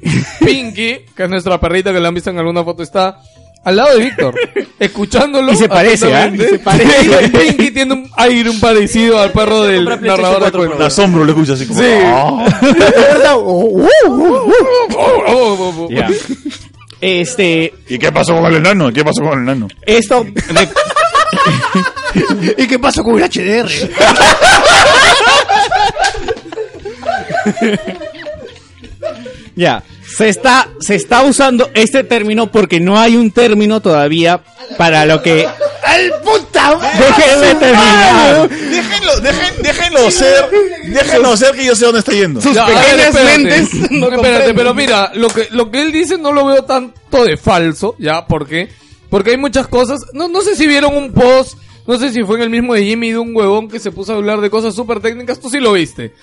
[SPEAKER 1] Pinky, que es nuestra perrita que la han visto en alguna foto, está al lado de Víctor, escuchándolo.
[SPEAKER 5] Y se parece, ¿ah?
[SPEAKER 1] atentamente.
[SPEAKER 5] Y
[SPEAKER 1] *laughs*
[SPEAKER 3] *laughs*
[SPEAKER 5] se parece.
[SPEAKER 1] Pinky tiene un aire, un parecido al perro del narrador de
[SPEAKER 8] Con
[SPEAKER 1] cuentas.
[SPEAKER 8] asombro lo escuchas así como.
[SPEAKER 1] Sí.
[SPEAKER 8] "Ah".
[SPEAKER 1] Oh, oh, oh, oh.
[SPEAKER 5] Ya. Este,
[SPEAKER 8] ¿Y qué pasó con el enano? ¿Qué pasó con el enano?
[SPEAKER 5] esto de-
[SPEAKER 9] *laughs* ¿Y qué pasó con el HDR?
[SPEAKER 5] ya, se está se está usando este término porque no hay un término todavía para lo que
[SPEAKER 9] ¡Al puta!
[SPEAKER 1] Ah,
[SPEAKER 5] Déjenme terminar.
[SPEAKER 8] Déjenlo, dejen, déjenlo ser. Déjenlo ser que yo sé dónde está yendo.
[SPEAKER 1] Ya, a ver,
[SPEAKER 5] pequeñas
[SPEAKER 1] espérate. *laughs*
[SPEAKER 5] mentes no
[SPEAKER 1] espérate,
[SPEAKER 5] comprenden.
[SPEAKER 1] pero mira, lo que, lo que él dice no lo veo tanto de falso, ya, porque porque hay muchas cosas. No, no sé si vieron un post, no sé si fue en el mismo de Jimmy de un huevón que se puso a hablar de cosas súper técnicas, tú sí lo viste.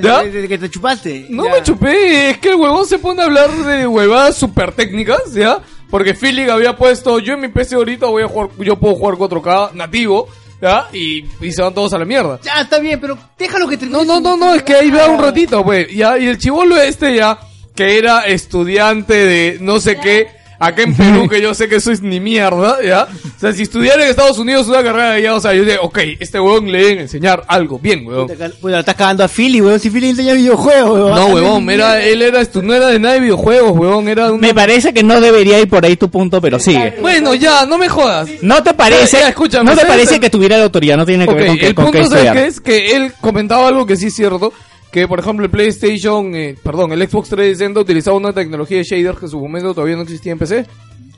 [SPEAKER 1] ¿Ya?
[SPEAKER 9] Desde que te chupaste.
[SPEAKER 1] No
[SPEAKER 9] Ya.
[SPEAKER 1] me chupé, es que el huevón se pone a hablar de huevadas súper técnicas, ¿ya? Porque Philip había puesto, yo en mi PC ahorita voy a jugar, yo puedo jugar 4K nativo, ¿ya? Y, y se van todos a la mierda.
[SPEAKER 9] Ya, está bien, pero déjalo que termine.
[SPEAKER 1] No, no,
[SPEAKER 9] su-
[SPEAKER 1] no, no, es que ahí va un ratito, pues. Ya, y el chivolo este ya, que era estudiante de no sé qué, acá en Perú, que yo sé que eso es ni mierda, ¿ya? O sea, si estudiara en Estados Unidos una carrera de allá, o sea, yo digo, ok, este huevón le deben enseñar algo, bien, huevón.
[SPEAKER 9] Bueno, estás cagando a Philly, weón. Si Philly enseña videojuegos, weón.
[SPEAKER 1] No, huevón, era, eh, él era, estu- no era de nada de videojuegos, huevón, era de una...
[SPEAKER 5] Me parece que no debería ir por ahí tu punto, pero sigue.
[SPEAKER 1] Bueno, ya, no me jodas.
[SPEAKER 5] ¿No te parece?
[SPEAKER 1] Eh, Ya, ya, escúchame,
[SPEAKER 5] ¿No te
[SPEAKER 1] ¿sabes?
[SPEAKER 5] parece que tuviera la autoridad? No tiene que ver
[SPEAKER 1] Ok,
[SPEAKER 5] con que,
[SPEAKER 1] el
[SPEAKER 5] con
[SPEAKER 1] punto
[SPEAKER 5] que
[SPEAKER 1] ¿sabes
[SPEAKER 5] estudiar.
[SPEAKER 1] qué es que él comentaba algo que sí es cierto, que por ejemplo el PlayStation, eh, perdón, el Xbox 360 utilizaba una tecnología de shaders que en su momento todavía no existía en PC.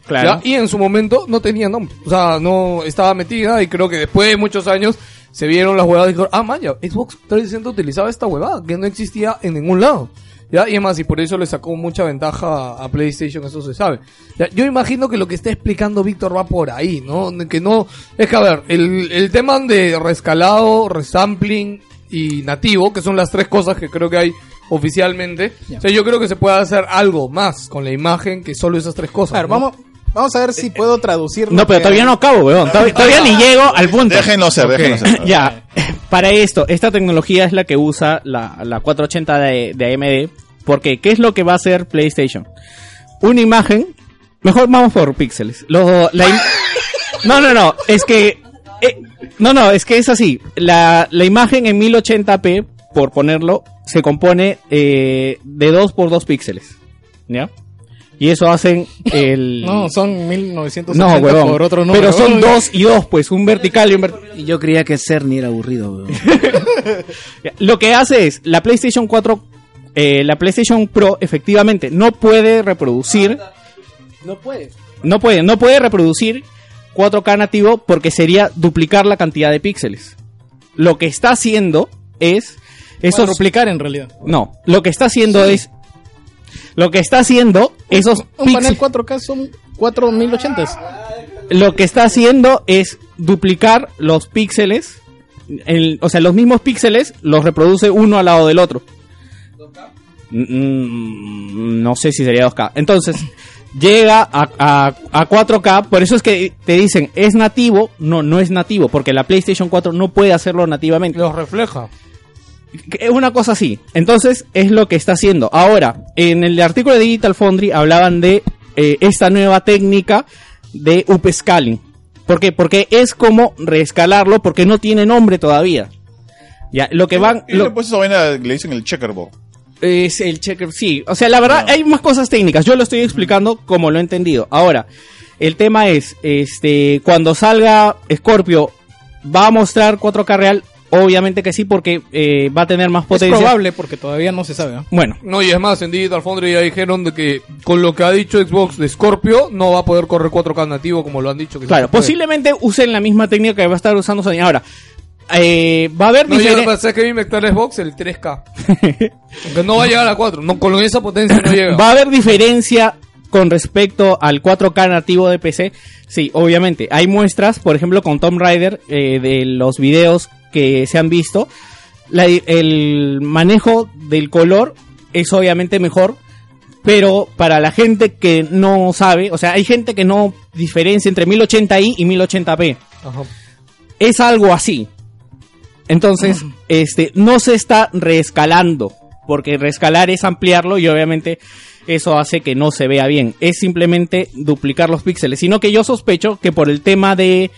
[SPEAKER 5] Claro.
[SPEAKER 1] ¿Ya? Y en su momento no tenía nombre, o sea, no estaba metida y creo que después de muchos años se vieron las huevadas y dijeron, ah, man, ya, Xbox 360 utilizaba esta huevada que no existía en ningún lado. ¿Ya? Y es más, y por eso le sacó mucha ventaja a- a PlayStation, eso se sabe. Ya, Yo imagino que lo que está explicando Víctor va por ahí, ¿no? Que no, es que a ver, el, el tema de rescalado, resampling y nativo, que son las tres cosas que creo que hay oficialmente. O sea, yo creo que se puede hacer algo más con la imagen que solo esas tres cosas.
[SPEAKER 3] Claro,
[SPEAKER 1] ¿no?
[SPEAKER 3] vamos, vamos a ver si puedo traducir.
[SPEAKER 5] No, pero todavía no
[SPEAKER 3] *laughs*
[SPEAKER 5] acabo, weón. Todavía, todavía ni llego al punto.
[SPEAKER 8] Déjenlo ser, déjenlo ser.
[SPEAKER 5] ya. Para esto, esta tecnología es la que usa la, la 480 de, de AMD. Porque, ¿qué es lo que va a hacer PlayStation? Una imagen. Mejor vamos por píxeles. Lo- la
[SPEAKER 8] *laughs*
[SPEAKER 5] im- no, no, no. Es que. eh, no, no, es que es así. La, la imagen en 1080p, por ponerlo, se compone eh, de 2 por 2 píxeles. ¿Ya? Y eso hacen el.
[SPEAKER 3] No, son 1900
[SPEAKER 5] No, huevón.
[SPEAKER 3] por otro número. *laughs*
[SPEAKER 5] Pero son dos y dos, pues, un vertical y un vertical.
[SPEAKER 9] Y yo creía que Cerny era aburrido, weón.
[SPEAKER 5] *laughs* Lo que hace es, la PlayStation 4, eh, la PlayStation Pro, efectivamente, no puede reproducir,
[SPEAKER 9] No puede.
[SPEAKER 5] no puede, no puede reproducir 4K nativo porque sería duplicar la cantidad de píxeles. Lo que está haciendo es, esos,
[SPEAKER 3] duplicar en realidad.
[SPEAKER 5] no, lo que está haciendo es, lo que está haciendo esos
[SPEAKER 3] Un panel
[SPEAKER 5] píxeles,
[SPEAKER 3] 4K son 4080s.
[SPEAKER 5] lo que está haciendo es duplicar los píxeles, el- o sea, los mismos píxeles los reproduce uno al lado del otro. Mm, no sé si sería 2K. Entonces, llega a, a- a 4K, por eso es que te dicen, ¿es nativo? No, no es nativo, porque la PlayStation 4 no puede hacerlo nativamente.
[SPEAKER 1] Los refleja.
[SPEAKER 5] Es una cosa así. Entonces, es lo que está haciendo. Ahora, en el artículo de Digital Foundry hablaban de eh, esta nueva técnica de upscaling. ¿Por qué? Porque es como reescalarlo, porque no tiene nombre todavía. Ya, lo que van.
[SPEAKER 8] Y
[SPEAKER 5] lo-
[SPEAKER 8] después pues, esa vaina le dicen el checkerboard.
[SPEAKER 5] es el checker, sí. O sea, la verdad, hay más cosas técnicas. Yo lo estoy explicando como lo he entendido. Ahora, el tema es, este, cuando salga Scorpio, ¿va a mostrar 4K real? Obviamente que sí, porque eh, va a tener más
[SPEAKER 3] Es
[SPEAKER 5] potencia.
[SPEAKER 3] probable porque todavía no se sabe. ¿no?
[SPEAKER 5] Bueno,
[SPEAKER 1] No, y es más, en Digital Foundry ya dijeron de que con lo que ha dicho Xbox de Scorpio no va a poder correr 4K nativo como lo han dicho. Que sí
[SPEAKER 5] claro,
[SPEAKER 1] puede.
[SPEAKER 5] posiblemente usen la misma técnica que va a estar usando Sony. Ahora, eh, va a haber
[SPEAKER 1] No, yo lo
[SPEAKER 5] diferen-
[SPEAKER 1] que pasa es que vi meter Xbox el
[SPEAKER 5] *laughs*
[SPEAKER 1] 3K. Aunque no va a llegar a 4. No, con esa potencia no llega.
[SPEAKER 5] ¿Va a haber diferencia con respecto al 4K nativo de PC? Sí, obviamente. Hay muestras, por ejemplo, con Tomb Raider, eh, de los videos que se han visto. La- el manejo del color es obviamente mejor, pero para la gente que no sabe, o sea, hay gente que no diferencia entre 1080i y 1080p.
[SPEAKER 1] Ajá.
[SPEAKER 5] Es algo así. Entonces, este, no se está reescalando, porque reescalar es ampliarlo y obviamente eso hace que no se vea bien. Es simplemente duplicar los píxeles, sino que yo sospecho que por el tema de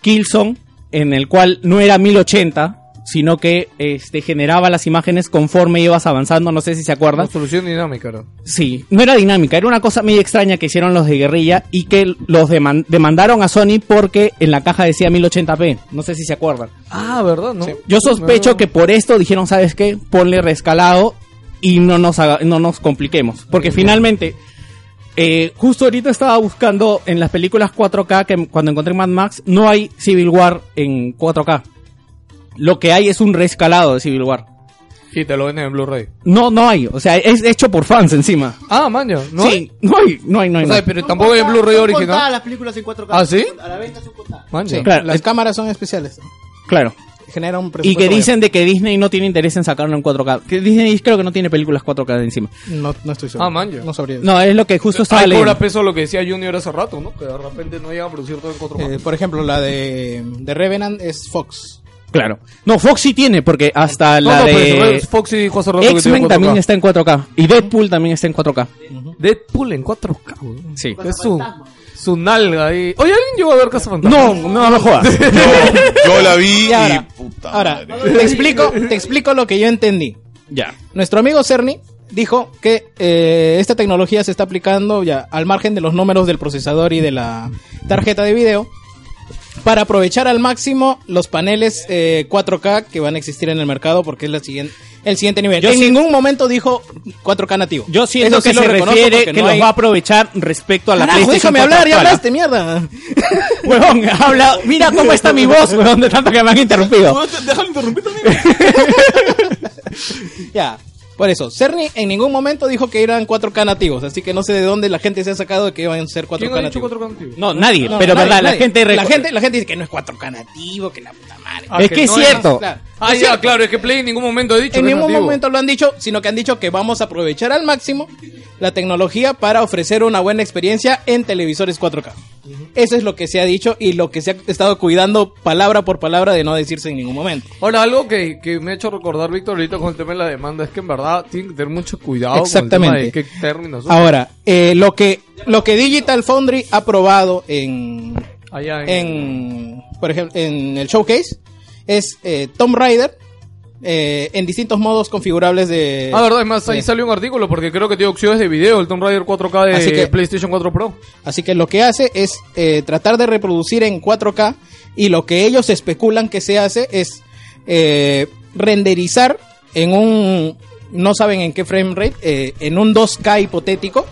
[SPEAKER 5] Killzone, en el cual no era 1080, sino que este, generaba las imágenes conforme ibas avanzando, no sé si se acuerdan.
[SPEAKER 1] Solución dinámica, ¿no?
[SPEAKER 5] Sí, no era dinámica, era una cosa medio extraña que hicieron los de guerrilla y que los deman- demandaron a Sony porque en la caja decía 1080p, no sé si se acuerdan.
[SPEAKER 1] Ah, ¿verdad? No.
[SPEAKER 5] Yo sospecho
[SPEAKER 1] No.
[SPEAKER 5] que por esto dijeron, ¿sabes qué? Ponle rescalado y no nos, haga- no nos compliquemos. Porque finalmente, eh, justo ahorita estaba buscando en las películas 4K, que cuando encontré Mad Max, no hay Civil War en 4K. Lo que hay es un rescalado de Civil War.
[SPEAKER 1] Y te lo venden en Blu-ray.
[SPEAKER 5] No, no hay. O sea, es hecho por fans encima.
[SPEAKER 1] Ah, maño. ¿no?
[SPEAKER 5] sí, no hay, no hay, no hay.
[SPEAKER 1] O
[SPEAKER 5] no hay.
[SPEAKER 1] sea, pero tampoco hay en Blu-ray original.
[SPEAKER 9] las películas en 4K.
[SPEAKER 1] ¿Ah, sí?
[SPEAKER 9] A la venta son contadas.
[SPEAKER 1] Maño.
[SPEAKER 3] Sí,
[SPEAKER 5] Claro,
[SPEAKER 3] las
[SPEAKER 5] es-
[SPEAKER 3] cámaras son especiales.
[SPEAKER 5] Claro.
[SPEAKER 3] Genera un
[SPEAKER 5] Y
[SPEAKER 3] presupuesto
[SPEAKER 5] que dicen de que Disney no tiene interés en sacarlo en 4K. Que Disney creo que no tiene películas 4K de encima.
[SPEAKER 3] mayor. No, no estoy seguro.
[SPEAKER 1] Ah, man, ya.
[SPEAKER 3] No sabría.
[SPEAKER 5] No, es lo que justo estaba
[SPEAKER 1] Ahí
[SPEAKER 5] leyendo.
[SPEAKER 1] cobra peso lo que decía Junior hace rato, ¿no? Que de repente no llega a producir todo en 4K.
[SPEAKER 3] Eh, por ejemplo, la de, de Revenant es Fox.
[SPEAKER 5] Claro. No, Fox sí tiene, porque hasta la
[SPEAKER 1] no, pero
[SPEAKER 5] de...
[SPEAKER 1] eso, Fox y José Roberto que tiene
[SPEAKER 5] X-Men
[SPEAKER 1] 4K.
[SPEAKER 5] también está en 4K. Y Deadpool también está en 4K.
[SPEAKER 1] Deadpool en 4K. weón.
[SPEAKER 5] Sí.
[SPEAKER 1] Es su, su nalga ahí. Oye, ¿alguien llegó a ver Casa Fantasma?
[SPEAKER 5] No, no me jodas.
[SPEAKER 1] *laughs*
[SPEAKER 8] Yo la vi
[SPEAKER 3] Y ahora,
[SPEAKER 8] y puta
[SPEAKER 3] ahora
[SPEAKER 8] madre.
[SPEAKER 3] te explico, te explico lo que yo entendí.
[SPEAKER 5] Ya.
[SPEAKER 3] Nuestro amigo Cerny dijo que eh, esta tecnología se está aplicando ya al margen de los números del procesador y de la tarjeta de video para aprovechar al máximo los paneles eh, 4K que van a existir en el mercado porque es la siguiente, el siguiente nivel.
[SPEAKER 5] Yo
[SPEAKER 3] en
[SPEAKER 5] sí-
[SPEAKER 3] ningún momento dijo 4K nativo.
[SPEAKER 5] Yo siento
[SPEAKER 3] Eso sí
[SPEAKER 5] que
[SPEAKER 3] lo
[SPEAKER 5] se
[SPEAKER 3] reconozco
[SPEAKER 5] refiere
[SPEAKER 3] porque
[SPEAKER 5] que
[SPEAKER 3] no
[SPEAKER 5] los
[SPEAKER 3] hay-
[SPEAKER 5] va a aprovechar respecto a la
[SPEAKER 3] Carajo,
[SPEAKER 5] PlayStation
[SPEAKER 3] déjame hablar,
[SPEAKER 5] 4K
[SPEAKER 3] ya
[SPEAKER 5] actual, ¿ah?
[SPEAKER 3] hablaste, este, mierda. *laughs*
[SPEAKER 5] Huevón, habla. Mira cómo está mi voz, huevón, de tanto que me han interrumpido.
[SPEAKER 8] Déjalo interrumpir también.
[SPEAKER 3] *laughs* Ya. Por eso, Cerny en ningún momento dijo que eran 4K nativos, así que no sé de dónde la gente se ha sacado de que iban a ser 4K
[SPEAKER 1] ¿Quién ha dicho
[SPEAKER 3] nativos.
[SPEAKER 1] 4K antiguo?
[SPEAKER 5] No, nadie,
[SPEAKER 3] No,
[SPEAKER 5] pero
[SPEAKER 3] nadie,
[SPEAKER 5] verdad,
[SPEAKER 3] nadie.
[SPEAKER 5] la gente.
[SPEAKER 3] la
[SPEAKER 5] reco-
[SPEAKER 3] gente la gente dice que no es 4K nativo, que la puta madre.
[SPEAKER 1] Ah,
[SPEAKER 5] Es que es
[SPEAKER 1] no
[SPEAKER 5] cierto.
[SPEAKER 3] Claro.
[SPEAKER 1] Ah,
[SPEAKER 3] Es
[SPEAKER 1] ya,
[SPEAKER 3] cierto.
[SPEAKER 1] claro, es que Play en ningún momento ha dicho
[SPEAKER 3] En
[SPEAKER 1] que es
[SPEAKER 3] ningún
[SPEAKER 1] nativo.
[SPEAKER 3] momento lo han dicho, sino que han dicho que vamos a aprovechar al máximo la tecnología para ofrecer una buena experiencia en televisores 4K. Eso es lo que se ha dicho y lo que se ha estado cuidando palabra por palabra de no decirse en ningún momento.
[SPEAKER 1] Ahora, algo que, que me ha hecho recordar Víctor ahorita con el tema de la demanda es que en verdad tienen que tener mucho cuidado con el
[SPEAKER 3] Exactamente.
[SPEAKER 1] tema de qué términos usan.
[SPEAKER 3] Ahora, eh, lo que lo que Digital Foundry ha probado en
[SPEAKER 1] Allá en-
[SPEAKER 3] en por ejemplo en el showcase es eh, Tomb Raider eh, en distintos modos configurables de
[SPEAKER 1] Ah, verdad, es más, ahí
[SPEAKER 3] Sí.
[SPEAKER 1] salió un artículo porque creo que tiene opciones de video, el Tomb Raider 4K de
[SPEAKER 3] Así que-
[SPEAKER 1] PlayStation 4 Pro.
[SPEAKER 3] Así que lo que hace es eh, tratar de reproducir en 4K y lo que ellos especulan que se hace es eh, renderizar en un, no saben en qué frame rate, eh, en un 2K hipotético,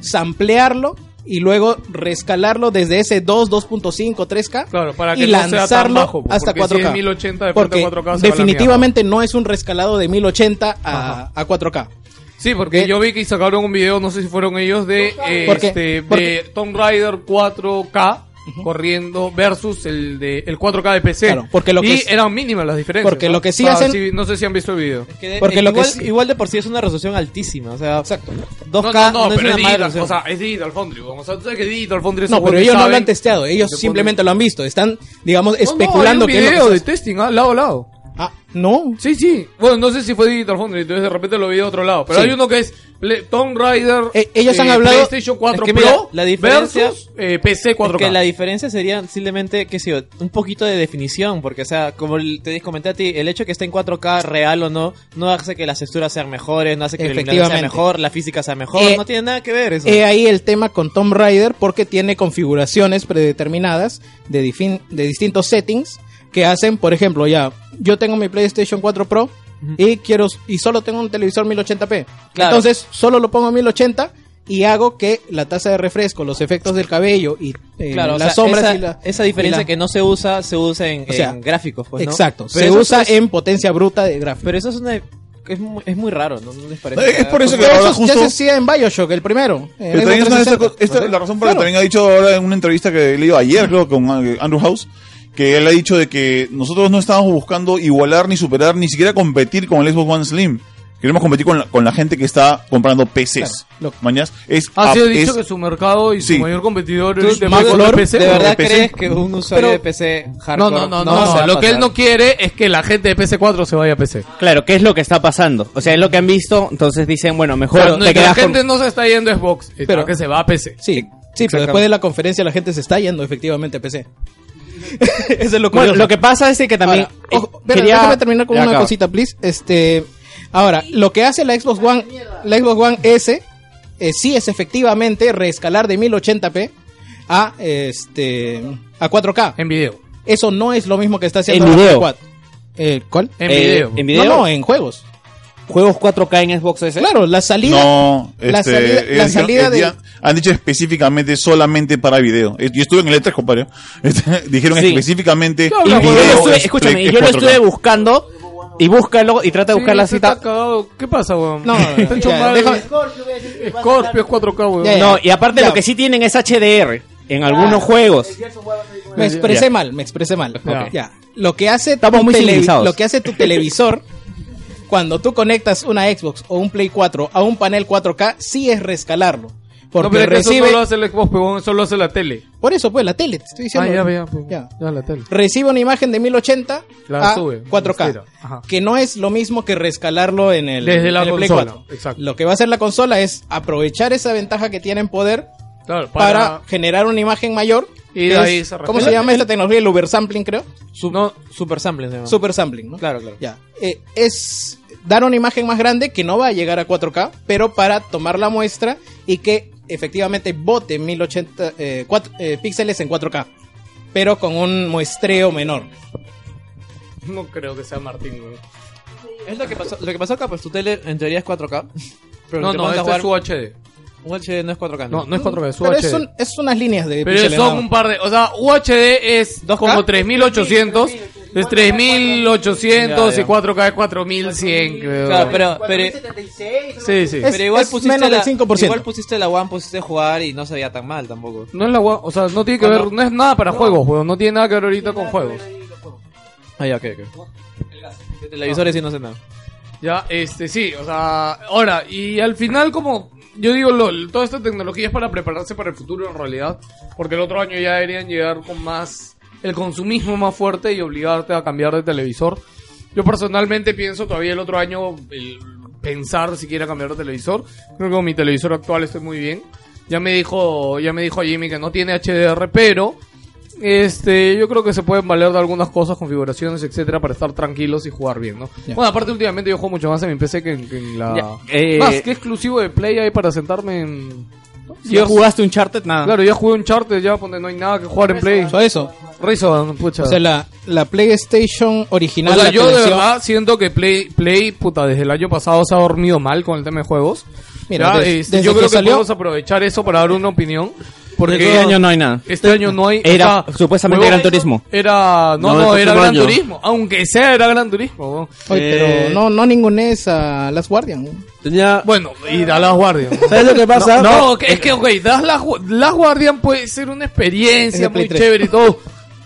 [SPEAKER 3] samplearlo y luego rescalarlo desde ese 2, 2.5, 3K
[SPEAKER 1] Claro, para que
[SPEAKER 3] y
[SPEAKER 1] no sea tan
[SPEAKER 3] lanzarlo
[SPEAKER 1] bajo, pues,
[SPEAKER 3] hasta
[SPEAKER 1] porque si
[SPEAKER 3] 4K.
[SPEAKER 1] es 1080 de
[SPEAKER 3] porque
[SPEAKER 1] pronto 4K se va a la
[SPEAKER 3] definitivamente no es un rescalado de 1080 a, a 4K.
[SPEAKER 1] Sí, porque
[SPEAKER 3] Eh,
[SPEAKER 1] yo vi que sacaron un video, no sé si fueron ellos, de, eh,
[SPEAKER 3] ¿Por qué?
[SPEAKER 1] este,
[SPEAKER 3] ¿Por
[SPEAKER 1] de Tomb Raider 4K corriendo versus el de el 4K de PC.
[SPEAKER 3] Claro, porque lo que
[SPEAKER 1] y
[SPEAKER 3] es-
[SPEAKER 1] eran mínimas las diferencias.
[SPEAKER 3] porque lo que sí
[SPEAKER 1] O sea,
[SPEAKER 3] hacen-
[SPEAKER 1] no sé si han visto el video.
[SPEAKER 2] Que de-
[SPEAKER 3] Porque lo que
[SPEAKER 2] igual,
[SPEAKER 3] es-
[SPEAKER 2] igual de por sí es una resolución altísima, o sea,
[SPEAKER 3] Exacto.
[SPEAKER 2] 2K no,
[SPEAKER 1] pero es
[SPEAKER 2] es una madre
[SPEAKER 1] digital,
[SPEAKER 2] resolución.
[SPEAKER 1] o sea, es digital Foundry. weón. O sea, tú sabes que digital Foundry es
[SPEAKER 3] No,
[SPEAKER 1] un
[SPEAKER 3] pero
[SPEAKER 1] juego que
[SPEAKER 3] ellos no lo
[SPEAKER 1] saben-
[SPEAKER 3] han testeado, ellos
[SPEAKER 1] que te
[SPEAKER 3] simplemente lo han visto, están, digamos,
[SPEAKER 1] ponen- No, no,
[SPEAKER 3] especulando
[SPEAKER 1] hay
[SPEAKER 3] que
[SPEAKER 1] un
[SPEAKER 3] es lo que
[SPEAKER 1] video
[SPEAKER 3] se
[SPEAKER 1] de
[SPEAKER 3] hace.
[SPEAKER 1] testing, ah, lado a lado.
[SPEAKER 3] Ah, no.
[SPEAKER 1] Sí, sí. Bueno, no sé si fue Digital Foundry, entonces de repente lo vi de otro lado. Pero
[SPEAKER 3] Sí.
[SPEAKER 1] hay uno que es Ple- Tomb Raider.
[SPEAKER 3] Eh, ellos han hablado-
[SPEAKER 1] PlayStation 4
[SPEAKER 2] es que
[SPEAKER 1] Pro
[SPEAKER 2] mira, la diferencia-
[SPEAKER 1] versus eh, PC 4K.
[SPEAKER 2] Porque la diferencia sería simplemente, qué sé yo, un poquito de definición, porque, o sea, como el- te comenté a ti, el hecho de que esté en 4K, real o no, no hace que las texturas sean mejores, no hace que el renglado sea
[SPEAKER 3] Efectivamente.
[SPEAKER 2] mejor, la física sea mejor,
[SPEAKER 3] Eh,
[SPEAKER 2] no tiene nada que ver eso.
[SPEAKER 3] He ahí el tema con Tomb Raider porque tiene configuraciones predeterminadas de, difin- de distintos settings que hacen, por ejemplo, ya, yo tengo mi PlayStation 4 Pro y quiero y solo tengo un televisor 1080p.
[SPEAKER 2] Claro.
[SPEAKER 3] Entonces, solo lo pongo en 1080 y hago que la tasa de refresco, los efectos del cabello y eh,
[SPEAKER 2] claro, o
[SPEAKER 3] las
[SPEAKER 2] sea,
[SPEAKER 3] sombras
[SPEAKER 2] esa,
[SPEAKER 3] y la-
[SPEAKER 2] esa diferencia
[SPEAKER 3] y la-
[SPEAKER 2] que no se usa, se usa en,
[SPEAKER 3] O sea,
[SPEAKER 2] en gráficos, pues, ¿no?
[SPEAKER 3] Exacto,
[SPEAKER 2] Pero
[SPEAKER 3] se
[SPEAKER 2] eso
[SPEAKER 3] usa
[SPEAKER 2] es-
[SPEAKER 3] en potencia bruta de gráfico.
[SPEAKER 2] Pero eso es una... Es muy, es muy raro, ¿no? ¿No les parece?
[SPEAKER 8] Es por eso que
[SPEAKER 3] Pero
[SPEAKER 8] ahora
[SPEAKER 3] eso ya se
[SPEAKER 8] justo...
[SPEAKER 3] hacía en Bioshock, el primero. en
[SPEAKER 8] Pero
[SPEAKER 3] Xbox
[SPEAKER 8] también es una de esas
[SPEAKER 3] 360.
[SPEAKER 8] co- esta- la razón por la que
[SPEAKER 3] Claro.
[SPEAKER 8] también ha dicho ahora en una entrevista que leí ayer, creo, con eh, Andrew House, que él ha dicho de que nosotros no estábamos buscando igualar ni superar, ni siquiera competir con el Xbox One Slim. Queremos competir con la, con la gente que está comprando PCs.
[SPEAKER 3] Claro, lo- Ah,
[SPEAKER 8] Mañas, es,
[SPEAKER 1] Ha sido
[SPEAKER 8] ap-
[SPEAKER 1] dicho
[SPEAKER 8] Ah, es-
[SPEAKER 1] que su mercado y
[SPEAKER 8] Sí.
[SPEAKER 1] su mayor competidor
[SPEAKER 2] ¿Tú,
[SPEAKER 1] es de
[SPEAKER 2] Mago,
[SPEAKER 1] Microsoft
[SPEAKER 2] ¿De
[SPEAKER 1] PC. ¿no?
[SPEAKER 2] verdad
[SPEAKER 8] de PC?
[SPEAKER 2] crees que un usuario
[SPEAKER 1] Pero-
[SPEAKER 2] de PC
[SPEAKER 1] No,
[SPEAKER 2] hardcore
[SPEAKER 1] no, no, no.
[SPEAKER 2] se va a
[SPEAKER 1] lo que él
[SPEAKER 2] pasar?
[SPEAKER 1] no quiere es que la gente de PC4 se vaya a PC.
[SPEAKER 5] Claro, ¿qué es lo que está pasando? O sea, es lo que han visto, entonces dicen, bueno, mejor
[SPEAKER 1] Pero
[SPEAKER 5] te
[SPEAKER 1] la
[SPEAKER 5] quedas con-
[SPEAKER 1] gente no se está yendo a Xbox, pero
[SPEAKER 3] Pero-
[SPEAKER 1] que se va a PC.
[SPEAKER 3] Sí, sí, pero después de la conferencia la gente se está yendo efectivamente a PC. *laughs* Eso es lo curioso.
[SPEAKER 5] Bueno, lo que pasa es de que también...
[SPEAKER 3] Ahora, ojo,
[SPEAKER 5] eh,
[SPEAKER 3] espera,
[SPEAKER 5] quería-
[SPEAKER 3] déjame terminar con
[SPEAKER 5] Ya
[SPEAKER 3] una
[SPEAKER 5] acabo.
[SPEAKER 3] cosita, please. Este, ahora, lo que hace la Xbox One, la Xbox One S, eh, sí es efectivamente reescalar de 1080p a este a 4K.
[SPEAKER 1] En video.
[SPEAKER 3] Eso no es lo mismo que está haciendo
[SPEAKER 5] En
[SPEAKER 3] la
[SPEAKER 5] video.
[SPEAKER 3] Play 4. Eh, ¿Cuál?
[SPEAKER 1] En
[SPEAKER 5] Eh,
[SPEAKER 1] video.
[SPEAKER 5] en
[SPEAKER 3] No,
[SPEAKER 5] video.
[SPEAKER 3] no, en juegos.
[SPEAKER 5] Juegos 4K en Xbox S.
[SPEAKER 3] Claro, la salida.
[SPEAKER 8] No,
[SPEAKER 3] la
[SPEAKER 8] este,
[SPEAKER 3] salida- la
[SPEAKER 8] ellos dijeron-
[SPEAKER 3] salida de-
[SPEAKER 8] ellos han dicho específicamente solamente para video. Eh, Yo estuve en el E3, compadre. *laughs* Este, Dijeron
[SPEAKER 5] Sí.
[SPEAKER 8] específicamente
[SPEAKER 5] Y
[SPEAKER 8] video.
[SPEAKER 5] yo lo estuve-
[SPEAKER 8] es-
[SPEAKER 5] escúchame,
[SPEAKER 8] es
[SPEAKER 5] yo lo
[SPEAKER 8] 4K.
[SPEAKER 5] estuve buscando y búscalo y trata de buscar la
[SPEAKER 1] Sí,
[SPEAKER 5] cita.
[SPEAKER 1] está cagado. ¿Qué pasa, weón? *laughs*
[SPEAKER 3] No,
[SPEAKER 1] Está hecho
[SPEAKER 3] ya,
[SPEAKER 1] mal.
[SPEAKER 3] déjame-
[SPEAKER 1] Scorpio es 4K, weón.
[SPEAKER 3] Ya, ya.
[SPEAKER 5] No, y aparte
[SPEAKER 3] Ya.
[SPEAKER 5] lo que sí tienen es HDR en algunos juegos.
[SPEAKER 3] Me expresé
[SPEAKER 5] Ya.
[SPEAKER 3] mal, me expresé mal.
[SPEAKER 1] Ya.
[SPEAKER 3] Ya. Lo que hace
[SPEAKER 5] Estamos
[SPEAKER 3] tu
[SPEAKER 5] muy
[SPEAKER 3] tele-
[SPEAKER 5] civilizados.
[SPEAKER 3] lo que hace tu televisor cuando tú conectas una Xbox o un Play 4 a un panel 4K sí es rescalarlo. Porque
[SPEAKER 1] no, pero es que eso
[SPEAKER 3] recibe...
[SPEAKER 1] no lo hace el Xbox, huevón, eso lo hace la tele. *laughs*
[SPEAKER 3] Por eso, pues, la tele, te estoy diciendo.
[SPEAKER 1] Ah, ya, ya, pues,
[SPEAKER 3] Ya.
[SPEAKER 1] ya, la tele.
[SPEAKER 3] Recibe una imagen de 1080
[SPEAKER 1] La
[SPEAKER 3] a
[SPEAKER 1] sube,
[SPEAKER 3] 4K.
[SPEAKER 1] estira, ajá.
[SPEAKER 3] Que no es lo mismo que rescalarlo en el,
[SPEAKER 1] Desde la
[SPEAKER 3] en el Play
[SPEAKER 1] consola,
[SPEAKER 3] 4. Lo que va a hacer la consola es aprovechar esa ventaja que tiene en poder
[SPEAKER 1] Claro,
[SPEAKER 3] para,
[SPEAKER 1] para-
[SPEAKER 3] generar una imagen mayor.
[SPEAKER 1] Y
[SPEAKER 3] que
[SPEAKER 1] de ahí
[SPEAKER 3] es-
[SPEAKER 1] se
[SPEAKER 3] ¿Cómo
[SPEAKER 1] refleja.
[SPEAKER 3] se llama? Es la tecnología del oversampling, creo.
[SPEAKER 1] no,
[SPEAKER 2] Super sampling, se llama.
[SPEAKER 3] Super sampling, ¿no?
[SPEAKER 2] Claro, claro.
[SPEAKER 3] Ya. Eh, es dar una imagen más grande que no va a llegar a 4K, pero para tomar la muestra y que efectivamente bote 1080 eh, cuat- eh, píxeles en 4K, pero con un muestreo menor.
[SPEAKER 1] no creo que sea Martín, huevón.
[SPEAKER 2] Es lo que pasó, lo que pasó acá, pues tu tele en teoría es 4K. Pero
[SPEAKER 1] No,
[SPEAKER 2] te
[SPEAKER 1] no,
[SPEAKER 2] pones a
[SPEAKER 1] este es su
[SPEAKER 2] jugar-
[SPEAKER 1] HD.
[SPEAKER 2] un HD no es 4K.
[SPEAKER 1] No, no es 4K, es
[SPEAKER 3] Pero
[SPEAKER 1] UHD.
[SPEAKER 3] es, un- es unas líneas de
[SPEAKER 1] Pero
[SPEAKER 3] píxeles.
[SPEAKER 1] son
[SPEAKER 3] nada
[SPEAKER 1] un par de. O sea, UHD es
[SPEAKER 3] ¿2K?
[SPEAKER 1] como 3800. Es 3800
[SPEAKER 2] Ya,
[SPEAKER 1] y
[SPEAKER 2] ya.
[SPEAKER 1] 4K es 4100. creo.
[SPEAKER 2] Claro, pero, pero,
[SPEAKER 4] 476,
[SPEAKER 1] Sí, sí.
[SPEAKER 3] Es-
[SPEAKER 2] pero igual,
[SPEAKER 3] es
[SPEAKER 2] pusiste
[SPEAKER 3] menos del
[SPEAKER 2] la,
[SPEAKER 3] 5%.
[SPEAKER 2] igual pusiste la One, pusiste jugar y no se veía tan mal tampoco.
[SPEAKER 1] No es la gua- O sea, no tiene que ver. No es nada para juegos, weón. No tiene nada que ver ahorita con juegos.
[SPEAKER 2] Ah, ya, ok, ok. De televisores sí no sé nada.
[SPEAKER 1] Ya, este, sí. O sea, ahora, y al final, como. Yo digo, LOL, toda esta tecnología es para prepararse para el futuro en realidad. Porque el otro año ya deberían llegar con más. El consumismo más fuerte y obligarte a cambiar de televisor. Yo personalmente pienso todavía el otro año el pensar si quiera cambiar de televisor. Creo que con mi televisor actual estoy muy bien. Ya me dijo, ya me dijo Jimmy que no tiene HDR, pero este, yo creo que se pueden valer de algunas cosas, configuraciones, etcétera, para estar tranquilos y jugar bien, ¿no?
[SPEAKER 3] Ya.
[SPEAKER 1] Bueno, aparte últimamente yo juego mucho más en mi PC que en, que en la.
[SPEAKER 5] Ya, eh,
[SPEAKER 1] Más, ¿qué exclusivo de Play hay para sentarme en?
[SPEAKER 5] ¿Ya jugaste un Charted? Nada. ¿eh?
[SPEAKER 1] Claro, ya jugué un charter, ya donde no hay nada que jugar en Play.
[SPEAKER 3] más. O eso.
[SPEAKER 1] Rizo, pucha.
[SPEAKER 3] O sea, la, la PlayStation
[SPEAKER 1] O
[SPEAKER 3] original.
[SPEAKER 1] sea,
[SPEAKER 3] la
[SPEAKER 1] yo de
[SPEAKER 3] colección-
[SPEAKER 1] verdad siento que Play, Play, puta, desde el año pasado se ha dormido mal con el tema de juegos.
[SPEAKER 3] Mira,
[SPEAKER 1] Ya,
[SPEAKER 3] des-
[SPEAKER 1] este,
[SPEAKER 3] desde
[SPEAKER 1] yo
[SPEAKER 3] que
[SPEAKER 1] creo que
[SPEAKER 3] salió-
[SPEAKER 1] podemos aprovechar eso para dar una opinión. Porque
[SPEAKER 5] Este año no hay nada.
[SPEAKER 1] Este año no hay.
[SPEAKER 5] *laughs* Era,
[SPEAKER 1] o sea,
[SPEAKER 5] supuestamente,
[SPEAKER 1] huevón,
[SPEAKER 5] Gran Turismo.
[SPEAKER 1] Era. No,
[SPEAKER 5] No,
[SPEAKER 1] no,
[SPEAKER 5] el
[SPEAKER 1] era
[SPEAKER 5] próximo
[SPEAKER 1] Gran
[SPEAKER 5] año.
[SPEAKER 1] Turismo. Aunque sea, era Gran Turismo. huevón.
[SPEAKER 3] Oye,
[SPEAKER 1] eh,
[SPEAKER 3] pero no, no ninguna es a Last Guardian.
[SPEAKER 9] Tenía...
[SPEAKER 1] Bueno, y da las guardias.
[SPEAKER 9] *laughs* ¿Sabes lo que pasa?
[SPEAKER 1] No, que- es que, ok, Last la, la Guardian puede ser una experiencia
[SPEAKER 3] Es de Play
[SPEAKER 1] muy
[SPEAKER 3] 3.
[SPEAKER 1] chévere y todo.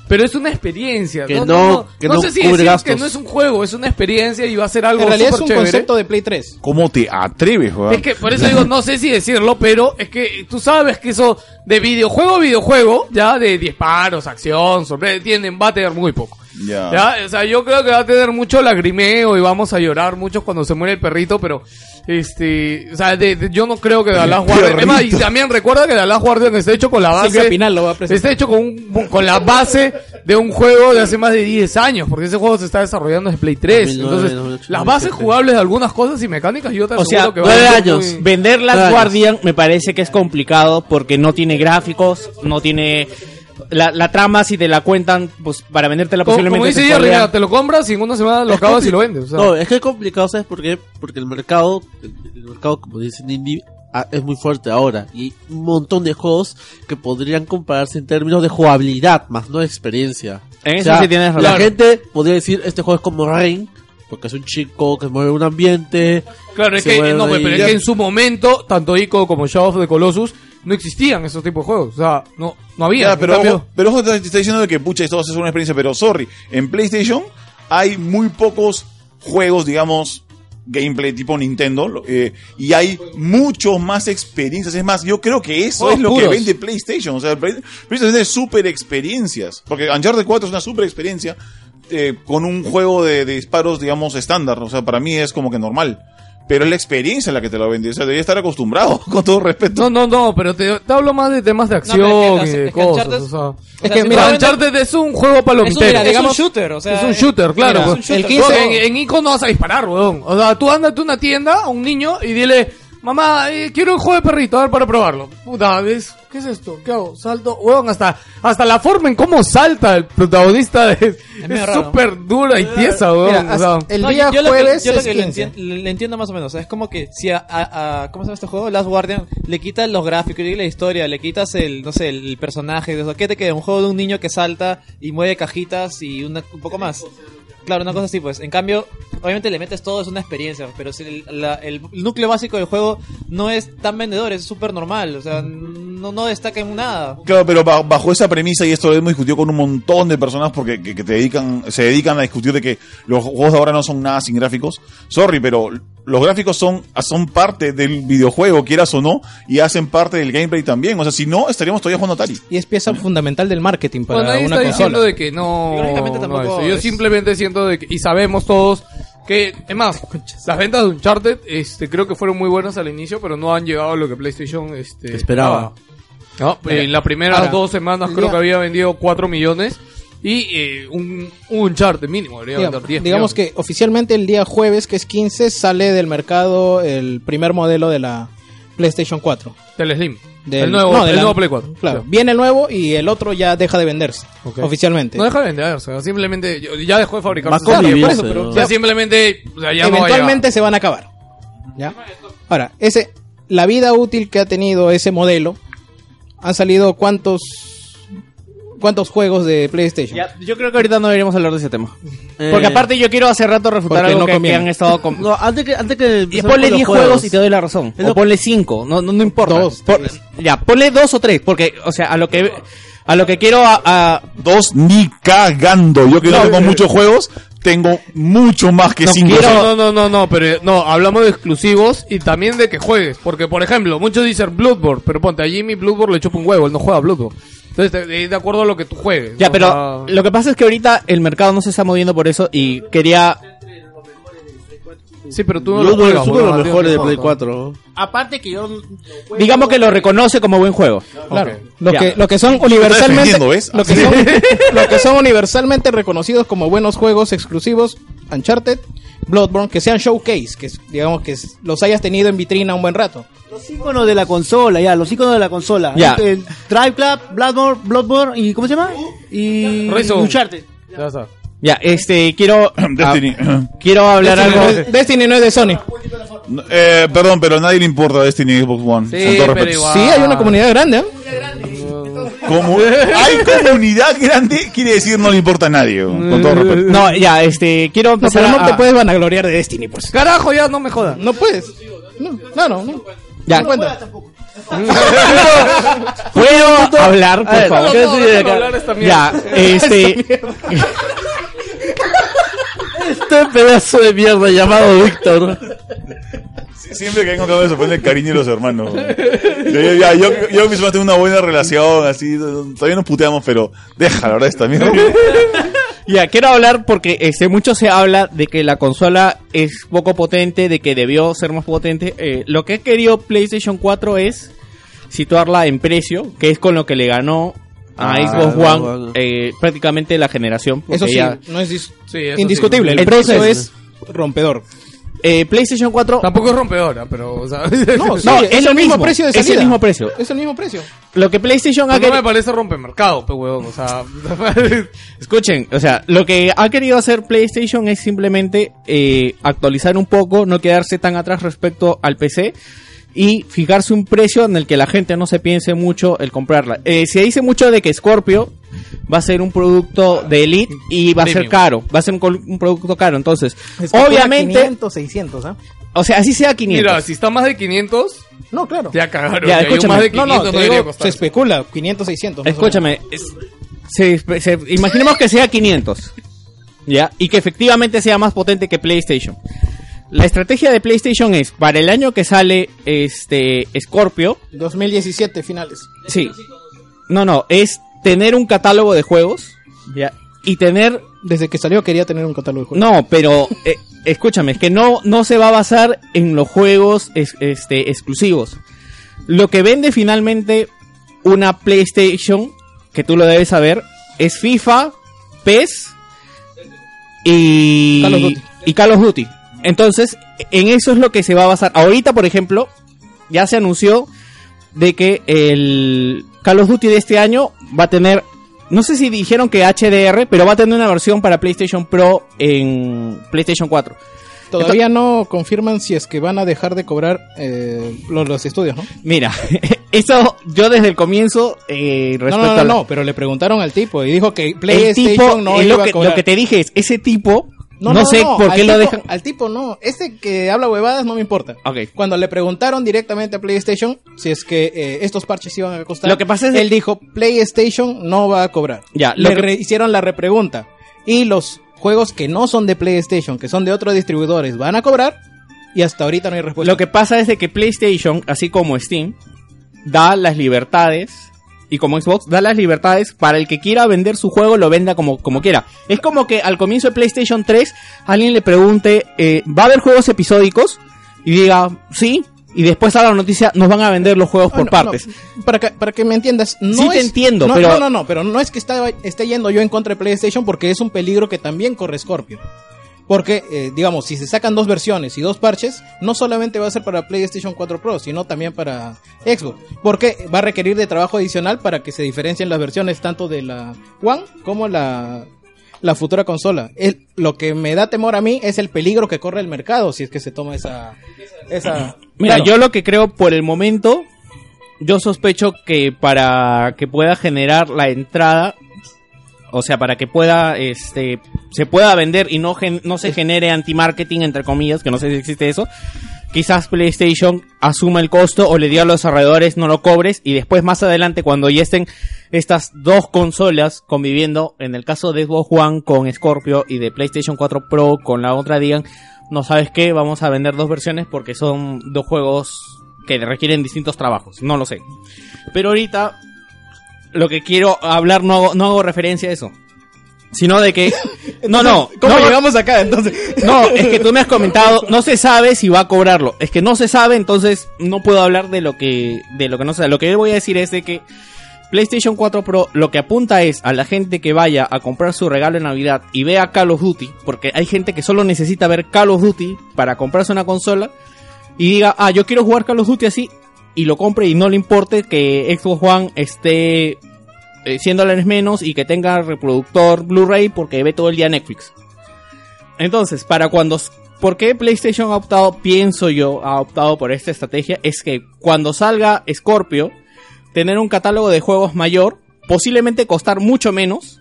[SPEAKER 1] Pero es una experiencia.
[SPEAKER 9] Que no- que no
[SPEAKER 1] sé si
[SPEAKER 9] cubre
[SPEAKER 1] decir
[SPEAKER 9] gastos.
[SPEAKER 1] que no es un juego, es una experiencia y va a ser algo
[SPEAKER 3] En realidad es
[SPEAKER 1] súper
[SPEAKER 3] un
[SPEAKER 1] chévere.
[SPEAKER 3] concepto de Play 3.
[SPEAKER 8] ¿Cómo te atreves, weón?
[SPEAKER 1] Es que por eso digo, no sé si decirlo, pero es que tú sabes que eso de videojuego a videojuego, ya de disparos, acción, sorpresa, tienen, va a tener muy poco.
[SPEAKER 8] Ya.
[SPEAKER 3] *laughs*
[SPEAKER 1] Ya, o sea, yo creo que va a tener mucho lagrimeo y vamos a llorar muchos cuando se muere el perrito, pero este, o sea, de- de- yo no creo que Dallas Guardian, es más, y también recuerda que Dallas Guardian está hecho con la
[SPEAKER 3] Sin
[SPEAKER 1] base,
[SPEAKER 3] Capinal lo va a presentar.
[SPEAKER 1] está hecho con, un- con la base de un juego de hace más de 10 años, porque ese juego se está desarrollando desde Play 3,
[SPEAKER 9] 2009,
[SPEAKER 1] entonces
[SPEAKER 9] 2008,
[SPEAKER 1] las bases
[SPEAKER 9] 2007.
[SPEAKER 1] jugables de algunas cosas y mecánicas yo te
[SPEAKER 5] O sea,
[SPEAKER 1] aseguro que va a
[SPEAKER 5] nueve
[SPEAKER 1] ser muy-
[SPEAKER 5] años. Vender Last
[SPEAKER 9] Nueve años.
[SPEAKER 5] Guardian me parece que es complicado porque no tiene gráficos, no tiene... La, la trama, si te la cuentan, pues para vendértela
[SPEAKER 1] Como, como
[SPEAKER 5] posiblemente...
[SPEAKER 1] dice
[SPEAKER 5] se
[SPEAKER 1] Jerry,
[SPEAKER 5] spoilean.
[SPEAKER 1] mira, te lo compras y en una semana lo
[SPEAKER 9] Es
[SPEAKER 1] acabas
[SPEAKER 9] compli-
[SPEAKER 1] y lo vendes. o sea.
[SPEAKER 9] No, es que es complicado, ¿sabes por qué? Porque el mercado, el, el mercado, como dicen indie, ah, es muy fuerte ahora. Y hay un montón de juegos que podrían compararse en términos de jugabilidad, más no de experiencia.
[SPEAKER 5] En eso sí tienes razón.
[SPEAKER 9] La
[SPEAKER 5] Claro.
[SPEAKER 9] gente podría decir, este juego es como Rain, porque es un chico que mueve un ambiente.
[SPEAKER 1] claro, es
[SPEAKER 9] se
[SPEAKER 1] que,
[SPEAKER 9] mueve
[SPEAKER 1] no, pues,
[SPEAKER 9] y-
[SPEAKER 1] pero es que en su momento, tanto Ico como Shadow of the Colossus, no existían esos tipos de juegos. O sea, no, no había.
[SPEAKER 8] Ya,
[SPEAKER 1] En
[SPEAKER 8] pero,
[SPEAKER 1] cambio-
[SPEAKER 8] ojo, pero ojo, te está diciendo de que pucha, esto va a ser una experiencia, pero sorry, en PlayStation hay muy pocos juegos, digamos, gameplay tipo Nintendo, lo- eh, y hay muchos más experiencias. Es más, yo creo que eso
[SPEAKER 1] Juegos
[SPEAKER 8] es lo
[SPEAKER 1] puros.
[SPEAKER 8] que vende PlayStation. O sea, Play- PlayStation tiene super experiencias, porque Uncharted 4 es una super experiencia eh, con un juego de, de disparos, digamos, estándar. O sea, para mí es como que normal. Pero es la experiencia la que te lo vende. O sea, debería estar acostumbrado, con todo respeto.
[SPEAKER 1] No, no, no, pero te, te hablo más de temas de acción
[SPEAKER 2] pero es que-
[SPEAKER 1] y
[SPEAKER 2] es
[SPEAKER 1] de
[SPEAKER 2] que
[SPEAKER 1] cosas.
[SPEAKER 2] Uncharted-
[SPEAKER 1] o sea.
[SPEAKER 2] Es
[SPEAKER 1] O sea, mira,
[SPEAKER 2] es
[SPEAKER 1] Uncharted es un juego
[SPEAKER 2] un,
[SPEAKER 1] palomitero.
[SPEAKER 2] mira, digamos,
[SPEAKER 1] es un
[SPEAKER 2] shooter, o sea,
[SPEAKER 1] es un shooter, claro.
[SPEAKER 2] mira, es un
[SPEAKER 1] pues.
[SPEAKER 2] shooter.
[SPEAKER 3] El 15
[SPEAKER 1] Weón, en, en Ico no vas a disparar, weón. O sea, tú andas a una tienda a un niño y dile, mamá, eh, quiero un juego de perrito, a ver para probarlo. Puta, ¿ves? ¿Qué es esto? ¿Qué hago? Salto, weón, hasta, hasta la forma en cómo salta el protagonista *laughs* es
[SPEAKER 2] medio
[SPEAKER 1] es
[SPEAKER 2] raro.
[SPEAKER 1] súper dura y tiesa, weón.
[SPEAKER 3] Mira,
[SPEAKER 1] o sea.
[SPEAKER 3] hasta el
[SPEAKER 2] No,
[SPEAKER 3] día
[SPEAKER 2] yo- yo lo que-
[SPEAKER 3] jueves
[SPEAKER 2] yo lo
[SPEAKER 3] es
[SPEAKER 2] que le
[SPEAKER 3] 15.
[SPEAKER 2] entien- le, le entiendo más o menos. O sea, es como que si a, a- a- ¿Cómo se llama este juego? Last Guardian. Le quitas los gráficos, le quitas la historia, le quitas el, no sé, el personaje. De eso. ¿Qué te queda? Un juego de un niño que salta y mueve cajitas y una- un poco más. Claro, una cosa así, pues. En cambio, obviamente le metes todo, es una experiencia. Pero si el, la- el núcleo básico del juego no es tan vendedor, es súper normal. O sea, n- no, no destaca en nada.
[SPEAKER 8] Claro, pero ba- bajo esa premisa, y esto lo hemos discutido con un montón de personas porque que, que te dedican, se dedican a discutir de que los juegos de ahora no son nada sin gráficos. Sorry, pero los gráficos son, son parte del videojuego, quieras o no, y hacen parte del gameplay también. O sea, si no, estaríamos todavía jugando Atari.
[SPEAKER 3] Y es pieza fundamental del marketing para
[SPEAKER 1] Bueno, nadie
[SPEAKER 3] una
[SPEAKER 1] está
[SPEAKER 3] consola.
[SPEAKER 1] diciendo de que no. no
[SPEAKER 3] tampoco
[SPEAKER 1] eso. Yo
[SPEAKER 3] es-
[SPEAKER 1] simplemente siento de que, y sabemos todos que, es
[SPEAKER 3] *laughs*
[SPEAKER 1] más, las ventas de Uncharted este, creo que fueron muy buenas al inicio, pero no han llegado a lo que PlayStation este,
[SPEAKER 9] Esperaba.
[SPEAKER 1] No,
[SPEAKER 9] Mira,
[SPEAKER 1] en las primeras
[SPEAKER 9] ahora,
[SPEAKER 1] dos semanas creo
[SPEAKER 9] diga-
[SPEAKER 1] que había vendido 4 millones y eh, un, un Uncharted mínimo debería
[SPEAKER 3] Digamos,
[SPEAKER 1] vender 10
[SPEAKER 3] digamos
[SPEAKER 1] millones.
[SPEAKER 3] que oficialmente el día jueves, que es 15, sale del mercado el primer modelo de la PlayStation 4.
[SPEAKER 1] Del Slim.
[SPEAKER 3] Del-
[SPEAKER 1] el nuevo,
[SPEAKER 3] no, de
[SPEAKER 1] el
[SPEAKER 3] la-
[SPEAKER 1] nuevo Play 4.
[SPEAKER 3] Claro, viene el nuevo y el otro ya deja de venderse oficialmente.
[SPEAKER 1] No deja de vender, o sea, simplemente yo- ya dejó de fabricar.
[SPEAKER 3] Va a convivirse, ¿no?
[SPEAKER 1] o sea, simplemente o sea, ya no va a llegar.
[SPEAKER 3] Eventualmente se van a acabar. ¿Ya? Ahora, ese la vida útil que ha tenido ese modelo han salido cuántos cuántos juegos de PlayStation.
[SPEAKER 5] Yo creo que ahorita no deberíamos hablar de ese tema. Eh,
[SPEAKER 3] Porque aparte yo quiero hace rato refutar
[SPEAKER 5] Porque
[SPEAKER 3] algo
[SPEAKER 5] no
[SPEAKER 3] que,
[SPEAKER 5] conviene.
[SPEAKER 3] que han estado con...
[SPEAKER 9] No, antes que. Antes que
[SPEAKER 5] Y ponle 10 juegos. y te doy la razón.
[SPEAKER 9] Es
[SPEAKER 5] O
[SPEAKER 9] lo-
[SPEAKER 5] ponle 5, no, no, no importa. Por- ya, ponle 2 o 3, porque, o sea, a lo que, a lo que quiero a... a-
[SPEAKER 8] Dos ni cagando. Yo que no,
[SPEAKER 5] No,
[SPEAKER 8] tengo
[SPEAKER 5] eh,
[SPEAKER 8] muchos juegos, tengo mucho más que
[SPEAKER 1] No,
[SPEAKER 8] cinco.
[SPEAKER 1] quiero- no, no, no, no, pero no, hablamos de exclusivos y también de que juegues. Porque, por ejemplo, muchos dicen Bloodborne, pero ponte, a Jimmy Bloodborne le chupa un huevo, él no juega a Bloodborne. Entonces, de, de acuerdo a lo que tú juegues.
[SPEAKER 5] ya,
[SPEAKER 1] ¿no?
[SPEAKER 5] pero
[SPEAKER 1] O sea,
[SPEAKER 5] lo que pasa es que ahorita el mercado no se está moviendo por eso y quería...
[SPEAKER 1] Sí, pero tú no lo
[SPEAKER 5] Bloodborne
[SPEAKER 1] juegas.
[SPEAKER 5] es uno de los
[SPEAKER 1] huevón,
[SPEAKER 5] mejores de
[SPEAKER 1] no
[SPEAKER 5] Play
[SPEAKER 1] importa.
[SPEAKER 5] 4.
[SPEAKER 9] Aparte que yo.
[SPEAKER 5] Digamos que lo reconoce como buen juego.
[SPEAKER 3] Claro.
[SPEAKER 5] Ok.
[SPEAKER 3] Lo,
[SPEAKER 5] Ya.
[SPEAKER 3] que, lo que son
[SPEAKER 5] Está
[SPEAKER 3] universalmente
[SPEAKER 5] defendiendo, ¿ves?
[SPEAKER 3] lo que son, lo que son universalmente reconocidos como buenos juegos exclusivos Uncharted, Bloodborne, que sean showcase, que es- digamos que es- los hayas tenido en vitrina un buen rato.
[SPEAKER 9] Los iconos de la consola, ya, los iconos de la consola.
[SPEAKER 3] Ya.
[SPEAKER 9] Este, el Drive Club, Bloodborne, Bloodborne y. ¿Cómo se llama? Y.
[SPEAKER 5] Horizon.
[SPEAKER 9] Uncharted.
[SPEAKER 1] Ya está.
[SPEAKER 5] Ya, este, quiero...
[SPEAKER 8] *clears throat* Destiny.
[SPEAKER 5] ah, quiero hablar
[SPEAKER 3] Destiny
[SPEAKER 5] algo...
[SPEAKER 3] no es- Destiny no es de Sony.
[SPEAKER 8] Eh, perdón, pero a nadie le importa Destiny y Xbox One.
[SPEAKER 3] Sí,
[SPEAKER 8] con todo
[SPEAKER 3] pero
[SPEAKER 8] respeto.
[SPEAKER 3] igual. Sí, hay una comunidad grande. ¿eh?
[SPEAKER 8] Como- Hay comunidad grande, quiere decir no le importa a nadie. Con todo respeto.
[SPEAKER 5] No, ya, este, quiero
[SPEAKER 3] No,
[SPEAKER 5] empezar
[SPEAKER 3] pero no
[SPEAKER 5] a-
[SPEAKER 3] te puedes vanagloriar de Destiny, pues. por si.
[SPEAKER 1] Carajo, ya no me jodas.
[SPEAKER 3] No puedes. No, no, no. no.
[SPEAKER 5] Ya.
[SPEAKER 3] No cuenta. *laughs*
[SPEAKER 5] ¿Puedo hablar, por
[SPEAKER 9] A ver,
[SPEAKER 5] favor?
[SPEAKER 9] ¿qué decir de acá?
[SPEAKER 5] ya,
[SPEAKER 7] *laughs*
[SPEAKER 5] este,
[SPEAKER 9] Este pedazo de mierda llamado Víctor.
[SPEAKER 8] Sie- Siempre que encontrado me sorprende el cariño de los hermanos. Yo, yo, ya, yo, yo, mis hermanos tengo una buena relación, así, todavía nos puteamos, pero deja, la verdad, esta mierda.
[SPEAKER 5] ya, quiero hablar porque este, mucho se habla de que la consola es poco potente, de que debió ser más potente. Eh, lo que ha querido PlayStation 4 es situarla en precio, que es con lo que le ganó a
[SPEAKER 9] Ah,
[SPEAKER 5] Xbox
[SPEAKER 9] bueno,
[SPEAKER 5] One
[SPEAKER 9] bueno.
[SPEAKER 5] eh, prácticamente la generación. porque
[SPEAKER 3] Eso sí,
[SPEAKER 5] ya-
[SPEAKER 3] no es dis-
[SPEAKER 1] Sí, eso sí.
[SPEAKER 3] indiscutible. El
[SPEAKER 5] Entonces-
[SPEAKER 3] precio es rompedor.
[SPEAKER 5] eh, PlayStation 4...
[SPEAKER 1] Tampoco es rompedora, pero, o sea. *laughs*
[SPEAKER 3] No,
[SPEAKER 1] No,
[SPEAKER 3] sí,
[SPEAKER 5] No,
[SPEAKER 3] es, el mismo precio de
[SPEAKER 5] es el
[SPEAKER 3] salida.
[SPEAKER 5] mismo precio.
[SPEAKER 3] Es el mismo precio.
[SPEAKER 5] Lo que PlayStation ha
[SPEAKER 1] no me
[SPEAKER 5] querido...
[SPEAKER 1] parece rompemercado, pe huevón, o sea. *laughs*
[SPEAKER 5] Escuchen, o sea, lo que ha querido hacer PlayStation es simplemente eh, actualizar un poco, no quedarse tan atrás respecto al PC y fijarse un precio en el que la gente no se piense mucho el comprarla. Eh, se dice mucho de que Scorpio va a ser un producto de elite y va a ser
[SPEAKER 1] Premium.
[SPEAKER 5] caro, va a ser un, col- un producto caro. Entonces,
[SPEAKER 3] Es que
[SPEAKER 5] obviamente,
[SPEAKER 3] 500, 600, ¿ah?
[SPEAKER 5] o sea, así sea 500.
[SPEAKER 1] Mira, si está más de 500,
[SPEAKER 3] No, claro.
[SPEAKER 1] ya cagaron.
[SPEAKER 5] Ya,
[SPEAKER 1] que hay un
[SPEAKER 5] escúchame,
[SPEAKER 1] más de
[SPEAKER 3] no,
[SPEAKER 1] 500
[SPEAKER 3] no, te
[SPEAKER 1] debería
[SPEAKER 3] digo, se
[SPEAKER 1] costar.
[SPEAKER 3] especula 500, 600. más o
[SPEAKER 5] Escúchame, es- se- se- imaginemos que sea 500, ¿ya? Y que efectivamente sea más potente que PlayStation. La estrategia de PlayStation es, para el año que sale este Scorpio,
[SPEAKER 3] menos. 2017 finales.
[SPEAKER 5] sí, no, no, es tener un catálogo de juegos, ¿ya? Y tener,
[SPEAKER 3] Desde que salió quería tener un catálogo de juegos.
[SPEAKER 5] no, pero eh, escúchame, es que no, no se va a basar en los juegos es- este, exclusivos. Lo que vende finalmente una PlayStation, que tú lo debes saber, es FIFA, PES y
[SPEAKER 3] Call of Duty.
[SPEAKER 5] y Call of Duty. Entonces, en eso es lo que se va a basar. Ahorita, por ejemplo, ya se anunció de que el Call of Duty de este año va a tener, no sé si dijeron que HDR, pero va a tener una versión para PlayStation Pro en PlayStation 4.
[SPEAKER 3] Todavía no confirman si es que van a dejar de cobrar eh, los, los estudios, ¿no?
[SPEAKER 5] Mira, *laughs* eso yo desde el comienzo eh,
[SPEAKER 3] No,
[SPEAKER 5] respecto
[SPEAKER 3] no, no,
[SPEAKER 5] a la-
[SPEAKER 3] no, pero le preguntaron al tipo y dijo que
[SPEAKER 5] el
[SPEAKER 3] PlayStation
[SPEAKER 5] tipo,
[SPEAKER 3] no
[SPEAKER 5] eh,
[SPEAKER 3] iba
[SPEAKER 5] lo,
[SPEAKER 3] a
[SPEAKER 5] que,
[SPEAKER 3] cobrar.
[SPEAKER 5] lo que te dije es, ese tipo No, sé por
[SPEAKER 3] al
[SPEAKER 5] qué lo
[SPEAKER 3] tipo-
[SPEAKER 5] dejan.
[SPEAKER 3] Al tipo no, este que habla huevadas no me importa.
[SPEAKER 5] Ok.
[SPEAKER 3] Cuando le preguntaron directamente a PlayStation si es que eh, estos parches iban a costar,
[SPEAKER 5] Lo que pasa es-
[SPEAKER 3] él dijo, PlayStation no va a cobrar.
[SPEAKER 5] Ya, lo
[SPEAKER 3] le
[SPEAKER 5] que-
[SPEAKER 3] re- hicieron la repregunta. Y los juegos que no son de PlayStation, que son de otros distribuidores, van a cobrar. Y hasta ahorita no hay respuesta.
[SPEAKER 5] Lo que pasa es de que PlayStation, así como Steam, da las libertades y como Xbox da las libertades para el que quiera vender su juego lo venda como, como quiera. Es como que al comienzo de PlayStation 3 alguien le pregunte, eh, ¿va a haber juegos episódicos? Y diga, sí. Y después haga la noticia, nos van a vender los juegos por
[SPEAKER 3] Ah, no,
[SPEAKER 5] partes.
[SPEAKER 3] para, que, para que me entiendas, no
[SPEAKER 5] Sí te
[SPEAKER 3] es-
[SPEAKER 5] entiendo,
[SPEAKER 3] no,
[SPEAKER 5] pero-
[SPEAKER 3] No, no, no, pero no es que está- esté yendo yo en contra de PlayStation porque es un peligro que también corre Scorpio. Porque, eh, digamos, si se sacan dos versiones y dos parches, no solamente va a ser para PlayStation 4 Pro, sino también para Xbox. Porque va a requerir de trabajo adicional para que se diferencien las versiones tanto de la One como la, la futura consola. El- lo que me da temor a mí es el peligro que corre el mercado si es que se toma esa... esa
[SPEAKER 5] Mira,
[SPEAKER 3] Claro.
[SPEAKER 5] yo lo que creo por el momento, yo sospecho que para que pueda generar la entrada, o sea, para que pueda, este, se pueda vender y no, gen- no se genere anti-marketing, entre comillas, que no sé si existe eso, quizás PlayStation asuma el costo o le diga a los alrededores no lo cobres y después más adelante cuando ya estén estas dos consolas conviviendo, en el caso de Xbox One con Scorpio y de PlayStation 4 Pro con la otra digan, no sabes qué, vamos a vender dos versiones porque son dos juegos que requieren distintos trabajos, no lo sé. Pero ahorita lo que quiero hablar no hago, no hago referencia a eso. Sino de que... No, no.
[SPEAKER 3] ¿Cómo
[SPEAKER 5] no,
[SPEAKER 3] llegamos acá entonces?
[SPEAKER 5] no, es que tú me has comentado, no se sabe si va a cobrarlo. Es que no se sabe, entonces no puedo hablar de lo que de lo que no se sabe. Lo que yo voy a decir es de que PlayStation 4 Pro lo que apunta es a la gente que vaya a comprar su regalo en Navidad y vea Call of Duty, porque hay gente que solo necesita ver Call of Duty para comprarse una consola y diga, "Ah, yo quiero jugar Call of Duty así" y lo compre y no le importe que Xbox One esté eh, 100 dólares menos y que tenga reproductor Blu-ray porque ve todo el día Netflix. Entonces, para cuando... ¿Por qué PlayStation ha optado, pienso yo, ha optado por esta estrategia? Es que cuando salga Scorpio, tener un catálogo de juegos mayor, posiblemente costar mucho menos,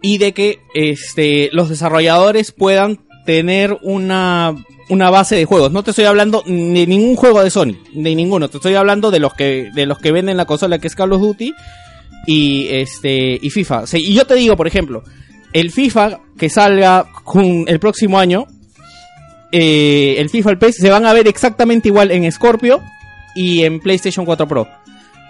[SPEAKER 5] y de que este, los desarrolladores puedan tener una, una base de juegos. No te estoy hablando de ningún juego de Sony, de ninguno. Te estoy hablando de los que, de los que venden la consola, que es Call of Duty, y este y FIFA. Sí, y yo te digo, por ejemplo, el FIFA que salga jun- el próximo año, eh, el FIFA, el PES, se van a ver exactamente igual en Scorpio y en PlayStation 4 Pro.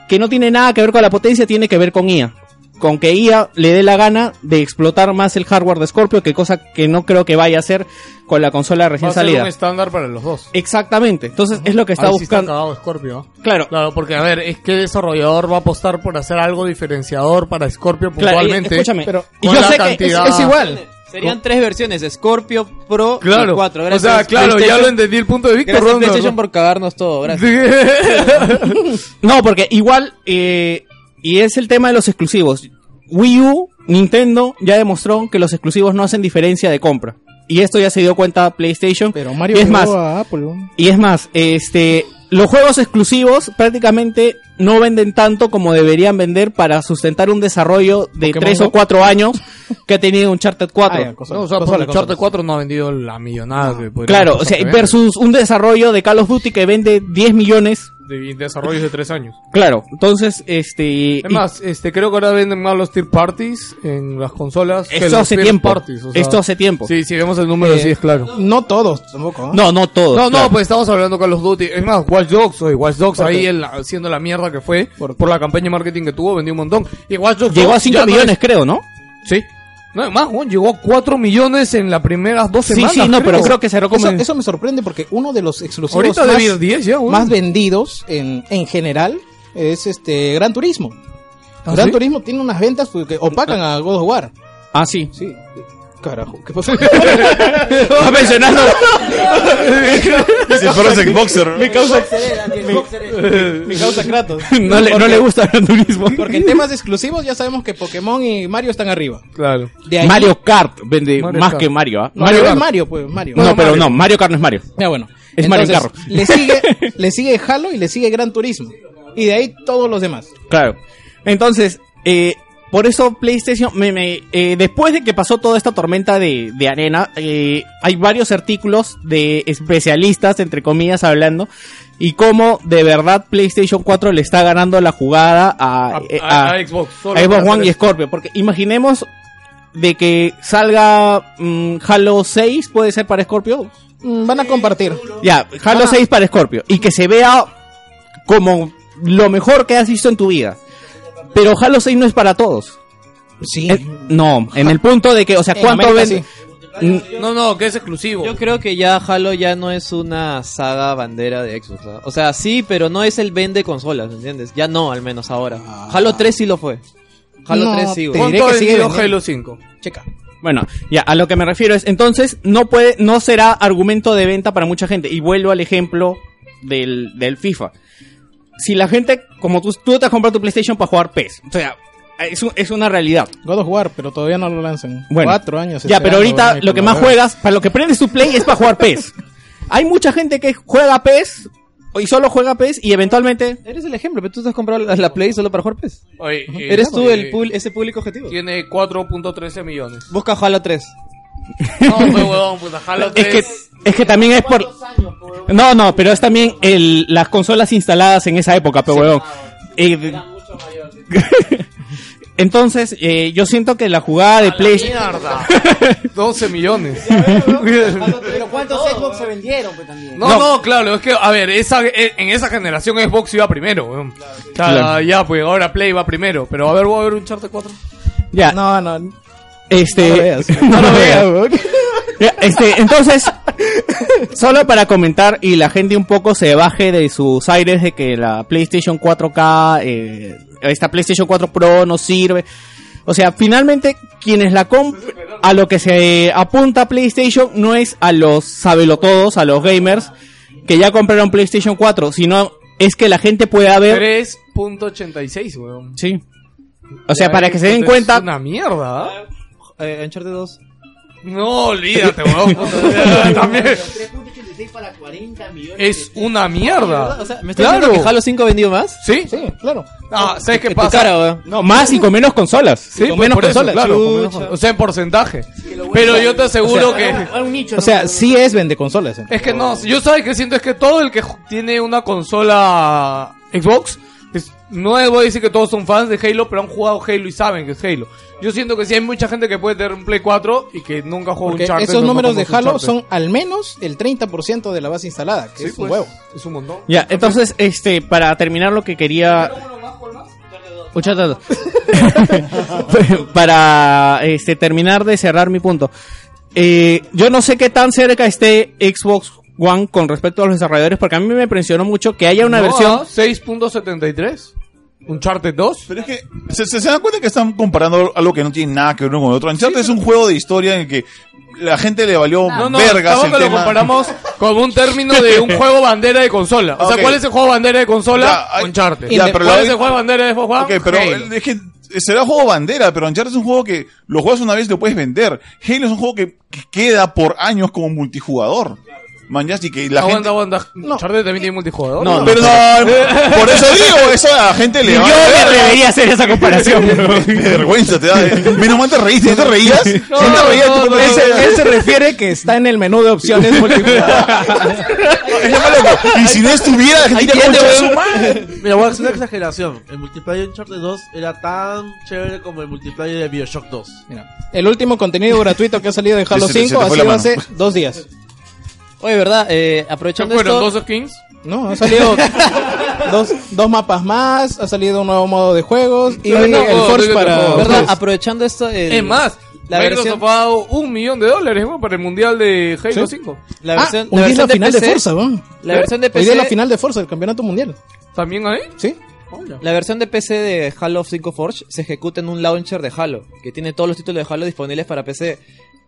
[SPEAKER 5] Que no tiene nada que ver con la potencia, tiene que ver con IA. Con que IA le dé la gana de explotar más el hardware de Scorpio, que cosa que no creo que vaya a hacer con la consola
[SPEAKER 11] Va
[SPEAKER 5] recién
[SPEAKER 11] a ser
[SPEAKER 5] salida.
[SPEAKER 11] un estándar para los dos.
[SPEAKER 5] Exactamente. Entonces *laughs* es lo que está
[SPEAKER 11] Ahí sí
[SPEAKER 5] buscando.
[SPEAKER 11] cagado Scorpio.
[SPEAKER 5] Claro.
[SPEAKER 11] Claro, porque a ver, es que el desarrollador va a apostar por hacer algo diferenciador para Scorpio
[SPEAKER 5] Claro,
[SPEAKER 11] puntualmente.
[SPEAKER 5] eh, escúchame,
[SPEAKER 11] pero
[SPEAKER 5] y
[SPEAKER 11] con
[SPEAKER 5] yo
[SPEAKER 11] la
[SPEAKER 5] sé que
[SPEAKER 11] cantidad-
[SPEAKER 5] es- es igual.
[SPEAKER 2] Serían tres versiones, Scorpio Pro
[SPEAKER 11] Claro.
[SPEAKER 2] y 4.
[SPEAKER 11] O sea, claro, ya lo entendí el punto de Víctor
[SPEAKER 2] Gracias
[SPEAKER 11] Rondo,
[SPEAKER 2] PlayStation
[SPEAKER 11] ¿no?
[SPEAKER 2] por cagarnos todo, gracias. *laughs*
[SPEAKER 5] *laughs* No, porque igual, eh, y es el tema de los exclusivos. Wii U, Nintendo ya demostró que los exclusivos no hacen diferencia de compra. Y esto ya se dio cuenta PlayStation. Pero
[SPEAKER 3] Mario
[SPEAKER 5] y es
[SPEAKER 3] llegó
[SPEAKER 5] más,
[SPEAKER 3] a Apple, ¿no?
[SPEAKER 5] y es más, este, los juegos exclusivos prácticamente no venden tanto como deberían vender para sustentar un desarrollo de
[SPEAKER 11] Pokémon
[SPEAKER 5] tres
[SPEAKER 11] Go.
[SPEAKER 5] o cuatro años que ha tenido Uncharted 4.
[SPEAKER 1] Ah,
[SPEAKER 11] No, o sea, porque Uncharted 4 no ha vendido la millonada. que podría-
[SPEAKER 5] Ah. Claro, o
[SPEAKER 11] cosa
[SPEAKER 5] sea,
[SPEAKER 11] que vende.
[SPEAKER 5] versus un desarrollo de Call of Duty que vende 10 millones.
[SPEAKER 11] De desarrollos de 3 años.
[SPEAKER 5] Claro, entonces, este... y-
[SPEAKER 11] Además, este, creo que ahora venden más los tier parties en las consolas. que
[SPEAKER 5] Esto
[SPEAKER 11] los
[SPEAKER 5] hace
[SPEAKER 11] first
[SPEAKER 5] tiempo.
[SPEAKER 11] o sea,
[SPEAKER 5] Esto hace tiempo.
[SPEAKER 11] Sí, sí, vemos el número,
[SPEAKER 5] Eh,
[SPEAKER 11] sí, es claro.
[SPEAKER 3] No todos, tampoco. ¿eh?
[SPEAKER 5] No, no todos.
[SPEAKER 11] No,
[SPEAKER 5] claro.
[SPEAKER 11] no, pues estamos hablando Call of Duty. Es más, Watch Dogs, oye, Watch Dogs
[SPEAKER 5] ¿Por qué?
[SPEAKER 11] ahí en la- haciendo la mierda que fue por, la campaña de marketing que tuvo, vendió un montón. Y Watch Dogs
[SPEAKER 5] Llegó a
[SPEAKER 11] dos
[SPEAKER 5] 5
[SPEAKER 11] ya no es-
[SPEAKER 5] millones, creo, ¿no?
[SPEAKER 11] Sí. No, más, weón, llegó a 4 millones en las primeras dos semanas.
[SPEAKER 3] eso, eso me sorprende porque uno de los exclusivos
[SPEAKER 11] Ahorita
[SPEAKER 3] más,
[SPEAKER 11] debe ir 10 ya, güey.
[SPEAKER 3] más vendidos en, en general es este Gran Turismo.
[SPEAKER 11] ¿Ah,
[SPEAKER 3] Gran
[SPEAKER 11] sí?
[SPEAKER 3] Turismo tiene unas ventas pues, que opacan a God of War.
[SPEAKER 5] Ah, sí.
[SPEAKER 3] Sí. Carajo, ¿qué *laughs* pasó?
[SPEAKER 5] Estaba
[SPEAKER 3] *laughs*
[SPEAKER 5] mencionando.
[SPEAKER 8] Y si fueras Xboxer.
[SPEAKER 3] Me causa.
[SPEAKER 8] Xboxer.
[SPEAKER 3] Me, me causa Kratos.
[SPEAKER 5] *laughs* No le- no le gusta Gran Turismo.
[SPEAKER 3] Porque en temas exclusivos ya sabemos que Pokémon y Mario están arriba.
[SPEAKER 11] Claro.
[SPEAKER 3] De ahí-
[SPEAKER 5] Mario Kart vende
[SPEAKER 3] Mario
[SPEAKER 5] más
[SPEAKER 3] Kart.
[SPEAKER 5] que Mario, ¿ah?
[SPEAKER 3] No,
[SPEAKER 5] Mario
[SPEAKER 3] pero es
[SPEAKER 5] Kart.
[SPEAKER 3] Mario, pues, Mario.
[SPEAKER 5] No,
[SPEAKER 3] No,
[SPEAKER 5] pero
[SPEAKER 3] Mario.
[SPEAKER 5] no, Mario Ah, Kart no es Mario.
[SPEAKER 3] Ya bueno.
[SPEAKER 5] Es Mario Carro.
[SPEAKER 3] Entonces,
[SPEAKER 5] *laughs*
[SPEAKER 3] Le sigue, le sigue Halo y le sigue Gran Turismo. Y de ahí todos los demás.
[SPEAKER 5] Claro. Entonces, eh, Por eso PlayStation, me- me- eh, después de que pasó toda esta tormenta de, de arena, eh, hay varios artículos de especialistas, entre comillas, hablando, y cómo de verdad PlayStation 4 le está ganando la jugada a, eh,
[SPEAKER 1] a-
[SPEAKER 5] a-
[SPEAKER 1] a Xbox, solo
[SPEAKER 5] a Xbox
[SPEAKER 1] para hacer
[SPEAKER 5] One y
[SPEAKER 1] eso.
[SPEAKER 5] Scorpio. Porque imaginemos de que salga mm, Halo 6, puede ser para Scorpio.
[SPEAKER 3] Mm, Van a compartir.
[SPEAKER 5] Ya, Halo
[SPEAKER 3] Ah.
[SPEAKER 5] 6 para Scorpio. Y que se vea como lo mejor que has visto en tu vida. Pero Halo 6 no es para todos. Eh,
[SPEAKER 3] Sí.
[SPEAKER 5] no, en el punto de que, o sea,
[SPEAKER 2] En
[SPEAKER 5] ¿cuánto Mm,
[SPEAKER 2] América
[SPEAKER 5] ven?
[SPEAKER 1] No, no, que es exclusivo.
[SPEAKER 2] Yo creo que ya Halo ya no es una saga bandera de Xbox. ¿ah? O sea, sí, pero no es el vende consolas, ¿entiendes? Ya no, al menos ahora.
[SPEAKER 11] Ah.
[SPEAKER 2] Halo 3 sí lo fue. Halo
[SPEAKER 1] No,
[SPEAKER 2] 3 sí, güey.
[SPEAKER 1] te diré ¿Cuánto que ha sigue vendido vendiendo. Halo 5?
[SPEAKER 3] Checa.
[SPEAKER 5] Bueno, ya, a lo que me refiero es, entonces, no puede, no será argumento de venta para mucha gente. Y vuelvo al ejemplo del, del FIFA. Si la gente, como tú, tú te has comprado tu PlayStation para jugar PES. O sea, es, un- es una realidad.
[SPEAKER 3] God of War, pero todavía no lo lanzan.
[SPEAKER 5] Bueno.
[SPEAKER 3] Cuatro años.
[SPEAKER 5] Ya,
[SPEAKER 3] esperando,
[SPEAKER 5] pero ahorita
[SPEAKER 3] weón, y
[SPEAKER 5] lo que
[SPEAKER 3] con
[SPEAKER 5] más
[SPEAKER 3] la weón.
[SPEAKER 5] juegas, para lo que prendes tu play es para jugar
[SPEAKER 2] *laughs*
[SPEAKER 5] PES. Hay mucha gente que juega PES y solo juega PES y eventualmente...
[SPEAKER 2] Eres el ejemplo, pero tú te has comprado la, la Play solo para jugar PES.
[SPEAKER 1] Oye, eh,
[SPEAKER 2] Eres tú
[SPEAKER 1] eh,
[SPEAKER 2] el pul- ese público objetivo.
[SPEAKER 1] Tiene 4.13 millones.
[SPEAKER 5] *laughs*
[SPEAKER 2] Busca Halo
[SPEAKER 11] *laughs*
[SPEAKER 2] 3.
[SPEAKER 1] No, pues, huevón, puta, Halo 3.
[SPEAKER 5] Es que, es que también es por... No, no, pero es también el, las consolas instaladas en esa época, pero huevón. Eh, *laughs* Entonces, eh, yo siento que la jugada de PlayStation... *laughs*
[SPEAKER 1] Mierda. 12 millones.
[SPEAKER 9] Pero ¿cuántos Xbox se vendieron? Pues también.
[SPEAKER 1] No, no, claro, es que, a ver, esa, eh, en esa generación Xbox iba primero, weón. O sea,
[SPEAKER 5] Claro.
[SPEAKER 1] Ya, pues ahora Play va primero. Pero a ver, voy a ver un Charter 4.
[SPEAKER 5] Ya.
[SPEAKER 3] No, no.
[SPEAKER 5] Este,
[SPEAKER 3] No lo veas.
[SPEAKER 5] *laughs* no lo veas. Ya, este, entonces, solo para comentar y la gente un poco se baje de sus aires de que la PlayStation 4K, eh, esta PlayStation 4 Pro no sirve. O sea, finalmente quienes la compran, a lo que se apunta PlayStation no es a los sabelotodos, a los gamers que ya compraron PlayStation 4, sino es que la gente pueda ver,
[SPEAKER 1] 3.86, weón.
[SPEAKER 5] sí. O sea,
[SPEAKER 1] Ya,
[SPEAKER 5] para que se den
[SPEAKER 1] entonces es
[SPEAKER 5] cuenta,
[SPEAKER 1] una mierda, ¿ah?
[SPEAKER 2] Eh, Uncharted 2.
[SPEAKER 1] No, olvídate,
[SPEAKER 5] *laughs*
[SPEAKER 1] weón. puta. También.
[SPEAKER 9] 3.86 para 40 millones.
[SPEAKER 1] Es una mierda.
[SPEAKER 2] O sea, ¿me estás diciendo que Halo 5 vendió más?
[SPEAKER 1] Sí.
[SPEAKER 3] Sí, claro.
[SPEAKER 1] Ah, ¿sabes qué
[SPEAKER 2] En tu
[SPEAKER 1] pasa?
[SPEAKER 2] cara, weón.
[SPEAKER 5] no, más y con menos consolas.
[SPEAKER 1] Sí,
[SPEAKER 5] con
[SPEAKER 1] pues,
[SPEAKER 5] menos
[SPEAKER 1] por eso,
[SPEAKER 5] consolas.
[SPEAKER 1] claro, con menos consolas. O sea, en porcentaje. Pero yo te aseguro que...
[SPEAKER 9] Era un nicho.
[SPEAKER 3] O sea, sí es vende consolas. eh.
[SPEAKER 1] Es que no, yo sabes que siento es que todo el que ju- tiene una consola Xbox, es- no voy a decir que todos son fans de Halo, pero han jugado Halo y saben que es Halo. Yo siento que sí hay mucha gente que puede tener un Play 4 y que nunca juega un
[SPEAKER 3] Porque
[SPEAKER 1] Charter.
[SPEAKER 3] esos números de Halo son al menos el 30% de la base instalada, que es un huevo.
[SPEAKER 1] pues, Es un montón.
[SPEAKER 5] Ya, entonces, este, para terminar lo que quería. Uncharted dos. para este, terminar de cerrar mi punto. Eh, yo no sé qué tan cerca esté Xbox One con respecto a los desarrolladores, porque a mí me impresionó mucho que haya una
[SPEAKER 1] No,
[SPEAKER 5] versión.
[SPEAKER 1] ah, 6.73. Un Charter 2.
[SPEAKER 8] Pero es que, ¿se, se, se dan cuenta que están comparando algo que no tiene nada que ver uno con otro? Uncharted es un juego de historia en el que la gente le valió
[SPEAKER 1] No, no,
[SPEAKER 8] vergas el
[SPEAKER 1] estamos que lo
[SPEAKER 8] tema.
[SPEAKER 1] comparamos con un término
[SPEAKER 8] *laughs*
[SPEAKER 1] de un juego bandera de consola. O sea,
[SPEAKER 8] Ok.
[SPEAKER 1] ¿cuál es el juego bandera de consola?
[SPEAKER 8] Ya, hay-
[SPEAKER 1] Uncharted.
[SPEAKER 8] Ya, pero
[SPEAKER 1] ¿Cuál
[SPEAKER 8] la-
[SPEAKER 1] es el juego bandera de Xbox One?
[SPEAKER 8] Ok, pero
[SPEAKER 1] Halo.
[SPEAKER 8] el- es que será juego bandera, pero Uncharted es un juego que lo juegas una vez y lo puedes vender. Halo es un juego que, que queda por años como multijugador. Man, ya, así que la
[SPEAKER 1] aguanta,
[SPEAKER 8] gente...
[SPEAKER 1] aguanta. Uncharted también tiene multijugador. *laughs*
[SPEAKER 5] No, no,
[SPEAKER 8] Pero
[SPEAKER 5] *laughs*
[SPEAKER 8] no, por eso digo, eso a la gente
[SPEAKER 5] Yo
[SPEAKER 8] le va a
[SPEAKER 5] me
[SPEAKER 8] ver.
[SPEAKER 5] atrevería a hacer esa
[SPEAKER 8] *laughs*
[SPEAKER 5] comparación.
[SPEAKER 8] Qué vergüenza te da. eh. Menos mal te reíste, ¿no te
[SPEAKER 5] *laughs*
[SPEAKER 8] reías? ¿Sí
[SPEAKER 1] No,
[SPEAKER 8] te reías?
[SPEAKER 1] no,
[SPEAKER 8] ¿Tú
[SPEAKER 1] no,
[SPEAKER 8] te
[SPEAKER 3] Él
[SPEAKER 8] reías?
[SPEAKER 3] se, él se refiere que está en el menú de opciones *laughs* multijugador.
[SPEAKER 8] Es lo malo, Y si no estuviera, la gente diría, "Concha de su madre".
[SPEAKER 7] Mira, voy a hacer una exageración. El multiplayer de Uncharted 2 era tan chévere como el multiplayer de Bioshock 2.
[SPEAKER 3] Mira, el último contenido gratuito que ha salido de Halo
[SPEAKER 8] Se te- se te
[SPEAKER 3] 5 ha
[SPEAKER 8] fue la
[SPEAKER 3] sido
[SPEAKER 8] mano.
[SPEAKER 3] hace dos días.
[SPEAKER 2] Oye, ¿verdad? Eh, aprovechando
[SPEAKER 1] fueron?
[SPEAKER 2] esto...
[SPEAKER 1] ¿Dos skins?
[SPEAKER 3] No, ha salido dos, dos mapas más, ha salido un nuevo modo de juegos y
[SPEAKER 1] No, no,
[SPEAKER 3] el
[SPEAKER 1] no,
[SPEAKER 3] Force
[SPEAKER 1] no, no,
[SPEAKER 3] para...
[SPEAKER 1] no, no,
[SPEAKER 2] ¿Verdad?
[SPEAKER 1] dos.
[SPEAKER 2] *laughs* Aprovechando esto... eh, el-
[SPEAKER 1] Es más,
[SPEAKER 2] La
[SPEAKER 1] Microsoft
[SPEAKER 2] versión-
[SPEAKER 1] ha dado un millón de dólares ¿no? para el mundial de Halo
[SPEAKER 3] Sí.
[SPEAKER 1] 5.
[SPEAKER 2] La
[SPEAKER 3] Ah,
[SPEAKER 2] versión,
[SPEAKER 3] hoy
[SPEAKER 2] la
[SPEAKER 3] día es la
[SPEAKER 2] versión de
[SPEAKER 3] final de
[SPEAKER 2] PC
[SPEAKER 3] Forza, weón.
[SPEAKER 2] La versión de
[SPEAKER 3] Hoy día
[SPEAKER 2] PC...
[SPEAKER 3] es la final de Forza del campeonato mundial.
[SPEAKER 1] ¿También ahí?
[SPEAKER 3] ¿Sí?
[SPEAKER 2] La versión de PC de Halo 5 Forge se ejecuta en un launcher de Halo, que tiene todos los títulos de Halo disponibles para PC.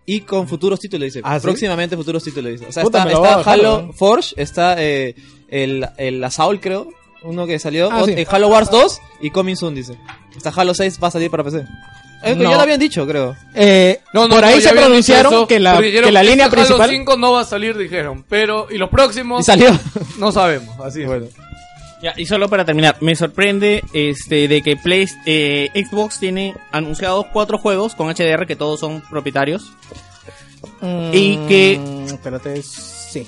[SPEAKER 2] Y con futuros títulos, dice.
[SPEAKER 3] ¿Ah, sí?
[SPEAKER 2] Próximamente futuros títulos, dice. O sea,
[SPEAKER 3] Puta,
[SPEAKER 2] está,
[SPEAKER 3] me lo voy a
[SPEAKER 2] está
[SPEAKER 3] bajar,
[SPEAKER 2] Halo
[SPEAKER 3] ¿no?
[SPEAKER 2] Forge, está eh, el, el Assault, creo, uno que salió,
[SPEAKER 3] Ah,
[SPEAKER 2] o-
[SPEAKER 3] sí.
[SPEAKER 2] eh, Halo Wars 2 y Coming Soon, dice. Hasta Halo 6 va a salir para PC. Es que
[SPEAKER 3] No.
[SPEAKER 2] ya lo habían dicho, creo.
[SPEAKER 3] Eh, por ahí
[SPEAKER 1] ya
[SPEAKER 3] se
[SPEAKER 1] habían
[SPEAKER 3] pronunciaron
[SPEAKER 1] dicho eso,
[SPEAKER 3] que la,
[SPEAKER 1] porque dijeron,
[SPEAKER 3] que la línea
[SPEAKER 1] "Este
[SPEAKER 3] principal...
[SPEAKER 1] Halo 5 no va a salir, dijeron. Pero, y los próximos
[SPEAKER 2] Y salió.
[SPEAKER 1] no sabemos. Así es.
[SPEAKER 5] Ya, y solo para terminar, me sorprende este de que Play, eh, Xbox tiene anunciados cuatro juegos con HDR que todos son propietarios. Y que-
[SPEAKER 3] Mm, Espérate, sí.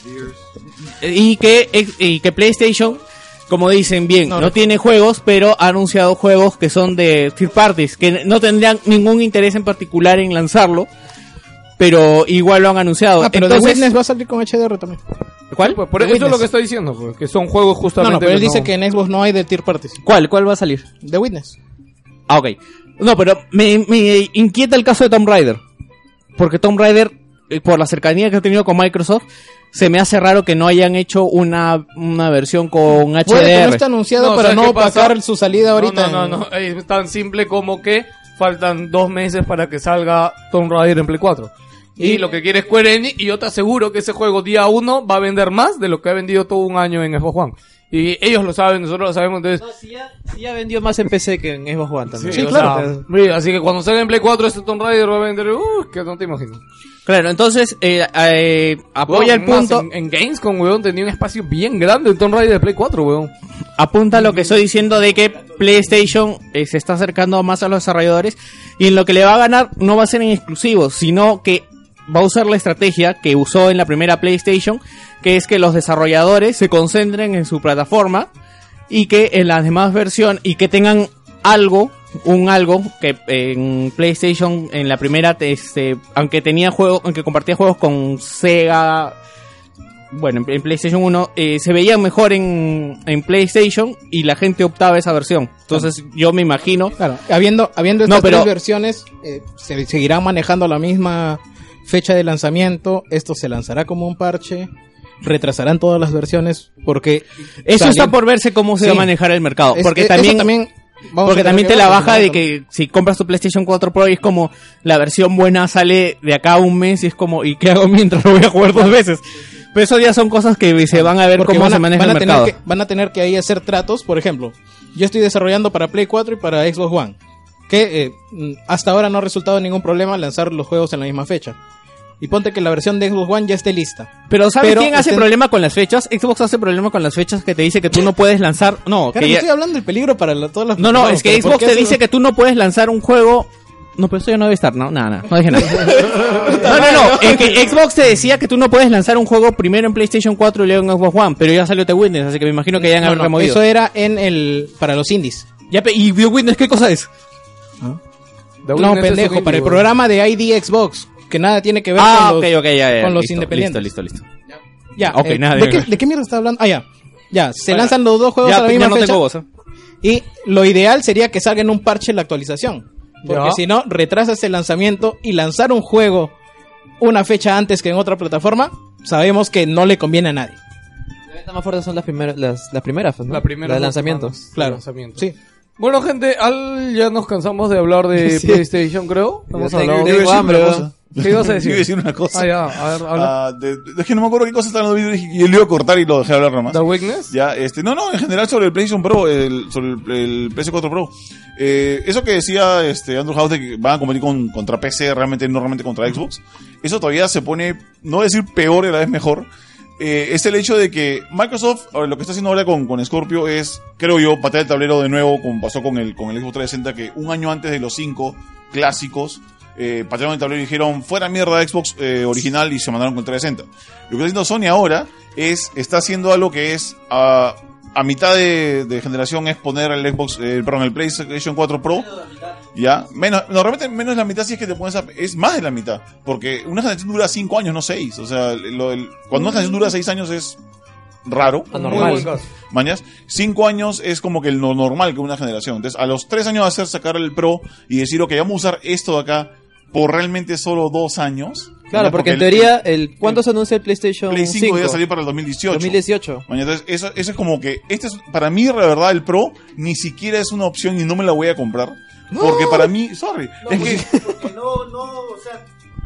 [SPEAKER 5] Y que, ex- y que PlayStation, como dicen bien, no, tiene juegos, pero ha anunciado juegos que son de third parties, que no tendrían ningún interés en particular en lanzarlo, pero igual lo han anunciado.
[SPEAKER 3] Ah, pero The
[SPEAKER 5] Oh, Entonces,
[SPEAKER 3] Witness va a salir con HDR también.
[SPEAKER 5] ¿cuál?
[SPEAKER 3] por eso es lo que
[SPEAKER 12] estoy diciendo, pues, que son juegos
[SPEAKER 3] No,
[SPEAKER 12] justamente.
[SPEAKER 3] no, pero él
[SPEAKER 12] que
[SPEAKER 3] dice
[SPEAKER 12] no-
[SPEAKER 3] que en Xbox no hay de tier parties.
[SPEAKER 5] ¿Cuál? ¿Cuál va a salir?
[SPEAKER 3] The Witness.
[SPEAKER 5] Ah, ok. No, pero me, me inquieta el caso de Tomb Raider. Porque Tomb Raider, eh, por la cercanía que ha tenido con Microsoft, se me hace raro que no hayan hecho una, una versión con HDR.
[SPEAKER 3] Puede que no está anunciado
[SPEAKER 12] No,
[SPEAKER 3] para
[SPEAKER 12] ¿sabes
[SPEAKER 3] no
[SPEAKER 12] qué pasa?
[SPEAKER 3] opacar su salida ahorita.
[SPEAKER 12] No, no, no, no, Es tan simple como que faltan dos meses para que salga Tomb Raider en Play 4. Y lo que quiere Square Enix, y yo te aseguro que ese juego día uno va a vender más de lo que ha vendido todo un año en Xbox One. Y ellos lo saben, nosotros lo sabemos, entonces...
[SPEAKER 2] Sí, ya vendió más en PC que en Xbox One también.
[SPEAKER 12] Sí,
[SPEAKER 2] O
[SPEAKER 12] claro.
[SPEAKER 2] sea,
[SPEAKER 12] Mira, así que cuando salga en Play 4 este Tomb Raider va a vender... Uh, que no te imagino.
[SPEAKER 5] Claro, entonces eh, eh, apoya el
[SPEAKER 12] Weón, más
[SPEAKER 5] punto.
[SPEAKER 12] En, en Gamescom, weón, tenía un espacio bien grande en Tomb Raider de Play 4, weón.
[SPEAKER 5] Apunta a lo que estoy diciendo de que PlayStation eh, se está acercando más a los desarrolladores y en lo que le va a ganar no va a ser en exclusivos, sino que va a usar la estrategia que usó en la primera PlayStation, que es que los desarrolladores se concentren en su plataforma y que en las demás versiones y que tengan algo un algo que en PlayStation en la primera este aunque tenía juego aunque compartía juegos con Sega bueno, en, en PlayStation 1 eh, se veía mejor en, en PlayStation y la gente optaba esa versión. Entonces yo me imagino.
[SPEAKER 3] Claro, habiendo, habiendo
[SPEAKER 5] No,
[SPEAKER 3] estas
[SPEAKER 5] pero-
[SPEAKER 3] tres versiones, eh, se seguirán manejando la misma fecha de lanzamiento. Esto se lanzará como un parche. Retrasarán todas las versiones porque
[SPEAKER 5] Eso está
[SPEAKER 3] salen-
[SPEAKER 5] por verse cómo se va a
[SPEAKER 3] Sí.
[SPEAKER 5] manejar el mercado.
[SPEAKER 3] Es-
[SPEAKER 5] Porque
[SPEAKER 3] eh, eso
[SPEAKER 5] también,
[SPEAKER 3] también vamos a
[SPEAKER 5] porque
[SPEAKER 3] tener
[SPEAKER 5] también
[SPEAKER 3] que
[SPEAKER 5] te la
[SPEAKER 3] verlo,
[SPEAKER 5] baja
[SPEAKER 3] ¿no?
[SPEAKER 5] de que si compras tu PlayStation 4 Pro y es como la versión buena sale de acá a un mes y es como, ¿y qué hago *laughs* mientras lo voy a jugar dos veces? Pero eso ya son cosas que se van a ver
[SPEAKER 3] Porque
[SPEAKER 5] cómo
[SPEAKER 3] van a,
[SPEAKER 5] se maneja
[SPEAKER 3] van
[SPEAKER 5] el
[SPEAKER 3] a
[SPEAKER 5] mercado.
[SPEAKER 3] Tener que, van a tener que ahí hacer tratos, por ejemplo. Yo estoy desarrollando para Play 4 y para Xbox One. Que eh, mm, hasta ahora no ha resultado ningún problema lanzar los juegos en la misma fecha. Y ponte que la versión de Xbox One ya esté lista.
[SPEAKER 5] Pero ¿sabes quién hace
[SPEAKER 3] estén-
[SPEAKER 5] problema con las fechas? Xbox hace problema con las fechas que te dice que tú no puedes lanzar. No,
[SPEAKER 3] Claro,
[SPEAKER 5] que ya-
[SPEAKER 3] estoy hablando del peligro para la- todas las
[SPEAKER 5] No, no, es que
[SPEAKER 3] pero ¿por
[SPEAKER 5] Xbox
[SPEAKER 3] qué
[SPEAKER 5] te
[SPEAKER 3] hace-
[SPEAKER 5] dice que tú no puedes lanzar un juego. No, pero eso ya no debe estar, no, nada, nada, no
[SPEAKER 3] *laughs*
[SPEAKER 5] dije nada. No, no, no, es que Xbox te decía que tú no puedes lanzar un juego primero en PlayStation 4 y luego en Xbox One, pero ya salió The Witness, así que me imagino que ya han
[SPEAKER 3] No,
[SPEAKER 5] haber
[SPEAKER 3] no,
[SPEAKER 5] removido.
[SPEAKER 3] Eso era en el para los indies.
[SPEAKER 5] Ya, pe- ¿y The Witness qué cosa es?
[SPEAKER 3] No, pendejo, para el programa de ID Xbox, que nada tiene que ver
[SPEAKER 5] Ah,
[SPEAKER 3] con los,
[SPEAKER 5] ok, ok, ya, ya, ya,
[SPEAKER 3] con los
[SPEAKER 5] listo,
[SPEAKER 3] independientes.
[SPEAKER 5] Listo, listo, listo.
[SPEAKER 3] Ya,
[SPEAKER 5] Ok,
[SPEAKER 3] eh,
[SPEAKER 5] nada,
[SPEAKER 3] ¿de,
[SPEAKER 5] dime.
[SPEAKER 3] qué, de qué mierda está hablando? Ah, ya. Ya, se
[SPEAKER 5] Bueno,
[SPEAKER 3] lanzan los dos juegos
[SPEAKER 5] ya,
[SPEAKER 3] a la
[SPEAKER 5] ya
[SPEAKER 3] misma
[SPEAKER 5] no
[SPEAKER 3] fecha.
[SPEAKER 5] tengo voz, ¿eh?
[SPEAKER 3] Y lo ideal sería que salga en un parche la actualización. Porque
[SPEAKER 5] Ya.
[SPEAKER 3] si no, retrasas el lanzamiento y lanzar un juego una fecha antes que en otra plataforma, sabemos que no le conviene a nadie.
[SPEAKER 2] Las más fuertes son las primeras, las, las primeras, Pues ¿no?
[SPEAKER 3] La primera
[SPEAKER 2] La de
[SPEAKER 3] no,
[SPEAKER 2] lanzamientos.
[SPEAKER 3] Claro.
[SPEAKER 12] Sí. Bueno, gente, al- ya nos cansamos de hablar
[SPEAKER 8] *laughs*
[SPEAKER 12] de
[SPEAKER 2] Sí.
[SPEAKER 12] PlayStation, creo. Hemos
[SPEAKER 8] Yo
[SPEAKER 12] hablado
[SPEAKER 8] tengo- yo iba a decir
[SPEAKER 12] hambre,
[SPEAKER 8] una
[SPEAKER 12] ¿verdad?
[SPEAKER 8] cosa.
[SPEAKER 12] ¿Qué ibas a decir?
[SPEAKER 8] Yo *laughs* iba a decir una cosa.
[SPEAKER 12] Ah, ya, a ver, habla.
[SPEAKER 8] Ah, de- de- es que no me acuerdo qué cosa estaba hablando y yo le iba a cortar y lo dejé hablar nomás.
[SPEAKER 12] ¿The Weakness?
[SPEAKER 8] Ya, este, no, no, en general sobre el PlayStation Pro, el- sobre el, el PS4 Pro. Eh, eso que decía este Andrew House de que van a competir con, contra PC, realmente no realmente contra Xbox, eso todavía se pone, no decir peor y a la vez mejor. Eh, es el hecho de que Microsoft, ahora, lo que está haciendo ahora con, con Scorpio es, creo yo, patear el tablero de nuevo, como pasó con el, con el Xbox 360, que un año antes de los cinco clásicos, eh, patearon el tablero y dijeron, fuera mierda Xbox eh, original y se mandaron con el 360. Lo que está haciendo Sony ahora es, está haciendo algo que es, ah, a mitad de, de generación es poner el Xbox, eh, perdón, el PlayStation 4 Pro, ya, menos, normalmente menos la mitad si es que te pones a, es más de la mitad, porque una generación dura 5 años, no 6, o sea, lo- el- cuando una generación dura 6 años es raro.
[SPEAKER 12] Anormal. Muy buen caso.
[SPEAKER 8] Mañas. Cinco años es como que lo normal que una generación. Entonces, a los tres años de hacer sacar el Pro y decir, ok, vamos a usar esto de acá por realmente solo dos años.
[SPEAKER 2] Claro,
[SPEAKER 8] Mañas,
[SPEAKER 2] porque en teoría, el, ¿cuándo se anuncia el PlayStation
[SPEAKER 8] Play 5
[SPEAKER 2] cinco?
[SPEAKER 8] debía salir para el 2018.
[SPEAKER 2] 2018.
[SPEAKER 8] Maña, entonces, eso, eso es como que, este es, para mí, la verdad, el Pro ni siquiera es una opción y no me la voy a comprar. Porque para mí, sorry, es que
[SPEAKER 2] pues,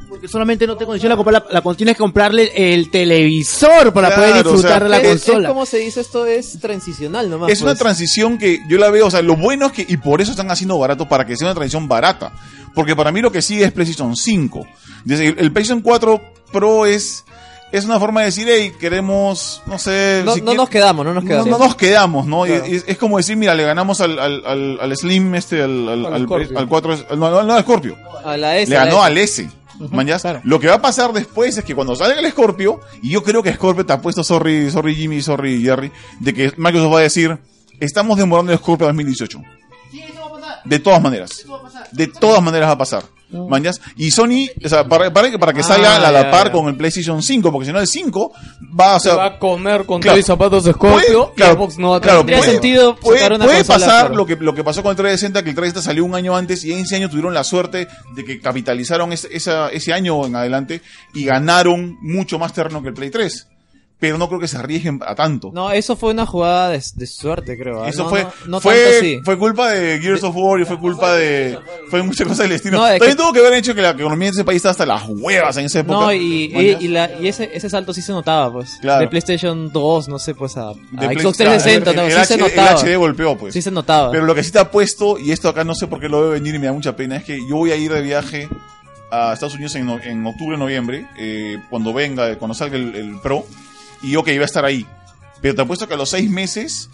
[SPEAKER 11] Porque solamente no te condiciona a comprar la, la consola, tienes que comprarle el televisor para
[SPEAKER 8] Claro,
[SPEAKER 11] poder disfrutar
[SPEAKER 8] o sea,
[SPEAKER 11] de la
[SPEAKER 8] es- es
[SPEAKER 11] consola.
[SPEAKER 2] ¿Cómo se dice esto? Es transicional nomás.
[SPEAKER 8] es una
[SPEAKER 2] pues.
[SPEAKER 8] transición que yo la veo, o sea, lo bueno es que, y por eso están haciendo barato, para que sea una transición barata. Porque para mí lo que sigue es PlayStation 5. Desde el, el PlayStation 4 Pro es, es una forma de decir, hey, queremos, no sé...
[SPEAKER 2] No-
[SPEAKER 8] si
[SPEAKER 2] no
[SPEAKER 8] quie-
[SPEAKER 2] nos quedamos, no nos quedamos.
[SPEAKER 8] No, nos quedamos, ¿no? Y-
[SPEAKER 2] Claro.
[SPEAKER 8] y es, es como decir, mira, le ganamos al, al, al, al Slim, este, al, al,
[SPEAKER 2] Al
[SPEAKER 8] al,
[SPEAKER 2] Scorpio.
[SPEAKER 8] al 4... al- No, no, no, al Scorpio.
[SPEAKER 2] A la S.
[SPEAKER 8] Le
[SPEAKER 2] a la
[SPEAKER 8] ganó
[SPEAKER 2] S.
[SPEAKER 8] al S. ¿Mañas? Lo que va a pasar después es que cuando salga el Scorpio, y yo creo que Scorpio te ha puesto, sorry, sorry Jimmy, sorry Jerry, de que Microsoft va a decir, estamos demorando el Scorpio 2018. De todas maneras. De todas maneras va a pasar. Mañas. Y Sony, o sea, para, para que, para que salga a la
[SPEAKER 1] Ah, ya,
[SPEAKER 8] par con el PlayStation 5, porque si no el 5 va, o sea,
[SPEAKER 1] va a comer con
[SPEAKER 8] Claro.
[SPEAKER 1] todo y zapatos Scorpio
[SPEAKER 8] Puede- claro,
[SPEAKER 1] y Xbox no va a
[SPEAKER 8] claro,
[SPEAKER 1] tener
[SPEAKER 8] puede-
[SPEAKER 1] sentido
[SPEAKER 8] puede-
[SPEAKER 1] sacar una
[SPEAKER 8] puede
[SPEAKER 1] consola,
[SPEAKER 8] pasar
[SPEAKER 1] claro.
[SPEAKER 8] lo que lo que pasó con el 360 que el 360 salió un año antes y en ese año tuvieron la suerte de que capitalizaron ese, esa- ese año en adelante y ganaron mucho más terreno que el Play 3 pero no creo que se arriesguen a tanto
[SPEAKER 2] No, eso fue una jugada de, de suerte, creo. ¿ah?
[SPEAKER 8] eso
[SPEAKER 2] No,
[SPEAKER 8] fue
[SPEAKER 2] no- no
[SPEAKER 8] fue,
[SPEAKER 2] tanto así.
[SPEAKER 8] fue culpa de Gears of War y fue culpa de fue mucha cosa del destino
[SPEAKER 2] No, es
[SPEAKER 8] también
[SPEAKER 2] que-
[SPEAKER 8] tuvo que haber hecho que la economía de ese país estaba hasta las huevas en esa época
[SPEAKER 2] No, y, y,
[SPEAKER 8] Mañas.
[SPEAKER 2] y la- y ese, ese salto sí se notaba, pues.
[SPEAKER 8] Claro.
[SPEAKER 2] De PlayStation 2, no sé, pues a, a
[SPEAKER 8] de Play-
[SPEAKER 2] Xbox 360,
[SPEAKER 8] claro,
[SPEAKER 2] no,
[SPEAKER 8] el-
[SPEAKER 2] sí
[SPEAKER 8] el
[SPEAKER 2] se
[SPEAKER 8] HD
[SPEAKER 2] notaba.
[SPEAKER 8] El HD golpeó, pues.
[SPEAKER 2] Sí se notaba.
[SPEAKER 8] Pero lo que sí te ha puesto, y esto acá no sé por qué lo veo venir y me da mucha pena, es que yo voy a ir de viaje a Estados Unidos en, no- en octubre, noviembre, eh, cuando venga, cuando salga el, el Pro, y ok, voy a estar ahí. Pero te apuesto que a los seis meses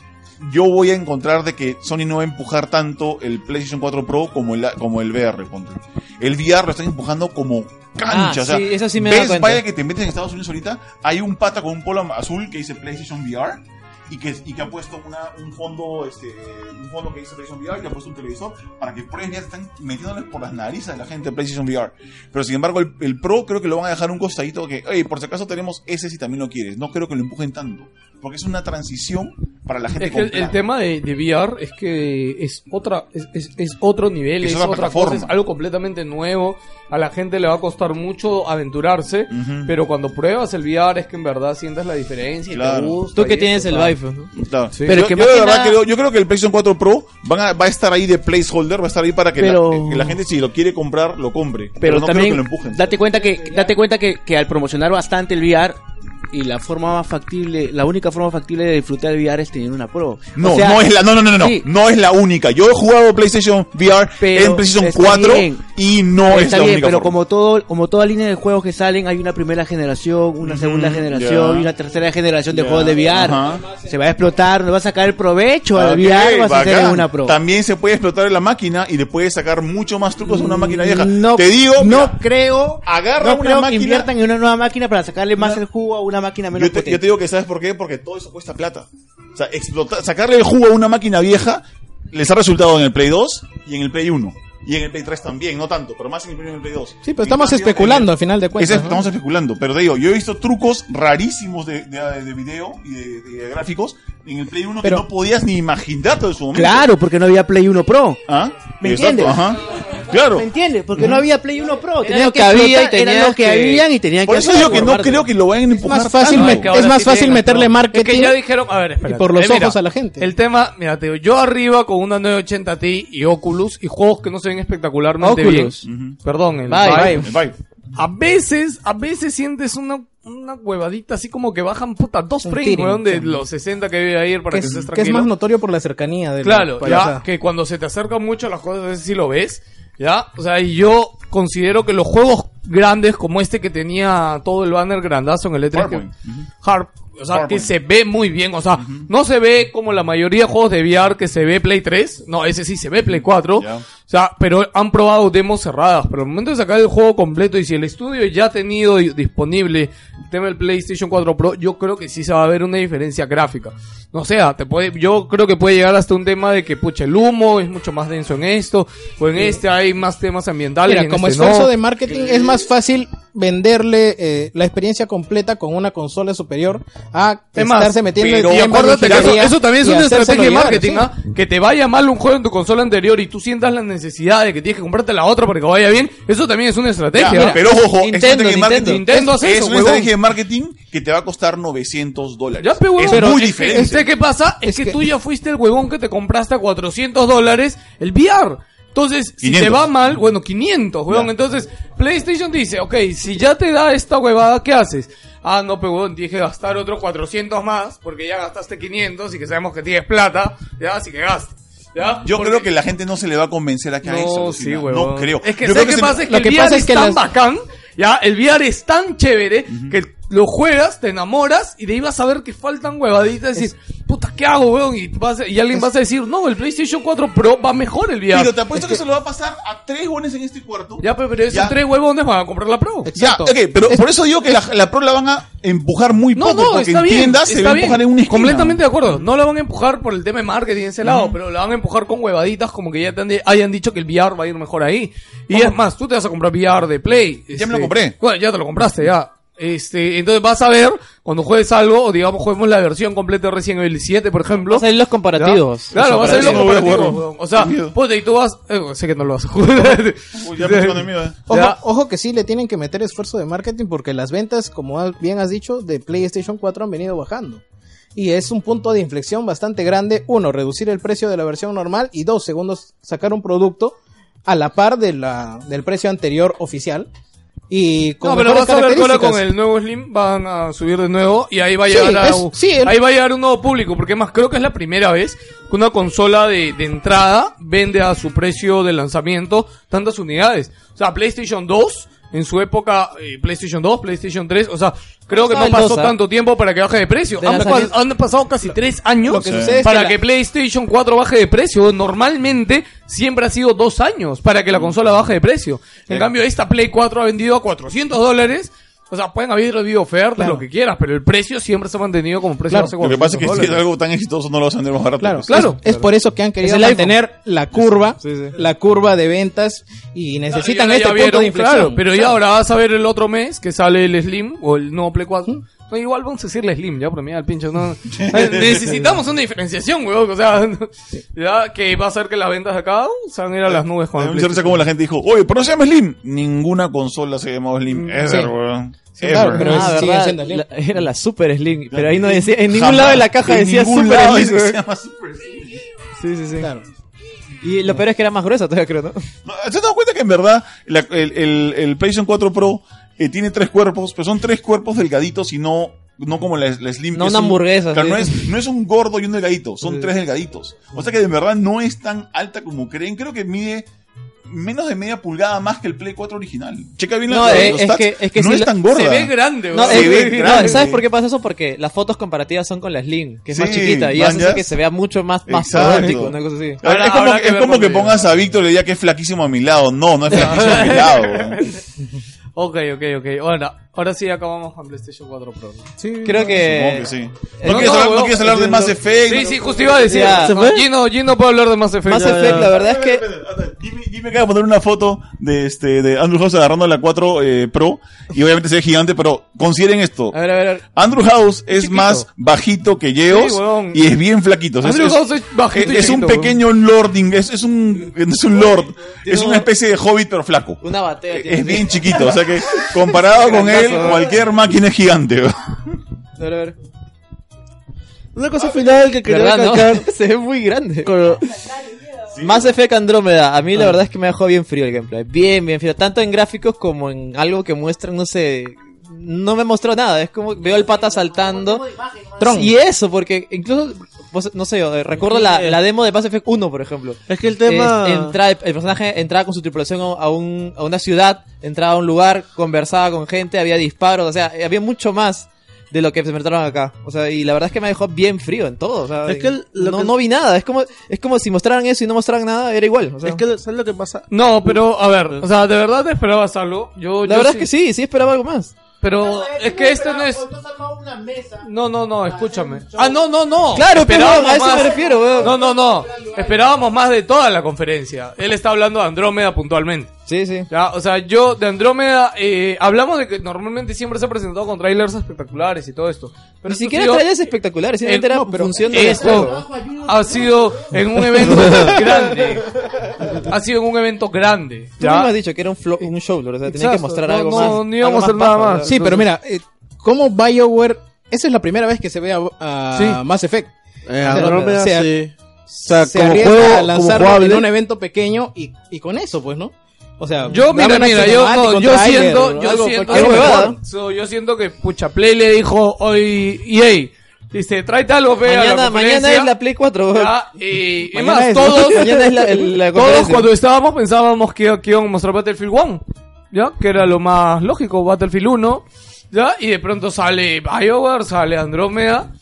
[SPEAKER 8] yo voy a encontrar de que Sony no va a empujar tanto el PlayStation 4 Pro como el, como el VR, ponte. El VR lo están empujando como cancha.
[SPEAKER 2] Ah,
[SPEAKER 8] o sea,
[SPEAKER 2] sí, eso sí me he dado
[SPEAKER 8] ves,
[SPEAKER 2] cuenta.
[SPEAKER 8] vaya que te metes en Estados Unidos ahorita, hay un pata con un polo azul que dice PlayStation VR y que, y que ha puesto una, un fondo este un fondo que dice PlayStation VR que ha puesto un televisor para que prueben ya se están metiéndoles por las narices a la gente de PlayStation VR pero sin embargo el, el Pro creo que lo van a dejar un costadito que oye por si acaso tenemos ese si también lo quieres no creo que lo empujen tanto porque es una transición para la gente
[SPEAKER 1] Es que el,
[SPEAKER 8] con plan.
[SPEAKER 1] el tema de, de VR es que es otra es, es- es otro nivel,
[SPEAKER 8] Es
[SPEAKER 1] es,
[SPEAKER 8] otra
[SPEAKER 1] otra cosa,
[SPEAKER 8] plataforma.
[SPEAKER 1] es algo completamente nuevo. A la gente le va a costar mucho aventurarse, pero cuando pruebas el VR es que en verdad sientas la diferencia y te
[SPEAKER 8] Claro.
[SPEAKER 1] gusta.
[SPEAKER 8] Tú que
[SPEAKER 1] y
[SPEAKER 8] tienes
[SPEAKER 1] eso,
[SPEAKER 8] el
[SPEAKER 1] ¿no?
[SPEAKER 8] iPhone, Claro.
[SPEAKER 1] Sí.
[SPEAKER 8] Pero
[SPEAKER 1] Pero
[SPEAKER 8] yo, yo
[SPEAKER 1] que más
[SPEAKER 8] de
[SPEAKER 1] que
[SPEAKER 8] verdad
[SPEAKER 1] nada-
[SPEAKER 8] creo, yo creo que el PlayStation 4 Pro van a- va a estar ahí de placeholder, va a estar ahí para que, la- eh,
[SPEAKER 9] Pero-
[SPEAKER 8] que la, gente si lo quiere comprar, lo compre. Pero,
[SPEAKER 9] Pero
[SPEAKER 8] no
[SPEAKER 9] también,
[SPEAKER 8] creo que lo empujen.
[SPEAKER 9] date cuenta que, date cuenta que, que al promocionar bastante el VR, y la forma más factible, la única forma factible de disfrutar el VR es teniendo una pro.
[SPEAKER 8] No, no es la, no, no, no, no, no, no es la única. Yo he jugado PlayStation VR en PlayStation 4 y no es la única.
[SPEAKER 9] Pero
[SPEAKER 8] forma.
[SPEAKER 9] como todo, como toda línea de juegos que salen, hay una primera generación, una segunda generación
[SPEAKER 7] ya.
[SPEAKER 9] y una tercera generación de
[SPEAKER 7] Ya,
[SPEAKER 9] juegos de VR.
[SPEAKER 8] ajá.
[SPEAKER 9] Se va a explotar, le va a sacar el provecho
[SPEAKER 8] Ah,
[SPEAKER 9] al VR,
[SPEAKER 8] ok,
[SPEAKER 9] vas a hacer
[SPEAKER 8] bacán.
[SPEAKER 9] una pro.
[SPEAKER 8] También se puede explotar en la máquina y le puedes sacar mucho más trucos a una máquina vieja.
[SPEAKER 9] No,
[SPEAKER 8] Te digo,
[SPEAKER 9] no creo,
[SPEAKER 8] agarra
[SPEAKER 9] no
[SPEAKER 8] una
[SPEAKER 9] creo que
[SPEAKER 8] máquina-
[SPEAKER 9] inviertan en una nueva máquina para sacarle más el jugo a una máquina menos
[SPEAKER 8] yo te, yo
[SPEAKER 9] potente.
[SPEAKER 8] te digo que sabes por qué, porque todo eso cuesta plata. O sea, explotar, sacarle el jugo a una máquina vieja les ha resultado en el Play 2 y en el Play 1. Y en el Play 3 también, no tanto, pero más en el Play 1 y en el Play 2.
[SPEAKER 3] Sí, pero estamos especulando al final de cuentas.
[SPEAKER 8] Ese-
[SPEAKER 3] ¿no?
[SPEAKER 8] Estamos especulando, pero te digo, yo he visto trucos rarísimos de, de- de video y de, de gráficos en el Play 1
[SPEAKER 9] Pero-
[SPEAKER 8] que no podías ni imaginarte de su momento.
[SPEAKER 9] Claro, porque no había Play 1 Pro.
[SPEAKER 8] ¿Ah?
[SPEAKER 9] ¿Me
[SPEAKER 8] Exacto,
[SPEAKER 9] entiendes?
[SPEAKER 8] ajá. Claro.
[SPEAKER 9] ¿Me entiendes? Porque no había Play 1 Pro.
[SPEAKER 2] lo
[SPEAKER 9] Tenían
[SPEAKER 2] que había y
[SPEAKER 9] explotar,
[SPEAKER 2] tenías
[SPEAKER 9] Era lo que,
[SPEAKER 2] que-
[SPEAKER 9] habían y tenían
[SPEAKER 8] Por
[SPEAKER 9] que
[SPEAKER 8] eso digo que no
[SPEAKER 9] transformarse.
[SPEAKER 8] creo que lo vayan a empujar
[SPEAKER 9] más fácil
[SPEAKER 8] tanto.
[SPEAKER 9] me-
[SPEAKER 1] que ahora
[SPEAKER 9] Es más
[SPEAKER 1] sí
[SPEAKER 9] fácil
[SPEAKER 1] tiene
[SPEAKER 9] meterle
[SPEAKER 1] razón.
[SPEAKER 9] marketing
[SPEAKER 1] Es que ya dijeron, a ver, espérate.
[SPEAKER 9] y por los
[SPEAKER 1] Eh, mira,
[SPEAKER 9] ojos a la gente.
[SPEAKER 1] El tema, mira, te digo, yo arriba con una 980 Ti y Oculus y juegos que no se ven espectacularmente
[SPEAKER 4] Oculus.
[SPEAKER 1] bien. Perdón, el
[SPEAKER 4] Vive,
[SPEAKER 1] Vive.
[SPEAKER 4] Vive.
[SPEAKER 8] El Vive.
[SPEAKER 1] A veces, a veces sientes una, una huevadita así como que bajan puta dos
[SPEAKER 3] Un
[SPEAKER 1] frames,
[SPEAKER 3] tiring,
[SPEAKER 1] weón, de
[SPEAKER 3] sí.
[SPEAKER 1] los 60 que debe ir para
[SPEAKER 3] que,
[SPEAKER 1] que,
[SPEAKER 3] es,
[SPEAKER 1] estés
[SPEAKER 3] que es
[SPEAKER 1] tranquilo.
[SPEAKER 3] más notorio por la cercanía de la
[SPEAKER 1] Claro, ya
[SPEAKER 3] payasada.
[SPEAKER 1] que cuando se te acercan mucho las cosas, a veces sí lo ves, ya. O sea, y yo considero que los juegos grandes como este que tenía todo el banner grandazo en el E3, que- Hard- o sea, que
[SPEAKER 4] Hardpoint.
[SPEAKER 1] se ve muy bien, o sea, no se ve como la mayoría de juegos de VR que se ve Play 3, no, ese sí se ve Play 4, o sea, pero han probado demos cerradas, pero al momento de sacar el juego completo y si el estudio ya ha tenido di- disponible el tema del PlayStation 4 Pro, yo creo que sí se va a ver una diferencia gráfica. No sea, te puede, yo creo que puede llegar hasta un tema de que pucha el humo es mucho más denso en esto, o en este hay más temas ambientales.
[SPEAKER 3] Ah, Mira,
[SPEAKER 1] en
[SPEAKER 3] como
[SPEAKER 1] este
[SPEAKER 3] esfuerzo
[SPEAKER 1] no.
[SPEAKER 3] de marketing es más fácil venderle eh, la experiencia completa con una consola superior a
[SPEAKER 1] Es más,
[SPEAKER 3] estarse metiendo
[SPEAKER 1] pero
[SPEAKER 3] en temas
[SPEAKER 1] acuérdate que
[SPEAKER 3] de
[SPEAKER 1] eso,
[SPEAKER 3] piratería
[SPEAKER 1] eso también es
[SPEAKER 3] y
[SPEAKER 1] una
[SPEAKER 3] hacérselo
[SPEAKER 1] estrategia de
[SPEAKER 3] llegar,
[SPEAKER 1] marketing,
[SPEAKER 3] sí.
[SPEAKER 1] ¿ah? Que te vaya mal un juego en tu consola anterior y tú sientas la necesidad de que tienes que comprarte la otra para que vaya bien, eso también es una estrategia.
[SPEAKER 8] Ya,
[SPEAKER 1] ¿ah?
[SPEAKER 8] pero ojo, ojo, es una estrategia de marketing.
[SPEAKER 1] Nintendo
[SPEAKER 8] es,
[SPEAKER 1] hace eso,
[SPEAKER 8] una
[SPEAKER 1] huevón.
[SPEAKER 8] estrategia de marketing que te va a costar 900 dólares.
[SPEAKER 1] Ya, pe, huevón.
[SPEAKER 8] es
[SPEAKER 1] Pero
[SPEAKER 8] muy
[SPEAKER 1] que-
[SPEAKER 8] diferente.
[SPEAKER 1] es que, ¿qué pasa? Es, que, tú ya fuiste el huevón que te compraste a 400 dólares el VR. Entonces, si te
[SPEAKER 4] 500.
[SPEAKER 1] va mal, bueno, 500, huevón. Entonces, PlayStation dice, ok, si ya te da esta huevada, ¿qué haces? Ah, no, pero huevón, tienes que gastar otros 400 más porque ya gastaste 500 y que sabemos que tienes plata, ya, así que gastas. ¿Ya?
[SPEAKER 8] Yo creo que la gente no se le va a convencer acá a
[SPEAKER 1] No,
[SPEAKER 8] eso.
[SPEAKER 1] sí,
[SPEAKER 8] alucina.
[SPEAKER 1] huevón.
[SPEAKER 8] No creo.
[SPEAKER 1] Es que,
[SPEAKER 8] Yo
[SPEAKER 1] ¿sabes
[SPEAKER 8] creo
[SPEAKER 1] qué
[SPEAKER 8] se-
[SPEAKER 1] pasa? Es que el VR es tan bacán, ya, el VR es tan chévere que lo juegas, te enamoras y de ahí vas a ver que faltan huevaditas y dices, puta, ¿qué hago, weón? Y, vas a- y alguien vas a decir, no, el PlayStation 4 Pro va mejor el VR.
[SPEAKER 8] Pero te apuesto que se lo va a pasar a tres huevones en este cuarto.
[SPEAKER 1] Ya, pero esos
[SPEAKER 8] Ya.
[SPEAKER 1] tres huevones van a comprar la Pro.
[SPEAKER 8] Exacto. Ya, ok, pero por eso digo que la, la Pro la van a em- empujar muy
[SPEAKER 1] No,
[SPEAKER 8] poco.
[SPEAKER 1] no,
[SPEAKER 8] porque
[SPEAKER 1] está
[SPEAKER 8] en
[SPEAKER 1] bien.
[SPEAKER 8] tiendas se
[SPEAKER 1] está
[SPEAKER 8] va a
[SPEAKER 1] bien.
[SPEAKER 8] empujar en una esquina.
[SPEAKER 1] Completamente de acuerdo. No la van a empujar por el tema de marketing en ese lado, pero la van a empujar con huevaditas como que ya te han de- hayan dicho que el VR va a ir mejor ahí. Y es más, tú te vas a comprar VR de Play. Ya
[SPEAKER 8] me lo compré.
[SPEAKER 1] Bueno, ya te lo compraste, ya. Este, entonces vas a ver, cuando juegues algo, o digamos, juguemos la versión completa de Resident Evil 7, por ejemplo. Vas a
[SPEAKER 2] ir los comparativos.
[SPEAKER 1] Claro,
[SPEAKER 2] Los
[SPEAKER 1] vas a ir los
[SPEAKER 2] comparativos.
[SPEAKER 1] comparativos.
[SPEAKER 2] No voy a jugarlo.
[SPEAKER 1] weón. O sea, puta, y tú vas... eh, sé que no lo vas a jugar.
[SPEAKER 8] ya me estoy poniendo miedo, eh.
[SPEAKER 3] Ojo,
[SPEAKER 1] Ya.
[SPEAKER 3] ojo que sí le tienen que meter esfuerzo de marketing porque las ventas, como has- bien has dicho, de PlayStation 4 han venido bajando. Y es un punto de inflexión bastante grande. Uno, reducir el precio de la versión normal. Y dos, segundos, sacar un producto a la par de la, del precio anterior oficial. Y con
[SPEAKER 1] No, pero
[SPEAKER 3] mejores
[SPEAKER 1] vas a ver que ahora con
[SPEAKER 3] características.
[SPEAKER 1] el nuevo Slim van a subir de nuevo y ahí va a
[SPEAKER 3] Sí,
[SPEAKER 1] llegar a-
[SPEAKER 3] es- sí, el-
[SPEAKER 1] ahí va a llegar un nuevo público, porque más creo que es la primera vez que una consola de, de entrada vende a su precio de lanzamiento tantas unidades. O sea, PlayStation 2 en su época eh, PlayStation 2, PlayStation 3, o sea, creo que
[SPEAKER 3] Estaba
[SPEAKER 1] no
[SPEAKER 3] el
[SPEAKER 1] pasó
[SPEAKER 3] 2, ¿ah?
[SPEAKER 1] tanto tiempo para que baje de precio.
[SPEAKER 3] De
[SPEAKER 1] han,
[SPEAKER 3] lanzamiento-
[SPEAKER 1] han pasado casi tres años
[SPEAKER 3] lo que sucede es
[SPEAKER 1] para
[SPEAKER 3] que la-
[SPEAKER 1] que PlayStation 4 baje de precio. Normalmente siempre ha sido dos años para que la consola baje de precio. En cambio, esta Play 4 ha vendido a 400 dólares. O sea, pueden haber habido ofertas, lo que quieras, pero el precio siempre se ha mantenido como precio de hace
[SPEAKER 8] Lo que pasa es que
[SPEAKER 1] 400
[SPEAKER 8] si es
[SPEAKER 1] dólares.
[SPEAKER 8] algo tan exitoso no lo vas a vender más barato.
[SPEAKER 3] Claro,
[SPEAKER 8] Pues.
[SPEAKER 3] claro. Es, por eso que han querido
[SPEAKER 8] el iPhone.
[SPEAKER 3] mantener la curva, la curva de ventas y necesitan
[SPEAKER 1] Ahora ya
[SPEAKER 3] este punto
[SPEAKER 1] vieron,
[SPEAKER 3] de inflexión.
[SPEAKER 1] Claro, pero ya
[SPEAKER 3] Claro.
[SPEAKER 1] ahora vas a ver el otro mes que sale el Slim o el nuevo Play 4. No, igual vamos a decirle Slim, ya, pero mira, el pinche
[SPEAKER 3] *laughs*
[SPEAKER 1] no. Eh, Necesitamos una diferenciación, weón. O sea, *laughs* ya que va a hacer que las ventas de acá uh, se van a ir a las nubes con
[SPEAKER 8] Me
[SPEAKER 1] el
[SPEAKER 8] da mucha risa
[SPEAKER 1] PlayStation.
[SPEAKER 8] como la gente dijo, oye, pero no se llama Slim. Ninguna consola se llamaba
[SPEAKER 1] Mm,
[SPEAKER 8] Slim. Ever,
[SPEAKER 2] Sí.
[SPEAKER 8] weón.
[SPEAKER 2] Sí, claro,
[SPEAKER 8] Ever.
[SPEAKER 2] pero
[SPEAKER 8] Ah,
[SPEAKER 2] es-
[SPEAKER 8] ¿verdad?
[SPEAKER 2] siguen siendo la- era la Super Slim, pero ahí no decía, en ningún
[SPEAKER 8] Eh, Jamás.
[SPEAKER 2] lado de la caja
[SPEAKER 8] En
[SPEAKER 2] decía
[SPEAKER 8] ningún
[SPEAKER 2] Super
[SPEAKER 8] lado
[SPEAKER 2] Slim.
[SPEAKER 8] dice que se
[SPEAKER 2] güey.
[SPEAKER 3] *laughs*
[SPEAKER 8] llama Super Slim.
[SPEAKER 2] Sí, sí, sí. Y lo peor es que era más gruesa todavía, creo, ¿no?
[SPEAKER 8] ¿Se han dado cuenta que en verdad la- el, el- el PlayStation 4 Pro eh, tiene tres cuerpos, pero son tres cuerpos delgaditos y no, no como la, la Slim?
[SPEAKER 2] No
[SPEAKER 8] que es
[SPEAKER 2] una
[SPEAKER 8] un-
[SPEAKER 2] hamburguesa,
[SPEAKER 8] claro,
[SPEAKER 2] sí.
[SPEAKER 8] no, es, no es un gordo y un delgadito, son
[SPEAKER 2] Sí.
[SPEAKER 8] tres delgaditos. O sea que de verdad no es tan alta como creen. Creo que mide menos de media pulgada más que el Play 4 original. Checa bien la-
[SPEAKER 2] No,
[SPEAKER 8] los,
[SPEAKER 2] eh,
[SPEAKER 8] los
[SPEAKER 2] es
[SPEAKER 8] stats.
[SPEAKER 2] que, es que
[SPEAKER 8] no
[SPEAKER 2] sí
[SPEAKER 8] es
[SPEAKER 2] la-
[SPEAKER 8] tan gorda.
[SPEAKER 2] No,
[SPEAKER 8] Se
[SPEAKER 2] es-
[SPEAKER 8] ve
[SPEAKER 2] no,
[SPEAKER 8] grande.
[SPEAKER 2] ¿Sabes por qué pasa eso? Porque las fotos comparativas son con la Slim, que es más
[SPEAKER 8] Sí,
[SPEAKER 2] chiquita, y hace
[SPEAKER 8] manjas.
[SPEAKER 2] así que se vea mucho más, más
[SPEAKER 8] Exacto.
[SPEAKER 2] cuadrático, una cosa así.
[SPEAKER 8] Ahora, es como, que, es como que pongas a Víctor y le diga que es flaquísimo a mi lado. No, no es flaquísimo *laughs* a mi lado. weón.
[SPEAKER 1] Ok, ok, ok. Ahora, ahora sí acabamos con PlayStation 4 Pro. Sí,
[SPEAKER 2] Creo
[SPEAKER 8] Supongo
[SPEAKER 2] que-
[SPEAKER 8] que sí. No quieres hablar- no
[SPEAKER 1] weón.
[SPEAKER 8] quieres hablar de Mass Effect,
[SPEAKER 1] Sí,
[SPEAKER 8] no-
[SPEAKER 1] sí, justo iba a decir.
[SPEAKER 8] Ya. ¿Se
[SPEAKER 1] No,
[SPEAKER 8] fue?
[SPEAKER 1] Gino, Gino puede hablar de Mass Effect.
[SPEAKER 2] Mass Effect, la verdad es que
[SPEAKER 8] Y me acaba de poner una foto de este de Andrew House agarrando la 4 eh, Pro y obviamente se ve gigante, pero consideren esto. Andrew House es más bajito que Yeos
[SPEAKER 1] Sí, weón.
[SPEAKER 8] y es bien flaquito. O sea,
[SPEAKER 1] Andrew House es bajito y
[SPEAKER 8] es un
[SPEAKER 1] chiquito,
[SPEAKER 8] pequeño lording, es, es un es un lord, es una especie de hobbit pero flaco.
[SPEAKER 2] Una batea. tiene.
[SPEAKER 8] Es bien chiquito, o sea que
[SPEAKER 1] *laughs*
[SPEAKER 8] comparado con él
[SPEAKER 2] Grandazo, ¿eh?
[SPEAKER 8] cualquier máquina es gigante. weón.
[SPEAKER 2] A ver, a ver.
[SPEAKER 4] Una cosa final que quería
[SPEAKER 2] Ah, ¿Verdad, no?
[SPEAKER 4] recalcar.
[SPEAKER 2] *laughs* Se ve muy grande. Ah. Más Effect Andrómeda. A mí la verdad es que me dejó bien frío el gameplay. Bien, bien frío. Tanto en gráficos como en algo que muestran, no sé. No me mostró nada. Es como veo al pata saltando. Tron. Y eso, porque incluso. vos- No sé, yo, eh, recuerdo la, la demo de Mass Effect 1, por ejemplo.
[SPEAKER 4] Es que el tema-
[SPEAKER 2] Es- entra- el personaje entraba con su tripulación a, a un- a una ciudad, entraba a un lugar, conversaba con gente, había disparos, o sea, había mucho más de lo que se mostraron acá. O sea, y la verdad es que me dejó bien frío en todo. O sea,
[SPEAKER 4] Es que el- lo
[SPEAKER 2] no,
[SPEAKER 4] que-
[SPEAKER 2] no vi nada. Es como, es como si mostraran eso y no mostraran nada, era igual. O sea.
[SPEAKER 4] Es que, ¿sabes lo que pasa?
[SPEAKER 1] No, pero a ver, o sea, de verdad te esperabas algo. Yo,
[SPEAKER 2] La
[SPEAKER 1] yo
[SPEAKER 2] verdad es que sí, sí esperaba algo más.
[SPEAKER 1] Pero es que este no es. No, no, no, escúchame. Ah, no, no, no.
[SPEAKER 2] Claro, pero
[SPEAKER 1] Esperábamos
[SPEAKER 2] a eso me refiero, weón.
[SPEAKER 1] No, no, no. Esperábamos más de toda la conferencia. Él está hablando de Andrómeda puntualmente.
[SPEAKER 2] Sí, sí.
[SPEAKER 1] o sea, yo de Andrómeda eh, hablamos de que normalmente siempre se ha presentado con trailers espectaculares y todo esto. Pero
[SPEAKER 2] Ni
[SPEAKER 1] esto,
[SPEAKER 2] siquiera
[SPEAKER 1] tío,
[SPEAKER 2] trailers espectaculares, simplemente
[SPEAKER 1] el-
[SPEAKER 2] era
[SPEAKER 1] no, pero
[SPEAKER 2] función de
[SPEAKER 1] esto ha sido en un evento grande. Ha sido en un evento grande.
[SPEAKER 2] Tú
[SPEAKER 1] ¿ya?
[SPEAKER 2] mismo has dicho que era un, flo- un show, o sea, tenía que
[SPEAKER 1] Exacto,
[SPEAKER 2] mostrar
[SPEAKER 1] no,
[SPEAKER 2] algo
[SPEAKER 1] no,
[SPEAKER 2] más.
[SPEAKER 1] no íbamos
[SPEAKER 2] algo
[SPEAKER 1] a hacer nada
[SPEAKER 2] paja,
[SPEAKER 1] más.
[SPEAKER 2] o sea,
[SPEAKER 3] Sí, pero mira, eh, ¿cómo BioWare? Esa es la primera vez que se ve a, a
[SPEAKER 4] Sí.
[SPEAKER 3] Mass Effect.
[SPEAKER 4] Eh,
[SPEAKER 3] O sea,
[SPEAKER 4] Andrómeda,
[SPEAKER 3] se-
[SPEAKER 4] sí. O sea,
[SPEAKER 3] se
[SPEAKER 4] como
[SPEAKER 3] arriesga
[SPEAKER 4] juego-
[SPEAKER 3] a
[SPEAKER 4] como
[SPEAKER 3] lanzarlo
[SPEAKER 4] jugable.
[SPEAKER 3] en un evento pequeño y, y con eso, pues, ¿no? O sea,
[SPEAKER 1] Yo, mira,
[SPEAKER 3] dame una
[SPEAKER 1] mira, yo, no,
[SPEAKER 3] cinemática, un
[SPEAKER 1] yo
[SPEAKER 3] tráiler,
[SPEAKER 1] siento, yo
[SPEAKER 3] algo,
[SPEAKER 1] siento,
[SPEAKER 3] cualquier
[SPEAKER 1] algo
[SPEAKER 3] huevada.
[SPEAKER 1] mejor. So, yo siento que, pucha, Play le dijo hoy, EA, dice, tráete algo, ve a la
[SPEAKER 2] Mañana,
[SPEAKER 1] conferencia.
[SPEAKER 2] mañana es la Play 4. weón.
[SPEAKER 1] Ya, y, y
[SPEAKER 2] Mañana
[SPEAKER 1] más,
[SPEAKER 2] es, ¿no?
[SPEAKER 1] todos,
[SPEAKER 2] *laughs* Mañana es la- el- la
[SPEAKER 1] todos
[SPEAKER 2] conferencia.
[SPEAKER 1] cuando estábamos pensábamos que, que iban a mostrar Battlefield 1, ¿ya? Que era lo más lógico, Battlefield 1. ¿Ya? Y de pronto sale Bioware, sale Andrómeda.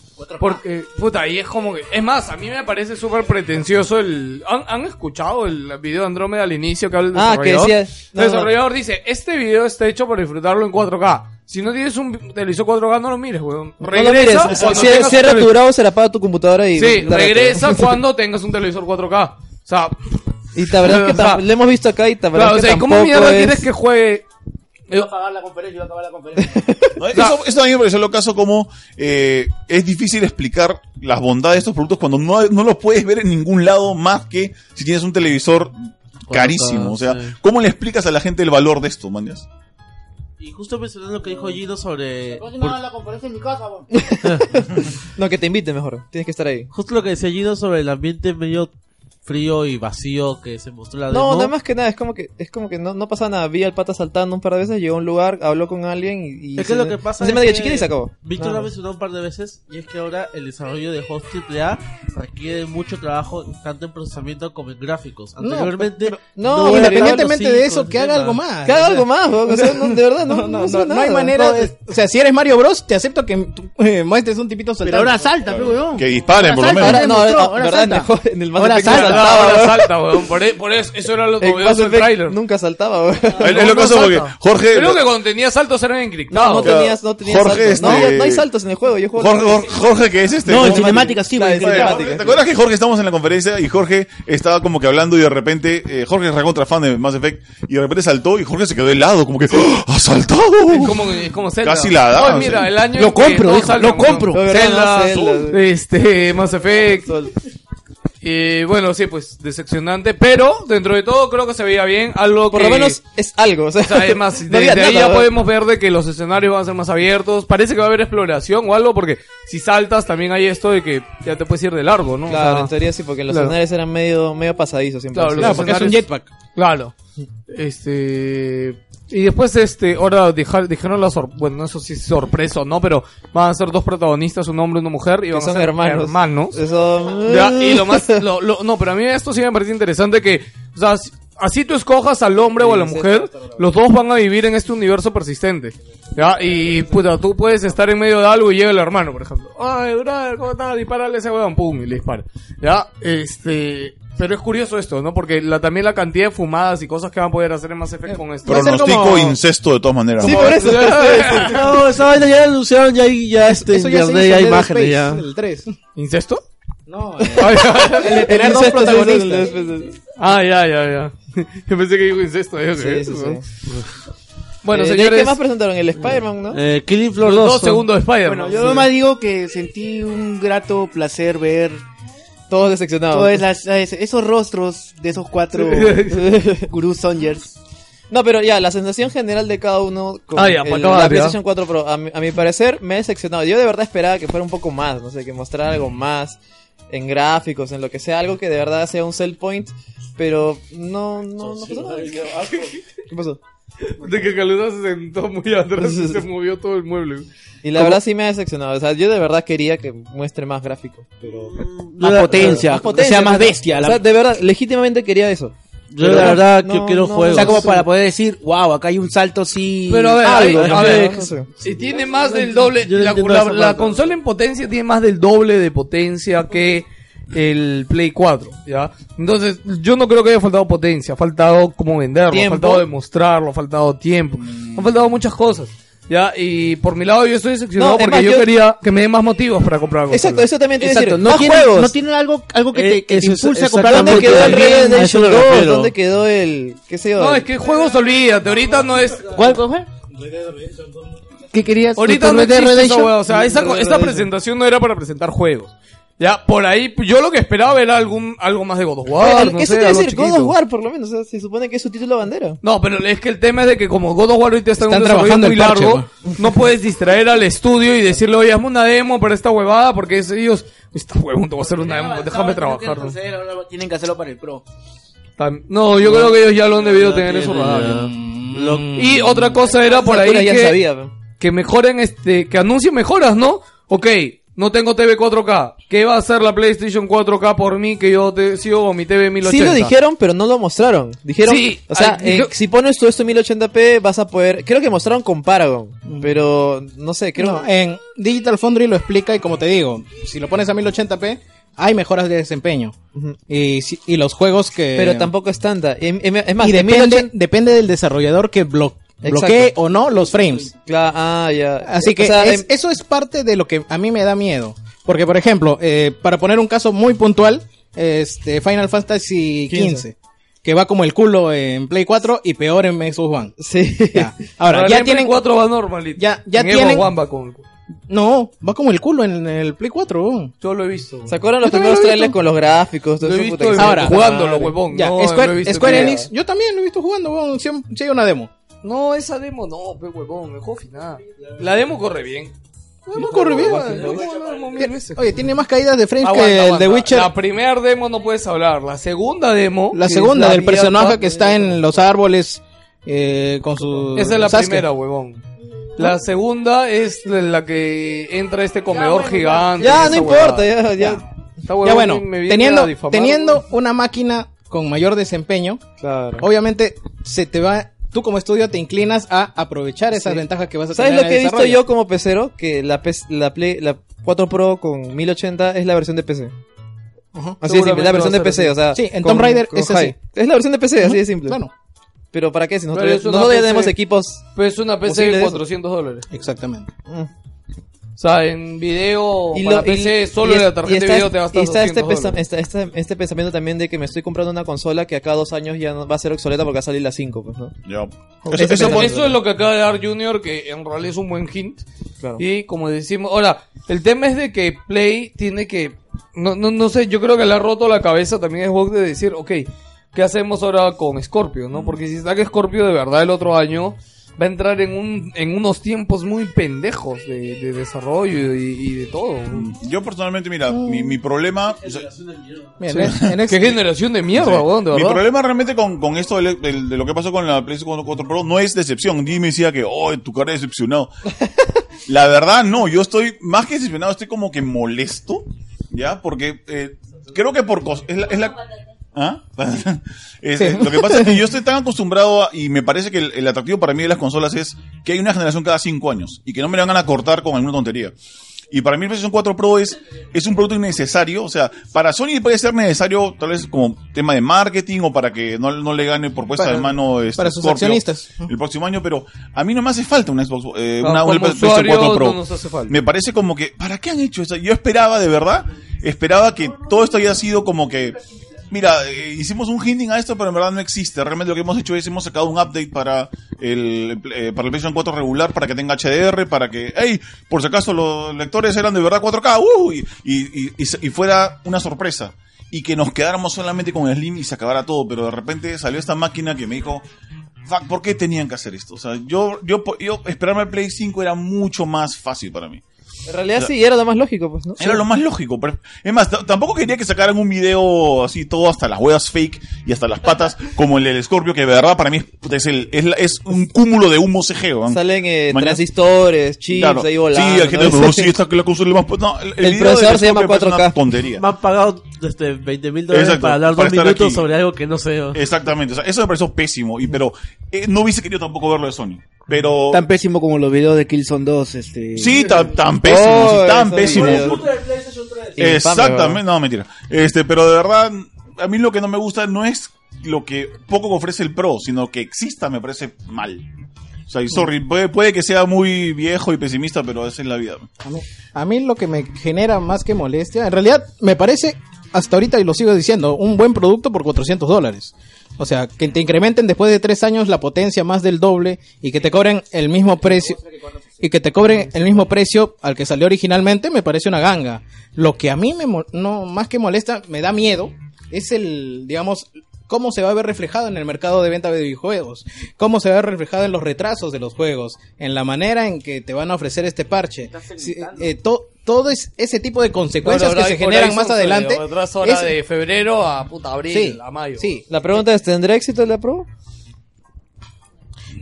[SPEAKER 1] Porque, puta, y es como que. Es más, a mí me parece súper pretencioso el. ¿han, han escuchado el video de Andrómeda al inicio que habla el
[SPEAKER 2] Ah, que
[SPEAKER 1] desarrollador?
[SPEAKER 2] decía- no,
[SPEAKER 1] el desarrollador dice: Este video está hecho para disfrutarlo en 4K. Si no tienes un televisor 4K, no lo mires, weón.
[SPEAKER 2] no lo mires,
[SPEAKER 1] Regresa.
[SPEAKER 2] o sea,
[SPEAKER 1] cuando
[SPEAKER 2] cier-
[SPEAKER 1] tengas un
[SPEAKER 2] cierra tu
[SPEAKER 1] televisor.
[SPEAKER 2] browser, apaga tu computadora y...
[SPEAKER 1] Sí,
[SPEAKER 2] dale a tu- *laughs*
[SPEAKER 1] regresa cuando tengas un televisor 4K. O sea,
[SPEAKER 2] Y te habrás
[SPEAKER 1] *laughs*
[SPEAKER 2] que...
[SPEAKER 1] O sea,
[SPEAKER 2] tam- Lo hemos visto acá y te habrás
[SPEAKER 1] claro, o
[SPEAKER 2] que
[SPEAKER 1] sea, ¿y ¿cómo
[SPEAKER 2] tampoco
[SPEAKER 1] mierda
[SPEAKER 2] es-
[SPEAKER 1] quieres que juegue? Yo
[SPEAKER 13] acabar la conferencia, yo acabar la conferencia.
[SPEAKER 8] No, eso, eso también me pareció lo caso como eh, es difícil explicar las bondades de estos productos cuando no, no los puedes ver en ningún lado más que si tienes un televisor carísimo. O sea, ¿cómo le explicas a la gente el valor de esto, mañas?
[SPEAKER 7] Y justo mencionando lo que dijo Gino sobre...
[SPEAKER 13] No, la conferencia en mi casa,
[SPEAKER 2] *laughs*
[SPEAKER 13] weón.
[SPEAKER 2] No, que te invite mejor. Tienes que estar ahí.
[SPEAKER 7] Justo lo que decía Gino sobre el ambiente medio frío y vacío que se mostró la
[SPEAKER 2] No,
[SPEAKER 7] demo.
[SPEAKER 2] nada más que nada, es como que, es como que no, no pasa nada. Vi al pata saltando un par de veces, llegó a un lugar, habló con alguien y. y
[SPEAKER 7] Es que
[SPEAKER 2] se-
[SPEAKER 7] lo que pasa
[SPEAKER 2] se
[SPEAKER 7] es
[SPEAKER 2] me diga
[SPEAKER 7] que
[SPEAKER 2] chiquita y se acabó.
[SPEAKER 7] Víctor
[SPEAKER 2] Nada
[SPEAKER 7] lo ha
[SPEAKER 2] más.
[SPEAKER 7] mencionado un par de veces y es que ahora el desarrollo de juegos AAA requiere mucho trabajo tanto en procesamiento como en gráficos.
[SPEAKER 3] No,
[SPEAKER 7] Anteriormente...
[SPEAKER 3] no,
[SPEAKER 7] era
[SPEAKER 3] independientemente
[SPEAKER 7] los
[SPEAKER 3] de
[SPEAKER 7] cinco,
[SPEAKER 3] eso, que
[SPEAKER 7] el
[SPEAKER 3] haga
[SPEAKER 7] tema.
[SPEAKER 3] algo más.
[SPEAKER 2] Que haga algo más, weón,
[SPEAKER 1] *laughs*
[SPEAKER 2] o
[SPEAKER 3] *laughs*
[SPEAKER 2] sea, no, de verdad, no- no hizo
[SPEAKER 3] hay
[SPEAKER 2] nada.
[SPEAKER 3] manera.
[SPEAKER 2] No,
[SPEAKER 3] de-
[SPEAKER 2] es-
[SPEAKER 3] o sea, si eres Mario Bros, te acepto que tú, eh, muestres un tipito saltando.
[SPEAKER 2] ahora salta,
[SPEAKER 3] Claro.
[SPEAKER 2] pe, weón.
[SPEAKER 8] Que disparen, por lo menos.
[SPEAKER 3] ahora
[SPEAKER 2] no,
[SPEAKER 3] demostró,
[SPEAKER 2] ahora,
[SPEAKER 3] ahora
[SPEAKER 2] verdad, en el
[SPEAKER 3] salta.
[SPEAKER 2] juego- en el Mass
[SPEAKER 3] Ahora
[SPEAKER 2] Effect
[SPEAKER 3] salta.
[SPEAKER 2] no saltaba,
[SPEAKER 1] Ahora
[SPEAKER 2] *laughs* weón.
[SPEAKER 1] salta, weón. Por, e- por eso, eso era lo
[SPEAKER 2] En Mass
[SPEAKER 1] novedoso del
[SPEAKER 2] Effect
[SPEAKER 1] trailer.
[SPEAKER 2] Nunca saltaba, weón.
[SPEAKER 8] Es lo caso porque Jorge.
[SPEAKER 1] Creo que cuando tenía saltos eran encriptados.
[SPEAKER 2] No, no tenías, no tenías
[SPEAKER 8] Jorge,
[SPEAKER 2] saltos. No,
[SPEAKER 8] este-
[SPEAKER 2] no hay saltos en el juego. Yo juego
[SPEAKER 8] Jorge, Jorge, Jorge, que es este.
[SPEAKER 2] No, en
[SPEAKER 8] cinemática
[SPEAKER 2] cinemáticas sí, güey, en cinemáticas.
[SPEAKER 8] ¿Te acuerdas que Jorge estamos en la conferencia y Jorge estaba como que hablando y de repente eh, Jorge es recontra fan de Mass Effect y de repente saltó y Jorge se quedó helado, como que ¡Ah, ¡ha saltado!
[SPEAKER 1] Es como, es como Zelda.
[SPEAKER 8] Casi la da,
[SPEAKER 1] Ay,
[SPEAKER 8] o
[SPEAKER 1] mira,
[SPEAKER 8] sea.
[SPEAKER 1] el año
[SPEAKER 8] Lo
[SPEAKER 1] en que
[SPEAKER 8] compro,
[SPEAKER 1] todos
[SPEAKER 8] hijo,
[SPEAKER 1] salgan,
[SPEAKER 8] lo compro.
[SPEAKER 1] weón.
[SPEAKER 8] Zelda,
[SPEAKER 1] Zelda,
[SPEAKER 8] Zelda.
[SPEAKER 1] este, Mass Effect. Y bueno, sí, pues decepcionante. Pero dentro de todo creo que se veía bien. Algo
[SPEAKER 2] Por
[SPEAKER 1] que-
[SPEAKER 2] lo menos es algo. O sea,
[SPEAKER 1] O sea, es
[SPEAKER 2] *laughs*
[SPEAKER 1] más,
[SPEAKER 2] no
[SPEAKER 1] de,
[SPEAKER 2] había
[SPEAKER 1] de ahí ya
[SPEAKER 2] nada, weón.
[SPEAKER 1] podemos ver de que los escenarios van a ser más abiertos. Parece que va a haber exploración o algo, porque si saltas también hay esto de que ya te puedes ir de largo, ¿no? O
[SPEAKER 2] Claro,
[SPEAKER 1] sea,
[SPEAKER 2] en teoría sí, porque los
[SPEAKER 1] claro.
[SPEAKER 2] escenarios eran medio, medio pasadizos siempre.
[SPEAKER 1] Claro,
[SPEAKER 2] Sí.
[SPEAKER 1] los escenarios- Claro. Este. Y después, este, ahora deja- dijeron la sorpresa, bueno, no eso sí es sorpresa, o ¿no? Pero van a ser dos protagonistas, un hombre y una mujer, y
[SPEAKER 2] Que
[SPEAKER 1] van
[SPEAKER 2] son
[SPEAKER 1] a ser
[SPEAKER 2] hermanos. Eso- eh.
[SPEAKER 1] Ya, y lo más, lo- lo- no, pero a mí esto sí me parece interesante que, o sea, si- así tú escojas al hombre o a la mujer, los dos van a vivir en este universo persistente. Ya, y puta, tú puedes estar en medio de algo y llega el hermano, por ejemplo. Ay, brother, ¿cómo estás? Ah, Disparale a ese weón, pum, y le dispara. Ya, este, pero es curioso esto, ¿no? Porque la, también la cantidad de fumadas y cosas que van a poder hacer en Mass Effect con esto.
[SPEAKER 8] Pronostico incesto de todas maneras.
[SPEAKER 1] Sí, por eso.
[SPEAKER 7] *laughs* No, esa vaina ya la anunciaron, ya hay, ya, este,
[SPEAKER 3] Eso ya se
[SPEAKER 7] internet,
[SPEAKER 3] hizo
[SPEAKER 7] ya
[SPEAKER 3] en
[SPEAKER 7] hay
[SPEAKER 3] Dead
[SPEAKER 7] imágenes,
[SPEAKER 3] Space,
[SPEAKER 7] ya.
[SPEAKER 3] El 3.
[SPEAKER 1] ¿Incesto?
[SPEAKER 3] No, eh,
[SPEAKER 1] el de
[SPEAKER 3] tener dos
[SPEAKER 1] incesto, sí, sí, el de-
[SPEAKER 3] protagonistas.
[SPEAKER 1] Ah, ya, ya, ya. *laughs* Yo pensé que dijo incesto. yo
[SPEAKER 2] Sí,
[SPEAKER 1] creo.
[SPEAKER 2] sí, sí.
[SPEAKER 1] Bueno,
[SPEAKER 2] Eh, ¿de ahí
[SPEAKER 1] señores.
[SPEAKER 2] ¿Qué más presentaron? El Spider-Man, ¿no?
[SPEAKER 7] Eh, Killing Floor
[SPEAKER 2] Los
[SPEAKER 7] 2.
[SPEAKER 2] dos
[SPEAKER 7] son-
[SPEAKER 2] segundos de Spider-Man.
[SPEAKER 9] Bueno, yo nomás digo que sentí un grato placer ver
[SPEAKER 2] Todos decepcionados.
[SPEAKER 9] todas las- es- esos rostros de esos
[SPEAKER 2] *laughs*
[SPEAKER 9] cuatro Guru Songers.
[SPEAKER 2] No, pero ya, la sensación general de cada uno con
[SPEAKER 9] Ah, ya, para
[SPEAKER 2] el-
[SPEAKER 9] acabar,
[SPEAKER 2] la
[SPEAKER 9] ya.
[SPEAKER 2] PlayStation 4 Pro, a mi, a mi parecer, me he decepcionado. Yo de verdad esperaba que fuera un poco más, no sé, que mostrara algo más en gráficos, en lo que sea, algo que de verdad sea un sell point, pero no, no, no pasó nada. ¿Qué pasó?
[SPEAKER 1] De que Caluda se *laughs* sentó muy atrás y se movió todo el mueble.
[SPEAKER 2] Y la verdad sí me ha decepcionado, o sea, yo de verdad quería que muestre más gráfico, pero...
[SPEAKER 9] Más Mm, potencia, que sea más
[SPEAKER 2] o sea,
[SPEAKER 9] bestia, la-
[SPEAKER 2] O sea, de verdad, legítimamente quería eso.
[SPEAKER 9] Yo
[SPEAKER 2] Pero
[SPEAKER 9] la verdad
[SPEAKER 2] no,
[SPEAKER 9] que quiero
[SPEAKER 2] no,
[SPEAKER 9] juegos. O sea, como
[SPEAKER 2] no sé.
[SPEAKER 9] para poder decir, wow, acá hay un salto sí.
[SPEAKER 1] Pero a ver,
[SPEAKER 9] algo,
[SPEAKER 1] a ver,
[SPEAKER 9] ¿no?
[SPEAKER 1] a ver,
[SPEAKER 9] No sé.
[SPEAKER 1] si tiene más del doble,
[SPEAKER 9] Yo no
[SPEAKER 1] la,
[SPEAKER 9] entiendo
[SPEAKER 1] la-
[SPEAKER 9] esa
[SPEAKER 1] la
[SPEAKER 9] parte.
[SPEAKER 1] consola en potencia tiene más del doble de potencia que el Play 4, ¿ya? Entonces, yo no creo que haya faltado potencia, ha faltado cómo venderlo,
[SPEAKER 5] Tiempo.
[SPEAKER 1] ha faltado demostrarlo, ha faltado tiempo, han faltado muchas cosas, ¿ya? Y por mi lado yo estoy decepcionado
[SPEAKER 2] No, es
[SPEAKER 1] porque
[SPEAKER 2] más,
[SPEAKER 1] yo,
[SPEAKER 2] yo-
[SPEAKER 1] quería que me den más motivos para comprar algo.
[SPEAKER 2] Exacto, eso también tiene que decir,
[SPEAKER 9] no
[SPEAKER 2] más
[SPEAKER 9] tiene,
[SPEAKER 2] juegos.
[SPEAKER 9] no tiene algo, algo que
[SPEAKER 1] Eh,
[SPEAKER 9] te, que te
[SPEAKER 1] eso es-
[SPEAKER 9] impulse a comprar
[SPEAKER 1] exactamente.
[SPEAKER 9] la
[SPEAKER 2] ¿Dónde
[SPEAKER 9] moto.
[SPEAKER 2] quedó el Red Dead
[SPEAKER 9] A eso
[SPEAKER 2] Redemption
[SPEAKER 9] me
[SPEAKER 2] 2?
[SPEAKER 9] refiero.
[SPEAKER 2] ¿Dónde quedó el...? ¿Qué sé yo?
[SPEAKER 1] No, es que juegos olvídate, ahorita no es...
[SPEAKER 9] ¿Cuál fue? ¿Qué querías?
[SPEAKER 1] Ahorita
[SPEAKER 9] ¿Doctor
[SPEAKER 1] no
[SPEAKER 9] Red Dead
[SPEAKER 1] existe esa
[SPEAKER 9] Redemption?
[SPEAKER 1] hueá, o sea, esa,
[SPEAKER 9] Red Dead
[SPEAKER 1] esta
[SPEAKER 9] Redemption.
[SPEAKER 1] presentación no era para presentar juegos. Ya, por ahí, yo lo que esperaba era algún, algo más de God of
[SPEAKER 2] Oye,
[SPEAKER 1] War,
[SPEAKER 2] al-
[SPEAKER 1] no
[SPEAKER 2] eso
[SPEAKER 1] sé,
[SPEAKER 2] quiere
[SPEAKER 1] algo
[SPEAKER 2] decir God
[SPEAKER 1] chiquito.
[SPEAKER 2] of War, por lo menos. o sea, se supone que es su título bandera.
[SPEAKER 1] No, pero es que el tema es de que como God of War ahorita está en un
[SPEAKER 5] Están
[SPEAKER 1] desarrollo
[SPEAKER 5] trabajando
[SPEAKER 1] muy
[SPEAKER 5] el parche,
[SPEAKER 1] largo, *laughs* no puedes distraer al estudio y decirle, oye, hazme una demo para esta huevada, porque es- ellos, esta huevón te voy a hacer una demo, déjame trabajar. ¿no?
[SPEAKER 13] Tienen que hacerlo para el pro.
[SPEAKER 1] Tan- No, Mm. yo creo que ellos ya lo han debido tener en su radar.
[SPEAKER 8] Mm.
[SPEAKER 1] Y otra cosa era por ahí
[SPEAKER 2] Sakura ya
[SPEAKER 1] que,
[SPEAKER 2] sabía, pe.
[SPEAKER 1] que mejoren este, que anuncien mejoras, ¿no? Ok, no tengo TV 4K. ¿Qué va a hacer la PlayStation 4K por mí que yo te sigo con mi TV 1080?
[SPEAKER 2] Sí lo dijeron, pero no lo mostraron. Dijeron,
[SPEAKER 1] Sí,
[SPEAKER 2] o sea,
[SPEAKER 1] ay,
[SPEAKER 2] eh,
[SPEAKER 1] yo-
[SPEAKER 2] si pones tú esto en 1080p vas a poder... Creo que mostraron con Paragon, pero no sé, creo...
[SPEAKER 3] No, en Digital Foundry lo explica y como te digo, si lo pones a 1080p, hay mejoras de desempeño. y, si- y los juegos que...
[SPEAKER 2] Pero tampoco es tanta. Y- y- Es más,
[SPEAKER 3] Eh, y
[SPEAKER 2] de
[SPEAKER 3] depende,
[SPEAKER 2] 1080p
[SPEAKER 3] depende del desarrollador que blo-
[SPEAKER 2] Exacto.
[SPEAKER 3] bloquee o no los frames.
[SPEAKER 2] Claro, ah, ya.
[SPEAKER 3] Así que
[SPEAKER 2] O sea,
[SPEAKER 3] es-
[SPEAKER 2] em-
[SPEAKER 3] eso es parte de lo que a mí me da miedo. Porque, por ejemplo, eh, para poner un caso muy puntual, este Final Fantasy XV. Que va como el culo en Play 4 y peor en Xbox One.
[SPEAKER 2] Sí.
[SPEAKER 3] Ahora, ya
[SPEAKER 1] en Play
[SPEAKER 3] tienen
[SPEAKER 1] 4 va normalito.
[SPEAKER 3] Ya, ya
[SPEAKER 1] En Xbox
[SPEAKER 3] tienen.
[SPEAKER 1] One va con-
[SPEAKER 3] No, va como el culo en el Play 4. weón.
[SPEAKER 1] Yo lo he visto.
[SPEAKER 2] ¿Se acuerdan los
[SPEAKER 3] Yo también
[SPEAKER 2] primeros
[SPEAKER 3] lo he
[SPEAKER 2] trailers
[SPEAKER 3] visto.
[SPEAKER 2] con los gráficos? Todo
[SPEAKER 3] Lo he
[SPEAKER 2] eso,
[SPEAKER 3] visto
[SPEAKER 2] puta, que-
[SPEAKER 3] ahora.
[SPEAKER 1] Jugándolo, huevón.
[SPEAKER 3] Ya,
[SPEAKER 1] No,
[SPEAKER 3] Square,
[SPEAKER 1] lo he visto
[SPEAKER 3] Square
[SPEAKER 1] que-
[SPEAKER 3] Enix, yo también lo he visto jugando, weón. Sí, sí hay una demo.
[SPEAKER 1] No, esa demo no, pe huevón, el juego final. La demo corre bien.
[SPEAKER 3] La demo corre bien.
[SPEAKER 1] Yo juego la demo mil veces.
[SPEAKER 3] Oye, tiene más caídas de frames
[SPEAKER 1] Aguanta,
[SPEAKER 3] que el
[SPEAKER 1] aguanta.
[SPEAKER 3] de Witcher.
[SPEAKER 1] La primera demo no puedes hablar, la segunda demo.
[SPEAKER 3] La
[SPEAKER 1] que
[SPEAKER 3] segunda
[SPEAKER 1] es la
[SPEAKER 3] del
[SPEAKER 1] mierda,
[SPEAKER 3] personaje que está en los árboles eh, con su.
[SPEAKER 1] Esa es la
[SPEAKER 3] Sasuke.
[SPEAKER 1] primera, huevón. La segunda es la que entra a este comedor gigante.
[SPEAKER 3] ya,
[SPEAKER 1] esa
[SPEAKER 3] no
[SPEAKER 1] huevada.
[SPEAKER 3] importa, ya, ya.
[SPEAKER 1] Esta huevón
[SPEAKER 3] ya bueno,
[SPEAKER 1] me viene a
[SPEAKER 3] teniendo,
[SPEAKER 1] difamar,
[SPEAKER 3] teniendo una máquina con mayor desempeño, obviamente se te va. Tú como estudio te inclinas a aprovechar esas
[SPEAKER 2] Sí.
[SPEAKER 3] ventajas que vas a
[SPEAKER 2] ¿Sabes lo
[SPEAKER 3] tener. en
[SPEAKER 2] que he
[SPEAKER 3] el
[SPEAKER 2] visto
[SPEAKER 3] desarrollo?
[SPEAKER 2] yo como pecero? Que la, pes- la, Play- la 4 Pro con 1080 es la versión de PC.
[SPEAKER 3] Ajá.
[SPEAKER 2] Así de simple, la
[SPEAKER 3] Seguramente
[SPEAKER 2] versión
[SPEAKER 3] va
[SPEAKER 2] de
[SPEAKER 3] a
[SPEAKER 2] PC,
[SPEAKER 3] ser
[SPEAKER 2] o sea.
[SPEAKER 3] así. Sí, en
[SPEAKER 2] con-
[SPEAKER 3] Tomb Raider
[SPEAKER 2] con
[SPEAKER 3] es
[SPEAKER 2] high.
[SPEAKER 3] así.
[SPEAKER 2] Es la versión de PC, así de
[SPEAKER 3] Ujú,
[SPEAKER 2] simple.
[SPEAKER 3] claro.
[SPEAKER 2] Pero ¿para qué? Si
[SPEAKER 1] Pero
[SPEAKER 2] nosotros,
[SPEAKER 1] es una
[SPEAKER 2] nosotros ya
[SPEAKER 1] PC
[SPEAKER 2] tenemos equipos.
[SPEAKER 1] Pues es una PC
[SPEAKER 2] posibles
[SPEAKER 1] de
[SPEAKER 2] eso.
[SPEAKER 1] 400 dólares.
[SPEAKER 3] Exactamente.
[SPEAKER 1] O sea, en video,
[SPEAKER 2] Y
[SPEAKER 1] para
[SPEAKER 2] lo- y-
[SPEAKER 1] PC, solo
[SPEAKER 2] y es-
[SPEAKER 1] la tarjeta
[SPEAKER 2] y está-
[SPEAKER 1] de video te va a estar
[SPEAKER 2] y está este,
[SPEAKER 1] 200
[SPEAKER 2] pesa-
[SPEAKER 1] dólares.
[SPEAKER 2] está- está- este pensamiento también de que me estoy comprando una consola que a cada dos años ya no va a ser obsoleta porque va a salir la 5, pues, ¿no?
[SPEAKER 8] Ya.
[SPEAKER 1] Eso,
[SPEAKER 2] este
[SPEAKER 1] eso es lo que acaba de dar Junior, que en realidad es un buen hint.
[SPEAKER 2] Claro.
[SPEAKER 1] Y como decimos, ahora, el tema es de que Play tiene que, no, no, no sé, yo creo que le ha roto la cabeza también a Xbox de decir, ok, ¿qué hacemos ahora con Scorpio? ¿no? Porque si saca Scorpio de verdad el otro año, va a entrar en, un, en unos tiempos muy pendejos de, de desarrollo y, y de todo.
[SPEAKER 8] *laughs* Yo personalmente, mira, mi, mi problema. o sea,
[SPEAKER 3] Mira,
[SPEAKER 8] Sí.
[SPEAKER 3] en- en-
[SPEAKER 1] Qué generación de mierda,
[SPEAKER 8] Sí.
[SPEAKER 1] weón, de
[SPEAKER 8] Mi
[SPEAKER 1] verdad.
[SPEAKER 8] problema realmente con, con esto del- del- de lo que pasó con la PlayStation 4 Pro no es decepción. Jimmy decía que, oh, tu cara es
[SPEAKER 1] *laughs*
[SPEAKER 8] decepcionado. la verdad, no. Yo estoy más que decepcionado, estoy como que molesto. ¿Ya? Porque eh, creo que por cos- es la- es la- ¿Ah? *laughs* Este, Lo que pasa es que yo estoy tan acostumbrado a- y me parece que el, el atractivo para mí de las consolas es que hay una generación cada cinco años y que no me la van a cortar con alguna tontería. Y para mí el PlayStation 4 Pro es, es un producto innecesario. O sea, para Sony puede ser necesario tal vez como tema de marketing o para que no, no le gane por puesta
[SPEAKER 3] Para-
[SPEAKER 8] de mano este,
[SPEAKER 3] para sus
[SPEAKER 8] Scorpio
[SPEAKER 3] accionistas.
[SPEAKER 8] el próximo año, pero a mí no me hace falta una Xbox, eh,
[SPEAKER 1] No,
[SPEAKER 8] una,
[SPEAKER 1] como
[SPEAKER 8] una PlayStation
[SPEAKER 1] usuario
[SPEAKER 8] 4 Pro.
[SPEAKER 1] no nos hace falta.
[SPEAKER 8] Me parece como que, ¿para qué han hecho eso? Yo esperaba de verdad, esperaba que todo esto haya sido como que Mira, eh, hicimos un hinting a esto, pero en verdad no existe. Realmente lo que hemos hecho es hemos sacado un update para el eh, para el PlayStation 4 regular, para que tenga HDR, para que, hey, por si acaso los lectores eran de verdad 4K, ¡uh! y, y, y- y se- y fuera una sorpresa. Y que nos quedáramos solamente con el Slim y se acabara todo, pero de repente salió esta máquina que me dijo, "Fuck, ¿por qué tenían que hacer esto? O sea, yo, yo, yo esperarme el Play 5 era mucho más fácil para mí.
[SPEAKER 2] En realidad
[SPEAKER 8] Ya.
[SPEAKER 2] sí, era lo más lógico, pues, ¿no?
[SPEAKER 8] Era lo más lógico. pero- Es más, t- tampoco quería que sacaran un video así todo hasta las huevas fake y hasta las
[SPEAKER 2] *laughs*
[SPEAKER 8] patas, como el del Scorpio, que de verdad para mí es, puta, es, el- es, la- es un cúmulo de humo CG. weón.
[SPEAKER 2] Salen eh,
[SPEAKER 8] Mañana-
[SPEAKER 2] transistores, chips
[SPEAKER 8] Claro.
[SPEAKER 2] ahí
[SPEAKER 8] Sí,
[SPEAKER 2] volando.
[SPEAKER 8] hay gente que
[SPEAKER 2] ¿no?
[SPEAKER 8] "No, sí,
[SPEAKER 2] *laughs*
[SPEAKER 8] esta que la consola es más... pu-". No, el,
[SPEAKER 2] El
[SPEAKER 8] video del
[SPEAKER 2] procesador se llama
[SPEAKER 8] Scorpio es una
[SPEAKER 2] 4K.
[SPEAKER 8] tontería.
[SPEAKER 7] Me han pagado este, 20 mil dólares
[SPEAKER 8] Exacto,
[SPEAKER 7] para hablar
[SPEAKER 8] para
[SPEAKER 7] dos
[SPEAKER 8] estar
[SPEAKER 7] minutos
[SPEAKER 8] aquí.
[SPEAKER 7] sobre algo que no sé. o-
[SPEAKER 8] Exactamente. O sea, eso me pareció pésimo. Y, pero eh, no hubiese querido tampoco verlo de Sony. Pero...
[SPEAKER 9] Tan pésimo como los videos de Killzone 2, este.
[SPEAKER 8] Sí, tan, tan pésimo,
[SPEAKER 9] Oh,
[SPEAKER 8] sí, tan
[SPEAKER 9] eso
[SPEAKER 8] pésimo.
[SPEAKER 9] es
[SPEAKER 8] Por-
[SPEAKER 9] Infame,
[SPEAKER 8] Exactamente,
[SPEAKER 9] ¿verdad?
[SPEAKER 8] no, mentira. Este, pero de verdad, a mí lo que no me gusta no es lo que poco que ofrece el Pro, sino que exista me parece mal. O sea, y sorry, puede, puede que sea muy viejo y pesimista, pero esa es la vida.
[SPEAKER 3] A mí, a mí lo que me genera más que molestia, en realidad me parece, hasta ahorita y lo sigo diciendo, un buen producto por 400 dólares. O sea, que te incrementen después de tres años la potencia más del doble y que te cobren el mismo precio y que te cobren el mismo precio al que salió originalmente me parece una ganga. Lo que a mí me mo- no más que molesta, me da miedo es el, digamos, cómo se va a ver reflejado en el mercado de venta de videojuegos, cómo se va a ver reflejado en los retrasos de los juegos, en la manera en que te van a ofrecer este parche. Si- eh, to- todo es ese tipo de consecuencias que se generan más adelante.
[SPEAKER 1] Hora
[SPEAKER 3] es-
[SPEAKER 1] de febrero a puta abril,
[SPEAKER 3] Sí,
[SPEAKER 1] a mayo.
[SPEAKER 3] sí.
[SPEAKER 2] La pregunta es, ¿tendrá éxito la Pro?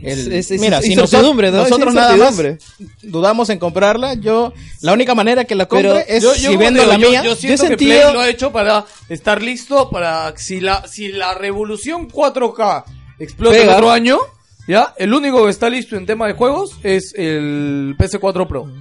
[SPEAKER 3] El-
[SPEAKER 2] Es- es-
[SPEAKER 3] mira,
[SPEAKER 2] es
[SPEAKER 3] si noso-
[SPEAKER 2] incertidumbre, ¿no? Es
[SPEAKER 3] nosotros nada más
[SPEAKER 2] incertidumbre.
[SPEAKER 3] dudamos en comprarla, yo la única manera que la compre
[SPEAKER 1] Pero
[SPEAKER 3] es
[SPEAKER 1] yo- yo
[SPEAKER 3] si
[SPEAKER 1] como
[SPEAKER 3] vendo
[SPEAKER 1] te
[SPEAKER 3] la
[SPEAKER 1] digo, yo-
[SPEAKER 3] mía.
[SPEAKER 1] Yo siento que Play lo ha hecho para estar listo para si la, si la revolución 4K explota el
[SPEAKER 12] Pega.
[SPEAKER 1] otro año, ya, el único que está listo en tema de juegos es el PS4 Pro.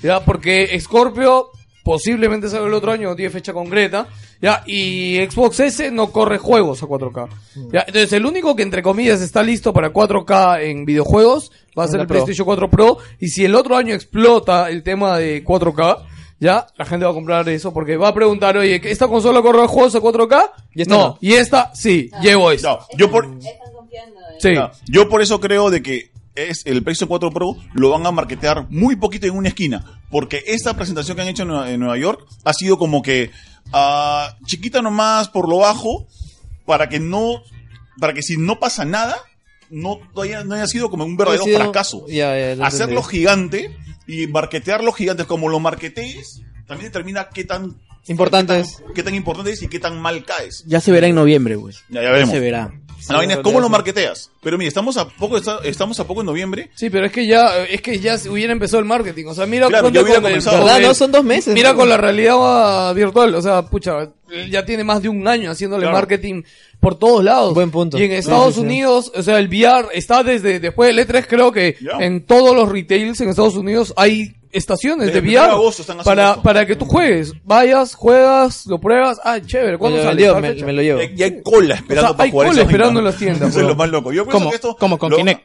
[SPEAKER 1] Ya, porque Scorpio posiblemente salga el otro año, no tiene fecha concreta, ya, y Xbox S no corre juegos a 4K. Ya, entonces el único que entre comillas está listo para 4K en videojuegos va a
[SPEAKER 2] Es
[SPEAKER 1] ser
[SPEAKER 2] la
[SPEAKER 1] el
[SPEAKER 2] Pro.
[SPEAKER 1] PlayStation 4 Pro y si el otro año explota el tema de 4K, ya la gente va a comprar eso porque va a preguntar, "Oye, ¿esta consola corre juegos a 4K?" no, y esta sí, llevo esta.
[SPEAKER 8] yo por
[SPEAKER 1] Sí.
[SPEAKER 8] No, yo por eso creo de que es el PlayStation 4 Pro lo van a marketear muy poquito en una esquina, porque esta presentación que han hecho en Nueva, en Nueva York ha sido como que ah, chiquita nomás por lo bajo para que no para que si no pasa nada no haya, no haya sido como un verdadero
[SPEAKER 2] Ha sido-
[SPEAKER 8] fracaso.
[SPEAKER 2] Ya, ya, lo
[SPEAKER 8] Hacerlo
[SPEAKER 2] entendí.
[SPEAKER 8] gigante y marketear los gigantes como lo marketees también determina qué tan
[SPEAKER 2] Importante es.
[SPEAKER 8] qué tan importante es y qué tan mal caes.
[SPEAKER 9] Ya se verá en noviembre, pues.
[SPEAKER 8] Ya, ya veremos.
[SPEAKER 9] se verá.
[SPEAKER 8] La vaina es cómo lo marketeas. Pero mira, estamos a poco está- estamos a poco en noviembre
[SPEAKER 1] Sí, pero es que ya es que ya hubiera empezado el marketing, o sea, mira
[SPEAKER 8] Claro,
[SPEAKER 1] cuánto
[SPEAKER 8] ya hubiera
[SPEAKER 1] con el-
[SPEAKER 8] comenzado.
[SPEAKER 1] con
[SPEAKER 8] ¿Verdad?
[SPEAKER 1] el-
[SPEAKER 8] No, son
[SPEAKER 2] dos meses,
[SPEAKER 1] Mira
[SPEAKER 2] ¿no?
[SPEAKER 1] con la realidad ah, virtual, o sea, pucha, ya tiene más de un año haciéndole
[SPEAKER 2] Claro.
[SPEAKER 1] marketing por todos lados. Buen punto. Y en Estados
[SPEAKER 2] sí, sí.
[SPEAKER 1] Unidos, o sea, el VR está desde después del E3, creo que en todos los retails en Estados Unidos hay estaciones
[SPEAKER 8] Desde
[SPEAKER 1] de
[SPEAKER 8] el primero
[SPEAKER 1] VR
[SPEAKER 8] de agosto están haciendo
[SPEAKER 1] para
[SPEAKER 8] esto.
[SPEAKER 1] para que tú juegues, vayas, juegas, lo pruebas, ah, chévere, ¿cuándo
[SPEAKER 8] Me lo
[SPEAKER 1] sale?
[SPEAKER 8] vendió,
[SPEAKER 1] Tal
[SPEAKER 8] me-
[SPEAKER 1] fecha.
[SPEAKER 8] me lo llevo. Y hay cola esperando
[SPEAKER 1] O sea,
[SPEAKER 8] para
[SPEAKER 1] hay
[SPEAKER 8] jugar
[SPEAKER 1] cola
[SPEAKER 8] esa vaina.
[SPEAKER 1] esperando en las tiendas.
[SPEAKER 8] Eso es
[SPEAKER 1] bro.
[SPEAKER 8] lo más loco. Yo pienso
[SPEAKER 1] Como-
[SPEAKER 8] que esto
[SPEAKER 3] como con
[SPEAKER 8] lo-
[SPEAKER 3] Kinect.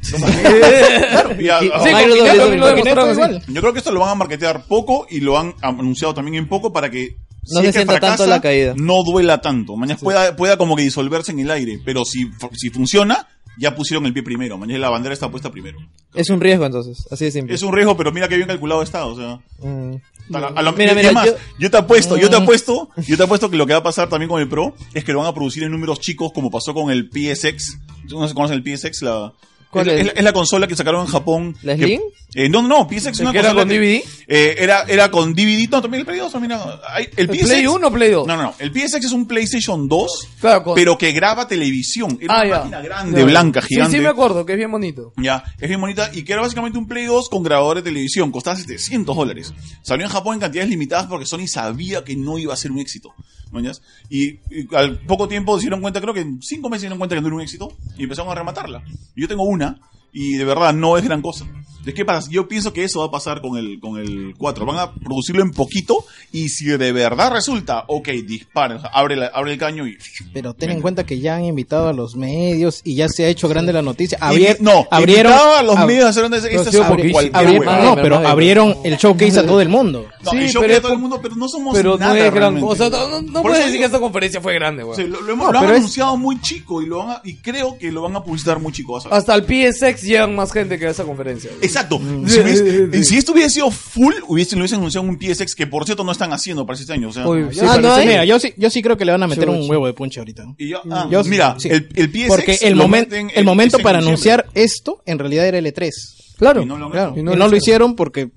[SPEAKER 8] Sí,
[SPEAKER 1] *laughs*
[SPEAKER 8] claro, ya,
[SPEAKER 3] Sí,
[SPEAKER 8] ah,
[SPEAKER 3] con Kinect también lo
[SPEAKER 8] Kinect
[SPEAKER 3] demostraron,
[SPEAKER 8] igual. Yo creo que esto lo van a marketear poco y lo han anunciado también en poco para que
[SPEAKER 2] No se
[SPEAKER 8] es que
[SPEAKER 2] sienta tanto la caída.
[SPEAKER 8] No duela tanto. Mañana pueda, pueda como que disolverse en el aire. Pero si, si funciona, ya pusieron el pie primero. Mañana la bandera está puesta primero.
[SPEAKER 2] Es un riesgo entonces, así de simple.
[SPEAKER 8] Es un riesgo, pero mira qué bien calculado está. O sea,
[SPEAKER 2] Mm.
[SPEAKER 8] a la- a la-
[SPEAKER 2] Mira,
[SPEAKER 8] y
[SPEAKER 2] mira,
[SPEAKER 8] además,
[SPEAKER 2] yo- Mm.
[SPEAKER 8] yo, te apuesto, yo te apuesto, yo te apuesto que lo que va a pasar también con el Pro es que lo van a producir en números chicos, como pasó con el PSX. ¿Tú no conoces el PSX? La,
[SPEAKER 2] ¿Cuál
[SPEAKER 8] es,
[SPEAKER 2] es?
[SPEAKER 8] la- es la consola que sacaron en Japón.
[SPEAKER 2] ¿La
[SPEAKER 8] que-
[SPEAKER 2] Slim?
[SPEAKER 8] eh, no, no, no, PSX es
[SPEAKER 2] ¿El
[SPEAKER 8] una
[SPEAKER 2] que era
[SPEAKER 8] consola
[SPEAKER 2] con
[SPEAKER 8] que-
[SPEAKER 2] DVD?
[SPEAKER 8] eh, era, era con DVD. No, también el Play 2. También, era- hay- el,
[SPEAKER 1] ¿El Play 1 o Play 2?
[SPEAKER 8] No, no, no. El PSX es un PlayStation 2,
[SPEAKER 1] Claro, con-
[SPEAKER 8] pero que graba televisión. Era
[SPEAKER 1] Ah,
[SPEAKER 8] una
[SPEAKER 1] ya.
[SPEAKER 8] máquina grande, blanca, gigante.
[SPEAKER 1] Sí, sí me acuerdo, que es bien bonito.
[SPEAKER 8] Ya, es bien bonita y que era básicamente un Play 2 con grabador de televisión, costaba 700 dólares. Salió en Japón en cantidades limitadas porque Sony sabía que no iba a ser un éxito. ¿mañas? Y, y al poco tiempo se dieron cuenta, creo que en 5 meses se dieron cuenta que no era un éxito y empezaron a rematarla. Y Yo tengo una y de verdad no es gran cosa. ¿De qué pasa? Yo pienso que eso va a pasar con el, con el 4. Van a producirlo en poquito y si de verdad resulta, ok, dispara, o sea, abre, la- abre el caño y...
[SPEAKER 3] Pero ten en cuenta que ya han invitado a los medios y ya se ha hecho grande la noticia.
[SPEAKER 8] Abrier-
[SPEAKER 3] Abrier,
[SPEAKER 8] no,
[SPEAKER 3] abrieron
[SPEAKER 8] invitado a los
[SPEAKER 3] ab-
[SPEAKER 8] medios a hacer una- esta
[SPEAKER 3] No,
[SPEAKER 8] es
[SPEAKER 3] sí,
[SPEAKER 8] abrir
[SPEAKER 3] abri-
[SPEAKER 8] cualquier
[SPEAKER 3] abrir-
[SPEAKER 8] hueva.
[SPEAKER 3] no, pero abrieron el showcase a todo el mundo.
[SPEAKER 8] No,
[SPEAKER 1] Sí,
[SPEAKER 8] el show
[SPEAKER 1] pero
[SPEAKER 8] que
[SPEAKER 1] es
[SPEAKER 8] a todo el
[SPEAKER 1] por-
[SPEAKER 8] mundo, pero pues, no somos
[SPEAKER 1] Pero
[SPEAKER 8] nada
[SPEAKER 1] no es gran
[SPEAKER 8] realmente.
[SPEAKER 1] cosa. No, no- no
[SPEAKER 8] Por
[SPEAKER 1] puedes
[SPEAKER 8] eso
[SPEAKER 1] decir que
[SPEAKER 8] digo,
[SPEAKER 1] esta conferencia fue grande, güey.
[SPEAKER 8] sí, lo, lo hemos- lo han anunciado muy chico y lo han, y creo que lo van a publicitar muy chico. vas a ver.
[SPEAKER 1] Hasta el PSX llegan más gente que a esa conferencia. güey.
[SPEAKER 8] Exacto. Si, hubiese- si esto hubiese sido full, hubiesen, lo hubiesen anunciado en un PSX que por cierto no están haciendo para este año. O sea,
[SPEAKER 3] Uy, sí, pero Ah, sí, mira, yo sí, yo sí creo que le van a meter un huevo de punche ahorita.
[SPEAKER 8] Y yo- ah,
[SPEAKER 3] Yo sí-
[SPEAKER 8] mira,
[SPEAKER 3] sí.
[SPEAKER 8] el, el PSX
[SPEAKER 3] Porque el,
[SPEAKER 8] lo
[SPEAKER 3] momen-
[SPEAKER 8] meten en-
[SPEAKER 3] el momento
[SPEAKER 8] es en
[SPEAKER 3] para
[SPEAKER 8] diciembre.
[SPEAKER 3] anunciar esto en realidad era el E3.
[SPEAKER 1] Claro,
[SPEAKER 3] y no
[SPEAKER 8] lo,
[SPEAKER 3] claro.
[SPEAKER 2] y
[SPEAKER 3] Y
[SPEAKER 2] no
[SPEAKER 3] no,
[SPEAKER 2] lo
[SPEAKER 3] lo hicieron porque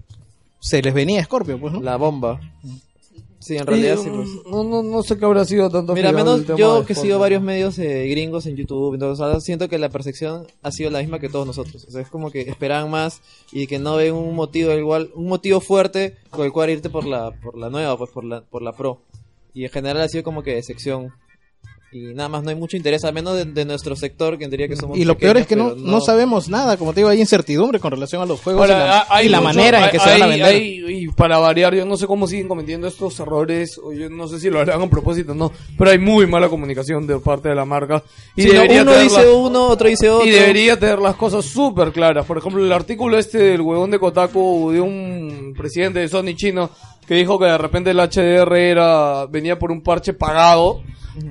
[SPEAKER 3] se les venía Scorpio, pues, ¿no?
[SPEAKER 2] La bomba. Sí, en realidad
[SPEAKER 1] Y,
[SPEAKER 2] sí, pues.
[SPEAKER 1] No, no, no sé qué habrá sido tanto.
[SPEAKER 2] Mira,
[SPEAKER 1] fregado
[SPEAKER 2] menos
[SPEAKER 1] el tema
[SPEAKER 2] yo
[SPEAKER 1] de
[SPEAKER 2] que he
[SPEAKER 1] Fortnite.
[SPEAKER 2] sido varios medios eh, gringos en YouTube, entonces ahora siento que la percepción ha sido la misma que todos nosotros. O sea, es como que esperaban más y que no ven un motivo igual, un motivo fuerte con el cual irte por la por la nueva, pues por la por la pro. Y en general ha sido como que decepción. Y nada más no hay mucho interés, al menos de, de nuestro sector, que en teoría que somos
[SPEAKER 3] Y lo peor es que
[SPEAKER 2] pequeños,
[SPEAKER 3] no,
[SPEAKER 2] pero
[SPEAKER 3] no sabemos nada, como te digo, hay incertidumbre con relación a los juegos
[SPEAKER 1] Ahora,
[SPEAKER 3] y la,
[SPEAKER 1] hay
[SPEAKER 3] y la
[SPEAKER 1] mucho-
[SPEAKER 3] manera en que se
[SPEAKER 1] hay-
[SPEAKER 3] van a vender.
[SPEAKER 1] hay- y para variar, yo no sé cómo siguen cometiendo estos errores, o yo no sé si lo harán a propósito o no, pero hay muy mala comunicación de parte de la marca. Y
[SPEAKER 2] Sí, no,
[SPEAKER 1] debería
[SPEAKER 2] uno
[SPEAKER 1] tenerla-
[SPEAKER 2] dice uno, otro dice otro.
[SPEAKER 1] Y debería tener las cosas súper claras. Por ejemplo, el artículo este del huevón de Kotaku de un presidente de Sony chino que dijo que de repente el HDR era venía por un parche pagado.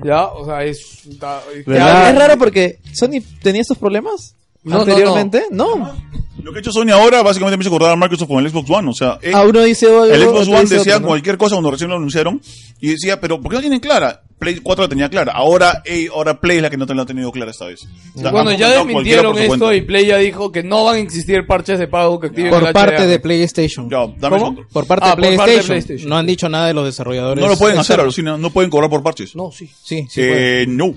[SPEAKER 1] Ya, o sea, es... ta- que
[SPEAKER 2] Ya, Es
[SPEAKER 1] alguien-
[SPEAKER 2] raro porque Sony tenía estos problemas
[SPEAKER 1] No, no,
[SPEAKER 2] anteriormente, no.
[SPEAKER 8] Lo que ha hecho Sony ahora básicamente me hizo acordar a Microsoft con el Xbox One. O sea, eh,
[SPEAKER 2] Ah, uno dice algo,
[SPEAKER 8] el Xbox
[SPEAKER 2] otro
[SPEAKER 8] One
[SPEAKER 2] dice
[SPEAKER 8] decía
[SPEAKER 2] otro, ¿no?
[SPEAKER 8] cualquier cosa cuando recién lo anunciaron y decía, pero ¿por qué no tienen clara? Play 4 la tenía clara. Ahora, eh, ahora Play es la que no te la ha tenido clara esta vez. O sea,
[SPEAKER 1] Bueno,
[SPEAKER 8] han
[SPEAKER 1] ya
[SPEAKER 8] comentado cualquiera por
[SPEAKER 1] desmintieron
[SPEAKER 8] su
[SPEAKER 1] esto
[SPEAKER 8] cuenta.
[SPEAKER 1] y Play ya dijo que no van a existir parches de pago que activen el
[SPEAKER 3] Por
[SPEAKER 1] HDR.
[SPEAKER 3] parte de PlayStation.
[SPEAKER 8] dame
[SPEAKER 3] ¿Cómo?
[SPEAKER 8] eso.
[SPEAKER 3] Por parte
[SPEAKER 1] Ah,
[SPEAKER 3] de
[SPEAKER 1] por parte de
[SPEAKER 3] PlayStation.
[SPEAKER 1] PlayStation.
[SPEAKER 3] No han dicho nada de los desarrolladores.
[SPEAKER 8] No lo pueden hacer,
[SPEAKER 3] externos.
[SPEAKER 8] alucina. No pueden cobrar por parches.
[SPEAKER 1] No, sí.
[SPEAKER 3] Sí, sí.
[SPEAKER 8] Eh, no.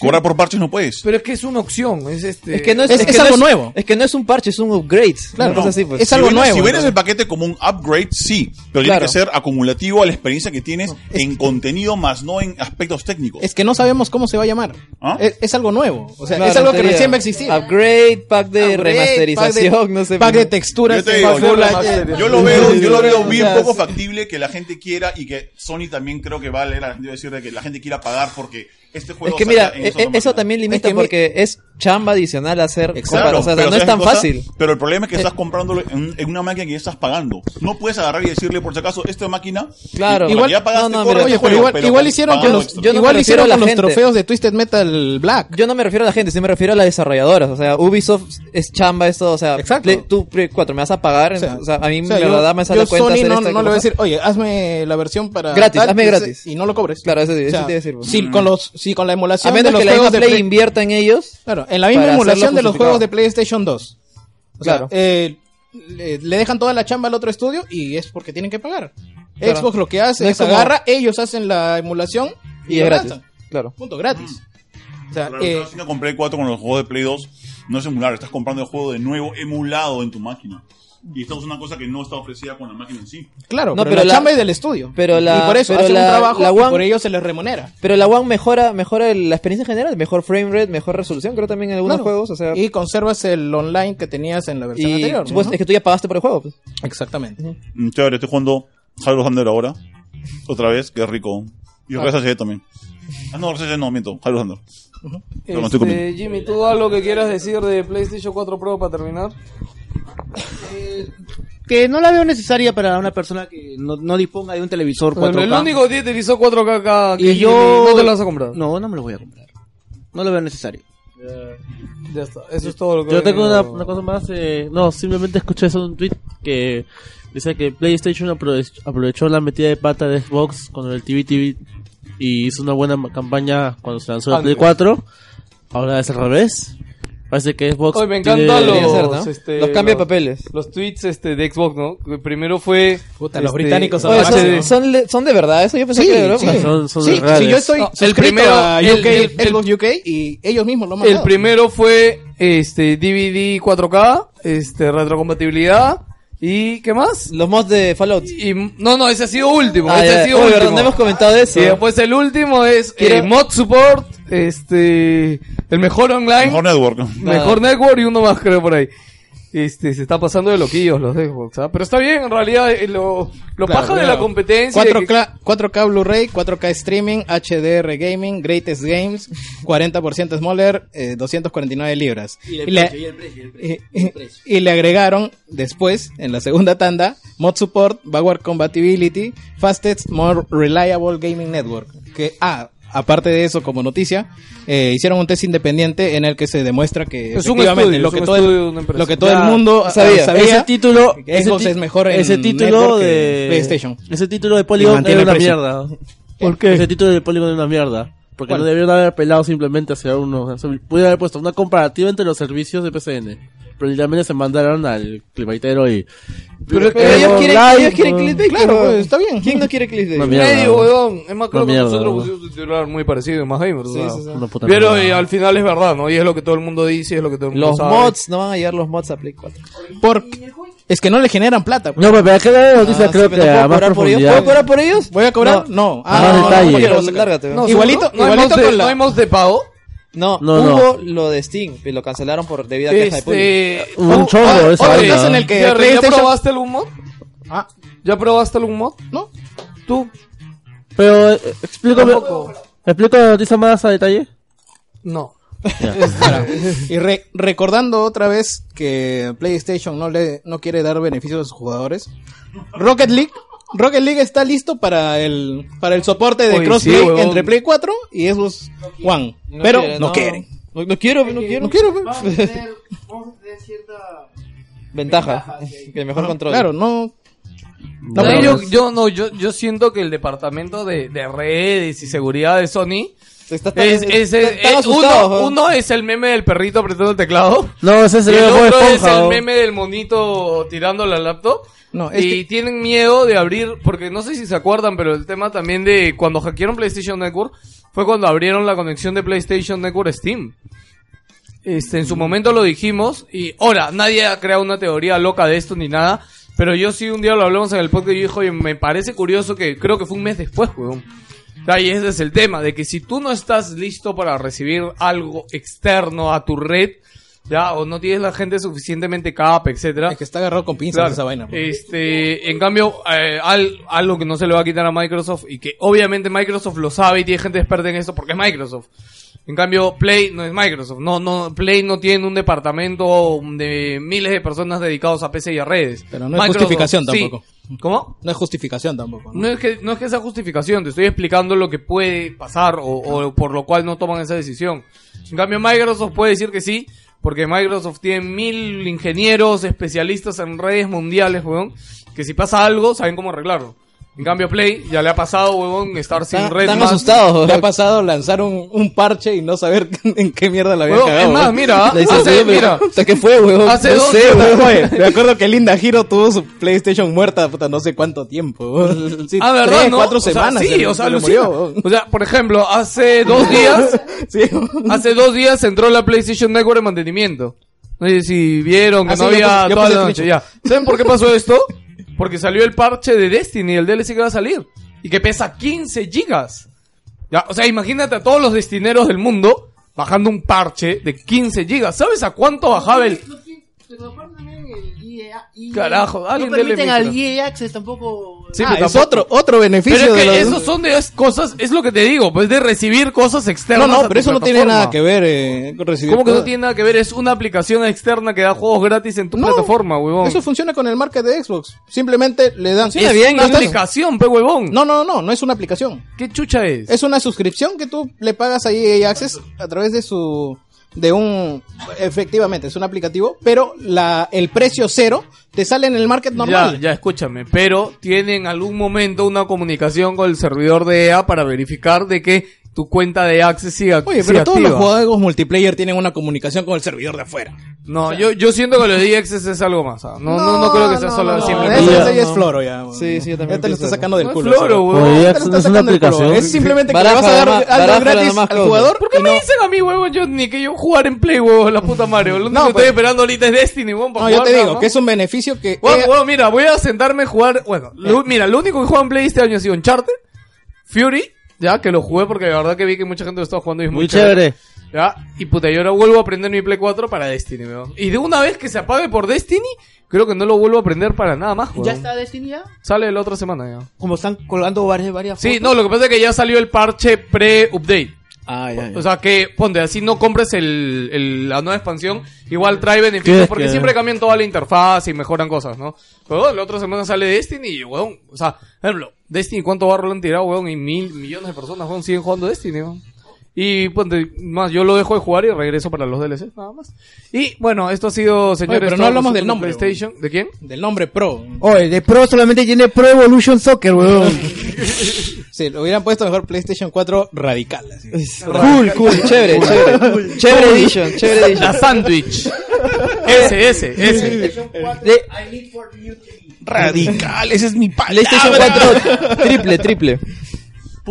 [SPEAKER 8] Cobrar por parches no puedes.
[SPEAKER 14] Pero es que es una opción, es este...
[SPEAKER 2] Es que no es, es que no es- Es que no es un parche, es un upgrade. Claro,
[SPEAKER 8] No.
[SPEAKER 2] así, pues.
[SPEAKER 8] Si vienes- Si vienes el paquete como un upgrade, sí, pero tiene
[SPEAKER 3] Claro.
[SPEAKER 8] que ser acumulativo a la experiencia que tienes en contenido más no en aspectos técnicos.
[SPEAKER 3] Es que no sabemos cómo se va a llamar. Es, es algo nuevo. O sea,
[SPEAKER 8] Claro,
[SPEAKER 3] es algo que
[SPEAKER 8] sería
[SPEAKER 3] recién va a existir.
[SPEAKER 2] Upgrade, pack de
[SPEAKER 8] remasterización,
[SPEAKER 2] no sé.
[SPEAKER 3] Pack de texturas.
[SPEAKER 8] Yo, te digo,
[SPEAKER 3] pack
[SPEAKER 8] yo,
[SPEAKER 3] de full-
[SPEAKER 8] yo lo veo, yo lo veo
[SPEAKER 3] O
[SPEAKER 8] bien
[SPEAKER 3] sea,
[SPEAKER 8] poco factible que la gente quiera y que Sony también creo que va a leer a la gente decir de que la gente quiera pagar porque este
[SPEAKER 2] Es
[SPEAKER 8] juego
[SPEAKER 2] que
[SPEAKER 8] salga
[SPEAKER 2] mira,
[SPEAKER 8] en
[SPEAKER 2] e-
[SPEAKER 8] esa
[SPEAKER 2] e- eso también limita
[SPEAKER 8] Es que mi-
[SPEAKER 2] porque es chamba adicional hacer compras.
[SPEAKER 8] Claro,
[SPEAKER 2] O sea,
[SPEAKER 8] pero
[SPEAKER 2] no es
[SPEAKER 8] ¿sabes
[SPEAKER 2] tan
[SPEAKER 8] qué cosa?
[SPEAKER 2] fácil. Eh,
[SPEAKER 8] Pero el problema es que estás comprándolo en, en una máquina que ya estás pagando. No puedes agarrar y decirle, por si acaso, esta máquina.
[SPEAKER 2] Claro.
[SPEAKER 8] igual ya pagaste
[SPEAKER 2] no, no,
[SPEAKER 8] por
[SPEAKER 2] mira,
[SPEAKER 8] este
[SPEAKER 2] oye, pero
[SPEAKER 8] juego,
[SPEAKER 2] igual-
[SPEAKER 8] pero
[SPEAKER 2] igual
[SPEAKER 8] con-
[SPEAKER 2] hicieron
[SPEAKER 8] pagando
[SPEAKER 2] con los-
[SPEAKER 8] extra.
[SPEAKER 2] yo no Igual me refiero hicieron a la
[SPEAKER 3] los
[SPEAKER 2] gente.
[SPEAKER 3] trofeos de Twisted Metal Black.
[SPEAKER 2] Yo no me refiero a la gente, sí me refiero a las desarrolladoras. O sea, Ubisoft es chamba esto. O sea, Play- tú Play 4 me vas a pagar. O sea, a mí
[SPEAKER 3] O sea,
[SPEAKER 2] me
[SPEAKER 3] yo-
[SPEAKER 2] verdad me sale
[SPEAKER 3] yo
[SPEAKER 2] la cuenta.
[SPEAKER 3] Sony
[SPEAKER 2] hacer
[SPEAKER 3] no,
[SPEAKER 2] esta
[SPEAKER 3] no le voy a
[SPEAKER 2] cosa.
[SPEAKER 3] decir, oye, ah, hazme la versión para.
[SPEAKER 2] Gratis, hazme
[SPEAKER 3] y-
[SPEAKER 2] gratis.
[SPEAKER 3] Y no lo cobres.
[SPEAKER 2] Claro, eso, eso
[SPEAKER 3] O sea,
[SPEAKER 2] te iba a decir. pues.
[SPEAKER 3] Si,
[SPEAKER 8] Mm.
[SPEAKER 3] con los, si con la emulación
[SPEAKER 2] A menos
[SPEAKER 3] de los
[SPEAKER 2] que la
[SPEAKER 3] juegos
[SPEAKER 2] misma
[SPEAKER 3] de
[SPEAKER 2] Play
[SPEAKER 3] Play-
[SPEAKER 2] invierta en ellos.
[SPEAKER 3] Claro, en la misma
[SPEAKER 2] para
[SPEAKER 3] emulación
[SPEAKER 2] hacerlo
[SPEAKER 3] de los
[SPEAKER 2] justificado.
[SPEAKER 3] juegos de PlayStation 2. O sea,
[SPEAKER 2] Claro.
[SPEAKER 3] eh, le, le dejan toda la chamba al otro estudio y es porque tienen que pagar.
[SPEAKER 2] Claro.
[SPEAKER 3] Xbox lo que hace
[SPEAKER 2] No es
[SPEAKER 3] es
[SPEAKER 2] como-
[SPEAKER 3] agarra, ellos hacen la emulación y,
[SPEAKER 2] Y es
[SPEAKER 3] lo
[SPEAKER 2] gratis.
[SPEAKER 3] lanzan.
[SPEAKER 2] Claro.
[SPEAKER 3] Punto, gratis. O sea,
[SPEAKER 8] Claro,
[SPEAKER 3] eh,
[SPEAKER 8] estás haciendo con Play 4 con los juegos de Play 2 no es emular, estás comprando el juego de nuevo emulado en tu máquina. Y esto es una cosa que no está ofrecida con la máquina en sí.
[SPEAKER 3] claro,
[SPEAKER 2] No,
[SPEAKER 3] pero,
[SPEAKER 2] pero
[SPEAKER 3] la,
[SPEAKER 2] la-
[SPEAKER 3] chamba es del estudio.
[SPEAKER 2] pero la-
[SPEAKER 3] y por eso
[SPEAKER 2] pero
[SPEAKER 3] hacen un
[SPEAKER 2] la-
[SPEAKER 3] trabajo
[SPEAKER 2] la One-
[SPEAKER 3] y por ello se les remunera.
[SPEAKER 2] Pero la One mejora, mejora el- la experiencia en general, mejor frame rate, mejor resolución, creo también en algunos
[SPEAKER 3] Claro.
[SPEAKER 2] juegos. O sea,
[SPEAKER 3] Y conservas el online que tenías en la versión
[SPEAKER 2] y,
[SPEAKER 3] anterior.
[SPEAKER 2] pues,
[SPEAKER 3] ¿no?
[SPEAKER 2] es que tú ya pagaste por el juego. pues.
[SPEAKER 3] Exactamente.
[SPEAKER 8] Mm, Chévere, estoy jugando Halo Thunder ahora. Otra vez, qué rico. Y el
[SPEAKER 1] Ah.
[SPEAKER 8] Reza también. Ah, no, Reza no, miento. Halo Thunder. Pero no estoy comiendo.
[SPEAKER 1] Este, Jimmy, ¿tú algo que quieras decir de PlayStation 4 Pro para terminar?
[SPEAKER 9] Que no la veo necesaria para una persona que no, no disponga de un televisor 4K.
[SPEAKER 1] Bueno, el único que utilizó 4K acá que
[SPEAKER 9] y yo...
[SPEAKER 1] no te lo vas a comprar.
[SPEAKER 9] No, no me lo voy a comprar. No lo veo necesario.
[SPEAKER 1] Eh, Ya está, eso es todo lo que
[SPEAKER 7] Yo tengo una,
[SPEAKER 1] venía-
[SPEAKER 7] una cosa más. eh, no, simplemente escuché eso en un tweet que decía que PlayStation aprove- aprovechó la metida de pata de Xbox con el TV TV y hizo una buena ma- campaña cuando se lanzó el Play
[SPEAKER 1] Antes.
[SPEAKER 7] 4. Ahora es al revés. Parece que Xbox.
[SPEAKER 1] Oye, me encantan
[SPEAKER 7] tiene-
[SPEAKER 1] los,
[SPEAKER 2] ser, ¿no?
[SPEAKER 1] este,
[SPEAKER 2] Los cambia de papeles.
[SPEAKER 1] Los tweets este, de Xbox, ¿no? Que Primero fue. este,
[SPEAKER 3] Puta, los británicos
[SPEAKER 2] Este, Oye,
[SPEAKER 1] HD.
[SPEAKER 2] son, son de, son de verdad, eso yo pensé
[SPEAKER 3] Sí,
[SPEAKER 2] pues, que era broma.
[SPEAKER 3] sí. Sí, sí, yo estoy
[SPEAKER 1] No, el
[SPEAKER 3] el
[SPEAKER 1] primero,
[SPEAKER 3] primero a UK,
[SPEAKER 1] el- el-
[SPEAKER 3] Xbox UK y ellos mismos lo han
[SPEAKER 1] El
[SPEAKER 3] mandado.
[SPEAKER 1] primero fue este, DVD 4K, este, retrocompatibilidad. ¿Y qué más?
[SPEAKER 2] Los mods de Fallout.
[SPEAKER 1] Y, no, no, ese ha sido último.
[SPEAKER 2] Ah,
[SPEAKER 1] ese
[SPEAKER 2] ya,
[SPEAKER 1] ha sido
[SPEAKER 2] oye,
[SPEAKER 1] último.
[SPEAKER 2] verdad, no hemos comentado eso.
[SPEAKER 1] Y después el último es
[SPEAKER 2] Quiero-
[SPEAKER 1] eh, Mod Support, este, el mejor online.
[SPEAKER 8] Mejor network.
[SPEAKER 1] Mejor network y uno más creo por ahí. Este, se está pasando de loquillos los de Xbox, ¿ah? Pero está bien, en realidad, eh, lo, lo
[SPEAKER 3] Claro,
[SPEAKER 1] paja de
[SPEAKER 3] claro.
[SPEAKER 1] la competencia. de que-
[SPEAKER 3] 4K, 4K Blu-ray, 4K streaming, HDR gaming, greatest games, 40% smaller, eh, 249 libras.
[SPEAKER 9] Y el
[SPEAKER 3] le-
[SPEAKER 9] precio, y el precio, y el precio, y el
[SPEAKER 3] *laughs*
[SPEAKER 9] precio.
[SPEAKER 3] Eh, y le agregaron después, en la segunda tanda, mod support, backward compatibility, fastest, more reliable gaming network. Que, ah, aparte de eso, como noticia, eh, hicieron un test independiente en el que se demuestra que
[SPEAKER 1] Es un
[SPEAKER 3] efectivamente
[SPEAKER 1] estudio,
[SPEAKER 3] lo
[SPEAKER 1] es
[SPEAKER 3] que
[SPEAKER 1] un
[SPEAKER 3] todo
[SPEAKER 1] estudio de una
[SPEAKER 3] el,
[SPEAKER 1] empresa.
[SPEAKER 3] lo que todo
[SPEAKER 1] Ya,
[SPEAKER 3] el mundo ah, sabía,
[SPEAKER 1] eh,
[SPEAKER 7] sabía. Ese título- ese
[SPEAKER 3] Xbox
[SPEAKER 7] ti-
[SPEAKER 3] es mejor en
[SPEAKER 7] ese título
[SPEAKER 3] network que
[SPEAKER 7] de
[SPEAKER 3] PlayStation.
[SPEAKER 7] Ese título de Polygon
[SPEAKER 3] mantiene
[SPEAKER 7] era una
[SPEAKER 3] el precio.
[SPEAKER 7] mierda. ¿Por qué? Ese título de Polygon era una mierda. Porque
[SPEAKER 3] ¿Cuál?
[SPEAKER 7] no debieron haber apelado simplemente hacia uno. O sea, pude haber puesto una comparativa entre los servicios de PCN. Pero literalmente se mandaron al climaitero y.
[SPEAKER 1] Pero-
[SPEAKER 2] Pero ellos quieren,
[SPEAKER 7] Online,
[SPEAKER 2] ellos quieren
[SPEAKER 7] ¿no?
[SPEAKER 2] clickbait,
[SPEAKER 3] Claro,
[SPEAKER 2] pero-
[SPEAKER 3] pues, está bien.
[SPEAKER 2] ¿Quién no quiere clickbait?
[SPEAKER 7] Una mierda,
[SPEAKER 1] medio,
[SPEAKER 7] ¿no?
[SPEAKER 1] weón. Es más, creo
[SPEAKER 7] Una
[SPEAKER 1] que
[SPEAKER 7] mierda,
[SPEAKER 1] nosotros
[SPEAKER 7] ¿no?
[SPEAKER 1] pusimos un titular muy parecido en Más Gamers. o sea.
[SPEAKER 2] sí, sí.
[SPEAKER 7] Una puta
[SPEAKER 1] Pero
[SPEAKER 7] mierda.
[SPEAKER 1] eh, al final es verdad, ¿no? Y es lo que todo el mundo dice, es lo que todo el mundo
[SPEAKER 2] Los
[SPEAKER 1] sabe.
[SPEAKER 2] mods, no van a llegar los mods a Play 4.
[SPEAKER 3] Porque es que no le generan plata. pues.
[SPEAKER 7] No, pero para que la noticia
[SPEAKER 2] Ah,
[SPEAKER 7] creo
[SPEAKER 2] sí, pero
[SPEAKER 7] que
[SPEAKER 2] no
[SPEAKER 7] a
[SPEAKER 2] puedo
[SPEAKER 7] más
[SPEAKER 2] cobrar por ellos.
[SPEAKER 7] profundidad.
[SPEAKER 2] ¿Puedo cobrar por ellos?
[SPEAKER 3] ¿Voy a cobrar? No.
[SPEAKER 7] Ah, no,
[SPEAKER 3] no,
[SPEAKER 7] detalle.
[SPEAKER 3] quiero
[SPEAKER 2] Pero
[SPEAKER 3] sacar.
[SPEAKER 2] lárgate.
[SPEAKER 1] No,
[SPEAKER 3] Igualito-
[SPEAKER 1] ¿no? ¿No hay
[SPEAKER 3] igualito
[SPEAKER 1] mods de-
[SPEAKER 3] con la-
[SPEAKER 1] ¿No hay mods de pago?
[SPEAKER 2] No,
[SPEAKER 7] No, no.
[SPEAKER 2] hubo lo de Steam, y lo cancelaron por debida queja de público.
[SPEAKER 1] Este...
[SPEAKER 7] Un chorro esa
[SPEAKER 3] oye,
[SPEAKER 7] vaina.
[SPEAKER 3] estás en
[SPEAKER 2] ¿eh?
[SPEAKER 3] el que
[SPEAKER 1] ¿Ya, ¿Ya
[SPEAKER 3] PlayStation-
[SPEAKER 1] probaste algún mod?
[SPEAKER 3] Ah,
[SPEAKER 1] ¿Ya probaste algún mod?
[SPEAKER 3] no.
[SPEAKER 1] ¿Tú?
[SPEAKER 7] Pero eh, explícame.
[SPEAKER 1] Tampoco.
[SPEAKER 7] ¿Me explico la noticia más a detalle?
[SPEAKER 1] No.
[SPEAKER 3] *laughs* Y re- recordando otra vez que PlayStation no le no quiere dar beneficios a sus jugadores. Rocket League, Rocket League está listo para el para el soporte de
[SPEAKER 1] Oye,
[SPEAKER 3] crossplay
[SPEAKER 1] sí, huevón.
[SPEAKER 3] entre Play 4 y Xbox One,
[SPEAKER 2] No
[SPEAKER 3] pero
[SPEAKER 2] quiere,
[SPEAKER 3] no quieren. Eh,
[SPEAKER 2] No, no quiero, no quiero.
[SPEAKER 3] No quiero. pues.
[SPEAKER 4] Vamos a
[SPEAKER 3] *laughs*
[SPEAKER 4] tener, vamos a tener cierta...
[SPEAKER 1] Ah,
[SPEAKER 2] Ventaja. Que mejor control.
[SPEAKER 3] Claro, no
[SPEAKER 1] No,
[SPEAKER 12] No,
[SPEAKER 1] yo,
[SPEAKER 12] pero-
[SPEAKER 1] yo no, yo, yo siento que el departamento de, de redes y seguridad de Sony
[SPEAKER 12] tan-
[SPEAKER 1] es, es- es-
[SPEAKER 12] están
[SPEAKER 1] es-
[SPEAKER 12] asustados,
[SPEAKER 1] uno,
[SPEAKER 12] ¿eh?
[SPEAKER 1] uno es el meme del perrito apretando el teclado.
[SPEAKER 9] No, ese es el
[SPEAKER 1] y
[SPEAKER 9] de
[SPEAKER 1] el
[SPEAKER 9] Bob
[SPEAKER 1] otro es
[SPEAKER 9] Esponja,
[SPEAKER 1] el
[SPEAKER 9] ¿no?
[SPEAKER 1] meme del monito tirando la laptop.
[SPEAKER 3] No,
[SPEAKER 1] y tienen miedo de abrir, porque no sé si se acuerdan, pero el tema también de cuando hackearon PlayStation Network fue cuando abrieron la conexión de PlayStation Network a Steam. Este, en su momento lo dijimos y ahora nadie ha creado una teoría loca de esto ni nada, pero yo sí un día lo hablamos en el podcast y dijo, "Oye, me parece curioso que creo que fue un mes después, weón. Y ese es el tema, de que si tú no estás listo para recibir algo externo a tu red, ya, o no tienes la gente suficientemente capa, etcétera. Es que
[SPEAKER 3] está agarrado con pinzas esa vaina, pues.
[SPEAKER 1] Este, en cambio, eh, al- algo que no se le va a quitar a Microsoft y que obviamente Microsoft lo sabe y tiene gente experta en esto porque es Microsoft. En cambio, Play no es Microsoft. No, no, Play no tiene un departamento de miles de personas dedicados a PC y a redes.
[SPEAKER 3] Pero no es
[SPEAKER 1] Microsoft,
[SPEAKER 3] justificación
[SPEAKER 1] sí.
[SPEAKER 3] tampoco.
[SPEAKER 1] ¿Cómo?
[SPEAKER 3] No es justificación tampoco.
[SPEAKER 1] No es, que, no es que sea justificación, te estoy explicando lo que puede pasar o, o por lo cual no toman esa decisión. En cambio, Microsoft puede decir que sí, porque Microsoft tiene mil ingenieros especialistas en redes mundiales, weón, que si pasa algo, saben cómo arreglarlo. En cambio, Play ya le ha pasado, weón, estar sin
[SPEAKER 3] Están,
[SPEAKER 1] red.
[SPEAKER 3] están
[SPEAKER 1] más.
[SPEAKER 3] asustados. ¿eh? Le ha pasado lanzar un, un parche y no saber *laughs* en qué mierda la había
[SPEAKER 1] Huevón,
[SPEAKER 3] cagado.
[SPEAKER 1] es más,
[SPEAKER 3] huevón.
[SPEAKER 1] mira,
[SPEAKER 3] Le dices,
[SPEAKER 1] hace-
[SPEAKER 3] "Oye, pero,
[SPEAKER 1] mira.
[SPEAKER 3] puta, ¿qué fue, huevón?
[SPEAKER 1] Hace
[SPEAKER 3] No
[SPEAKER 1] dos
[SPEAKER 3] sé,
[SPEAKER 1] días-
[SPEAKER 3] huevón. Oye, *laughs* Me acuerdo que Linda Giro tuvo su PlayStation muerta, puta, no sé cuánto tiempo. huevón. Sí,
[SPEAKER 1] ah, ¿verdad?
[SPEAKER 3] tres,
[SPEAKER 1] no?
[SPEAKER 3] cuatro
[SPEAKER 1] O sea,
[SPEAKER 3] semanas.
[SPEAKER 1] sí,
[SPEAKER 3] se le-
[SPEAKER 1] o sea,
[SPEAKER 3] se le
[SPEAKER 1] alucina.
[SPEAKER 3] murió, huevón.
[SPEAKER 1] O sea, por ejemplo, hace dos
[SPEAKER 3] *laughs*
[SPEAKER 1] días. hace dos días entró la PlayStation Network en mantenimiento. No sé si vieron que
[SPEAKER 12] Ah,
[SPEAKER 1] no
[SPEAKER 12] sí, yo
[SPEAKER 1] había
[SPEAKER 12] puse- yo
[SPEAKER 1] toda
[SPEAKER 12] puse
[SPEAKER 1] la
[SPEAKER 12] el
[SPEAKER 1] noche. Ya.
[SPEAKER 12] screenshot.
[SPEAKER 1] ¿Saben por qué pasó esto? Porque salió el parche de Destiny, el DLC que va a salir. Y que pesa 15 gigas. Ya, o sea, imagínate a todos los destineros del mundo bajando un parche de 15 gigas. ¿Sabes a cuánto bajaba el Carajo, alguien
[SPEAKER 11] E no
[SPEAKER 1] dele
[SPEAKER 11] permiten al
[SPEAKER 1] micro.
[SPEAKER 11] EA Access tampoco.
[SPEAKER 1] Sí,
[SPEAKER 3] Ah,
[SPEAKER 1] pero
[SPEAKER 3] es
[SPEAKER 1] tampoco-
[SPEAKER 3] otro- otro beneficio
[SPEAKER 1] Pero es
[SPEAKER 3] de
[SPEAKER 1] que
[SPEAKER 3] los-
[SPEAKER 1] esos son de esas cosas, es lo que te digo, pues de recibir cosas
[SPEAKER 3] No,
[SPEAKER 1] externas. a
[SPEAKER 3] no,
[SPEAKER 1] tu
[SPEAKER 3] pero eso no tiene
[SPEAKER 1] plataforma.
[SPEAKER 3] nada que ver eh, con recibir.
[SPEAKER 1] ¿Cómo que no
[SPEAKER 3] cosas.
[SPEAKER 1] tiene nada que ver? Es una aplicación externa que da juegos gratis en tu plataforma, huevón.
[SPEAKER 3] Eso funciona con el market de Xbox. Simplemente le dan.
[SPEAKER 1] Funciona
[SPEAKER 3] Es
[SPEAKER 1] bien,
[SPEAKER 3] una
[SPEAKER 1] ¿no? aplicación, pe huevón.
[SPEAKER 3] No, no, no, no es una aplicación.
[SPEAKER 1] ¿Qué chucha es?
[SPEAKER 3] Es una suscripción que tú le pagas a EA Access a través de su. De un. Efectivamente, es un aplicativo. Pero la, el precio cero te sale en el market normal.
[SPEAKER 1] Ya, ya, escúchame, pero tiene en algún momento una comunicación con el servidor de EA para verificar de que tu cuenta de Access siga
[SPEAKER 3] Oye, pero
[SPEAKER 1] siga
[SPEAKER 3] todos
[SPEAKER 1] activa.
[SPEAKER 3] los juegos multiplayer tienen una comunicación con el servidor de afuera.
[SPEAKER 1] No, yo, yo siento que lo de Access es algo más. ¿ah? No, no, no, creo que sea solo simplemente.
[SPEAKER 3] Eso, eso ya es floro ya.
[SPEAKER 2] Sí, sí, yo también.
[SPEAKER 3] Ya te lo está sacando del
[SPEAKER 1] No es
[SPEAKER 3] culo.
[SPEAKER 1] floro,
[SPEAKER 3] eso.
[SPEAKER 1] huevón. Oye,
[SPEAKER 3] Ya
[SPEAKER 1] eso no
[SPEAKER 3] te lo está
[SPEAKER 1] es una
[SPEAKER 3] sacando del culo.
[SPEAKER 1] aplicación.
[SPEAKER 3] Es simplemente que le
[SPEAKER 1] Baraja
[SPEAKER 3] vas a dar
[SPEAKER 1] nada más-
[SPEAKER 3] algo
[SPEAKER 1] baraja
[SPEAKER 3] gratis
[SPEAKER 1] nada más
[SPEAKER 3] al
[SPEAKER 1] cosas.
[SPEAKER 3] jugador.
[SPEAKER 1] ¿Por qué
[SPEAKER 3] y
[SPEAKER 1] me
[SPEAKER 3] no-
[SPEAKER 1] dicen a mí, huevón, yo ni que yo jugar en Play, huevón, la puta madre? Lo único que estoy esperando ahorita es Destiny, huevón, para
[SPEAKER 3] pues. No, yo
[SPEAKER 1] jugar
[SPEAKER 3] te
[SPEAKER 1] nada
[SPEAKER 3] digo
[SPEAKER 1] más.
[SPEAKER 3] que es un beneficio que. eh,
[SPEAKER 1] Bueno,
[SPEAKER 3] EA
[SPEAKER 1] bueno, mira, voy a sentarme a jugar. Bueno, lo- mira, lo único que juego en Play este año ha sido Uncharted, Fury, ya que lo jugué porque la verdad que vi que mucha gente lo estaba jugando y es muy,
[SPEAKER 9] Muy chévere.
[SPEAKER 1] Ya, y puta, yo ahora vuelvo a aprender mi Play 4 para Destiny, weón. Y de una vez que se apague por Destiny, creo que no lo vuelvo a aprender para nada más, weón.
[SPEAKER 11] ¿Ya está Destiny ya?
[SPEAKER 1] Sale la otra semana ya.
[SPEAKER 11] Como están colgando varias, varias
[SPEAKER 1] Sí,
[SPEAKER 11] fotos.
[SPEAKER 1] no, lo que pasa es que ya salió el parche pre-update.
[SPEAKER 3] Ah, ya,
[SPEAKER 1] O sea que, ponte, así no compres el, el- la nueva expansión, igual trae beneficios
[SPEAKER 12] Tienes
[SPEAKER 1] porque
[SPEAKER 12] que-
[SPEAKER 1] siempre cambian toda la interfaz y mejoran cosas, ¿no? Pero bueno, la otra semana sale Destiny y, weón, o sea, por ejemplo, Destiny, ¿cuánto barro le han tirado, weón? Y mil millones de personas, weón, siguen jugando Destiny, weón. Y, ponte, más, yo lo dejo de jugar y regreso para los DLC, nada más. Y, bueno, esto ha sido, señores...
[SPEAKER 3] pero no
[SPEAKER 1] todo
[SPEAKER 3] hablamos
[SPEAKER 1] nosotros
[SPEAKER 3] del
[SPEAKER 1] en
[SPEAKER 3] nombre,
[SPEAKER 1] PlayStation. ¿De quién?
[SPEAKER 3] Del nombre Pro.
[SPEAKER 9] Oye, de Pro solamente tiene Pro Evolution Soccer, *laughs* weón.
[SPEAKER 3] Sí, lo hubieran puesto mejor PlayStation 4 radical. así.
[SPEAKER 9] Cool, cool, chévere, chévere. Chévere edition, chévere edition.
[SPEAKER 1] La Sandwich. ese, ese, ese.
[SPEAKER 3] Radical, ese es mi palabra.
[SPEAKER 2] PlayStation 4 triple, triple.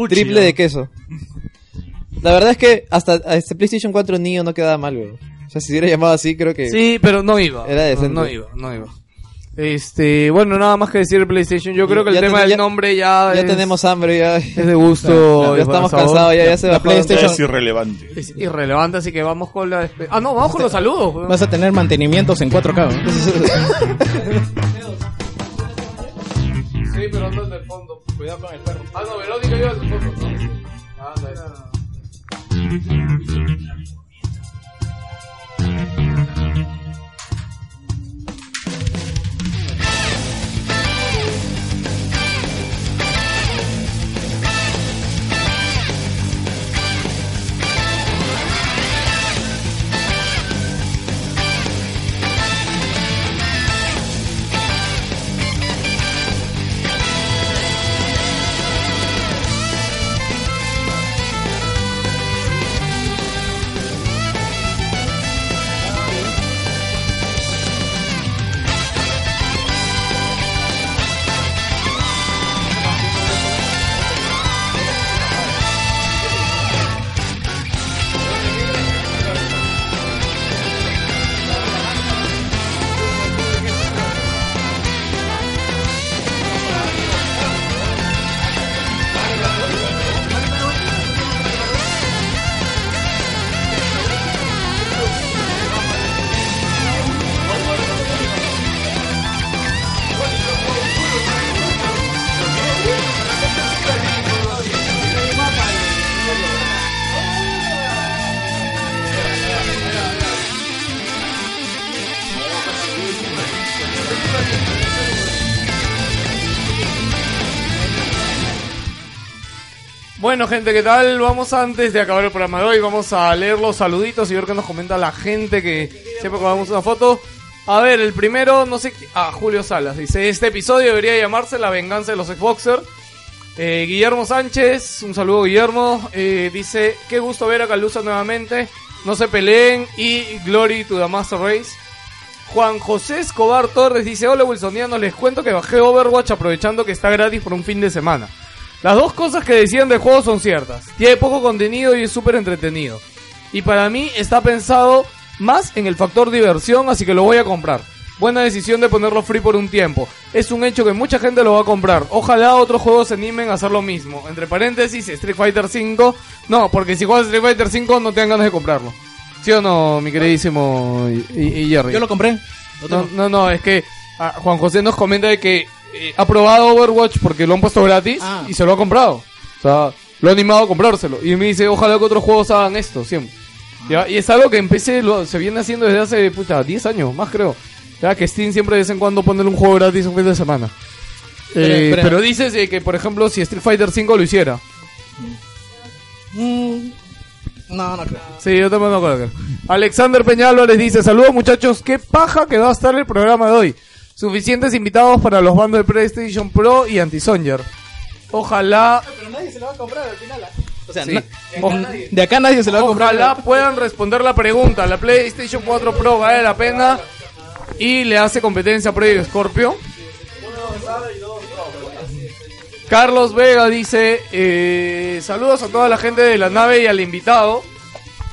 [SPEAKER 2] triple de queso. La verdad es que hasta a este PlayStation 4 Neo no quedaba mal, güey. O sea, si hubiera llamado así, creo que.
[SPEAKER 1] Sí, pero no iba.
[SPEAKER 2] Era decente.
[SPEAKER 1] No, no iba, no iba. Este, bueno, nada más que decir el PlayStation. Yo creo que el
[SPEAKER 2] Ya
[SPEAKER 1] tema
[SPEAKER 2] ten-
[SPEAKER 1] del
[SPEAKER 2] ya-
[SPEAKER 1] nombre ya.
[SPEAKER 2] ya
[SPEAKER 1] es-
[SPEAKER 2] tenemos hambre, ya.
[SPEAKER 1] Es de gusto.
[SPEAKER 2] Ya,
[SPEAKER 1] es
[SPEAKER 2] estamos
[SPEAKER 1] para sabor.
[SPEAKER 2] cansados, ya, ya se va
[SPEAKER 8] es irrelevante.
[SPEAKER 1] Es irrelevante, así que vamos con la. despe- Ah, no, vamos con los
[SPEAKER 2] Este-
[SPEAKER 1] saludos. weón.
[SPEAKER 3] Vas a tener mantenimientos en 4K. ¿no?
[SPEAKER 1] Sí, pero anda en el fondo. Cuidado con el perro. Ah, no, Verónica lleva el fondo. ¿no? Ah, no, esa-
[SPEAKER 15] Thank
[SPEAKER 1] Bueno, gente, ¿qué tal? Vamos antes de acabar el programa de hoy. Vamos a leer los saluditos y ver qué nos comenta la gente que siempre colgamos una foto. A ver, el primero, no sé. qui- Ah, Julio Salas dice: Este episodio debería llamarse La venganza de los Xboxer. Eh, Guillermo Sánchez, un saludo, Guillermo. eh, dice: Qué gusto ver a Calusa nuevamente. No se peleen. Y Glory to the Master Race. Juan José Escobar Torres dice: Hola, Wilsonianos, les cuento que bajé Overwatch aprovechando que está gratis por un fin de semana. Las dos cosas que decían del juego son ciertas. Tiene poco contenido y es súper entretenido. Y para mí está pensado más en el factor diversión, así que lo voy a comprar. Buena decisión de ponerlo free por un tiempo. Es un hecho que mucha gente lo va a comprar. Ojalá otros juegos se animen a hacer lo mismo. Entre paréntesis, Street Fighter V. No, porque si juegas Street Fighter V no te dan ganas de comprarlo. ¿Sí o no, mi queridísimo y, y- y Jerry?
[SPEAKER 3] Yo lo compré.
[SPEAKER 1] No, no, no, es que ah, Juan José nos comenta de que eh, ha probado Overwatch porque lo han puesto gratis
[SPEAKER 12] Ah.
[SPEAKER 1] y se lo ha comprado. O sea, lo ha animado a comprárselo. Y me dice, ojalá que otros juegos hagan esto siempre.
[SPEAKER 12] Ah.
[SPEAKER 1] Ya, Y es algo que empecé, lo, se viene haciendo desde hace, puta, 10 años, más creo. Ya que Steam siempre de vez en cuando pone un juego gratis un fin de semana.
[SPEAKER 12] Pero-
[SPEAKER 1] Eh,
[SPEAKER 12] pero-
[SPEAKER 1] pero dices eh, que, por ejemplo, si Street Fighter V lo hiciera.
[SPEAKER 3] Mm, No, no creo.
[SPEAKER 1] Sí, yo también me acuerdo. Alexander Peña Álvarez dice, saludos muchachos, qué paja que va a estar el programa de hoy. Suficientes invitados para los bandos de PlayStation Pro y Anti-Songer. Ojalá...
[SPEAKER 3] Pero nadie se lo va a comprar al final. O
[SPEAKER 1] sea,
[SPEAKER 3] na-
[SPEAKER 1] nadie.
[SPEAKER 3] de acá nadie se lo va a comprar.
[SPEAKER 1] Ojalá puedan responder la pregunta. La PlayStation 4 Pro vale la pena y le hace competencia a Project Scorpio. Carlos Vega dice, eh, saludos a toda la gente de la nave y al invitado.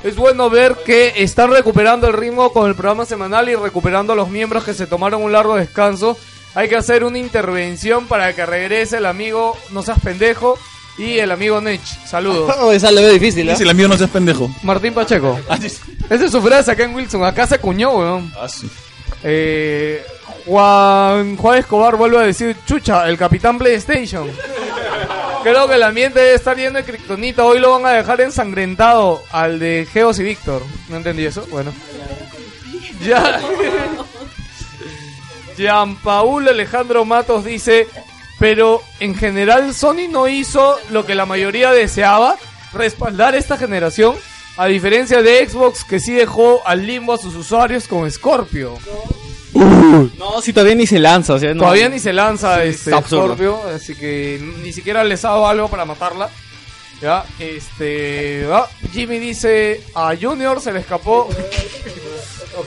[SPEAKER 1] Es bueno ver que están recuperando el ritmo con el programa semanal y recuperando a los miembros que se tomaron un largo descanso. Hay que hacer una intervención para que regrese el amigo No seas pendejo y el amigo Nech.
[SPEAKER 2] *laughs*
[SPEAKER 1] Saludos.
[SPEAKER 2] Esa la veo
[SPEAKER 3] Este,
[SPEAKER 2] difícil, ¿eh?
[SPEAKER 8] Dice, el amigo no seas pendejo.
[SPEAKER 1] Martín Pacheco. Esa es su frase acá en Wilson. Acá se acuñó, weón. Eh, Juan, Juan Escobar vuelve a decir, chucha, el capitán PlayStation. Creo que el ambiente debe estar lleno de kriptonita. Hoy lo van a dejar ensangrentado al de Geos y Víctor. ¿No entendí eso? Bueno.
[SPEAKER 9] *laughs*
[SPEAKER 1] Ya. Jean Paul Alejandro Matos dice, pero en general Sony no hizo lo que la mayoría deseaba, respaldar esta generación, a diferencia de Xbox que sí dejó al limbo a sus usuarios con Scorpio.
[SPEAKER 5] No, si todavía ni se lanza, o sea, no.
[SPEAKER 1] Todavía ni se lanza
[SPEAKER 5] Sí,
[SPEAKER 1] este
[SPEAKER 5] está absurdo.
[SPEAKER 1] Scorpio, así que ni siquiera les ha dado algo para matarla. Ya, este, ah, Jimmy dice, a Junior se le
[SPEAKER 5] *laughs*
[SPEAKER 1] escapó. *laughs* ok,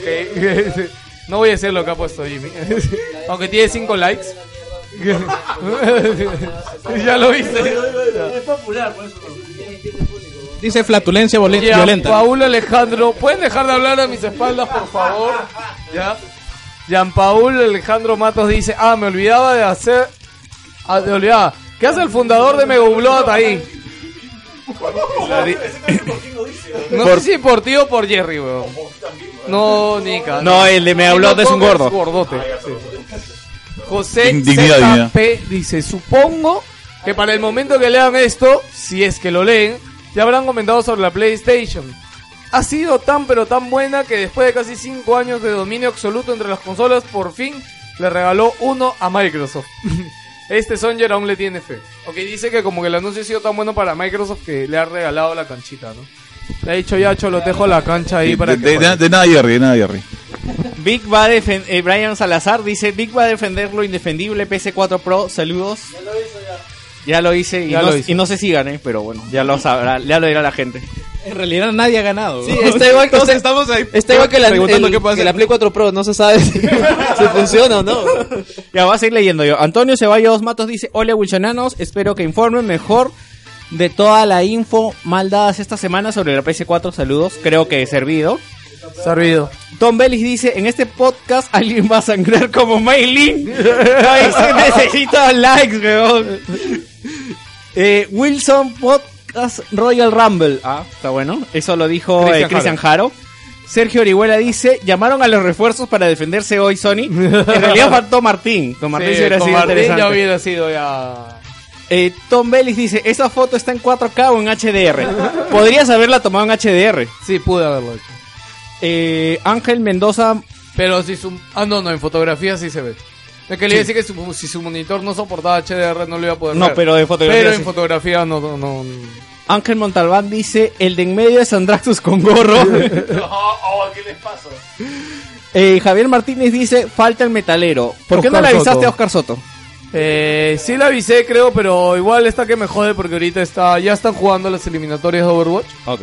[SPEAKER 1] no voy a decir lo que ha puesto Jimmy. *laughs* Aunque tiene 5 likes. *laughs* ya lo viste.
[SPEAKER 7] Es popular, por eso.
[SPEAKER 3] Dice flatulencia volen-
[SPEAKER 1] Ya,
[SPEAKER 3] violenta.
[SPEAKER 1] Paul Alejandro, ¿pueden dejar de hablar a mis espaldas, por favor? Ya. Jean Paul Alejandro Matos dice, ah, me olvidaba de hacer... Ah, me olvidaba. ¿Qué hace el fundador de Megublot ahí? No sé si por ti o por Jerry, weón. No, Nica.
[SPEAKER 5] No, el de Megablot es un gordo.
[SPEAKER 1] gordote. José
[SPEAKER 5] Dig- dignidad, dignidad.
[SPEAKER 1] ZP dice, supongo que para el momento que lean esto, si es que lo leen, ya habrán comentado sobre la PlayStation. Ha sido tan pero tan buena que después de casi 5 años de dominio absoluto entre las consolas, por fin le regaló uno a Microsoft. *laughs* Este Songer aún le tiene fe. Ok, dice que como que el anuncio ha sido tan bueno para Microsoft que le ha regalado la canchita, ¿no? Le ha dicho ya, Cholo, te dejo la cancha ahí
[SPEAKER 8] De,
[SPEAKER 1] para que...
[SPEAKER 8] de-
[SPEAKER 1] juegues".
[SPEAKER 8] de- de nada, Jerry, de nada, Jerry.
[SPEAKER 5] Vic va a defen- eh, Brian Salazar dice, Vic va a defender lo indefendible PS4 Pro, saludos. Ya lo hice y,
[SPEAKER 3] Ya
[SPEAKER 5] no,
[SPEAKER 3] lo hizo.
[SPEAKER 5] y no sé si gané, pero bueno, ya lo sabrá, ya lo dirá la gente.
[SPEAKER 3] En realidad nadie ha ganado.
[SPEAKER 2] Sí, está igual que,
[SPEAKER 3] Todos
[SPEAKER 2] está,
[SPEAKER 3] estamos ahí.
[SPEAKER 2] está igual que la,
[SPEAKER 3] preguntando
[SPEAKER 2] el-
[SPEAKER 3] qué puede
[SPEAKER 2] que la
[SPEAKER 3] hacer.
[SPEAKER 2] Play 4 Pro, no se sabe si, si funciona o no.
[SPEAKER 5] Ya vas a ir leyendo yo. Antonio Ceballos Matos dice, hola Wilsonanos, espero que informen mejor de toda la info mal dadas esta semana sobre la PS4. Saludos, creo que he servido.
[SPEAKER 1] Servido.
[SPEAKER 5] Tom Bellis dice, en este podcast alguien va a sangrar como Maylin.
[SPEAKER 2] *laughs*
[SPEAKER 5] Ay, se necesita likes, weón. Eh, Wilson Podcast Royal Rumble. Ah, está bueno. Eso lo dijo eh,
[SPEAKER 11] Cristian
[SPEAKER 5] Cristian Jaro. Sergio Orihuela dice, llamaron a los refuerzos para defenderse hoy, Sony.
[SPEAKER 1] *laughs*
[SPEAKER 5] En realidad faltó Martín. Con Martín
[SPEAKER 1] Sí,
[SPEAKER 5] sí hubiera
[SPEAKER 1] con
[SPEAKER 5] sido
[SPEAKER 1] Martín
[SPEAKER 5] interesante.
[SPEAKER 1] ya hubiera sido ya...
[SPEAKER 5] Eh, Tom Bellis dice, esa foto está en 4K o en HDR. Podrías haberla tomado en HDR.
[SPEAKER 1] Sí, pude haberlo hecho.
[SPEAKER 5] Eh, Ángel Mendoza
[SPEAKER 1] Pero si su... Ah, no, no, en fotografía sí se ve. Es que le iba a decir que su- si su monitor no soportaba HDR no lo iba a poder
[SPEAKER 5] No,
[SPEAKER 1] ver.
[SPEAKER 5] pero de fotografía
[SPEAKER 1] Pero
[SPEAKER 5] sí.
[SPEAKER 1] en fotografía no... no, no.
[SPEAKER 5] Ángel Montalbán dice, el de en medio es Andraxus
[SPEAKER 1] *laughs*
[SPEAKER 5] con gorro.
[SPEAKER 8] oh, ¿qué les pasa?
[SPEAKER 5] Eh, Javier Martínez dice, falta el metalero. ¿Por qué no
[SPEAKER 1] Oscar
[SPEAKER 5] le avisaste
[SPEAKER 1] Soto.
[SPEAKER 5] a Oscar Soto?
[SPEAKER 1] Eh, sí la avisé, creo, pero igual está que me jode porque ahorita está, ya están jugando las eliminatorias de Overwatch.
[SPEAKER 5] Ok.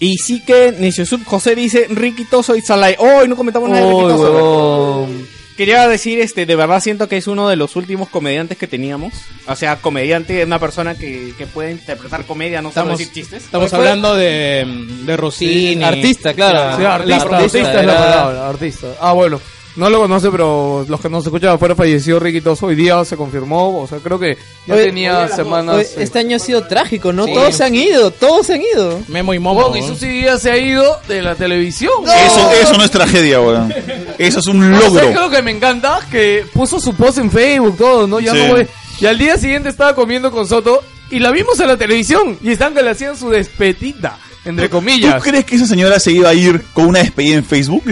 [SPEAKER 5] Y sí que Niciosub José dice, Ricky Toso y Salai. ¡Oh, y no comentamos nada de Ricky
[SPEAKER 1] Uy,
[SPEAKER 5] Toso!
[SPEAKER 1] huevón.
[SPEAKER 5] Quería decir, este, de verdad siento que es uno de los últimos comediantes que teníamos. O sea, comediante es una persona que, que puede interpretar comedia, no solo
[SPEAKER 3] Estamos,
[SPEAKER 5] decir chistes.
[SPEAKER 3] estamos hablando de, mm, de Rossini.
[SPEAKER 1] Sí, artista, claro. Sí, artista, artista es la palabra, artista. Ah, bueno. No lo conoce, pero los que nos escuchan afuera falleció Ricky Toso. Hoy día se confirmó, o sea, creo que ya
[SPEAKER 2] Oye,
[SPEAKER 1] tenía
[SPEAKER 2] oye,
[SPEAKER 1] semanas...
[SPEAKER 2] oye,
[SPEAKER 1] eh,
[SPEAKER 2] este año ha sido trágico, ¿no?
[SPEAKER 1] Sí.
[SPEAKER 2] Todos se han ido, todos se han ido.
[SPEAKER 3] Memo y
[SPEAKER 1] Huevón, y Susi Díaz se ha ido de la televisión.
[SPEAKER 8] Eso, eso no es tragedia, weón. Eso es un
[SPEAKER 1] ¿Sabes qué es
[SPEAKER 8] logro.
[SPEAKER 1] lo que me encanta? Que puso su post en Facebook, todo, ¿no? Ya
[SPEAKER 8] Sí.
[SPEAKER 1] no voy. Y al día siguiente estaba comiendo con Soto y la vimos en la televisión. Y están que le hacían su despedida, entre
[SPEAKER 8] ¿Tú
[SPEAKER 1] comillas.
[SPEAKER 8] crees que esa señora se iba a ir con una despedida en
[SPEAKER 5] *laughs*
[SPEAKER 8] Facebook?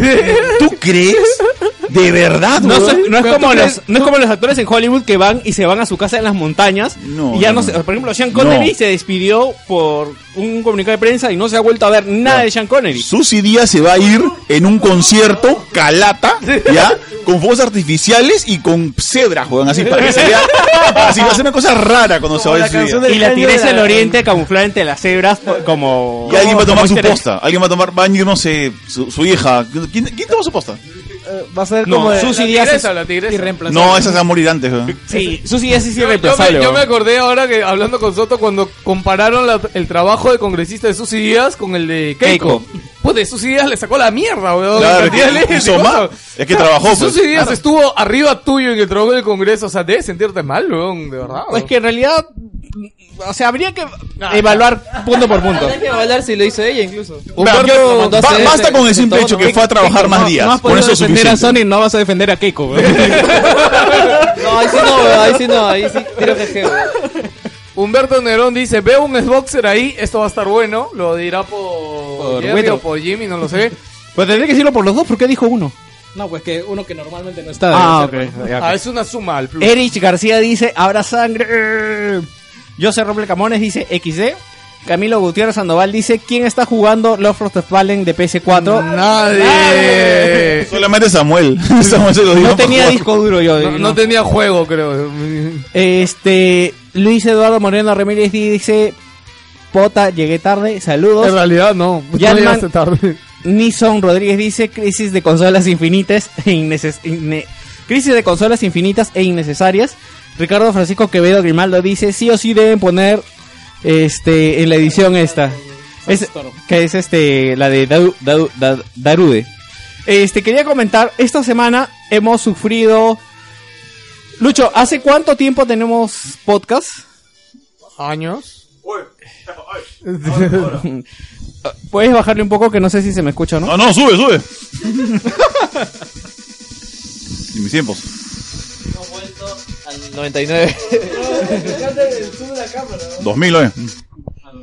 [SPEAKER 8] ¿Tú crees? De verdad,
[SPEAKER 5] No,
[SPEAKER 8] weón?
[SPEAKER 5] son- no es como los, no es como los actores en Hollywood que van y se van a su casa en las montañas. y ya no,
[SPEAKER 8] no,
[SPEAKER 5] se-
[SPEAKER 8] no.
[SPEAKER 5] Por ejemplo, Sean Connery
[SPEAKER 8] No.
[SPEAKER 5] se despidió por un comunicado de prensa y no se ha vuelto a ver nada de Sean Connery.
[SPEAKER 8] Susy Díaz se va a ir en un concierto calata, ¿ya? Con fuegos artificiales y con cebras, weón, así para que se vea. Así va a ser una cosa rara cuando se va a Susy Díaz.
[SPEAKER 5] Y la tigresa del oriente camuflada entre las cebras por- como.
[SPEAKER 8] Y alguien va a
[SPEAKER 5] como
[SPEAKER 8] tomar su
[SPEAKER 5] easter egg.
[SPEAKER 8] posta. Alguien va a tomar, va a ir, no sé, su, su hija. ¿Quién, quién toma su posta?
[SPEAKER 7] Va a ser
[SPEAKER 5] No,
[SPEAKER 7] como. de-
[SPEAKER 5] Susi
[SPEAKER 7] la
[SPEAKER 5] Díaz
[SPEAKER 7] tigresa,
[SPEAKER 5] es-
[SPEAKER 7] la tigresa.
[SPEAKER 8] No, esa se va a morir antes, weón.
[SPEAKER 5] Sí, Susi Díaz es
[SPEAKER 1] Yo me,
[SPEAKER 5] irreemplazable.
[SPEAKER 1] yo
[SPEAKER 5] weón.
[SPEAKER 1] me acordé ahora que hablando con Soto cuando compararon la- el trabajo de congresista de Susi Díaz con el de Keiko. Pues de Susi Díaz le sacó la mierda, weón.
[SPEAKER 8] Claro,
[SPEAKER 1] La
[SPEAKER 8] es que
[SPEAKER 1] cantidad de leyes y
[SPEAKER 8] hizo más.
[SPEAKER 1] cosas.
[SPEAKER 8] Es que trabajó,
[SPEAKER 1] Si Susi
[SPEAKER 8] pues.
[SPEAKER 1] Díaz estuvo arriba tuyo en el trabajo del Congreso. O sea, debes sentirte mal, weón, de verdad.
[SPEAKER 5] Pues
[SPEAKER 1] weón.
[SPEAKER 5] que en realidad. O sea, habría que evaluar punto por punto.
[SPEAKER 2] Hay que evaluar si lo hizo ella incluso. *laughs*
[SPEAKER 3] Uh.
[SPEAKER 8] Humberto
[SPEAKER 2] lo mandó a
[SPEAKER 8] ba-
[SPEAKER 2] hacer
[SPEAKER 8] basta
[SPEAKER 2] ese-
[SPEAKER 8] con el simple
[SPEAKER 2] todo,
[SPEAKER 8] hecho
[SPEAKER 2] ¿no?
[SPEAKER 8] que fue a trabajar más días.
[SPEAKER 5] No has
[SPEAKER 8] Con
[SPEAKER 5] podido
[SPEAKER 8] eso es
[SPEAKER 5] defender a
[SPEAKER 8] suficiente.
[SPEAKER 5] Sony, no vas a defender a Keiko. weón.
[SPEAKER 2] *laughs*
[SPEAKER 3] *laughs*
[SPEAKER 2] No, ahí sí no, weón, ahí sí no, ahí sí tiro que jefe.
[SPEAKER 1] Humberto Nerón dice, veo un Xboxer ahí, esto va a estar bueno. Lo dirá por,
[SPEAKER 5] Por
[SPEAKER 1] Jerry
[SPEAKER 5] Guido.
[SPEAKER 1] o por Jimmy, no lo sé.
[SPEAKER 5] pues tendría que decirlo por los dos, porque dijo uno.
[SPEAKER 4] No, pues que uno que normalmente no está.
[SPEAKER 5] Ah,
[SPEAKER 4] debe
[SPEAKER 5] ok,
[SPEAKER 4] ser,
[SPEAKER 5] ya, ok.
[SPEAKER 1] Ah, es una suma al plus.
[SPEAKER 5] Erich García dice, habrá sangre. José Roble Camones dice, XD. Camilo Gutiérrez Sandoval dice, ¿quién está jugando Love of the Fallen de PS4?
[SPEAKER 1] Nadie.
[SPEAKER 8] Solamente Samuel. Samuel se lo dijo.
[SPEAKER 5] No tenía disco duro yo.
[SPEAKER 1] No,
[SPEAKER 5] digo.
[SPEAKER 1] no tenía juego, creo.
[SPEAKER 5] Este, Luis Eduardo Moreno Ramírez dice, Pota, llegué tarde, saludos.
[SPEAKER 7] En realidad, no.
[SPEAKER 5] Ya
[SPEAKER 7] no
[SPEAKER 5] el
[SPEAKER 7] llegaste
[SPEAKER 5] man-
[SPEAKER 7] tarde.
[SPEAKER 5] Nison Rodríguez dice, crisis de consolas infinitas e inneces- inne- crisis de consolas infinitas e innecesarias. Ricardo Francisco Quevedo Grimaldo dice, sí o sí deben poner este en la edición esta. Es- que es este la de Dau- Dau- Da- Darude. Este quería comentar, esta semana hemos sufrido Lucho, ¿hace cuánto tiempo tenemos podcast?
[SPEAKER 1] Años.
[SPEAKER 5] *laughs* Puedes bajarle un poco que no sé si se me escucha o no.
[SPEAKER 8] No, no, sube, sube. Y mis tiempos.
[SPEAKER 5] *laughs*
[SPEAKER 2] 99.
[SPEAKER 8] 2000, oye.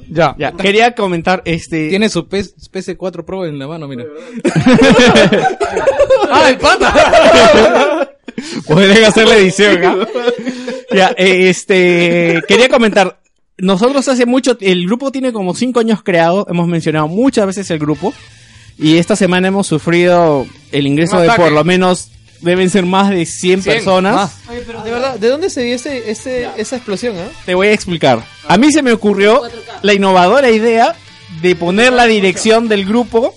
[SPEAKER 1] Ya.
[SPEAKER 5] Ya, quería comentar este
[SPEAKER 4] Tiene su PS PS4 Pro en la mano, mira.
[SPEAKER 1] ¡Ay, pata!
[SPEAKER 5] Podrían Pues hacer la edición. ¿ah? ya, eh, este, quería comentar. Nosotros hace mucho, el grupo tiene como cinco años creado. Hemos mencionado muchas veces el grupo. Y esta semana hemos sufrido el ingreso
[SPEAKER 1] Un
[SPEAKER 5] de
[SPEAKER 1] ataque.
[SPEAKER 5] por lo menos, deben ser más de
[SPEAKER 1] Cien,
[SPEAKER 5] 100, personas.
[SPEAKER 1] más.
[SPEAKER 2] Oye, pero de verdad, ¿de dónde se dio ese, ese, esa explosión, ah?
[SPEAKER 5] Te voy a explicar. A mí se me ocurrió la innovadora idea de poner la dirección del grupo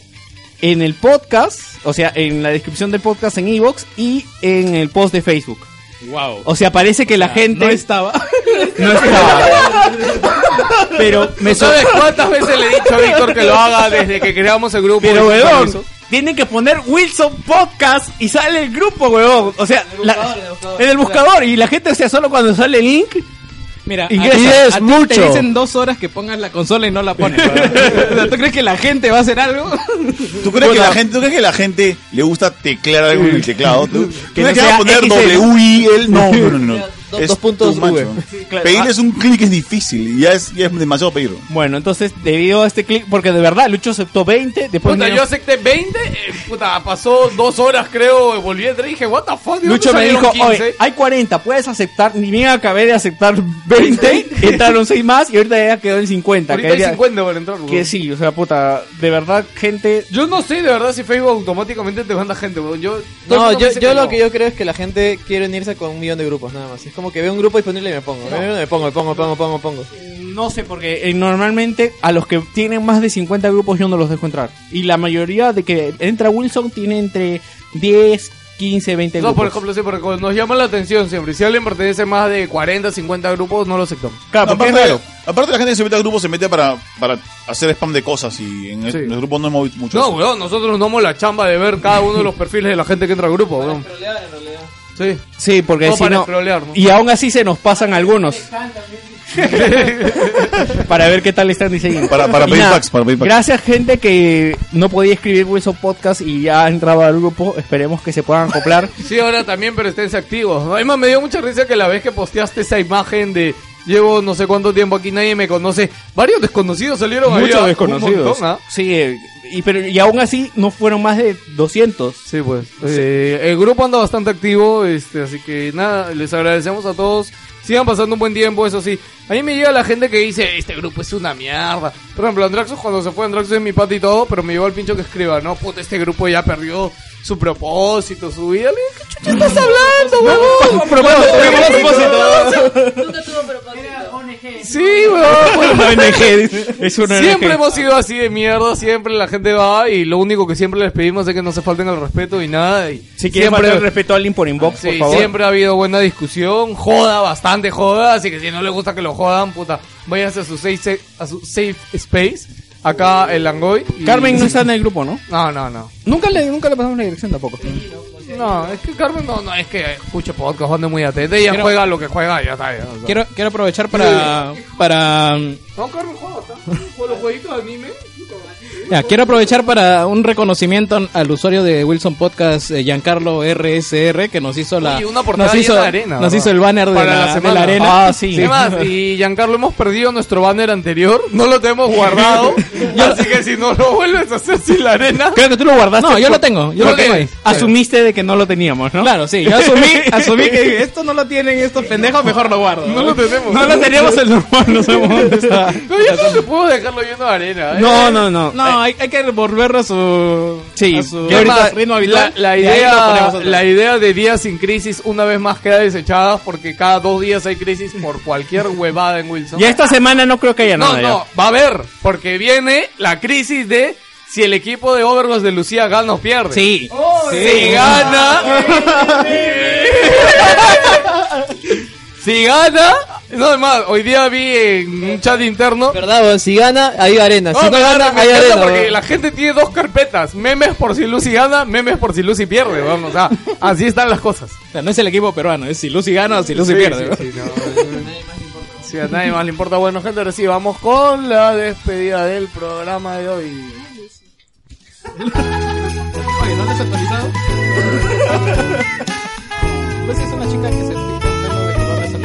[SPEAKER 5] en el podcast, o sea, en la descripción del podcast en Evox y en el post de Facebook.
[SPEAKER 4] Wow.
[SPEAKER 5] O sea, parece que la gente
[SPEAKER 4] No estaba.
[SPEAKER 5] no estaba. Pero me
[SPEAKER 1] ¿No sabes
[SPEAKER 5] sorprendió.
[SPEAKER 1] cuántas veces le he dicho a Víctor que lo haga desde que creamos el grupo?
[SPEAKER 5] Pero,
[SPEAKER 1] Y con
[SPEAKER 5] weón,
[SPEAKER 1] eso-
[SPEAKER 5] tienen que poner Wilson Podcast y sale el grupo, weón. O sea, la-
[SPEAKER 4] buscador, en el buscador.
[SPEAKER 5] en el buscador. Y la gente, o sea, solo cuando sale el link,
[SPEAKER 4] *laughs* Mira,
[SPEAKER 5] Ingresa.
[SPEAKER 4] ti-
[SPEAKER 5] Pides
[SPEAKER 4] ti
[SPEAKER 5] mucho.
[SPEAKER 4] Te dicen dos horas que pongas la consola y no la
[SPEAKER 3] *laughs*
[SPEAKER 4] pones. O sea, ¿Tú crees que la gente va a hacer algo?
[SPEAKER 8] ¿Tú crees, que la gente, ¿Tú crees que la gente le gusta teclear algo en el teclado? ¿Tú, ¿tú
[SPEAKER 5] no
[SPEAKER 8] crees que
[SPEAKER 5] sea
[SPEAKER 8] va a poner
[SPEAKER 5] XL?
[SPEAKER 8] W, I, L? No, no, no. no.
[SPEAKER 2] Dos- dos puntos
[SPEAKER 8] tu macho.
[SPEAKER 2] V.
[SPEAKER 5] claro.
[SPEAKER 8] Pedirles un clic es difícil y ya es, ya es demasiado pedirlo.
[SPEAKER 5] Bueno, entonces, debido a este clic, porque de verdad Lucho aceptó 20, después
[SPEAKER 1] Puta,
[SPEAKER 5] vinieron-
[SPEAKER 1] yo acepté 20, eh, puta, pasó dos horas creo, volví a entrar y dije, what the fuck, ¿de dónde
[SPEAKER 5] Lucho me
[SPEAKER 1] salieron
[SPEAKER 5] dijo,
[SPEAKER 1] 15?
[SPEAKER 5] oye, hay 40, puedes aceptar, ni bien acabé de aceptar 20,
[SPEAKER 1] *laughs*
[SPEAKER 5] entraron 6 más y ahorita ya quedó en 50.
[SPEAKER 1] Ahorita
[SPEAKER 5] que
[SPEAKER 1] hay pues,
[SPEAKER 5] ya-
[SPEAKER 1] 50 para entrar, weón.
[SPEAKER 5] Que sí, o sea, puta, de verdad, gente...
[SPEAKER 1] Yo no sé de verdad si Facebook automáticamente te manda gente, weón. Yo, todo
[SPEAKER 2] No,
[SPEAKER 1] el mundo
[SPEAKER 2] yo,
[SPEAKER 1] me dice
[SPEAKER 2] yo
[SPEAKER 1] que
[SPEAKER 2] lo
[SPEAKER 1] no.
[SPEAKER 2] que yo creo es que la gente quiere unirse con un millón de grupos, nada más. Es como que veo un grupo disponible y me pongo.
[SPEAKER 5] No.
[SPEAKER 2] Me pongo, me pongo, me pongo, me pongo, me pongo.
[SPEAKER 5] No sé, porque eh, normalmente a los que tienen más de 50 grupos yo no los dejo entrar. Y la mayoría de que entra Wilson tiene entre 10, 15, 20
[SPEAKER 1] No,
[SPEAKER 5] grupos.
[SPEAKER 1] por ejemplo, sí, porque nos llama la atención siempre. Si alguien pertenece a más de 40, 50 grupos, no lo aceptamos.
[SPEAKER 8] No, aparte, aparte la gente que se mete a grupos se mete para, para hacer spam de cosas y en, el, en el grupo no hemos mucho.
[SPEAKER 1] No,
[SPEAKER 8] eso.
[SPEAKER 1] weón, nosotros nos damos la chamba de ver cada uno de los perfiles de la gente que entra al grupo, weón. Sí.
[SPEAKER 5] Sí, porque
[SPEAKER 1] No
[SPEAKER 5] si
[SPEAKER 1] para
[SPEAKER 5] no...
[SPEAKER 1] trolear, ¿no?
[SPEAKER 5] Y aún así se nos pasan algunos. para ver qué tal están diseñando.
[SPEAKER 8] Para- para
[SPEAKER 5] Y
[SPEAKER 8] pedir
[SPEAKER 5] nada,
[SPEAKER 8] packs, para pedir packs.
[SPEAKER 5] Gracias, gente que no podía escribir Wilson Podcast y ya entraba al grupo. Esperemos que se puedan acoplar. *laughs*
[SPEAKER 1] Sí, ahora también, pero esténse activos. Además, me dio mucha risa que la vez que posteaste esa imagen de llevo no sé cuánto tiempo aquí, nadie me conoce. Varios desconocidos salieron ahí,
[SPEAKER 5] Muchos
[SPEAKER 1] ah,
[SPEAKER 5] desconocidos.
[SPEAKER 1] un montón, ah.
[SPEAKER 5] Sí, eh, y, pero, y aún así no fueron más de 200.
[SPEAKER 1] Sí, pues. Eh, el grupo anda bastante activo, este, así que nada, les agradecemos a todos. Sigan pasando un buen tiempo, eso sí. A mí me llega la gente que dice, este grupo es una mierda. Por ejemplo, Andraxos, cuando se fue Andraxos es mi pata y todo, pero me llegó el pincho que escriba, no, puta, este grupo ya perdió su propósito, su vida. Le digo, ¿Qué chucha estás hablando, huevón?
[SPEAKER 10] No, propósito,
[SPEAKER 1] Sí, huevón.
[SPEAKER 5] *laughs* Una ONG, dice. Es una
[SPEAKER 1] Siempre
[SPEAKER 5] ONG.
[SPEAKER 1] hemos sido así de mierda, siempre la gente va y lo único que siempre les pedimos es que no se falten al respeto y nada. Y
[SPEAKER 5] Si quieren
[SPEAKER 1] siempre-
[SPEAKER 5] faltar el respeto a alguien por
[SPEAKER 4] Ah,
[SPEAKER 5] inbox,
[SPEAKER 1] Sí,
[SPEAKER 5] por favor.
[SPEAKER 1] siempre ha habido buena discusión, joda, bastante joda, así que si no le gusta que lo jodan, puta, váyanse a su safe, a su safe space, acá en Langoy. y-
[SPEAKER 5] Carmen no está en el grupo, ¿no?
[SPEAKER 1] No, no, no.
[SPEAKER 5] Nunca le, nunca le pasamos la dirección tampoco.
[SPEAKER 1] No, es que Carmen no, no, es que escucha podcast, anda muy atenta, ella
[SPEAKER 5] Quiero-
[SPEAKER 1] juega lo que juega, ya está. ya, o sea.
[SPEAKER 4] Quiero, quiero aprovechar para, para
[SPEAKER 1] No, Carmen juega bastante, juega los jueguitos de anime.
[SPEAKER 4] Ya, quiero aprovechar para un reconocimiento al usuario de Wilson Podcast, eh, Giancarlo RSR, que nos hizo la.
[SPEAKER 1] Oye, una portada
[SPEAKER 4] nos hizo,
[SPEAKER 1] llena de arena,
[SPEAKER 4] Nos
[SPEAKER 1] ¿verdad?
[SPEAKER 4] hizo el banner de,
[SPEAKER 1] Para
[SPEAKER 4] la, Ah, de
[SPEAKER 1] semana.
[SPEAKER 4] la
[SPEAKER 3] Ah,
[SPEAKER 4] arena.
[SPEAKER 1] ¿Qué
[SPEAKER 4] *laughs*
[SPEAKER 1] más? Y Giancarlo, hemos perdido nuestro banner anterior, no lo tenemos
[SPEAKER 4] *laughs*
[SPEAKER 1] guardado, así que si no lo vuelves a hacer sin la arena...
[SPEAKER 5] Creo que tú lo guardaste.
[SPEAKER 4] No, yo
[SPEAKER 5] por- Ah,
[SPEAKER 4] lo tengo, yo lo
[SPEAKER 5] porque
[SPEAKER 4] tengo ahí.
[SPEAKER 5] Asumiste de que no lo teníamos, ¿no?
[SPEAKER 4] Claro, sí, yo asumí,
[SPEAKER 5] *laughs*
[SPEAKER 4] asumí que esto no lo tienen estos pendejos, mejor lo guardo. No
[SPEAKER 1] lo tenemos.
[SPEAKER 4] No lo teníamos el normal, no sabemos dónde está.
[SPEAKER 1] Pero yo no se puedo dejarlo lleno de arena. ¿eh?
[SPEAKER 4] No, no, no. No, hay, hay que volverlo a su. Sí, a su
[SPEAKER 1] Es más,
[SPEAKER 4] ritmo
[SPEAKER 1] la,
[SPEAKER 4] habitual.
[SPEAKER 1] la
[SPEAKER 4] y ahí lo
[SPEAKER 1] idea,
[SPEAKER 4] ponemos otra
[SPEAKER 1] la
[SPEAKER 4] vez.
[SPEAKER 1] idea de días sin crisis una vez más queda desechada porque cada dos días hay crisis por cualquier huevada en Wilson.
[SPEAKER 5] Ya esta semana no creo que haya
[SPEAKER 1] no,
[SPEAKER 5] nada.
[SPEAKER 1] no, va a haber, porque viene la crisis de si el equipo de Overwatch de Lucía gana o pierde.
[SPEAKER 5] Sí.
[SPEAKER 1] Si gana... si gana... No, es más, hoy día vi en un chat interno...
[SPEAKER 2] ¿Verdad, weón? Si gana, hay arena.
[SPEAKER 1] No,
[SPEAKER 2] Si no,
[SPEAKER 1] me
[SPEAKER 2] gana,
[SPEAKER 1] encanta, me
[SPEAKER 2] hay
[SPEAKER 1] encanta
[SPEAKER 2] arena.
[SPEAKER 1] porque
[SPEAKER 2] weón.
[SPEAKER 1] la gente tiene dos carpetas, memes por si Lucy gana, memes por si Lucy pierde, vamos, o sea, así están las cosas.
[SPEAKER 4] O sea, no es el equipo peruano, es si Lucy gana o si Lucy
[SPEAKER 1] Sí,
[SPEAKER 4] pierde.
[SPEAKER 1] sí, sí, Si a nadie más le importa, bueno, gente, ahora sí, vamos con la despedida del programa de hoy.
[SPEAKER 4] Oye, ¿no te has actualizado? Pues es una chica que se pinta el pelo de color de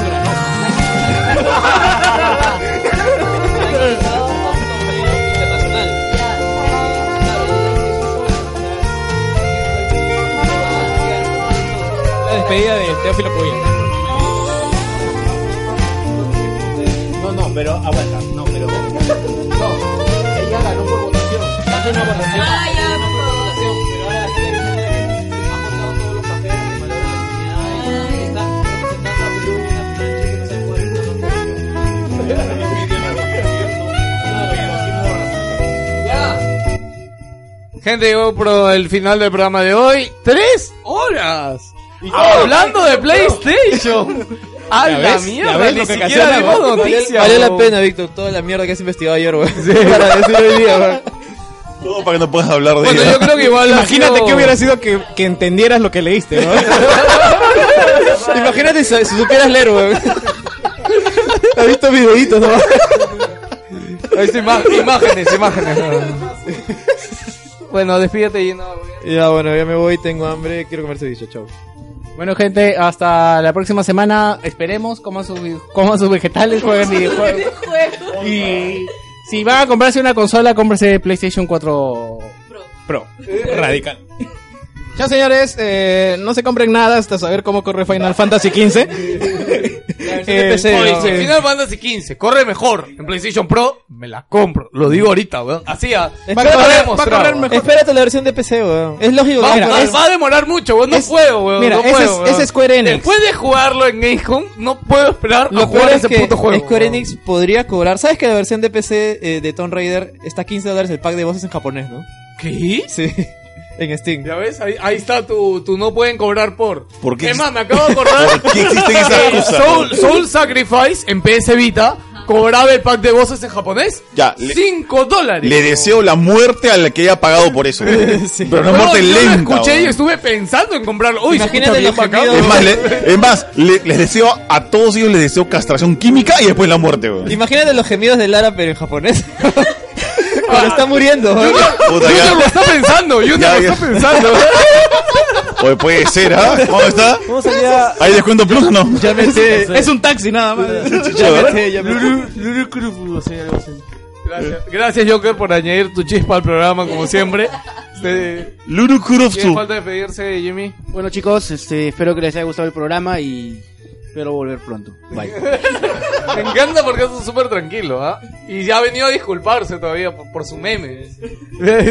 [SPEAKER 4] de los La despedida de Teófilo Cubillas.
[SPEAKER 5] No, no, pero ah, aguanta. No, pero. No, ella ganó por votación. Hace una votación.
[SPEAKER 1] Gente, llegó pro el final del programa de hoy. ¡Tres horas! Hablando de PlayStation. A
[SPEAKER 2] Ya
[SPEAKER 1] la
[SPEAKER 2] ves, ya
[SPEAKER 1] mierda,
[SPEAKER 2] ves
[SPEAKER 1] ni
[SPEAKER 2] lo que
[SPEAKER 1] siquiera
[SPEAKER 2] ocasionaba.
[SPEAKER 1] dimos noticias.
[SPEAKER 2] Valió la
[SPEAKER 1] bro.
[SPEAKER 2] pena, *laughs* Víctor, toda la mierda que has investigado ayer, weón. *laughs* Para decir hoy día, weón.
[SPEAKER 8] Todo para que no puedas hablar de
[SPEAKER 2] Bueno,
[SPEAKER 8] ella.
[SPEAKER 2] yo creo que igual ha
[SPEAKER 4] Imagínate
[SPEAKER 2] sido-
[SPEAKER 4] que hubiera sido que, que entendieras lo que leíste, ¿no?
[SPEAKER 2] Imagínate si, si supieras leer, weón. Has visto videitos, ¿no?
[SPEAKER 1] Ahí está ima- imágenes, imágenes. bueno, despídete y no.
[SPEAKER 2] Ya, bueno, ya me voy, tengo hambre, quiero comer ceviche, chau.
[SPEAKER 4] Bueno, gente, hasta la próxima semana. Esperemos, coman sus, coman sus vegetales, jueguen videojuegos. Y si van a comprarse una consola, cómprese PlayStation 4 Pro. Radical.
[SPEAKER 3] Ya señores, eh, no se compren nada hasta saber cómo corre Final Fantasy XV.
[SPEAKER 1] Eh,
[SPEAKER 2] Este,
[SPEAKER 3] PC,
[SPEAKER 1] oye,
[SPEAKER 3] ¿no?
[SPEAKER 1] si Final Fantasy 15 corre mejor en PlayStation Pro, me la compro. Lo digo ahorita, weón. Así ah.
[SPEAKER 2] Va a
[SPEAKER 1] Te lo voy
[SPEAKER 2] correr-
[SPEAKER 1] a mostrar, weón.
[SPEAKER 2] Espérate la versión de PC, weón. Es lógico
[SPEAKER 1] Va,
[SPEAKER 2] que
[SPEAKER 1] va-
[SPEAKER 2] es-
[SPEAKER 1] va a demorar mucho, weón. No
[SPEAKER 2] es-
[SPEAKER 1] puedo, weón.
[SPEAKER 2] mira,
[SPEAKER 1] no
[SPEAKER 2] ese
[SPEAKER 1] puedo,
[SPEAKER 2] es-
[SPEAKER 1] weón.
[SPEAKER 2] ese es Square Enix.
[SPEAKER 1] Después de jugarlo en Gamescom, no puedo esperar a
[SPEAKER 2] Lo
[SPEAKER 1] jugar
[SPEAKER 2] peor es
[SPEAKER 1] ese
[SPEAKER 2] que
[SPEAKER 1] puto juego.
[SPEAKER 2] Square Enix podría cobrar. ¿Sabes que la versión de PC eh, de Tomb Raider está a 15 dólares el pack de voces en japonés, no?
[SPEAKER 1] ¿Qué?
[SPEAKER 2] Sí, *laughs* en Steam.
[SPEAKER 1] Ya ves, ahí, ahí está tu, tu no pueden cobrar por.
[SPEAKER 8] ¿Por qué
[SPEAKER 1] Es
[SPEAKER 8] exist-
[SPEAKER 1] más, me acabo de
[SPEAKER 8] *laughs*
[SPEAKER 1] acordar.
[SPEAKER 8] ¿Por qué existen esas
[SPEAKER 1] que
[SPEAKER 8] cosas?
[SPEAKER 1] Soul, Soul Sacrifice en PS Vita cobraba el pack de voces en japonés.
[SPEAKER 8] Ya, le-
[SPEAKER 1] 5 dólares.
[SPEAKER 8] Le deseo la muerte al que haya pagado por
[SPEAKER 1] *laughs*
[SPEAKER 8] eso. Pero una
[SPEAKER 1] Weón,
[SPEAKER 8] muerte
[SPEAKER 1] yo lo
[SPEAKER 8] lenta.
[SPEAKER 1] escuché y
[SPEAKER 8] weón.
[SPEAKER 1] estuve pensando en comprarlo. Uy, se
[SPEAKER 2] Imagínate
[SPEAKER 1] escucha bien
[SPEAKER 2] los
[SPEAKER 1] bacán.
[SPEAKER 8] Es
[SPEAKER 2] gemidos.
[SPEAKER 8] más,
[SPEAKER 1] *laughs*
[SPEAKER 8] le- es más, le- les deseo a todos ellos les deseo castración química y después la muerte, weón.
[SPEAKER 2] Imagínate los gemidos de Lara, pero en japonés. *laughs* Pero está muriendo.
[SPEAKER 11] Ah,
[SPEAKER 2] weón.
[SPEAKER 8] Puta, ya.
[SPEAKER 1] Junior lo está pensando, Junior
[SPEAKER 8] Ya,
[SPEAKER 1] lo
[SPEAKER 8] ya.
[SPEAKER 1] está pensando.
[SPEAKER 8] *laughs* Oye, puede ser, ¿ah? ¿Cómo está?
[SPEAKER 7] ¿Cómo salía?
[SPEAKER 8] ¿Hay descuento plus o no?
[SPEAKER 2] Ya me
[SPEAKER 1] *laughs*
[SPEAKER 2] sé.
[SPEAKER 4] Es un taxi nada más.
[SPEAKER 8] Ya, ¿verdad?
[SPEAKER 7] Luru, Luru Krupu, o sea, algo así.
[SPEAKER 1] Gracias, gracias, Joker, por añadir tu chispa al programa, como siempre. Este,
[SPEAKER 8] Luru
[SPEAKER 1] ¿Tiene
[SPEAKER 8] Kurofsu.
[SPEAKER 1] falta de pedirse, *laughs* Jimmy?
[SPEAKER 9] Bueno, chicos, este, espero que les haya gustado el programa y espero volver pronto. Bye.
[SPEAKER 1] Me encanta porque es un súper tranquilo, ¿ah? Y ya ha venido a disculparse todavía por, por
[SPEAKER 8] *laughs*
[SPEAKER 1] su meme.
[SPEAKER 4] *laughs*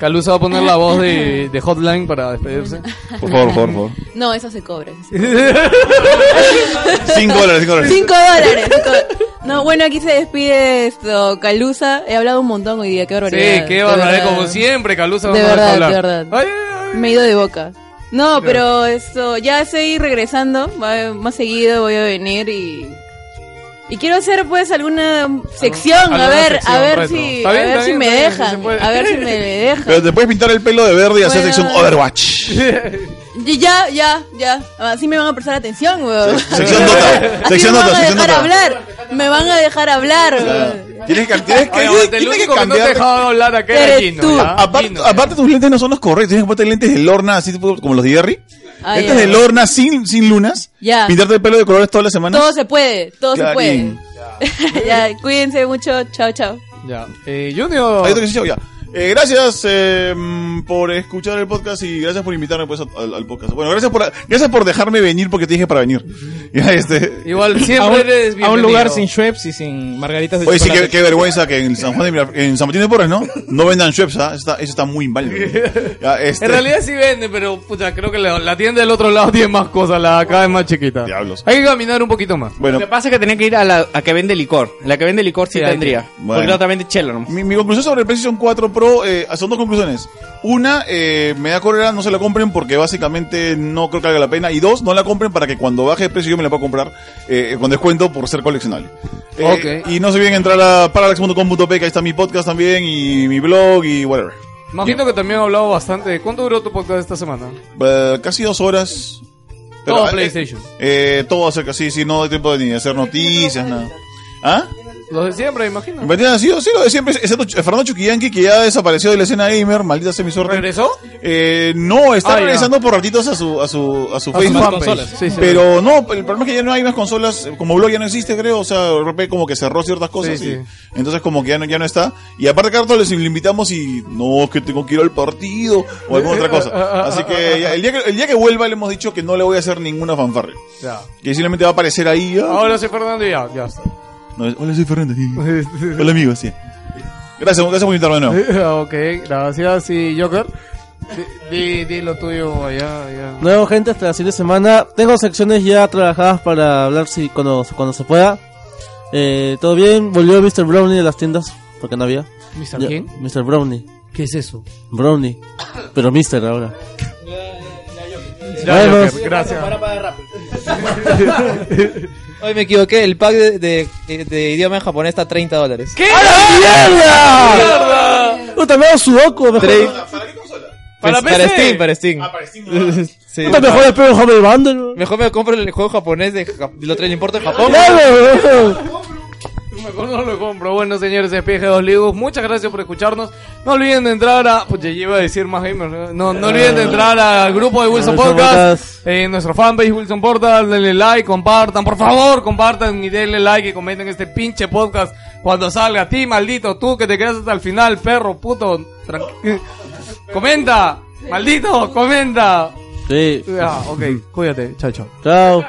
[SPEAKER 1] Calusa va a poner la voz de, de Hotline para despedirse.
[SPEAKER 8] Por favor, por favor.
[SPEAKER 1] *laughs*
[SPEAKER 6] No, eso se cobra. eso se
[SPEAKER 8] 5 dólares, 5 dólares.
[SPEAKER 6] Cinco dólares. cinco dólares. No, bueno, aquí se despide esto, Calusa. He hablado un montón hoy día, qué barbaridad.
[SPEAKER 1] Sí, qué
[SPEAKER 6] de
[SPEAKER 1] barbaridad,
[SPEAKER 6] verdad.
[SPEAKER 1] como siempre, Calusa va
[SPEAKER 6] De
[SPEAKER 1] a dejar
[SPEAKER 6] verdad,
[SPEAKER 1] hablar.
[SPEAKER 6] de verdad.
[SPEAKER 1] Ay, ay,
[SPEAKER 6] Me he ido de boca. No, pero esto, ya seguí regresando, va- más seguido voy a venir y... Y quiero hacer pues alguna sección,
[SPEAKER 1] alguna
[SPEAKER 6] a ver,
[SPEAKER 1] sección
[SPEAKER 6] a ver
[SPEAKER 1] retro.
[SPEAKER 6] si,
[SPEAKER 1] Está
[SPEAKER 6] a
[SPEAKER 1] bien,
[SPEAKER 6] ver
[SPEAKER 1] está
[SPEAKER 6] si
[SPEAKER 1] bien,
[SPEAKER 6] me
[SPEAKER 1] está bien, sí se
[SPEAKER 6] dejan,
[SPEAKER 1] puede.
[SPEAKER 6] a ver si
[SPEAKER 1] *laughs*
[SPEAKER 6] me dejan.
[SPEAKER 8] Pero te puedes pintar el pelo de verde y hacer
[SPEAKER 6] Bueno.
[SPEAKER 8] sección Overwatch.
[SPEAKER 6] Y ya, ya, ya, así me van a prestar atención, weón.
[SPEAKER 8] Sección Dota.
[SPEAKER 6] Así me
[SPEAKER 8] Sección
[SPEAKER 6] van
[SPEAKER 8] Dota,
[SPEAKER 6] a
[SPEAKER 8] sección
[SPEAKER 6] dejar
[SPEAKER 8] Dota.
[SPEAKER 6] hablar, me van a dejar hablar, weón.
[SPEAKER 8] Tienes que, tienes que,
[SPEAKER 1] ay. Oye, aguanta,
[SPEAKER 8] tienes
[SPEAKER 1] el
[SPEAKER 8] que Ah,
[SPEAKER 1] único que no te
[SPEAKER 8] cambiarte-
[SPEAKER 1] dejaba hablar acá era
[SPEAKER 6] Eres
[SPEAKER 1] Gino.
[SPEAKER 6] tú.
[SPEAKER 1] ¿ya?
[SPEAKER 8] Aparte,
[SPEAKER 1] Gino.
[SPEAKER 8] aparte tus lentes no son los correctos, tienes que ponerte lentes de Lorna, así tipo como los de Jerry.
[SPEAKER 6] Ah,
[SPEAKER 8] lentes
[SPEAKER 6] ya.
[SPEAKER 8] de Lorna sin, sin lunas.
[SPEAKER 6] Ya.
[SPEAKER 8] Pintarte el pelo de colores todas las semanas.
[SPEAKER 6] Todo se puede, todo se puede.
[SPEAKER 8] Clarín.
[SPEAKER 6] *laughs* ya, cuídense mucho, chao, chao.
[SPEAKER 1] Ya. Eh, Junior.
[SPEAKER 8] Hay otro que se llama, ya. Eh, gracias eh, mm, por escuchar el podcast y gracias por invitarme pues, a- al, al podcast. Bueno, gracias por, gracias por dejarme venir porque te dije para venir. *laughs* Ya, este.
[SPEAKER 1] Igual
[SPEAKER 3] A
[SPEAKER 1] siempre
[SPEAKER 3] un,
[SPEAKER 1] eres
[SPEAKER 3] a
[SPEAKER 1] bienvenido.
[SPEAKER 3] un lugar sin Schweppes y sin margaritas de
[SPEAKER 8] Oye, sí,
[SPEAKER 3] chocolate.
[SPEAKER 8] qué, qué vergüenza que en San Juan de Miraf- en San Martín de Porres, ¿no? No vendan Schweppes, ¿ah? Eso está, eso está muy mal. güey. Ya, este,
[SPEAKER 1] En realidad sí vende, pero puta, creo que la, la tienda del otro lado tiene más cosas, la de acá es más chiquita.
[SPEAKER 8] Diablos.
[SPEAKER 1] Hay que caminar un poquito más.
[SPEAKER 8] Bueno,
[SPEAKER 5] Lo que pasa es que tenía que ir a la a que vende licor. La que vende licor sí,
[SPEAKER 1] Sí, ahí
[SPEAKER 5] tendría.
[SPEAKER 8] tiene.
[SPEAKER 5] Porque
[SPEAKER 8] Bueno.
[SPEAKER 5] la otra vende chelo nomás.
[SPEAKER 8] Mi, mi conclusión sobre el PlayStation 4 Pro eh, son dos conclusiones. Una, eh, me da cólera, no se la compren porque básicamente no creo que valga la pena. Y dos, no la compren para que cuando baje de precio yo me la pueda comprar eh, con descuento por ser coleccionable. Eh,
[SPEAKER 1] Ok.
[SPEAKER 8] Y no se olviden entrar a parallax.com.p, que ahí está mi podcast también y mi blog y whatever.
[SPEAKER 1] Imagino que también he hablado bastante. de- ¿Cuánto duró tu podcast esta semana?
[SPEAKER 8] Eh, casi dos horas. Pero,
[SPEAKER 1] Todo
[SPEAKER 8] eh,
[SPEAKER 1] PlayStation.
[SPEAKER 8] Eh, todo acerca, sí, sí, no hay tiempo de ni hacer noticias, nada. ¿Ah?
[SPEAKER 1] Los de siempre, imagino.
[SPEAKER 8] ¿Me entiendes? Sí, sí, lo de siempre, excepto Ch- Fernando Chuquillanqui, que ya desapareció de la escena gamer, maldita sea mi suerte.
[SPEAKER 1] ¿Regresó?
[SPEAKER 8] Eh, no, está
[SPEAKER 1] Ah, ya.
[SPEAKER 8] regresando por ratitos a su, a su, a su
[SPEAKER 1] A sus
[SPEAKER 8] Facebook.
[SPEAKER 1] fanpages. Sí, sí.
[SPEAKER 8] pero no, el problema es que ya no hay más consolas, eh, como blog ya no existe, creo, o sea, de repente como que cerró ciertas cosas,
[SPEAKER 1] Sí,
[SPEAKER 8] y-
[SPEAKER 1] sí.
[SPEAKER 8] entonces como que ya no, ya no está. Y aparte, Carlos, les le invitamos y no, es que tengo que ir al partido o alguna otra
[SPEAKER 1] *laughs*
[SPEAKER 8] cosa. Así que ya, el, día que el día que vuelva le hemos dicho que no le voy a hacer ninguna fanfarria.
[SPEAKER 1] Ya.
[SPEAKER 8] Que simplemente va a aparecer ahí. ah,
[SPEAKER 1] Ahora soy Fernando y ya, ya está.
[SPEAKER 8] no, es- hola, soy Fernando. hola, amigos, *laughs* sí. Gracias, gracias por invitarme de *laughs* nuevo.
[SPEAKER 1] *laughs* ok, gracias. Y Joker, di, di- di lo tuyo allá, allá.
[SPEAKER 7] Nuevo gente, hasta la siguiente semana. Tengo secciones ya trabajadas para hablar si cuando, cuando se pueda. Eh, Todo bien, volvió Mr. Brownie de las tiendas, porque no había.
[SPEAKER 4] ¿Mr.
[SPEAKER 7] Ya,
[SPEAKER 4] quién?
[SPEAKER 7] Mr. Brownie.
[SPEAKER 4] ¿Qué es eso?
[SPEAKER 7] Brownie.
[SPEAKER 11] Pero Mister ahora.
[SPEAKER 2] Ya,
[SPEAKER 11] Vemos.
[SPEAKER 2] Joker, gracias.
[SPEAKER 3] Para, para,
[SPEAKER 9] *laughs*
[SPEAKER 2] Hoy me equivoqué, el pack de, de- de idioma en japonés está a 30 dólares.
[SPEAKER 1] ¿Qué?
[SPEAKER 11] ¡Mierda! Puta, me hago sudoku, mejor.
[SPEAKER 2] Tre-
[SPEAKER 11] ¿Para
[SPEAKER 2] Pues, para
[SPEAKER 11] PC?
[SPEAKER 2] Steam, para Steam. *laughs* Sí.
[SPEAKER 11] Puta, mejor espero el Humble Bundle. weón.
[SPEAKER 2] Mejor me compro el juego japonés de Jap- lo tra- lo importo
[SPEAKER 1] *laughs*
[SPEAKER 2] de Japón.
[SPEAKER 11] Ya,
[SPEAKER 8] *laughs*
[SPEAKER 11] weón.
[SPEAKER 1] Mejor no lo compro. Bueno, señores, despige dos ligos. Muchas gracias por escucharnos. No olviden de entrar a. Pues ya iba a decir más gamers. No, no, no olviden de entrar al grupo de Wilson
[SPEAKER 12] Wilson
[SPEAKER 1] Podcast. eh, En nuestro fanpage Wilson Podcast. Denle like, compartan. Por favor, compartan y denle like y comenten este pinche podcast cuando salga. A ti, maldito, tú que te quedas hasta el final, perro, puto. tranqui- *laughs* comenta, maldito, comenta.
[SPEAKER 11] Sí.
[SPEAKER 1] Ah, ok, cuídate. Chao, chao.
[SPEAKER 11] Chao.